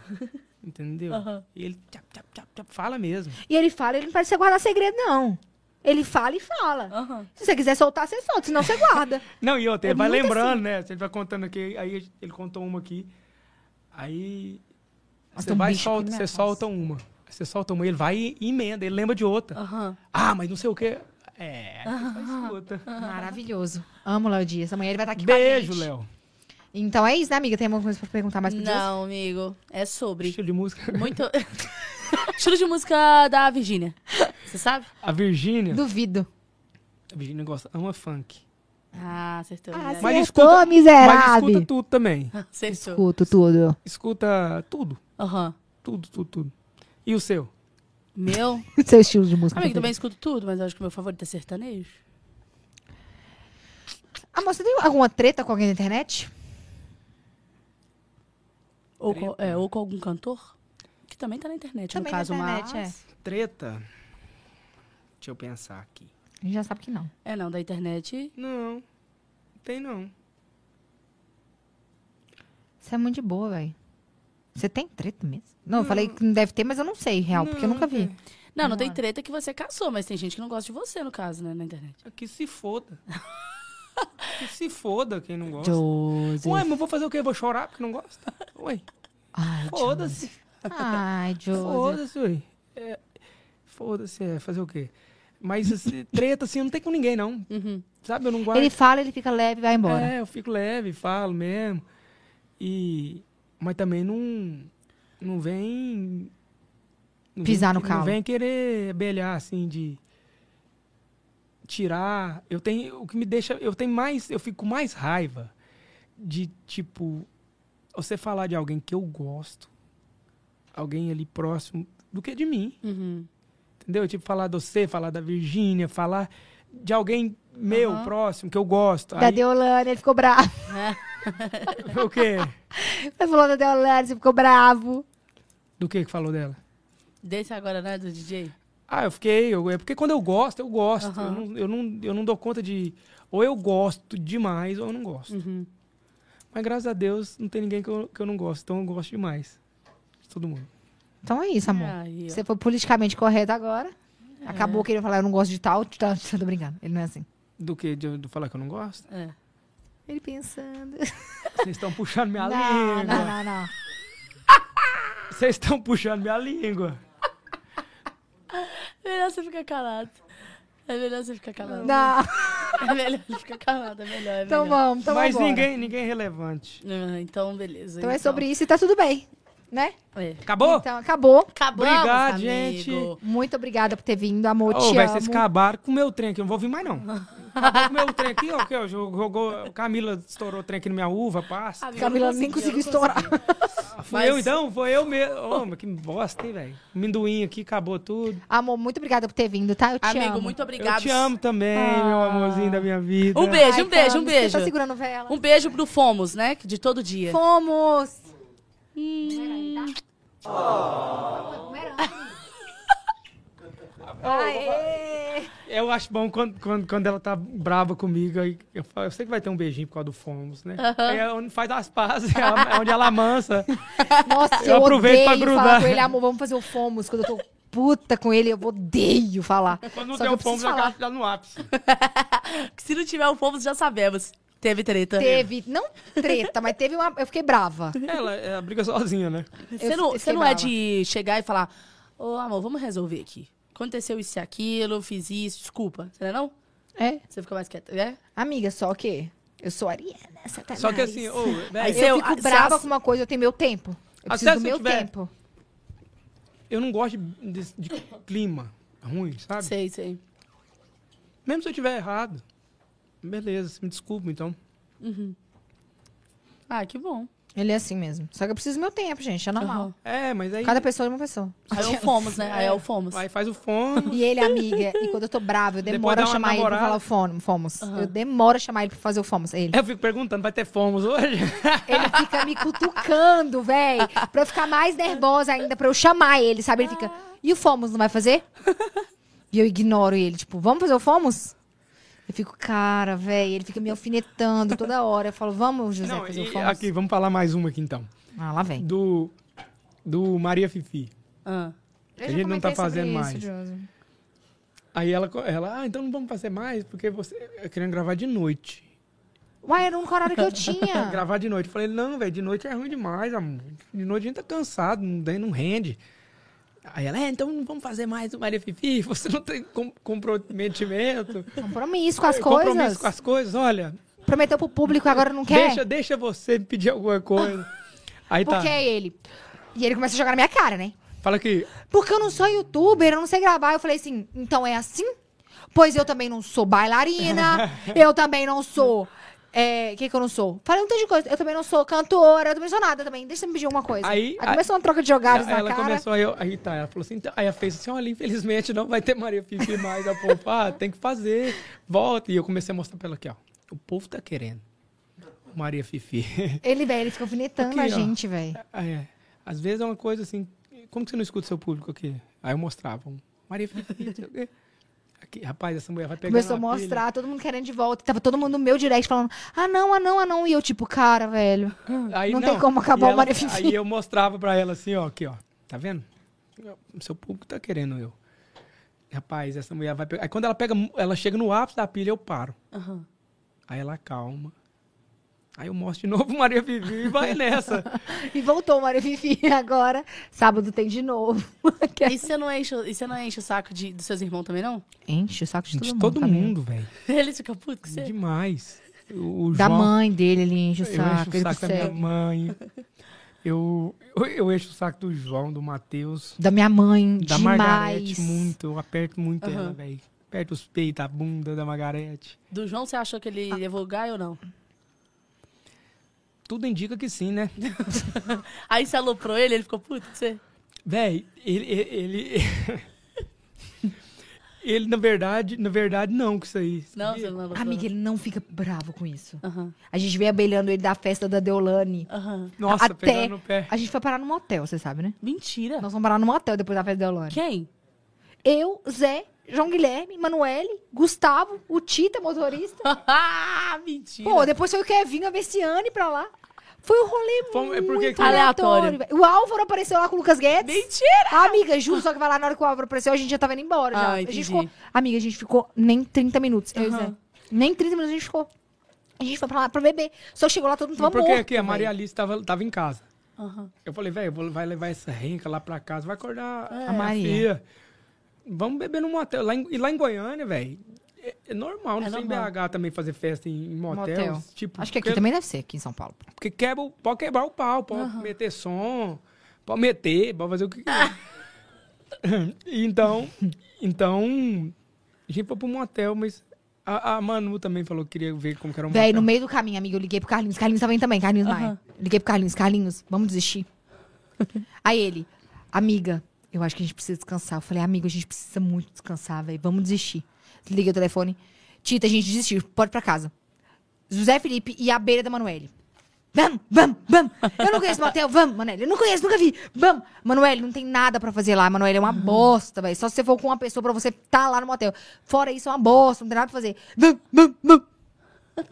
S3: Entendeu?
S2: Aham.
S3: E ele tchap, tchap, tchap, tchap, fala mesmo.
S1: E ele fala, ele não parece guardar segredo, não. Ele fala e fala.
S2: Aham.
S1: Se você quiser soltar, você solta, senão você guarda.
S3: Não, e outra,
S1: É
S3: ele vai
S1: muito
S3: lembrando, né? Você vai contando aqui, aí ele contou uma aqui. Aí
S1: Nossa,
S3: você
S1: tem um
S3: vai e
S1: bicho aqui
S3: solta,
S1: na
S3: você
S1: minha
S3: solta uma. Aí Você solta uma, ele vai e emenda, ele lembra de outra.
S2: Aham.
S3: Ah, mas não sei o quê. É, aí você escuta.
S1: Maravilhoso. Amo o Léo Dias. Amanhã ele vai estar aqui
S3: Beijo,
S1: com a gente.
S3: Léo.
S1: Então é isso, né, amiga? Tem alguma coisa pra perguntar mais pro Dias?
S2: Não, amigo. É sobre.
S3: Estilo de música.
S2: Muito. Estilo de música da Virgínia. Você sabe?
S3: A Virgínia,
S1: Duvido.
S3: a Virgínia gosta, ama funk.
S2: Ah, acertou.
S1: Ah,
S2: Guilherme.
S1: Mas
S3: escuta-
S1: escuta,
S3: Mas
S1: miserável.
S3: escuta tudo também.
S2: Acertou.
S1: Escuto tudo.
S3: Escuta tudo,
S2: Aham.
S3: tudo, tudo, tudo. E o seu?
S2: Meu.
S1: Seu estilo de música. favorito.
S2: Amigo, também escuto tudo, mas eu acho que o meu favorito é sertanejo.
S1: Amor, você Ah, tem alguma treta com alguém na internet?
S2: Ou com, é, ou com algum cantor. Que também tá na internet,
S1: Também
S2: no
S1: na
S2: caso,
S1: internet, é.
S2: mas...
S3: Treta? Deixa eu pensar aqui.
S1: A gente já sabe que não.
S2: É. não, da internet...
S3: Não, não tem não.
S1: Você é muito de boa, velho. Você tem treta mesmo? Não,
S2: Hum.
S1: eu falei que não deve ter, mas eu não sei, real, porque eu nunca vi.
S2: Não, não
S1: Vamos
S2: tem
S1: lá.
S2: treta que você caçou, mas tem gente que não gosta de você, no caso, né, na internet.
S3: Que se foda. que se foda quem não gosta.
S2: Hum.
S1: Joseph.
S3: Ué, mas vou fazer o quê? Vou chorar porque não gosta? Ué,
S1: Ai, Joseph.
S3: foda-se.
S1: Ai, Joseph.
S3: Foda-se, ué. É, foda-se, é fazer o quê? Mas assim, treta, assim, eu não tenho com ninguém, não.
S4: Uhum.
S3: Sabe? Eu não guardo.
S1: Ele fala, ele fica leve e vai embora.
S3: É, eu fico leve, falo mesmo. E... Mas também não... Não vem... não vem-
S1: Pisar no
S3: Não
S1: calo.
S3: vem querer belhar, assim, de... Tirar... Eu tenho... O que me deixa... Eu tenho mais... Eu fico com mais raiva de, tipo... Você falar de alguém que eu gosto. Alguém ali próximo do que de mim.
S4: Uhum.
S3: Entendeu? Tipo, falar de você, falar da Virgínia, falar de alguém meu,
S1: Aham.
S3: próximo, que eu gosto.
S1: Da
S3: Aí,
S1: Deolane, ele ficou bravo.
S3: o quê?
S1: Ele falou da Deolane, você ficou bravo.
S3: Do que que falou dela?
S2: Desse agora, né, do DJ?
S3: Ah, eu fiquei. Eu, é porque quando eu gosto, eu gosto.
S4: Aham.
S3: Eu, não, eu, não, eu não dou conta de. Ou eu gosto demais, ou eu não gosto.
S4: Uhum.
S3: Mas graças a Deus, não tem ninguém que eu, que eu não gosto. Então eu gosto demais. De todo mundo.
S1: Então é isso, amor.
S2: Aí, ó. É.
S1: Você foi politicamente correto agora. Acabou que ele vai falar, eu não gosto de tal, de tal. Tô brincando. Ele não é assim.
S3: Do que? De, eu- de falar que eu não gosto?
S2: É.
S1: Ele pensando.
S3: Vocês estão puxando minha
S1: Não,
S3: língua.
S1: não, não, não.
S3: Vocês estão puxando minha língua.
S2: É melhor você ficar calado. É melhor você ficar calado.
S1: Não.
S2: É melhor você ficar calado, é melhor. É
S1: Então
S2: melhor.
S1: vamos, então
S3: Mas
S1: vambora.
S3: ninguém, ninguém é relevante.
S2: Ah, então, beleza.
S1: Então é sobre isso e tá tudo bem, né?
S2: É.
S3: Acabou?
S1: Então acabou.
S2: Acabamos,
S3: Obrigado,
S2: amigo.
S3: gente.
S1: Muito obrigada por ter vindo, amor.
S2: Oh,
S3: Ô,
S1: te amo.
S3: velho, vocês acabaram com o meu trem aqui, eu não vou vir mais não. Acabou com o meu trem aqui, ó, que ó, jogou, Camila estourou o trem aqui na minha uva, passa.
S2: Amigo,
S1: Camila
S2: eu não
S1: nem conseguiu
S2: eu não
S1: estourar.
S2: consegui.
S3: Foi
S2: mas-
S3: eu então, foi eu mesmo. Ô, mas que bosta, hein, velho. Amendoim aqui, acabou tudo.
S1: Amor, muito obrigada por ter vindo, tá? Eu te
S2: Amigo,
S1: amo.
S2: muito obrigado.
S3: Eu te amo também, meu
S1: Ah.
S3: amorzinho da minha vida.
S2: Um beijo, um
S1: Ai,
S2: beijo, um
S1: Camis,
S2: beijo.
S1: Você tá segurando vela.
S2: Um beijo pro Fomos, né? De todo dia.
S1: Fomos! Hum. Aê!
S3: Eu acho bom quando, quando, quando ela tá brava comigo, aí eu, falo, eu sei que vai ter um beijinho por causa do Fomos, né? Aí é onde faz as pazes, é onde- é onde ela mansa.
S1: Nossa, eu,
S3: Eu aproveito
S1: odeio
S3: pra
S1: falar
S3: grudar.
S1: com ele, amor, vamos fazer o Fomos. Quando eu tô puta com ele, eu odeio falar.
S3: Quando não
S1: Só
S3: tem
S1: que
S3: o
S1: eu preciso
S3: Fomos,
S1: falar.
S3: ela tá no ápice.
S2: Se não tiver o Fomos, já sabemos. Teve treta.
S1: Teve, não treta, mas teve uma... Eu fiquei brava.
S3: Ela, ela briga sozinha, né?
S2: Você
S1: Eu
S2: não,
S1: fiquei
S2: você não é
S1: brava.
S2: de chegar e falar, ô amor, vamos resolver aqui. Aconteceu isso e aquilo, fiz isso, desculpa. Você não é não?
S1: É?
S2: Você fica mais quieta, né?
S1: Amiga, só que eu sou Ariana, satanás.
S3: Só que assim, ô, ah, velho,
S2: Aí
S1: eu
S2: se eu-
S1: fico
S2: se
S1: brava
S2: as-
S1: com uma coisa, eu tenho meu tempo. Eu preciso
S3: Até
S1: do
S3: Ah, se
S1: meu
S3: eu tiver-
S1: tempo.
S3: eu não gosto de, de- de clima ruim, sabe?
S2: Sei, sei.
S3: Mesmo se eu tiver errado. Beleza, você me desculpa, então.
S2: Ah, que bom.
S1: Ele é assim mesmo. Só que eu preciso do meu tempo, gente. É normal.
S2: Aham.
S3: É, mas aí.
S1: Cada pessoa é uma pessoa.
S2: Aí é o Fomos, né? Aí é o Fomos.
S3: Aí faz o fome.
S1: E ele, amiga, e quando eu tô brava, eu
S3: Depois
S1: demoro
S3: dá
S1: a
S3: uma
S1: chamar ele pra
S3: namorada.
S1: falar o fome- fomos. Eu demoro a chamar ele pra fazer o fomos. Ele.
S3: eu fico perguntando, vai ter fomos hoje?
S1: Ele fica me cutucando, véi. Pra eu ficar mais nervosa ainda, pra eu chamar ele, sabe? Ele fica, e o Fomos não vai fazer? E eu ignoro ele, tipo, vamos fazer o Fomos? Eu fico, cara, véi. Ele fica me alfinetando toda hora. Eu falo, vamos, José,
S3: não,
S1: fazer o
S3: e,
S1: Fomos?
S3: aqui, vamos falar mais uma aqui então.
S1: Ah, lá vem.
S3: Do. Do Maria Fifi.
S2: Ah.
S1: Eu
S3: A
S1: já
S3: gente não tá
S1: comentei sobre
S3: fazendo
S1: isso,
S3: mais.
S1: Josi.
S3: Aí ela, co- ela, ah, então não vamos fazer mais, porque você. Eu querendo gravar de noite.
S1: Uai, era o único horário que eu tinha.
S3: Gravar de noite. Eu falei, não, velho, de noite é ruim demais, amor. De noite a gente tá cansado, não, tem- não rende. Aí ela, é, então não vamos fazer mais do Maria Fifi, você não tem com- comprometimento.
S1: Compromisso com as
S3: Compromisso
S1: coisas.
S3: com as coisas, olha.
S1: Prometeu pro público e agora não quer?
S3: Deixa, deixa você me pedir alguma coisa. Aí tá.
S1: Porque é ele. E ele começa a jogar na minha cara, né?
S3: Fala que.
S1: Porque eu não sou youtuber, eu não sei gravar. Eu falei assim, então é assim? Pois eu também não sou bailarina, eu também não sou. É, o que, que eu não sou? Falei um tanto de coisa. Eu também não sou cantora, eu também não sou nada também. Deixa eu me pedir alguma coisa.
S3: Aí-
S1: começou uma troca de jogadas na
S3: ela
S1: cara.
S3: começou, aí, eu- aí tá, ela falou assim, então- aí ela fez assim, olha, infelizmente não vai ter Maria Fifi mais. Ela falou, ah, tem que fazer, volta. E eu comecei a mostrar pra ela aqui, ó. O povo tá querendo. Maria Fifi.
S1: Ele, velho, ele fica alfinetando
S3: Aqui,
S1: a
S3: ó.
S1: gente, velho.
S3: Ah, é. Às vezes é uma coisa assim, como que você não escuta seu público aqui? Aí eu mostrava, um, Maria Fifi, não sei o quê. Aqui, rapaz, essa mulher vai pegar.
S1: Começou a mostrar, todo mundo querendo de volta. Tava todo mundo no meu direct falando, ah não, ah não, ah não. E eu tipo, cara, velho. Hum, Não tem como acabar
S3: E
S1: o
S3: ela-
S1: Maria Fifi.
S3: Aí eu mostrava pra ela assim, ó, aqui, ó. Tá vendo? O Seu público tá querendo eu. Rapaz, essa mulher vai pegar. Aí quando ela pega, mu- ela chega no ápice da pilha, eu paro.
S2: Aham.
S3: Aí ela calma. Aí eu mostro de novo Maria Vivi e vai nessa.
S1: E voltou Maria Vivi agora. Sábado tem de novo.
S2: E você não enche, e você não enche o saco de, dos seus irmãos também, não?
S1: Enche o saco de todo
S3: Gente,
S1: mundo. tá
S3: todo
S1: Camila.
S3: mundo, velho.
S2: Eles ficam putos com você?
S3: Demais. O o
S1: Da
S3: João,
S1: mãe dele, ele enche o
S3: eu
S1: saco.
S3: encho o
S1: ele
S3: saco da minha
S1: consegue.
S3: mãe. Eu, eu, eu encho o saco do João, do Matheus,
S1: Da minha mãe,
S3: da
S1: demais.
S3: Margarete muito. Eu aperto muito ela,
S2: Aham.
S3: velho. Aperto os peitos, a bunda da Margarete.
S2: Do João, você achou que ele ia vulgar ou não?
S3: Tudo indica que sim, né?
S2: Aí você aloprou ele, ele ficou puto com você?
S3: Véi, ele. Ele, ele, na verdade, na verdade, não com isso aí.
S2: Não,
S3: sabia?
S2: você não aloprou.
S1: Amiga,
S2: não.
S1: ele não fica bravo com isso.
S2: Aham,
S1: A gente veio abelhando ele da festa da Deolane.
S2: aham.
S3: Nossa,
S1: até-
S3: pegando no pé.
S1: A gente foi parar num motel, você sabe, né?
S2: Mentira.
S1: Nós fomos parar num motel depois da festa da Deolane.
S2: Quem?
S1: Eu, Zé, João Guilherme, Manuele, Gustavo, o Tita, motorista.
S2: ah, mentira.
S1: Pô, depois foi o Kevinho, a Messiane pra lá. Foi um rolê
S3: Fomos- é
S1: muito
S3: porque que-
S1: aleatório.
S2: Aleatório.
S1: velho. O Álvaro apareceu lá com o Lucas Guedes.
S2: Mentira!
S1: Ah, amiga, juro, só que vai lá na hora que o Álvaro apareceu, a gente já tava indo embora. já.
S2: Ah,
S1: A gente
S2: entendi.
S1: ficou- amiga, a gente ficou nem 30 minutos. Eu e o Zé.
S2: Aham.
S1: Nem 30 minutos a gente ficou. A gente foi pra lá pra beber. Só chegou lá, todo mundo tava
S3: Porque
S1: morto.
S3: aqui a
S1: velho.
S3: Maria Alice tava, tava em casa.
S2: Aham.
S3: Eu falei, velho, vai levar essa renca lá pra casa, vai acordar
S1: É, A Maria.
S3: a Maria. Vamos beber num motel. Lá em- e lá em Goiânia, velho, é, é normal, não
S2: É
S3: sei em
S2: normal.
S3: BH também fazer festa em, em motel.
S1: Motel.
S3: Tipo,
S1: Acho que aqui
S3: porque-
S1: também deve ser, aqui em São Paulo.
S3: Porque quebra, o- pode quebrar o pau, pode meter som, pode meter, pode fazer o que
S1: Ah.
S3: Então, então, a gente foi pro motel, mas a, a Manu também falou que queria ver como que era o motel.
S1: Véi, no meio do caminho, amiga, eu liguei pro Carlinhos. Carlinhos também também, Carlinhos
S2: Aham.
S1: Maia. Liguei pro Carlinhos, Carlinhos, vamos desistir. Aí ele, amiga, eu acho que a gente precisa descansar. Eu falei, amigo, a gente precisa muito descansar, velho. Vamos desistir. Liguei o telefone. Tita, a gente desistiu, pode ir pra casa. José Felipe e a beira da Manuele. Vamos, vamos, vamos. Eu não conheço motel, vamos, Manuele. Eu não conheço, nunca vi. Vamos. Manuele, não tem nada pra fazer lá. Manuele é uma bosta, velho. Só se você for com uma pessoa pra você tá lá no motel. Fora isso, é uma bosta, não tem nada pra fazer. Vamos, vamos, vamos.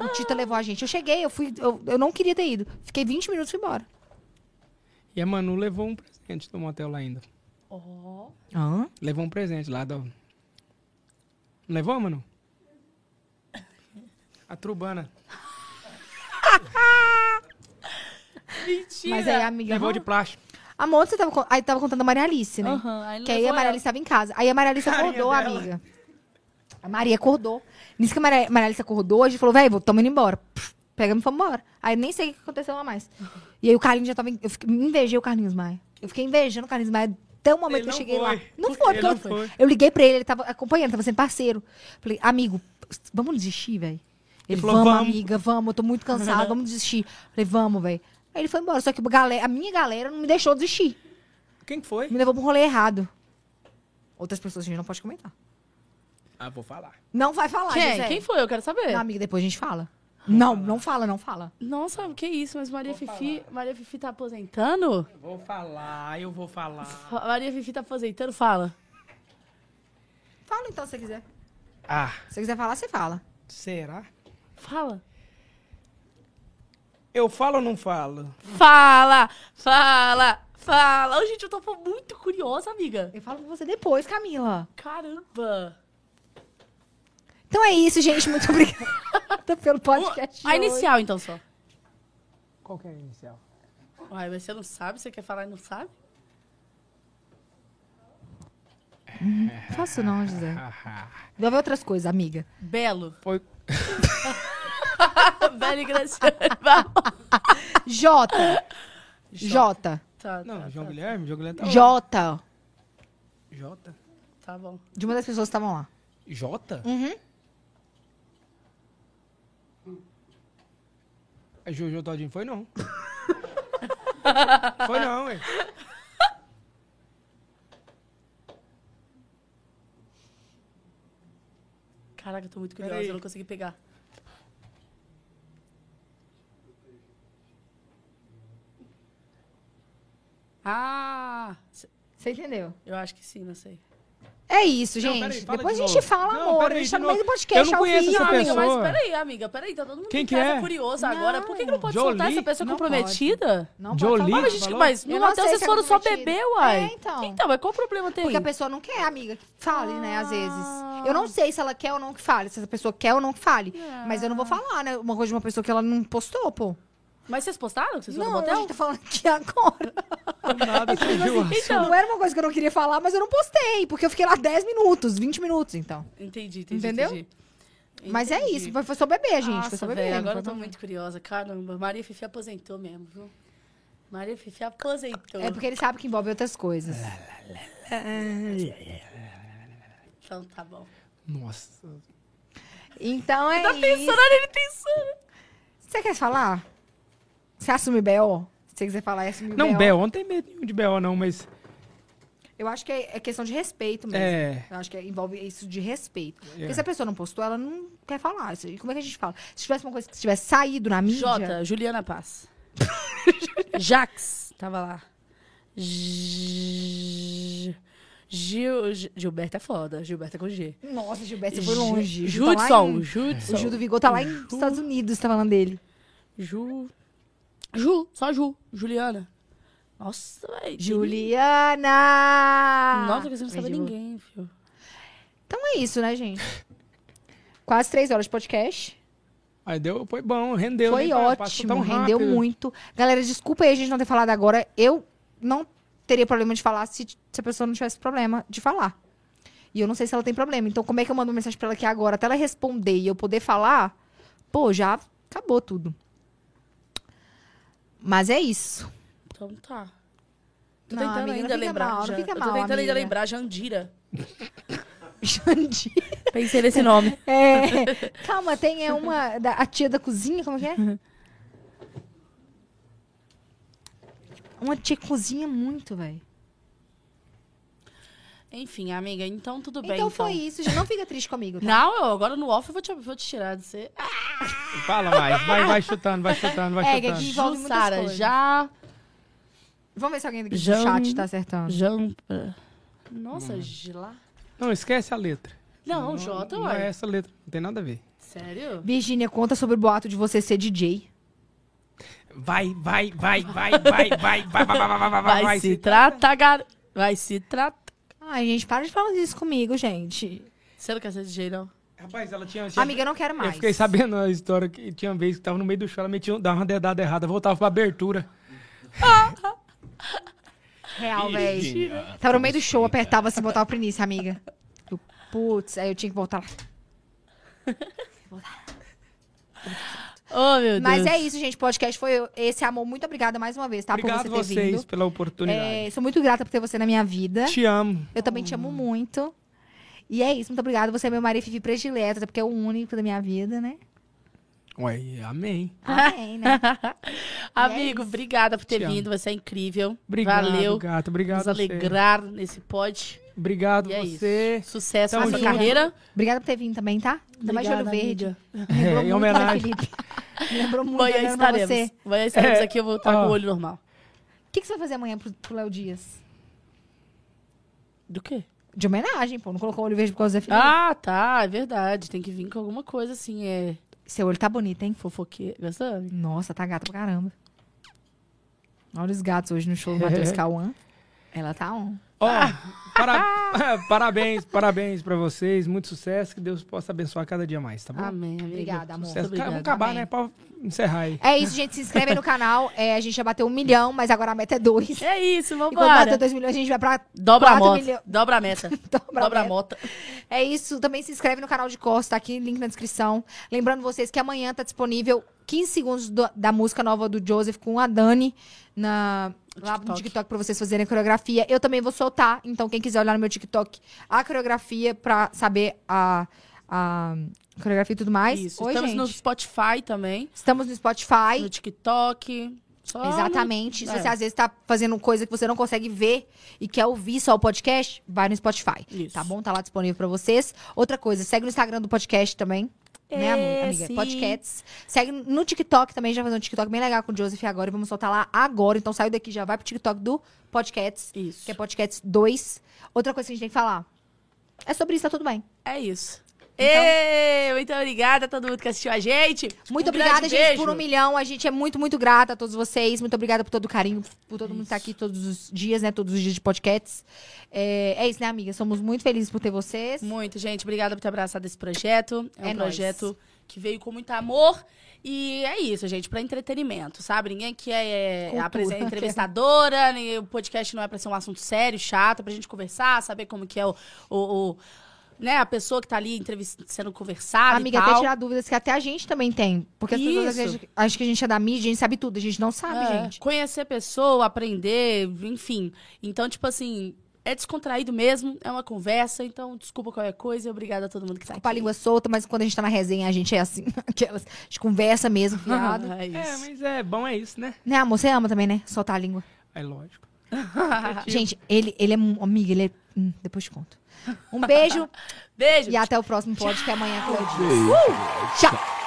S1: O Tita levou a gente. Eu cheguei, eu fui. Eu, eu não queria ter ido. Fiquei 20 minutos e fui embora.
S3: E a Manu levou um presente do motel lá ainda.
S2: Ó.
S1: Hã?
S3: Levou um presente lá da. Não levou, Manu? A Trubana.
S2: Mentira.
S1: Mas
S2: é
S1: aí, amiga.
S3: Levou de plástico.
S1: A Monte, você tava, con- aí tava contando a Maria Alice, né?
S2: Aham, aí é
S1: que aí
S2: levou
S1: a Maria
S2: ela.
S1: Alice tava em casa. Aí a Maria Alice
S3: Carinha
S1: acordou,
S3: dela.
S1: amiga. A Maria acordou. Nisso que a Maria, Maria Alice acordou, a gente falou, velho, tamo indo embora. Pff, Pegamos e fomos embora. Aí nem sei o que aconteceu lá mais. E aí o Carlinhos já tava. em- Eu fiquei, me invejei o Carlinhos Maia. Eu fiquei invejando o Carlinhos Maia até o momento
S3: Ele
S1: que eu
S3: não
S1: cheguei
S3: foi.
S1: lá. Não
S3: Por
S1: foi,
S3: quê?
S1: porque eu,
S3: Ele não foi.
S1: eu liguei pra ele, ele tava acompanhando, tava sendo parceiro. Falei, amigo, vamos desistir, velho. Ele
S3: falou,
S1: falou, vamos,
S3: "Vamos."
S1: amiga, vamos, eu tô muito cansado, vamos desistir. Falei, vamos, velho. Aí ele foi embora. Só que a, galera, a minha galera não me deixou desistir.
S3: Quem que foi?
S1: Me levou pra um rolê errado. Outras pessoas a gente não pode comentar.
S3: Ah, vou falar.
S1: Não vai falar,
S2: Quem?
S1: Gisele.
S2: Quem foi? Eu quero saber.
S1: Não, amiga, depois a gente fala. Não, não fala, não fala.
S2: Nossa, o que isso? Mas Maria Fifi, Maria Fifi tá aposentando?
S3: Vou falar, eu vou falar.
S2: Fa- Maria Fifi tá aposentando? Fala.
S1: Fala então, se você quiser.
S3: Ah,
S1: Se você quiser falar, você fala.
S3: será?
S2: Fala.
S3: Eu falo ou não falo?
S2: Fala! Fala! Fala! Ô, gente, eu tô muito curiosa, amiga.
S1: Eu falo com você depois, Camila.
S2: Caramba!
S1: Então é isso, gente. Muito obrigada pelo podcast.
S2: A
S1: de hoje.
S2: inicial, então, só.
S3: Qual que é a inicial?
S2: Uai, mas você não sabe? Você quer falar e não sabe?
S1: Não faço não, José. Vai ver outras coisas, amiga.
S2: Belo.
S3: Foi.
S2: Belo e gracioso. Tá,
S1: Jota. Jota.
S2: tá,
S3: Não,
S2: tá,
S3: João
S2: tá,
S3: Guilherme, João Guilherme tá lá.
S1: Jota.
S3: Jota?
S2: tá bom.
S1: De uma das pessoas que estavam lá.
S3: Jota?
S1: Uhum.
S3: A Jojo Todinho foi não. foi não, ué.
S2: Caraca, eu tô muito curiosa,
S3: Peraí.
S2: eu não consegui pegar. Ah! cê-
S1: Você entendeu?
S2: Eu acho Ah, que sim, não sei.
S1: É isso,
S3: Não,
S1: gente.
S3: peraí, fala
S1: Depois
S3: de
S1: a gente
S3: novo.
S1: fala,
S3: Não,
S1: amor.
S3: peraí,
S1: a gente tá
S3: de
S1: no meio do
S3: novo.
S1: podcast.
S3: Eu não
S1: ao
S3: conheço
S1: vivo.
S3: essa
S2: Amiga,
S3: pessoa.
S2: mas peraí, amiga, peraí, tá todo mundo
S3: Quem
S2: em
S3: que
S2: casa
S3: é?
S2: curioso
S1: Não.
S2: agora. Por que, que não pode
S3: Jolie?
S2: soltar essa pessoa
S1: Não
S2: comprometida?
S1: Não pode
S3: Jolie?
S1: falar.
S2: Mas, gente,
S3: falou?
S2: mas
S1: Eu
S2: no
S1: não
S2: hotel
S1: sei
S2: vocês
S1: se é
S2: foram só
S1: comprometida.
S2: beber, uai.
S1: É, então.
S2: Então, mas qual o problema tem?
S1: Porque a pessoa não quer, amiga, que fale, né? Às vezes. Eu não sei se ela quer ou não que fale, se essa pessoa quer ou não que fale. Mas eu não vou falar, né? Uma coisa de uma pessoa que ela não postou, pô.
S2: Mas vocês postaram? que Vocês foram
S1: não,
S2: no
S1: a gente
S2: hotel?
S1: tá falando aqui agora.
S3: Nada surgiu o assunto.
S1: Então,
S2: Então,
S1: Não é- era uma coisa que eu não queria falar, mas eu não postei, porque eu fiquei lá 10 minutos, 20 minutos, então.
S2: Entendi, entendi.
S1: Entendeu?
S2: entendi.
S1: Mas é
S2: Entendi.
S1: isso, foi, foi só beber, gente. foi
S2: Nossa,
S1: só
S2: velho,
S1: beber. não
S2: agora
S1: foi
S2: eu tô
S1: pra-
S2: muito curiosa. Caramba, Maria Fifi aposentou mesmo, viu? Maria Fifi aposentou.
S1: É porque ele sabe que envolve outras coisas.
S2: Então tá bom.
S3: Nossa.
S1: Então é isso.
S2: Sonora, ele tem sono.
S1: Você quer falar? Você assume B.O.? Se você quiser falar, é assumir
S3: Não,
S1: B.O.
S3: B.O. não tem medo nenhum de B.O. não, mas...
S1: Eu acho que é é questão de respeito mesmo.
S3: É...
S1: Eu acho que envolve isso de respeito. Porque
S3: É.
S1: se a pessoa não postou, ela não quer falar. Isso- E como é que a gente fala? Se tivesse uma coisa que tivesse saído na mídia...
S2: Jota, Juliana Paz. Jax, tava lá. G- Gil, G- Gilberto é foda. Gilberto é com G.
S1: Nossa, Gilberto, você foi longe. Ju tá lá
S2: Judson,
S1: em-
S2: Judson.
S1: O Gil do Vigor tá lá nos Estados Unidos, tá falando dele.
S2: Ju. Ju, só Ju. Juliana. Nossa, velho.
S1: Juliana!
S2: Nossa, que você não sabe
S1: Beijo.
S2: ninguém, filho.
S1: Então é isso, né, gente? Quase três horas de podcast.
S3: Aí deu, foi bom, rendeu.
S1: Foi
S3: né? Passou
S1: ótimo,
S3: tão
S1: rendeu
S3: rápido.
S1: muito. Galera, desculpa aí a gente não ter falado agora. Eu não teria problema de falar se, se a pessoa não tivesse problema de falar. E eu não sei se ela tem problema. Então, como é que eu mando uma mensagem pra ela aqui agora? Até ela responder e eu poder falar, pô, já acabou tudo. Mas é isso.
S2: Então tá. Tô
S1: Não,
S2: tentando
S1: amiga, não
S2: ainda
S1: fica
S2: lembrar.
S1: mal, não
S2: Jan-
S1: fica
S2: eu
S1: mal,
S2: tô tentando
S1: amiga.
S2: ainda lembrar Jandira.
S1: Jandir.
S2: Pensei nesse nome.
S1: É, calma, tem é uma. Da, a tia da cozinha, como que é?
S3: Uhum.
S1: Uma tia que cozinha muito, velho.
S2: Enfim, amiga, então tudo bem.
S1: Então foi isso, gente. Não fica triste comigo. Tá?
S2: Não, eu, agora no off eu vou te, vou te tirar de você. Ah,
S3: Fala mais, vai, vai chutando, vai chutando, vai
S1: É, que
S3: chutando.
S1: aqui- Envolve muitas
S2: Jussara,
S1: coisas.
S2: já.
S1: Vamos ver se alguém daqui
S2: Jan-
S1: do chat tá acertando.
S2: Jampa. Nossa,
S3: Hum.
S2: Gila.
S3: Não, esquece a letra.
S2: Não, Jota,
S3: Não é
S2: ué.
S3: essa letra, não tem nada a ver.
S2: Sério?
S1: Virgínia, conta sobre o boato de você ser DJ.
S3: Vai, vai, vai, vai, vai, vai, vai, vai, vai, vai, vai, vai,
S2: Vai, se tratar, garoto. Vai se tratar.
S1: Ai, gente, para de falar isso comigo, gente.
S2: Você não quer ser DJ, não?
S3: Rapaz, ela tinha... tinha-
S1: Amiga, eu não quero mais.
S3: Eu fiquei sabendo a história que tinha uma vez que tava no meio do show, ela metia, um, dava uma dedada errada, voltava pra abertura.
S1: Real, velho. Tava no meio do show, apertava assim, botava pro início, amiga. Eu, Putz, aí eu tinha que voltar lá.
S2: Oh, meu Deus.
S1: Mas é isso, gente. Podcast foi esse amor. Muito obrigada mais uma vez, tá?
S3: Obrigado
S1: por você ter
S3: vocês
S1: vindo.
S3: pela oportunidade.
S1: É, sou muito grata por ter você na minha
S2: É.
S1: vida.
S3: Te amo.
S1: Eu também te amo muito. E é isso, muito obrigada. Você é meu marido Fifi predileto, até porque é o único da minha vida, né?
S3: Ué, amém.
S2: Ah,
S1: Amém, né?
S2: Amigo, obrigada por ter
S3: Te amo.
S2: vindo. Você é incrível.
S3: Obrigado,
S2: Valeu.
S3: gato. Obrigado
S2: Nos
S3: a você.
S2: alegrar nesse pod.
S3: Obrigado
S2: E é
S3: você.
S2: isso. Sucesso na
S1: Tamo
S2: sua
S1: junto.
S2: carreira.
S1: Obrigada por ter vindo também, tá? Ainda mais de olho
S2: Obrigada,
S1: verde.
S3: É,
S1: Lembrou
S3: em
S1: muito
S3: homenagem.
S1: da Felipe. Lembrou muito
S2: Amanhã
S1: olhando pra você.
S2: estaremos. Amanhã estaremos
S3: É.
S2: aqui. Eu vou estar
S3: Ó.
S2: com o olho normal.
S1: O que, que você vai fazer amanhã pro, pro Léo Dias?
S2: Do quê?
S1: De homenagem, pô. Não colocou olho verde por causa da Felipe.
S2: Ah, tá. É verdade. Tem que vir com alguma coisa assim. É
S1: Seu olho tá bonito, hein?
S2: fofoqueira. Gostou?
S1: Nossa, tá gata pra caramba. Olha os gatos hoje no show do Matheus Cauã. Ela tá on.
S3: Ó,
S2: Ah.
S3: para- parabéns, parabéns pra vocês. Muito sucesso. Que Deus possa abençoar cada dia mais, tá bom?
S2: Amém, amigo.
S1: Uhum. Obrigada, amor.
S2: Sucesso.
S3: Sucesso.
S2: Obrigada.
S3: Vamos acabar,
S1: amém.
S3: né? Pra encerrar aí.
S1: É isso, gente. Se inscreve aí no canal. É, a gente já bateu um milhão, mas agora a meta é dois.
S2: É isso,
S1: E quando bater
S2: vambora.
S1: dois milhões, a gente vai pra.
S2: Dobra a
S1: quatro
S2: moto.
S1: milhões.
S2: Dobra a meta.
S1: Dobra a
S2: Dobra a
S1: meta.
S2: mota.
S1: É isso. Também se inscreve no canal de Cortes, tá aqui, link na descrição. Lembrando vocês que amanhã tá disponível 15 segundos do- da música nova do Joseph com a Dani na, lá no
S2: TikTok.
S1: TikTok pra vocês fazerem a coreografia. Eu também vou soltar, então quem quiser olhar no meu TikTok a coreografia pra saber a, a coreografia e tudo mais.
S2: Isso.
S1: Oi,
S2: Estamos
S1: gente.
S2: no Spotify também.
S1: Estamos no Spotify.
S2: No TikTok. Só
S1: Exatamente.
S2: no-
S1: Se você
S2: É.
S1: às vezes tá fazendo coisa que você não consegue ver e quer ouvir só o podcast, vai no Spotify.
S2: Isso.
S1: Tá bom? Tá lá disponível pra vocês. Outra coisa, segue no Instagram do podcast também. Né,
S2: É,
S1: amor- amiga?
S2: sim.
S1: Podcasts. Segue no TikTok também, já fazer um TikTok bem legal com o Joseph agora. E vamos soltar lá agora. Então saiu daqui, já vai pro TikTok do Podcasts,
S2: Isso.
S1: que é Podcasts 2. Outra coisa que a gente tem que falar. É sobre isso, tá tudo bem.
S2: É isso.
S1: Então-
S2: Ê, muito obrigada a todo mundo que assistiu a gente.
S1: Muito
S2: Um
S1: obrigada,
S2: grande
S1: gente,
S2: beijo.
S1: por um milhão. A gente é muito, muito grata a todos vocês. Muito obrigada por todo o carinho, por todo mundo estar aqui todos os dias, né? Todos os dias de podcasts. É, é isso, né, amiga? Somos muito felizes por ter vocês.
S2: Muito, gente. Obrigada por ter abraçado esse projeto. É um
S1: É nóis.
S2: projeto que veio com muito amor. E é isso, gente, pra entretenimento, sabe? Ninguém aqui é, é
S1: Cultura.
S2: apresen- entrevistadora, nem- o podcast não é pra ser um assunto sério, chato, é pra gente conversar, saber como que é o, o- o- né, a pessoa que tá ali entrevist- sendo conversada
S1: Amiga,
S2: e
S1: até
S2: tal.
S1: tirar dúvidas que até a gente também tem. Porque as pessoas às
S2: Isso.
S1: vezes acham que a gente é da mídia, a gente sabe tudo. A gente não sabe,
S2: É,
S1: gente.
S2: Conhecer pessoa, aprender, enfim. Então, tipo assim, é descontraído mesmo, é uma conversa, então desculpa qualquer coisa e obrigada a todo mundo que tá
S1: Desculpa a
S2: aqui.
S1: língua solta, mas quando a gente tá na resenha, a gente é assim. Aquelas, a gente conversa mesmo, fiado.
S2: É
S3: É,
S2: isso.
S3: mas é bom, é isso, né?
S1: né, amor? Você ama também, né? Soltar a língua.
S3: É lógico.
S2: Tipo?
S1: Gente, ele, ele é... um- Amiga, ele é... hum, depois te conto. Um beijo
S2: Beijo.
S1: e até o próximo podcast, que é amanhã. que eu te-
S4: Beijo.
S1: Tchau!